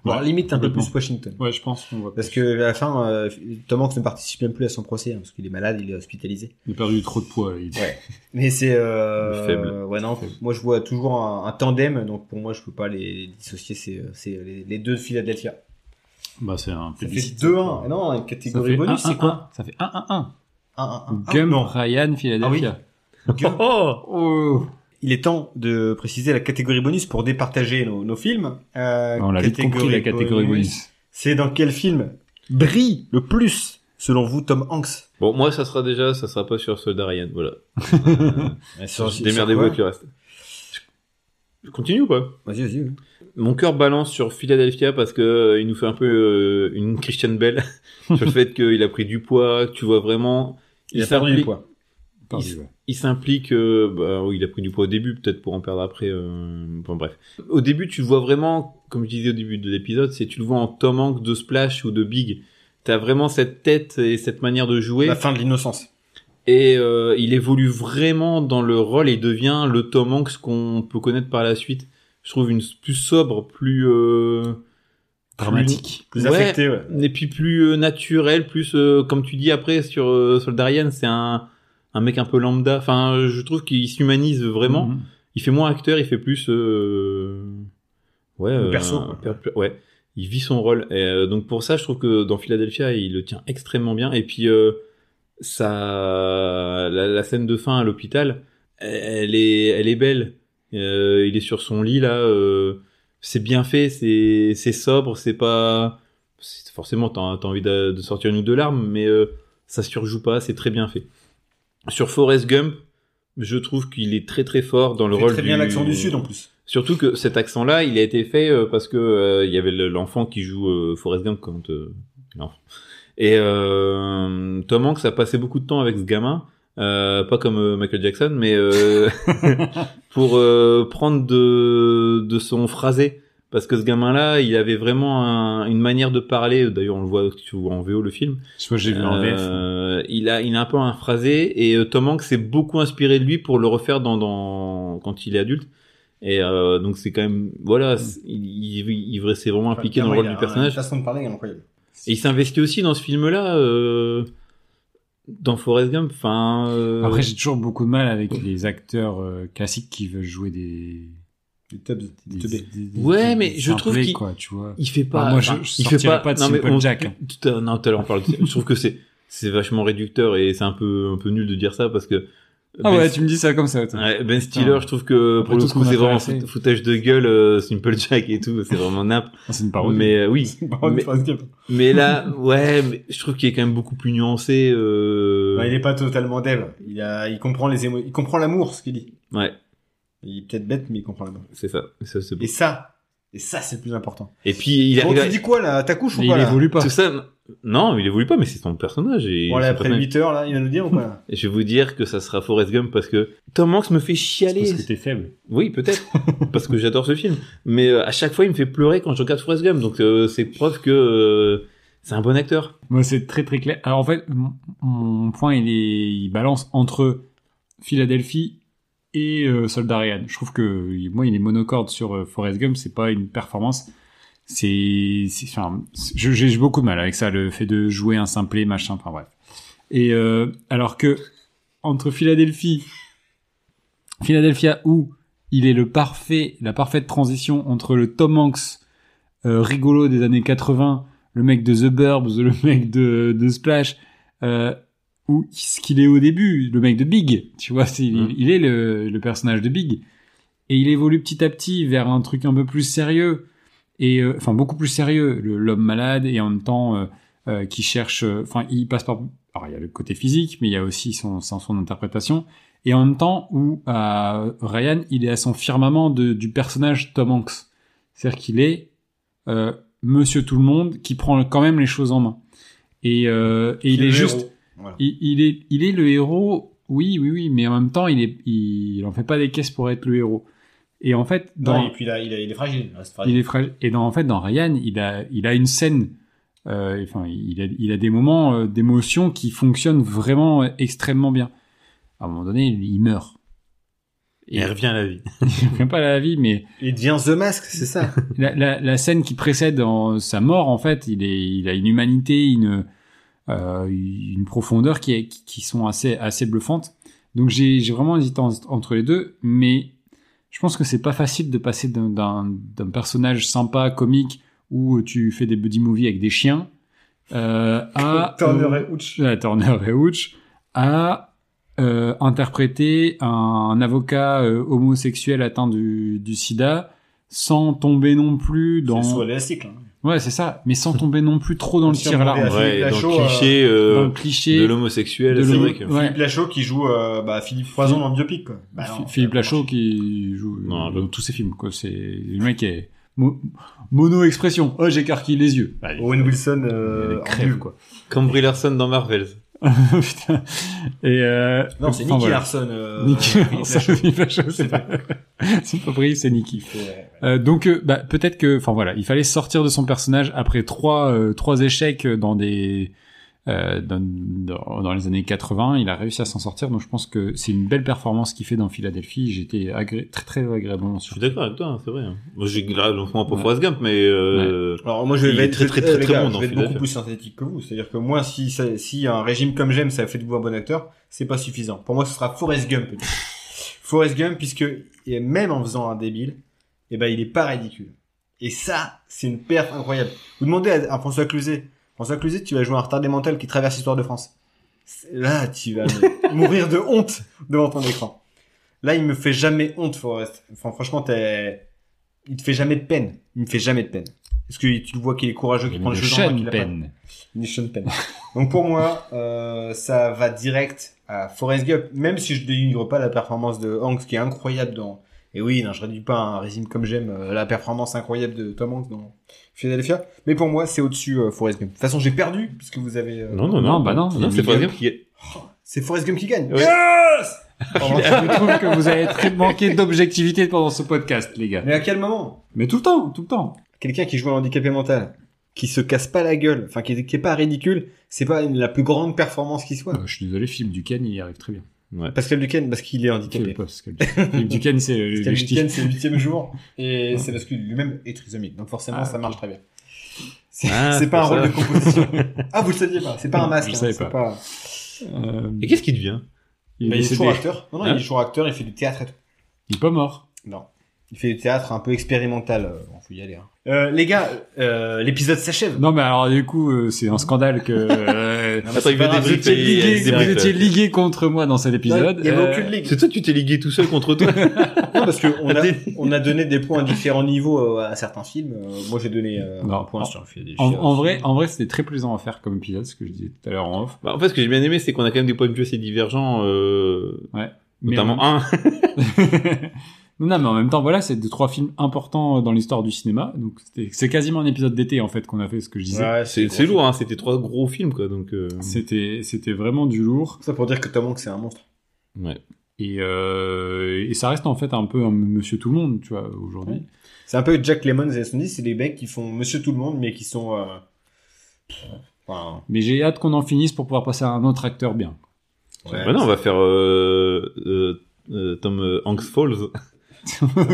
Speaker 1: Bon,
Speaker 2: Ouais,
Speaker 1: limite un peu
Speaker 2: complètement.
Speaker 1: plus Washington.
Speaker 2: Ouais, je pense qu'on voit.
Speaker 1: Parce que à la fin, euh, Tom Hanks ne participe même plus à son procès, hein, parce qu'il est malade, il est hospitalisé.
Speaker 2: Il a perdu trop de poids. il-
Speaker 1: Ouais. Mais c'est... Euh,
Speaker 3: Le faible.
Speaker 1: Ouais, non, moi je vois toujours un, un tandem, donc pour moi je peux pas les dissocier, c'est, euh, c'est les, les deux de Philadelphia.
Speaker 2: Bah, c'est un
Speaker 1: Ça fait
Speaker 2: plébiscite.
Speaker 1: 2-1, non, une
Speaker 2: Ça
Speaker 1: catégorie
Speaker 2: fait
Speaker 1: bonus,
Speaker 2: 1-1-1.
Speaker 1: c'est quoi
Speaker 2: Ça fait 1-1-1.
Speaker 1: 1-1-1.
Speaker 2: Gump,
Speaker 1: non.
Speaker 2: Ryan, Philadelphia.
Speaker 1: Gump.
Speaker 3: Oh
Speaker 2: Oh
Speaker 1: Il est temps de préciser la catégorie bonus pour départager nos, nos films. Euh,
Speaker 2: Ah, On l'a vite compris, la catégorie bonus.
Speaker 1: C'est dans quel film brille le plus, selon vous, Tom Hanks
Speaker 3: Bon, moi ça sera déjà, ça sera pas sur Soldat Ryan. Voilà. Euh, Démerdez-vous avec le reste. Je- Je continue ou pas
Speaker 1: Vas-y, vas-y.
Speaker 3: Mon cœur balance sur Philadelphia parce que euh, il nous fait un peu euh, une Christian Bell sur le fait qu'il a pris du poids, que tu vois vraiment.
Speaker 1: Il a perdu du
Speaker 3: s'implique-
Speaker 1: poids.
Speaker 2: Perdu, ouais.
Speaker 3: il s'implique, euh, bah oui, il a pris du poids au début, peut-être pour en perdre après. euh, bon, bref. Au début, tu le vois vraiment, comme je disais au début de l'épisode, c'est tu le vois en Tom Hanks de Splash ou de Big. T'as vraiment cette tête et cette manière de jouer.
Speaker 1: La fin de l'innocence.
Speaker 3: Et euh, il évolue vraiment dans le rôle et devient le Tom Hanks qu'on peut connaître par la suite. Je trouve une plus sobre, plus euh,
Speaker 2: Dramatique.
Speaker 1: Plus
Speaker 3: Ouais.
Speaker 1: affecté, ouais.
Speaker 3: et puis plus euh, naturel, plus euh, comme tu dis après sur euh, Soldarian, c'est un un mec un peu lambda. Enfin, je trouve qu'il s'humanise vraiment.
Speaker 2: Mhm.
Speaker 3: Il fait moins acteur, il fait plus euh, ouais
Speaker 1: Le
Speaker 3: euh,
Speaker 1: perso,
Speaker 3: un-
Speaker 1: quoi.
Speaker 3: per- ouais. Il vit son rôle. Et, euh, donc pour ça, je trouve que dans Philadelphia, il le tient extrêmement bien. Et puis euh, ça, la, la scène de fin à l'hôpital, elle est, elle est belle. Euh, il est sur son lit là. euh, c'est bien fait, c'est, c'est sobre, c'est pas. c'est- Forcément, t'as, t'as envie de, de sortir une ou deux larmes, mais euh, ça surjoue pas, c'est très bien fait. Sur Forrest Gump, je trouve qu'il est très très fort dans le
Speaker 1: Il fait
Speaker 3: rôle.
Speaker 1: très
Speaker 3: du-
Speaker 1: bien l'accent du Sud en plus.
Speaker 3: Surtout que cet accent-là, il a été fait euh, parce que euh, il y avait le- l'enfant qui joue euh, Forrest Gump quand euh, l'enfant. Et euh, Tom Hanks a passé beaucoup de temps avec ce gamin, euh, pas comme euh, Michael Jackson, mais euh, pour euh, prendre de, de son phrasé. Parce que ce gamin-là, il avait vraiment un- une manière de parler. D'ailleurs, on le voit tu vois en VO le film.
Speaker 2: Je crois que j'ai vu en VF.
Speaker 3: Euh, il a, il a un peu un phrasé et euh, Tom Hanks s'est beaucoup inspiré de lui pour le refaire dans, dans quand il est adulte. Et euh, donc c'est quand même
Speaker 2: Mm.
Speaker 3: voilà, c'est- il, il, il s'est vraiment impliqué dans le
Speaker 1: Ouais,
Speaker 3: rôle
Speaker 1: il a
Speaker 3: du
Speaker 1: un-
Speaker 3: personnage.
Speaker 1: Une façon de parler incroyable.
Speaker 3: Et il s'investit aussi dans ce film-là, euh, dans Forrest Gump. Enfin, euh,
Speaker 2: Après, j'ai toujours beaucoup de mal avec les acteurs euh, classiques qui veulent jouer des.
Speaker 1: Du tubs, du
Speaker 2: des-
Speaker 1: teubé.
Speaker 2: des- des-
Speaker 3: Ouais,
Speaker 2: des-
Speaker 3: mais
Speaker 2: des
Speaker 3: je trouve
Speaker 2: simplés,
Speaker 3: qu'il-
Speaker 2: quoi, tu vois.
Speaker 3: il fait pas.
Speaker 2: Ah, moi, je-
Speaker 3: enfin,
Speaker 2: je sortirais pas de Simple Jack, hein.
Speaker 3: Tout à- non, tout à l'heure on parle. de- je trouve que c'est c'est vachement réducteur et c'est un peu un peu nul de dire ça parce que.
Speaker 2: Ah
Speaker 3: Ben
Speaker 2: ouais, tu me dis ça comme ça. toi.
Speaker 3: Ouais, ben Stiller, je trouve que pour
Speaker 2: Après
Speaker 3: le
Speaker 2: tout ce
Speaker 3: coup,
Speaker 2: qu'on a
Speaker 3: c'est vraiment
Speaker 2: traversé.
Speaker 3: fout- foutage de gueule, euh, Simple Jack et tout, c'est vraiment nappe.
Speaker 2: Ah, C'est une parodie.
Speaker 3: mais euh, oui,
Speaker 1: C'est marrant,
Speaker 3: Mais-
Speaker 1: Forrest Gump.
Speaker 3: mais là, ouais, mais je trouve qu'il est quand même beaucoup plus nuancé. Euh...
Speaker 1: Ouais, Bah, Il est pas totalement dev. Il a, il comprend les émotions, il comprend l'amour, ce qu'il dit.
Speaker 3: Ouais,
Speaker 1: Il est peut-être bête, mais il comprend l'amour.
Speaker 3: c'est ça. ça c'est beau.
Speaker 1: Et ça, et ça, c'est le plus important.
Speaker 3: Et puis il
Speaker 1: Bon,
Speaker 3: arrive
Speaker 1: tu
Speaker 3: à...
Speaker 1: dis quoi là, ta couche ou
Speaker 2: Mais
Speaker 1: pas
Speaker 2: il
Speaker 1: là
Speaker 2: évolue pas.
Speaker 3: tout ça. n- Non, il évolue pas, mais c'est son personnage. Et
Speaker 1: Bon, là,
Speaker 3: son
Speaker 1: après
Speaker 3: personnage-
Speaker 1: 8 heures, là, il va nous dire ou pas
Speaker 3: Et je vais vous dire que ça sera Forrest Gump parce que Tom Hanks me fait chialer.
Speaker 2: Parce que t'es faible.
Speaker 3: Oui, peut-être, parce que j'adore ce film. Mais euh, à chaque fois, il me fait pleurer quand je regarde Forrest Gump. Donc euh, c'est preuve que euh, c'est un bon acteur.
Speaker 2: Moi, c'est très très clair. Alors, en fait, mon- mon point, il, est, il balance entre Philadelphie et euh, Soldarian. Je trouve que euh, moi, il est monocorde sur euh, Forrest Gump. C'est pas une performance. C'est, c'est- enfin, c'est- je- j'ai j'ai beaucoup de mal avec ça, le fait de jouer un simplé, machin. Enfin bref. Et euh, alors que entre Philadelphie, Philadelphia où il est le parfait, la parfaite transition entre le Tom Hanks euh, rigolo des années 80 le mec de The Burbs, le mec de, de Splash, euh, ou ce qu'il est au début, le mec de Big, tu vois, c'est- il,
Speaker 3: Mm.
Speaker 2: il est le, le personnage de Big. Et il évolue petit à petit vers un truc un peu plus sérieux, et euh, enfin beaucoup plus sérieux, le- l'homme malade, et en même temps euh, euh, qui cherche, euh, enfin il passe par... Alors il y a le côté physique, mais il y a aussi son, son, son interprétation, et en même temps où euh, Ryan, il est à son firmament de- du personnage Tom Hanks. C'est-à-dire qu'il est euh, Monsieur Tout le Monde qui prend quand même les choses en main. Et, euh, et il est juste,
Speaker 1: Voilà.
Speaker 2: il, il est, il est le héros. Oui, oui, oui, mais en même temps, il est, il, il en fait pas des caisses pour être le héros. Et en fait, dans,
Speaker 5: et puis là, il, est- il est fragile. il reste fragile.
Speaker 2: il est fragile. Et dans, en fait, dans Ryan, il a, il a une scène. euh, enfin, il a, il a des moments euh, d'émotion qui fonctionnent vraiment euh, extrêmement bien. À un moment donné, il, il meurt.
Speaker 3: Et il revient à la vie.
Speaker 2: Je ne pas la vie, mais
Speaker 1: Il devient The Mask, c'est ça.
Speaker 2: la, la, la scène qui précède en- sa mort, en fait, il, est, il a une humanité, une, euh, une profondeur qui, est, qui- qui sont assez, assez bluffantes. Donc j'ai j'ai vraiment hésité en- entre les deux, mais je pense que c'est pas facile de passer d'un- d'un d'un personnage sympa, comique, où tu fais des buddy movies avec des chiens, euh, à
Speaker 5: Turner
Speaker 2: euh,
Speaker 5: et Hooch.
Speaker 2: à Turner et Hooch, à euh, interpréter un avocat euh, homosexuel atteint du, du sida sans tomber non plus dans...
Speaker 5: C'est sous élastique. Hein.
Speaker 2: Ouais, c'est ça, mais sans tomber non plus trop dans le
Speaker 1: Si on
Speaker 2: tir à l'arme.
Speaker 1: demandait
Speaker 3: Ouais,
Speaker 1: Philippe
Speaker 3: dans
Speaker 1: Lachaud,
Speaker 3: le cliché euh,
Speaker 2: Dans le cliché
Speaker 3: de
Speaker 2: de
Speaker 3: l'homosexuel, c'est
Speaker 2: l'homo-
Speaker 3: vrai que...
Speaker 2: ouais.
Speaker 5: Philippe Lachaud qui joue euh, bah, Philippe Poison dans le biopic. Quoi. Bah, non,
Speaker 2: F- Philippe
Speaker 5: ça va
Speaker 2: Lachaud qui joue euh,
Speaker 3: Non,
Speaker 2: dans tous ses films, quoi. C'est le mec qui est mo- mono-expression. Oh, j'écarquille les yeux.
Speaker 5: pas. Owen Wilson euh, en
Speaker 2: crève.
Speaker 5: nul, quoi.
Speaker 3: Cambry Larson dans Marvel.
Speaker 2: Putain. Et euh,
Speaker 5: Non, c'est
Speaker 2: enfin,
Speaker 5: Nicky
Speaker 2: voilà.
Speaker 5: Larson. euh,
Speaker 2: Nicky
Speaker 5: Philippe
Speaker 2: Larson,
Speaker 5: Lachaud.
Speaker 2: Philippe Lachaud, c'est pas, c'est pas Brice, c'est Nicky.
Speaker 5: Ouais.
Speaker 2: Euh, donc euh, bah, peut-être que, enfin voilà, il fallait sortir de son personnage après trois euh, trois échecs dans des euh, dans, dans, dans les années 80. Il a réussi à s'en sortir, donc je pense que c'est une belle performance qu'il fait dans Philadelphie. J'étais agré- très très agréablement
Speaker 3: Je
Speaker 2: surpris.
Speaker 3: suis d'accord avec toi, hein, c'est vrai. hein. Moi, j'ai là, l'enfant pour
Speaker 2: Ouais.
Speaker 3: Forrest Gump, mais euh,
Speaker 1: Alors moi je
Speaker 3: Il
Speaker 1: vais
Speaker 3: est
Speaker 1: être
Speaker 3: très, très, très,
Speaker 1: euh, les
Speaker 3: très
Speaker 1: gars,
Speaker 3: bon
Speaker 1: je
Speaker 3: dans
Speaker 1: vais être beaucoup
Speaker 3: Philadelphie.
Speaker 1: plus synthétique que vous. C'est-à-dire que moi si ça- si un régime comme j'aime ça fait de vous un bon acteur, c'est pas suffisant. Pour moi ce sera Forrest Gump. peut-être. Forrest Gump puisque et même en faisant un débile, eh ben il est pas ridicule. Et ça c'est une perf incroyable. Vous demandez à, à François Cluzet, François Cluzet tu vas jouer un retardé mental qui traverse l'histoire de France. C'est- Là tu vas me- mourir de honte devant ton écran. Là il me fait jamais honte Forrest. Enfin franchement t'es il te fait jamais de peine. Il me fait jamais de peine. Parce que tu le vois qu'il est courageux, qu'il prend
Speaker 2: Le
Speaker 1: les choses en main,
Speaker 2: Sean
Speaker 1: qu'il a pas-
Speaker 2: Penn.
Speaker 1: ni Sean Penn. Donc pour moi, euh, ça va direct à Forrest Gump, même si je dénigre pas la performance de Hanks qui est incroyable dans. Et oui, non, je réduis pas un régime comme j'aime euh, la performance incroyable de Tom Hanks dans Philadelphia. Mais pour moi, c'est au-dessus euh, Forrest Gump. De toute façon, j'ai perdu puisque vous avez. euh,
Speaker 3: non, non, non,
Speaker 2: Non, bah non, il y a
Speaker 3: c'est Forrest
Speaker 2: Miguel.
Speaker 3: Gump qui est.
Speaker 1: C'est Forrest Gump qui gagne.
Speaker 3: Ouais.
Speaker 1: Yes
Speaker 2: Je trouve que vous avez très manqué d'objectivité pendant ce podcast, les gars.
Speaker 1: Mais à quel moment
Speaker 2: Mais tout le temps, tout le temps.
Speaker 1: Quelqu'un qui joue un handicapé mental, qui se casse pas la gueule, enfin qui, est- qui est pas ridicule, c'est pas la plus grande performance qui soit.
Speaker 2: Euh, je suis désolé, Philippe Duquesne, il y arrive très bien.
Speaker 1: Pascal Duquesne, parce qu'il est handicapé.
Speaker 2: Quel poste, quel- Philippe Duquesne, c'est euh, le
Speaker 1: Parce qu'à
Speaker 2: le
Speaker 1: le week-end,
Speaker 2: ch'ti.
Speaker 1: c'est le huitième jour. Et c'est parce que lui-même est trisomique. Donc forcément,
Speaker 2: Ah,
Speaker 1: ça
Speaker 2: ok.
Speaker 1: marche très bien. C'est
Speaker 3: Ah,
Speaker 1: c'est pas un
Speaker 3: c'est
Speaker 1: rôle
Speaker 3: ça.
Speaker 1: de composition. ah, vous le saviez pas. C'est pas un masque.
Speaker 2: Je le
Speaker 1: hein,
Speaker 2: savais
Speaker 1: c'est
Speaker 2: pas. Euh,
Speaker 3: Et qu'est-ce qu'il devient
Speaker 2: il
Speaker 1: Bah,
Speaker 2: est
Speaker 1: il est toujours
Speaker 2: décédé. Ah.
Speaker 1: acteur. Non, non,
Speaker 3: Hein
Speaker 1: il est toujours acteur. Il fait du théâtre et tout.
Speaker 2: Il est pas mort.
Speaker 1: Non. Il fait du théâtre un peu expérimental. euh, Bon, faut y aller. hein. Euh, les gars, euh, l'épisode s'achève.
Speaker 2: Non, mais alors du coup, euh, c'est un scandale que euh,
Speaker 1: Non, mais
Speaker 3: Attends,
Speaker 1: c'est
Speaker 3: il
Speaker 1: pas
Speaker 3: veut
Speaker 1: grave,
Speaker 2: vous
Speaker 3: débriefer.
Speaker 2: étiez ligués
Speaker 3: c'est vrai,
Speaker 2: vous étiez
Speaker 3: ça.
Speaker 2: ligués contre moi dans cet épisode.
Speaker 1: Il n'y avait
Speaker 2: Euh,
Speaker 1: aucune ligue.
Speaker 3: C'est toi, tu t'es ligué tout seul contre toi.
Speaker 1: Non, parce qu'on a,
Speaker 3: Attends.
Speaker 1: on a donné des points à différents niveaux euh, à certains films. Euh, moi, j'ai donné euh,
Speaker 2: Non,
Speaker 1: un point
Speaker 2: en-
Speaker 1: sur le film. des
Speaker 2: En,
Speaker 1: chiens
Speaker 2: en
Speaker 1: aussi.
Speaker 2: vrai, en vrai, c'était très plaisant à faire comme épisode, ce que je disais tout à l'heure en off.
Speaker 3: Bah, en fait, ce que j'ai bien aimé, c'est qu'on a quand même des points de vue assez divergents, euh,
Speaker 2: Mais
Speaker 3: notamment
Speaker 2: en-
Speaker 3: un.
Speaker 2: non, mais en même temps, voilà, c'est deux trois films importants dans l'histoire du cinéma. Donc c'était- c'est quasiment un épisode d'été en fait qu'on a fait, ce que je disais.
Speaker 1: Ouais,
Speaker 3: C'est
Speaker 1: gros.
Speaker 3: c'est lourd, hein, c'était trois gros films, quoi, donc. euh,
Speaker 2: C'était c'était vraiment du lourd
Speaker 1: Ça pour dire que Tom Hanks, c'est un monstre.
Speaker 3: Ouais.
Speaker 2: et euh, et ça reste en fait un peu un Monsieur Tout le Monde, tu vois, aujourd'hui.
Speaker 1: C'est un peu Jack Lemmon des années 70, c'est des mecs qui font Monsieur Tout le Monde, mais qui sont. euh, Enfin,
Speaker 2: Mais j'ai hâte qu'on en finisse pour pouvoir passer à un autre acteur bien.
Speaker 1: ouais.
Speaker 3: Bah non, on va faire euh, euh, euh, Tom euh, Hanks Falls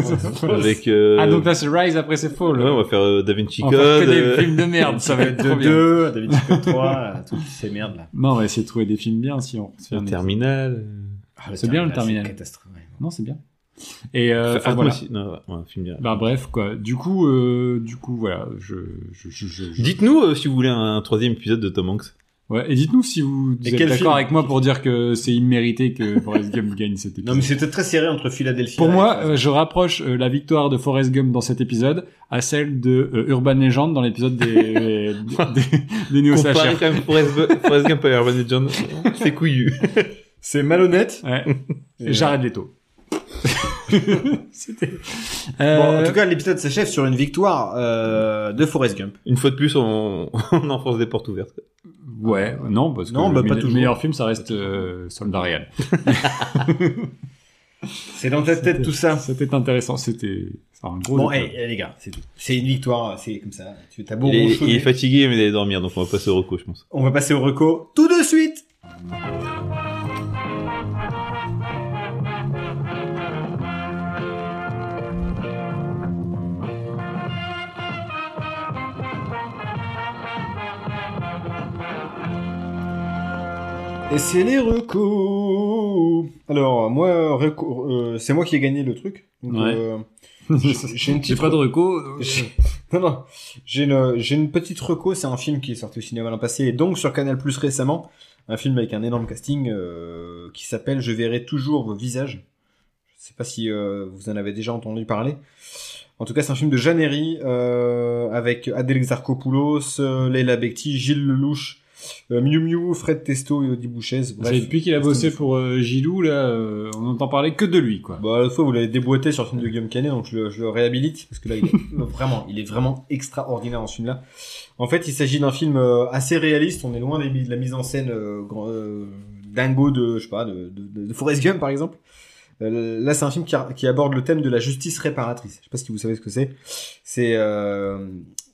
Speaker 3: avec. euh,
Speaker 2: Ah donc là c'est Rise après c'est Fall.
Speaker 3: ouais, on va faire euh, Da Vinci
Speaker 2: On
Speaker 3: Code.
Speaker 2: va faire que
Speaker 3: euh,
Speaker 2: des films de merde, ça va être
Speaker 1: de
Speaker 2: trop bien.
Speaker 1: 2, David Chico 3, toutes ces merdes là.
Speaker 2: Non, on va essayer de trouver des films bien si on. si
Speaker 3: le
Speaker 2: on-
Speaker 3: Terminal. euh,
Speaker 1: Ah, le
Speaker 2: C'est bien, le
Speaker 1: c'est une
Speaker 2: terminal.
Speaker 1: catastrophe. ouais.
Speaker 2: Non, c'est bien. Et euh,
Speaker 3: Enfin,
Speaker 2: enfin, voilà.
Speaker 3: aussi- non, ouais, un film bien.
Speaker 2: Bah bref quoi. Du coup, euh, du coup voilà. Je, je, je, je- je-
Speaker 3: Dites-nous euh, si vous voulez un, un troisième épisode de Tom Hanks.
Speaker 2: Ouais, et dites-nous si vous
Speaker 1: Et
Speaker 2: êtes
Speaker 1: quel film
Speaker 2: d'accord avec moi pour dire que c'est immérité que Forrest Gump gagne cet épisode.
Speaker 1: Non, mais c'était très serré entre Philadelphie.
Speaker 2: Pour
Speaker 1: et-
Speaker 2: moi, euh, je rapproche euh, la victoire de Forrest Gump dans cet épisode à celle de euh, Urban Legend dans l'épisode des, des, des, des néo
Speaker 3: Comparé quand même Forrest, Gu- Forrest Gump à Urban Legend, c'est couillu.
Speaker 1: C'est malhonnête.
Speaker 2: Ouais.
Speaker 1: Et,
Speaker 2: Jared Leto. C'était.
Speaker 1: euh, Bon, en
Speaker 2: Euh,
Speaker 1: tout cas, l'épisode s'achève sur une victoire euh, de Forrest Gump.
Speaker 3: Une fois de plus, on, on enfonce des portes ouvertes.
Speaker 2: ouais, non, parce que
Speaker 1: Non,
Speaker 2: le,
Speaker 1: bah, pas
Speaker 2: me-
Speaker 1: toujours.
Speaker 2: meilleur film, ça reste euh, Soldat Ryan.
Speaker 1: C'est dans ta tête tout ça.
Speaker 2: C'était intéressant, c'était c'est un gros.
Speaker 5: Bon,
Speaker 2: détail.
Speaker 5: eh, eh, les gars, c'est tout. C'est une victoire, c'est comme ça. Tu t'as beau
Speaker 3: il, est, il
Speaker 5: ronchonner.
Speaker 3: est fatigué, mais il allait dormir, donc on va passer au recours, je pense.
Speaker 1: On va passer au reco tout de suite. Et c'est les recos. Alors moi, reco- euh, c'est moi qui ai gagné le truc. Donc,
Speaker 2: Ouais.
Speaker 1: euh, j'ai une
Speaker 2: J'ai
Speaker 1: petite
Speaker 2: pas de reco. euh,
Speaker 1: j'ai- non, non. J'ai une, j'ai une petite reco, c'est un film qui est sorti au cinéma l'an passé et donc sur Canal Plus récemment. Un film avec un énorme casting euh, qui s'appelle Je verrai toujours vos visages. Je sais pas si euh, vous en avez déjà entendu parler. En tout cas, c'est un film de Jeannery euh, avec Adèle Exarchopoulos, euh, Leila Bekti, Gilles Lelouch, euh, Miu Miu, Fred Testo et Audi Bouchez. Bref.
Speaker 2: C'est depuis qu'il a bossé pour euh, Gilou, là, euh, on n'entend parler que de lui, quoi.
Speaker 1: Bah, la fois, vous l'avez déboîté sur le film de Guillaume Canet, donc je le, je le réhabilite, parce que là, il est vraiment, il est vraiment extraordinaire dans ce film-là. En fait, il s'agit d'un film euh, assez réaliste, on est loin des mi- de la mise en scène euh, grand- euh, dingo de, je sais pas, de, de, de Forrest Gump, par exemple. Euh, Là, c'est un film qui, a- qui aborde le thème de la justice réparatrice. Je sais pas si vous savez ce que c'est. C'est, euh,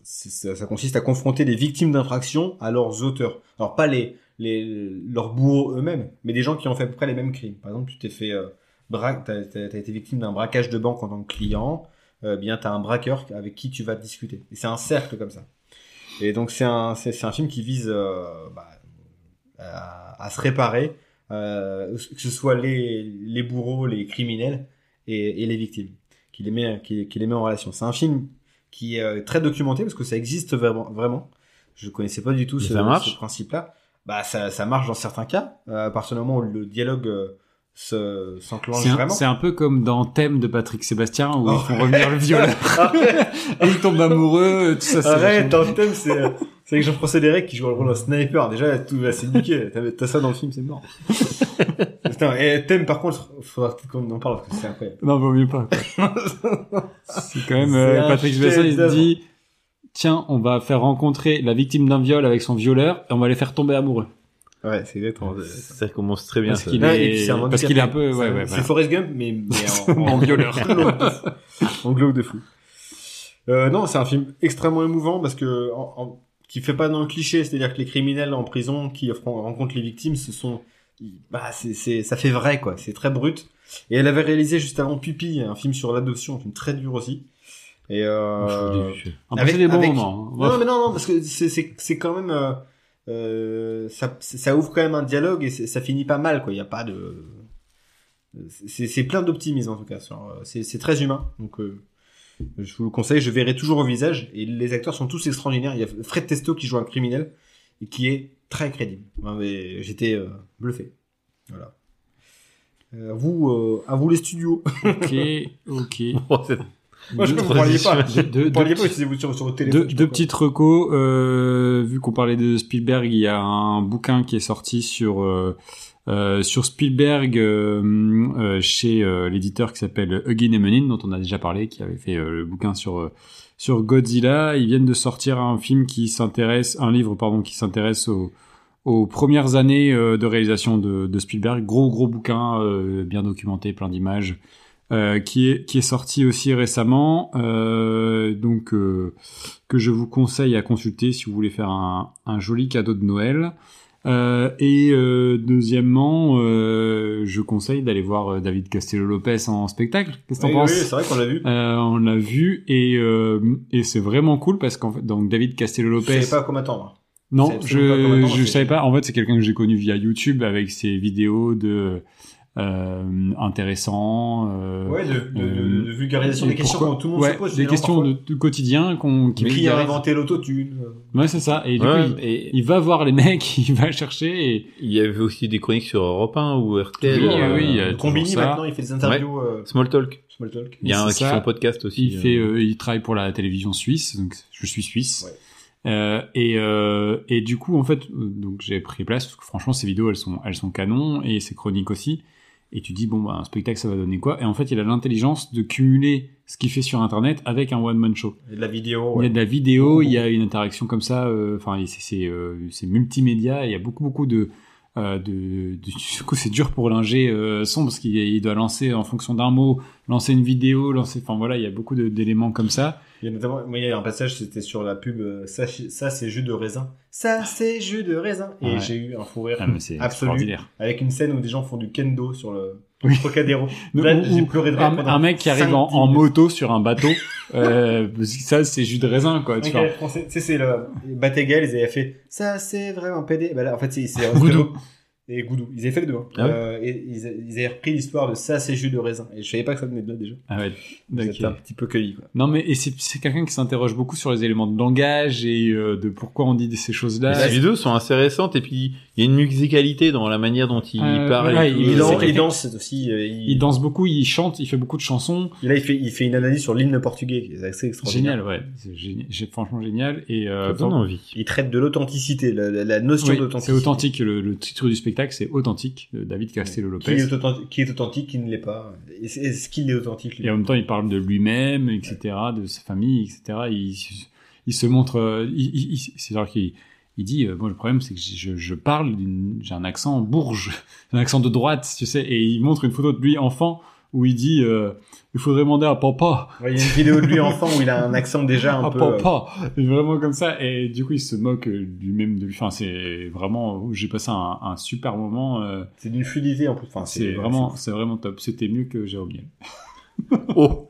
Speaker 1: c'est- ça, ça consiste à confronter les victimes d'infractions à leurs auteurs. Alors pas les, les leurs bourreaux eux-mêmes, mais des gens qui ont fait à peu près les mêmes crimes. Par exemple, tu t'es fait euh, bra- t'as, t'as- t'as été victime d'un braquage de banque en tant que client, euh, bien t'as un braqueur avec qui tu vas discuter. Et c'est un cercle comme ça. Et donc c'est un, c'est, c'est un film qui vise euh, bah, à, à se réparer, euh, que ce soit les, les bourreaux, les criminels et, et les victimes, qui les, met, qui, qui les met en relation. C'est un film qui est euh, très documenté parce que ça existe vraiment. vraiment. Je connaissais pas du tout
Speaker 3: Et
Speaker 1: ce,
Speaker 3: ça marche
Speaker 1: ce principe-là. Bah, ça, ça marche dans certains cas, euh, à partir du moment où le dialogue euh, se, s'enclenche
Speaker 2: C'est un,
Speaker 1: vraiment.
Speaker 2: c'est un peu comme dans Thème de Patrick Sébastien où
Speaker 1: Oh.
Speaker 2: ils font revenir le violeur. Et il tombe amoureux, euh, tout ça. c'est
Speaker 1: Ah, Arrête,
Speaker 2: vachement-
Speaker 1: dans le thème, c'est euh, c'est avec Jean-François Derek qui joue le rôle d'un sniper. Déjà, tout va c'est niqué. T'as- T'as ça dans le film, c'est mort. Putain, et thème, par contre, faudra peut-être qu'on en parle parce que c'est incroyable.
Speaker 2: Non, vaut mieux pas. quoi. c'est quand même
Speaker 1: hein. C'est
Speaker 2: euh,
Speaker 1: un
Speaker 2: Patrick Sébastien. Il se
Speaker 1: chef-d'œuvre.
Speaker 2: dit tiens, on va faire rencontrer la victime d'un viol avec son violeur et on va les faire tomber amoureux.
Speaker 1: Ouais, c'est exactement. euh,
Speaker 3: Ça commence très bien.
Speaker 2: Parce
Speaker 3: ça.
Speaker 2: qu'il
Speaker 1: Non, et puis
Speaker 2: est...
Speaker 1: c'est un
Speaker 2: parce
Speaker 1: handicapé.
Speaker 2: qu'il est un peu ouais ouais.
Speaker 1: c'est
Speaker 2: voilà.
Speaker 1: Forrest Gump, mais, mais en,
Speaker 2: En violeur.
Speaker 1: en glauque de fou. En glauque de fou. Euh, non, c'est un film extrêmement émouvant parce que en- en- qui fait pas dans le cliché, c'est-à-dire que les criminels en prison qui affron- rencontrent les victimes, ce sont, ils- bah, c'est, c'est- ça fait vrai quoi, c'est très brut. Et elle avait réalisé juste avant Pupille, un film sur l'adoption, un film très dur aussi. Et euh,
Speaker 2: On
Speaker 1: Avec-
Speaker 2: passait des bons
Speaker 1: avec-
Speaker 2: moments. hein.
Speaker 1: non, mais non, non, parce que c'est- c'est c'est quand même. euh, euh, ça, ça ouvre quand même un dialogue et c'est- ça finit pas mal, quoi. Il n'y a pas de. C'est c'est plein d'optimisme, en tout cas. sur, euh, C'est c'est très humain. Donc, euh, je vous le conseille, je verrai toujours au visage. Et les acteurs sont tous extraordinaires. Il y a Fred Testo qui joue un criminel et qui est très crédible. Enfin, mais J'étais euh, bluffé. Voilà. Euh, vous, euh, à vous les studios.
Speaker 2: Ok, ok.
Speaker 3: Oh, c'est-
Speaker 1: Moi, je
Speaker 2: Deux-
Speaker 1: ne croyais pas.
Speaker 2: deux- deux-
Speaker 1: Vous parliez pas,
Speaker 2: deux-
Speaker 1: utilisez-vous sur, sur votre téléphone.
Speaker 2: Deux,
Speaker 1: je sais
Speaker 2: deux
Speaker 1: pas.
Speaker 2: petites recos. euh, vu qu'on parlait de Spielberg, il y a un bouquin qui est sorti sur euh, euh, sur Spielberg euh, euh, chez euh, l'éditeur qui s'appelle Eugene Menin, dont on a déjà parlé, qui avait fait euh, le bouquin sur euh, sur Godzilla. Ils viennent de sortir un film qui s'intéresse, un livre pardon, qui s'intéresse aux aux premières années euh, de réalisation de, de Spielberg. Gros gros bouquin, euh, bien documenté, plein d'images. euh, qui est qui est sorti aussi récemment euh, donc euh, que je vous conseille à consulter si vous voulez faire un, un joli cadeau de Noël. Euh, et euh, deuxièmement, euh, je conseille d'aller voir euh, David Castello Lopez en spectacle. Qu'est-ce que
Speaker 1: Oui,
Speaker 2: t'en
Speaker 1: oui,
Speaker 2: penses
Speaker 1: c'est vrai qu'on l'a vu.
Speaker 2: Euh, On l'a vu et, euh, et c'est vraiment cool parce qu'en fait, donc David Castello
Speaker 1: Je
Speaker 2: Lopez.
Speaker 1: savais pas à quoi m'attendre.
Speaker 2: Non,
Speaker 1: C'est absolument pas
Speaker 2: je
Speaker 1: combattant,
Speaker 2: je
Speaker 1: c'est-
Speaker 2: savais pas. En fait, c'est quelqu'un que j'ai connu via YouTube avec ses vidéos de euh, intéressants. euh,
Speaker 1: Ouais, de, de,
Speaker 2: Euh,
Speaker 1: de, de vulgarisation des
Speaker 2: et
Speaker 1: questions
Speaker 2: pourquoi-
Speaker 1: que tout le monde
Speaker 2: ouais,
Speaker 1: se pose.
Speaker 2: des questions de, du quotidien qu'on qui hein.
Speaker 1: qui qui a
Speaker 2: vulgarisent.
Speaker 1: inventé l'autotune. euh,
Speaker 2: Ouais, c'est ça. Et du
Speaker 3: Ouais,
Speaker 2: coup, il-
Speaker 3: et-
Speaker 2: il, va voir les mecs, il va chercher et
Speaker 3: Il y avait aussi des chroniques sur Europe 1 ou RTL.
Speaker 2: Oui,
Speaker 3: euh,
Speaker 2: oui, il y a
Speaker 1: le
Speaker 2: toujours
Speaker 1: Combini
Speaker 2: ça.
Speaker 1: maintenant, il fait des interviews euh,
Speaker 3: Small Talk.
Speaker 1: small talk.
Speaker 3: Il y a
Speaker 2: Et
Speaker 3: un
Speaker 2: c'est
Speaker 3: qui fait
Speaker 2: ça.
Speaker 3: un podcast aussi.
Speaker 2: il
Speaker 3: euh,
Speaker 2: fait, euh, il travaille pour la télévision suisse. Donc je suis suisse.
Speaker 1: Ouais.
Speaker 2: Euh, et, euh, et du coup, en fait, euh, donc j'ai pris place parce que franchement, ces vidéos, elles sont, elles sont canon et ces chroniques aussi. Et tu dis bon, bah, un spectacle, ça va donner quoi Et en fait, il a l'intelligence de cumuler ce qu'il fait sur Internet avec un one man show.
Speaker 1: Il y a de la vidéo.
Speaker 2: Il y
Speaker 1: ouais.
Speaker 2: a de la vidéo, il y a une interaction comme ça. euh, Enfin, et c'est- c'est euh, c'est multimédia. et Il y a beaucoup beaucoup de euh, de, de- du coup, c'est dur pour linger euh, son parce qu'il il doit lancer en fonction d'un mot, lancer une vidéo, lancer. Enfin voilà, il y a beaucoup de- d'éléments comme ça.
Speaker 1: Il y a notamment, moi, il y a un passage, c'était sur la pub, euh, ça, chi- ça c'est jus de raisin. Ça c'est jus de raisin. Et
Speaker 2: Ouais.
Speaker 1: j'ai eu un fou rire.
Speaker 2: Ah, mais c'est
Speaker 1: Absolu.
Speaker 2: extraordinaire.
Speaker 1: Avec une scène où des gens font du kendo sur le
Speaker 2: Oui.
Speaker 1: Trocadéro.
Speaker 2: Ou-
Speaker 1: Là, j'ai
Speaker 2: ou-
Speaker 1: pleuré de rire
Speaker 2: un,
Speaker 1: pendant
Speaker 2: un mec qui arrive en,
Speaker 1: cinq, dix
Speaker 2: en
Speaker 1: minutes.
Speaker 2: moto sur un bateau, euh, ça c'est jus de raisin quoi. Tu
Speaker 1: Ok,
Speaker 2: vois.
Speaker 1: les français, tu sais, c'est le Batégal, ils avaient fait ça, c'est vraiment pédé. Bah là, en fait, c'est c'est-
Speaker 2: Goudou.
Speaker 1: Et Goudou, ils avaient fait les deux. hein.
Speaker 3: Ah ouais
Speaker 1: Euh, et ils, ils avaient repris l'histoire de ça, c'est jus de raisin. Et je savais pas que ça venait de là déjà.
Speaker 2: Ah ouais.
Speaker 1: C'était
Speaker 2: ok.
Speaker 1: un petit peu cueilli. Quoi.
Speaker 2: Non mais et c'est c'est quelqu'un qui s'interroge beaucoup sur les éléments de langage et euh, de pourquoi on dit ces choses là.
Speaker 3: Les vidéos sont assez récentes et puis il y a une musicalité dans la manière dont il
Speaker 2: Euh,
Speaker 3: parle.
Speaker 2: ouais,
Speaker 3: et tout.
Speaker 2: il
Speaker 1: Il,
Speaker 2: danse-
Speaker 1: danse,
Speaker 2: il
Speaker 1: aussi. euh, il-
Speaker 2: Il danse beaucoup, il chante, il fait beaucoup de chansons.
Speaker 1: Là, il fait, il fait une analyse sur l'hymne portugais. qui est assez extraordinaire.
Speaker 2: Génial, ouais. C'est génial. J'ai- Franchement génial. Et euh,
Speaker 3: Ça donne
Speaker 2: bon,
Speaker 3: envie.
Speaker 1: Il traite de l'authenticité, la, la- la notion
Speaker 2: oui, c'est
Speaker 1: d'authenticité.
Speaker 2: authentique. Le, le titre du spectacle, c'est authentique. de David Castello
Speaker 1: Qui est
Speaker 2: Lopez.
Speaker 1: authentique, qui est authentique, qui ne l'est pas. Et c'est- Est-ce qu'il est authentique lui
Speaker 2: Et en même temps, il parle de lui-même, etc., de sa famille, etc. Il, il se montre. euh, il- il- il- c'est vrai qu'il il dit euh, bon, le problème, c'est que je, je parle, d'une- j'ai un accent bourge, un accent de droite, tu sais. Et il montre une photo de lui enfant où il dit euh, il faudrait demander à papa.
Speaker 1: Ouais, Il y a une vidéo de lui enfant où il a un accent déjà un
Speaker 2: Ah,
Speaker 1: peu. euh,
Speaker 2: papa Vraiment comme ça. Et du coup, il se moque euh, lui-même de lui. Enfin, c'est vraiment. J'ai passé un, un super moment. euh,
Speaker 1: C'est d'une fluidité en plus. Enfin,
Speaker 2: c'est vraiment, c'est vraiment top. C'était mieux que Jérôme Niel,
Speaker 3: Oh.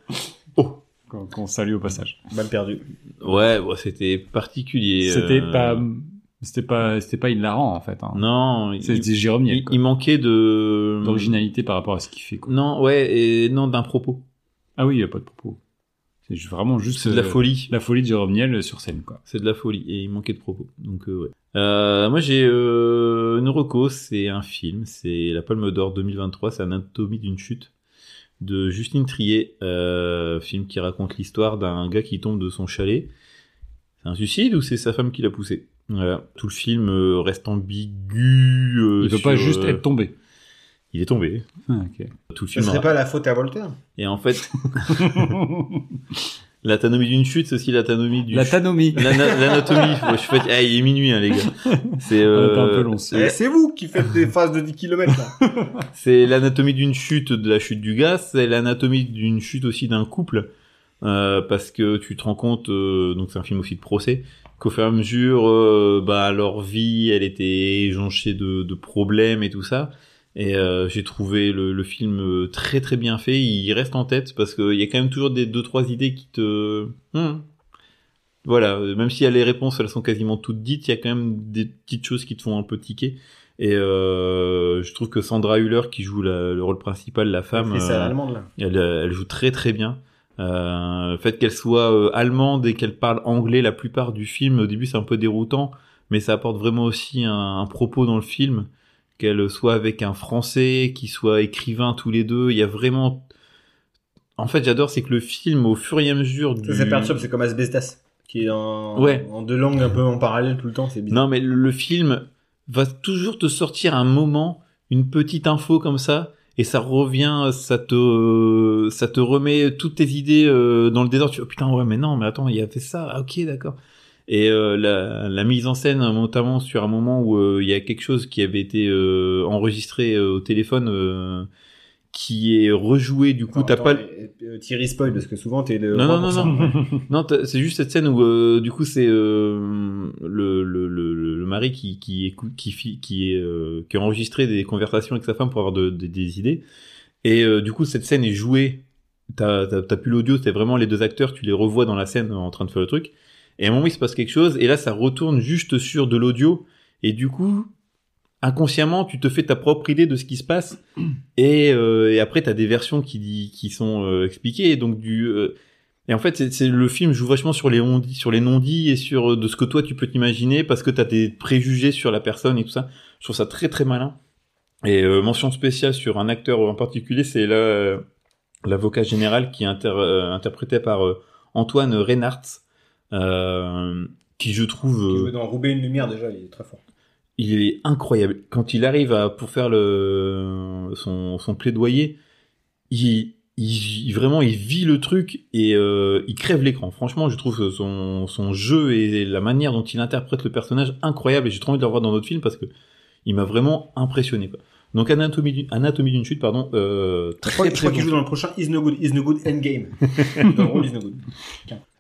Speaker 2: qu'on qu'on salue au passage.
Speaker 1: mal perdu.
Speaker 3: Ouais, bon, c'était particulier.
Speaker 2: C'était
Speaker 3: euh,
Speaker 2: pas, c'était pas, c'était pas hilarant en fait. hein.
Speaker 3: Non, il,
Speaker 2: C'était Jérôme Niel.
Speaker 3: il-
Speaker 2: quoi.
Speaker 3: il manquait de
Speaker 2: D'originalité par rapport à ce qu'il fait. Quoi.
Speaker 3: Non, ouais, et non d'un propos.
Speaker 2: Ah oui, il n'y a pas de propos. C'est ju- vraiment juste
Speaker 3: C'est de la
Speaker 2: euh,
Speaker 3: folie.
Speaker 2: la folie de Jérôme Niel sur scène, quoi.
Speaker 3: C'est de la folie et il manquait de propos. Donc euh, ouais. Euh, moi j'ai euh, une reco, c'est un film, c'est La Palme d'Or 2023, c'est Anatomie d'une chute de Justine Trier, euh, film qui raconte l'histoire d'un gars qui tombe de son chalet. C'est un suicide ou c'est sa femme qui l'a poussé Voilà. Tout le film euh, reste ambigu. euh,
Speaker 2: Il ne peut pas
Speaker 3: sur,
Speaker 2: juste
Speaker 3: euh,
Speaker 2: être tombé.
Speaker 3: Il est tombé.
Speaker 2: Ah, ok.
Speaker 3: Tout le
Speaker 1: Ce
Speaker 3: film.
Speaker 1: serait pas la faute à Voltaire
Speaker 3: Et en fait, l'anatomie d'une chute, c'est aussi l'anatomie du.
Speaker 2: La tanomie.
Speaker 3: L'ana- L'anatomie, faut- je fais, ah, il est minuit, hein, les gars. C'est
Speaker 2: Ah,
Speaker 3: euh,
Speaker 2: t'es un peu long. ça.
Speaker 1: Eh, C'est vous qui faites des phases de 10 km là.
Speaker 3: C'est l'anatomie d'une chute, de la chute du gars. C'est l'anatomie d'une chute aussi d'un couple, euh, parce que tu te rends compte, euh, donc c'est un film aussi de procès, qu'au fur et à mesure, euh, bah leur vie, elle était jonchée de, de problèmes et tout ça. Et euh, j'ai trouvé le, le film euh, très très bien fait. Il reste en tête parce qu'il y a quand même toujours des deux trois idées qui te, Hmm. voilà. euh, Même si les réponses elles sont quasiment toutes dites, il y a quand même des petites choses qui te font un peu tiquer. Et euh, je trouve que Sandra Hüller qui joue la- le rôle principal, la femme,
Speaker 1: Et c'est à
Speaker 3: euh,
Speaker 1: l'allemande là.
Speaker 3: elle, euh, elle joue très très bien. Euh, le fait qu'elle soit euh, allemande et qu'elle parle anglais la plupart du film, au début c'est un peu déroutant, mais ça apporte vraiment aussi un, un propos dans le film. Qu'elle soit avec un français, qu'ils soient écrivains tous les deux, il y a vraiment. En fait, j'adore, c'est que le film, au fur et à mesure du.
Speaker 1: Ça, ça perturbe, c'est comme Asbestas qui est en,
Speaker 3: Mm. Ouais.
Speaker 1: en deux langues un peu en parallèle tout le temps, c'est bizarre.
Speaker 3: Non, mais le, le film va toujours te sortir un moment, une petite info comme ça, et ça revient, ça te, euh, ça te remet toutes tes idées euh, dans le désordre. Tu fais, oh, putain, ouais, mais non, mais attends, il y avait ça, ah, ok, d'accord. Et euh, la, la mise en scène, notamment sur un moment où euh, il y a quelque chose qui avait été euh, enregistré euh, au téléphone, euh, qui est rejoué, du coup,
Speaker 1: Attends,
Speaker 3: t'as
Speaker 1: attends,
Speaker 3: pas...
Speaker 1: et- et- euh, Thierry spoil parce que souvent t'es le.
Speaker 3: Non, non, non,
Speaker 1: 3%.
Speaker 3: non. Non, t'as- c'est juste cette scène où euh, du coup c'est euh, le, le, le, le mari qui qui écoute qui fi- qui est euh, qui a enregistré des conversations avec sa femme pour avoir de- de- des idées et euh, du coup cette scène est jouée t'as t'as t'as plus l'audio c'est vraiment les deux acteurs tu les revois dans la scène en train de faire le truc et à un moment il se passe quelque chose et là ça retourne juste sur de l'audio et du coup inconsciemment tu te fais ta propre idée de ce qui se passe et, euh, et après t'as des versions qui dit- qui sont euh, expliquées et donc du euh, et en fait c'est c'est- le film joue vachement sur les on sur les non-dits et sur euh, de ce que toi tu peux t'imaginer parce que t'as des préjugés sur la personne et tout ça je trouve ça très très malin et euh, mention spéciale sur un acteur en particulier c'est là euh, l'avocat général qui est inter- euh, interprété par euh, Antoine Reinhardt euh, qui je trouve
Speaker 1: Il
Speaker 3: euh,
Speaker 1: veut dans Roubaix une lumière déjà, il est très fort.
Speaker 3: il est incroyable. Quand il arrive à, pour faire le, son, son plaidoyer, il, il- il- vraiment, il vit le truc et euh, il crève l'écran. Franchement, je trouve que son, son jeu et la manière dont il interprète le personnage incroyable et j'ai trop envie de le revoir dans d'autres films parce que il m'a vraiment impressionné. quoi. Donc Anatomie d'une- Anatomie d'une chute, pardon, euh,
Speaker 1: Je crois,
Speaker 3: très
Speaker 1: je crois
Speaker 3: très bon.
Speaker 1: qu'il joue dans le prochain Is No Good, Is No Good Endgame. dans le rôle Is No Good.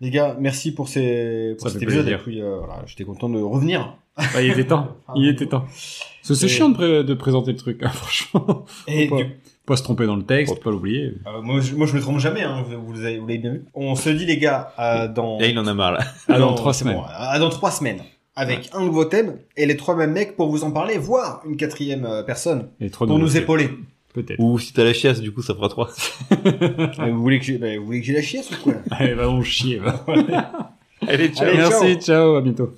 Speaker 1: Les gars, merci pour, ces, pour
Speaker 2: Ça
Speaker 1: cet
Speaker 2: fait
Speaker 1: épisode. Et
Speaker 2: plaisir.
Speaker 1: puis, euh, voilà, j'étais content de revenir.
Speaker 2: Ouais, il était temps.
Speaker 1: Ah,
Speaker 2: Il était temps. Parce que C'est
Speaker 1: Et-
Speaker 2: chiant de, pré- de présenter le truc, hein, franchement.
Speaker 1: Et
Speaker 2: Faut pas,
Speaker 1: du-
Speaker 2: faut pas se tromper dans le texte, faut pas l'oublier.
Speaker 1: euh, moi, je, moi, je me trompe jamais, hein, vous, vous l'avez vous l'avez bien vu. On se dit, les gars, à dans,
Speaker 3: Là, il en a marre, là.
Speaker 2: Ah, dans
Speaker 1: dans-
Speaker 2: trois
Speaker 1: c'est
Speaker 2: semaines.
Speaker 1: bon, à dans trois semaines. Avec un nouveau thème et les trois mêmes mecs pour vous en parler, voire une quatrième euh, personne
Speaker 2: Et trop
Speaker 1: pour
Speaker 2: de-
Speaker 1: nous épauler.
Speaker 2: Peut-être.
Speaker 3: Ou si t'as la chiasse, du coup, ça fera trois.
Speaker 1: Euh, vous voulez que j'ai bah, vous voulez que j'ai la chiasse ou quoi
Speaker 2: Allez, va, on chier. va.
Speaker 3: Allez, ciao.
Speaker 1: Allez, ciao.
Speaker 2: Merci, ciao, à bientôt.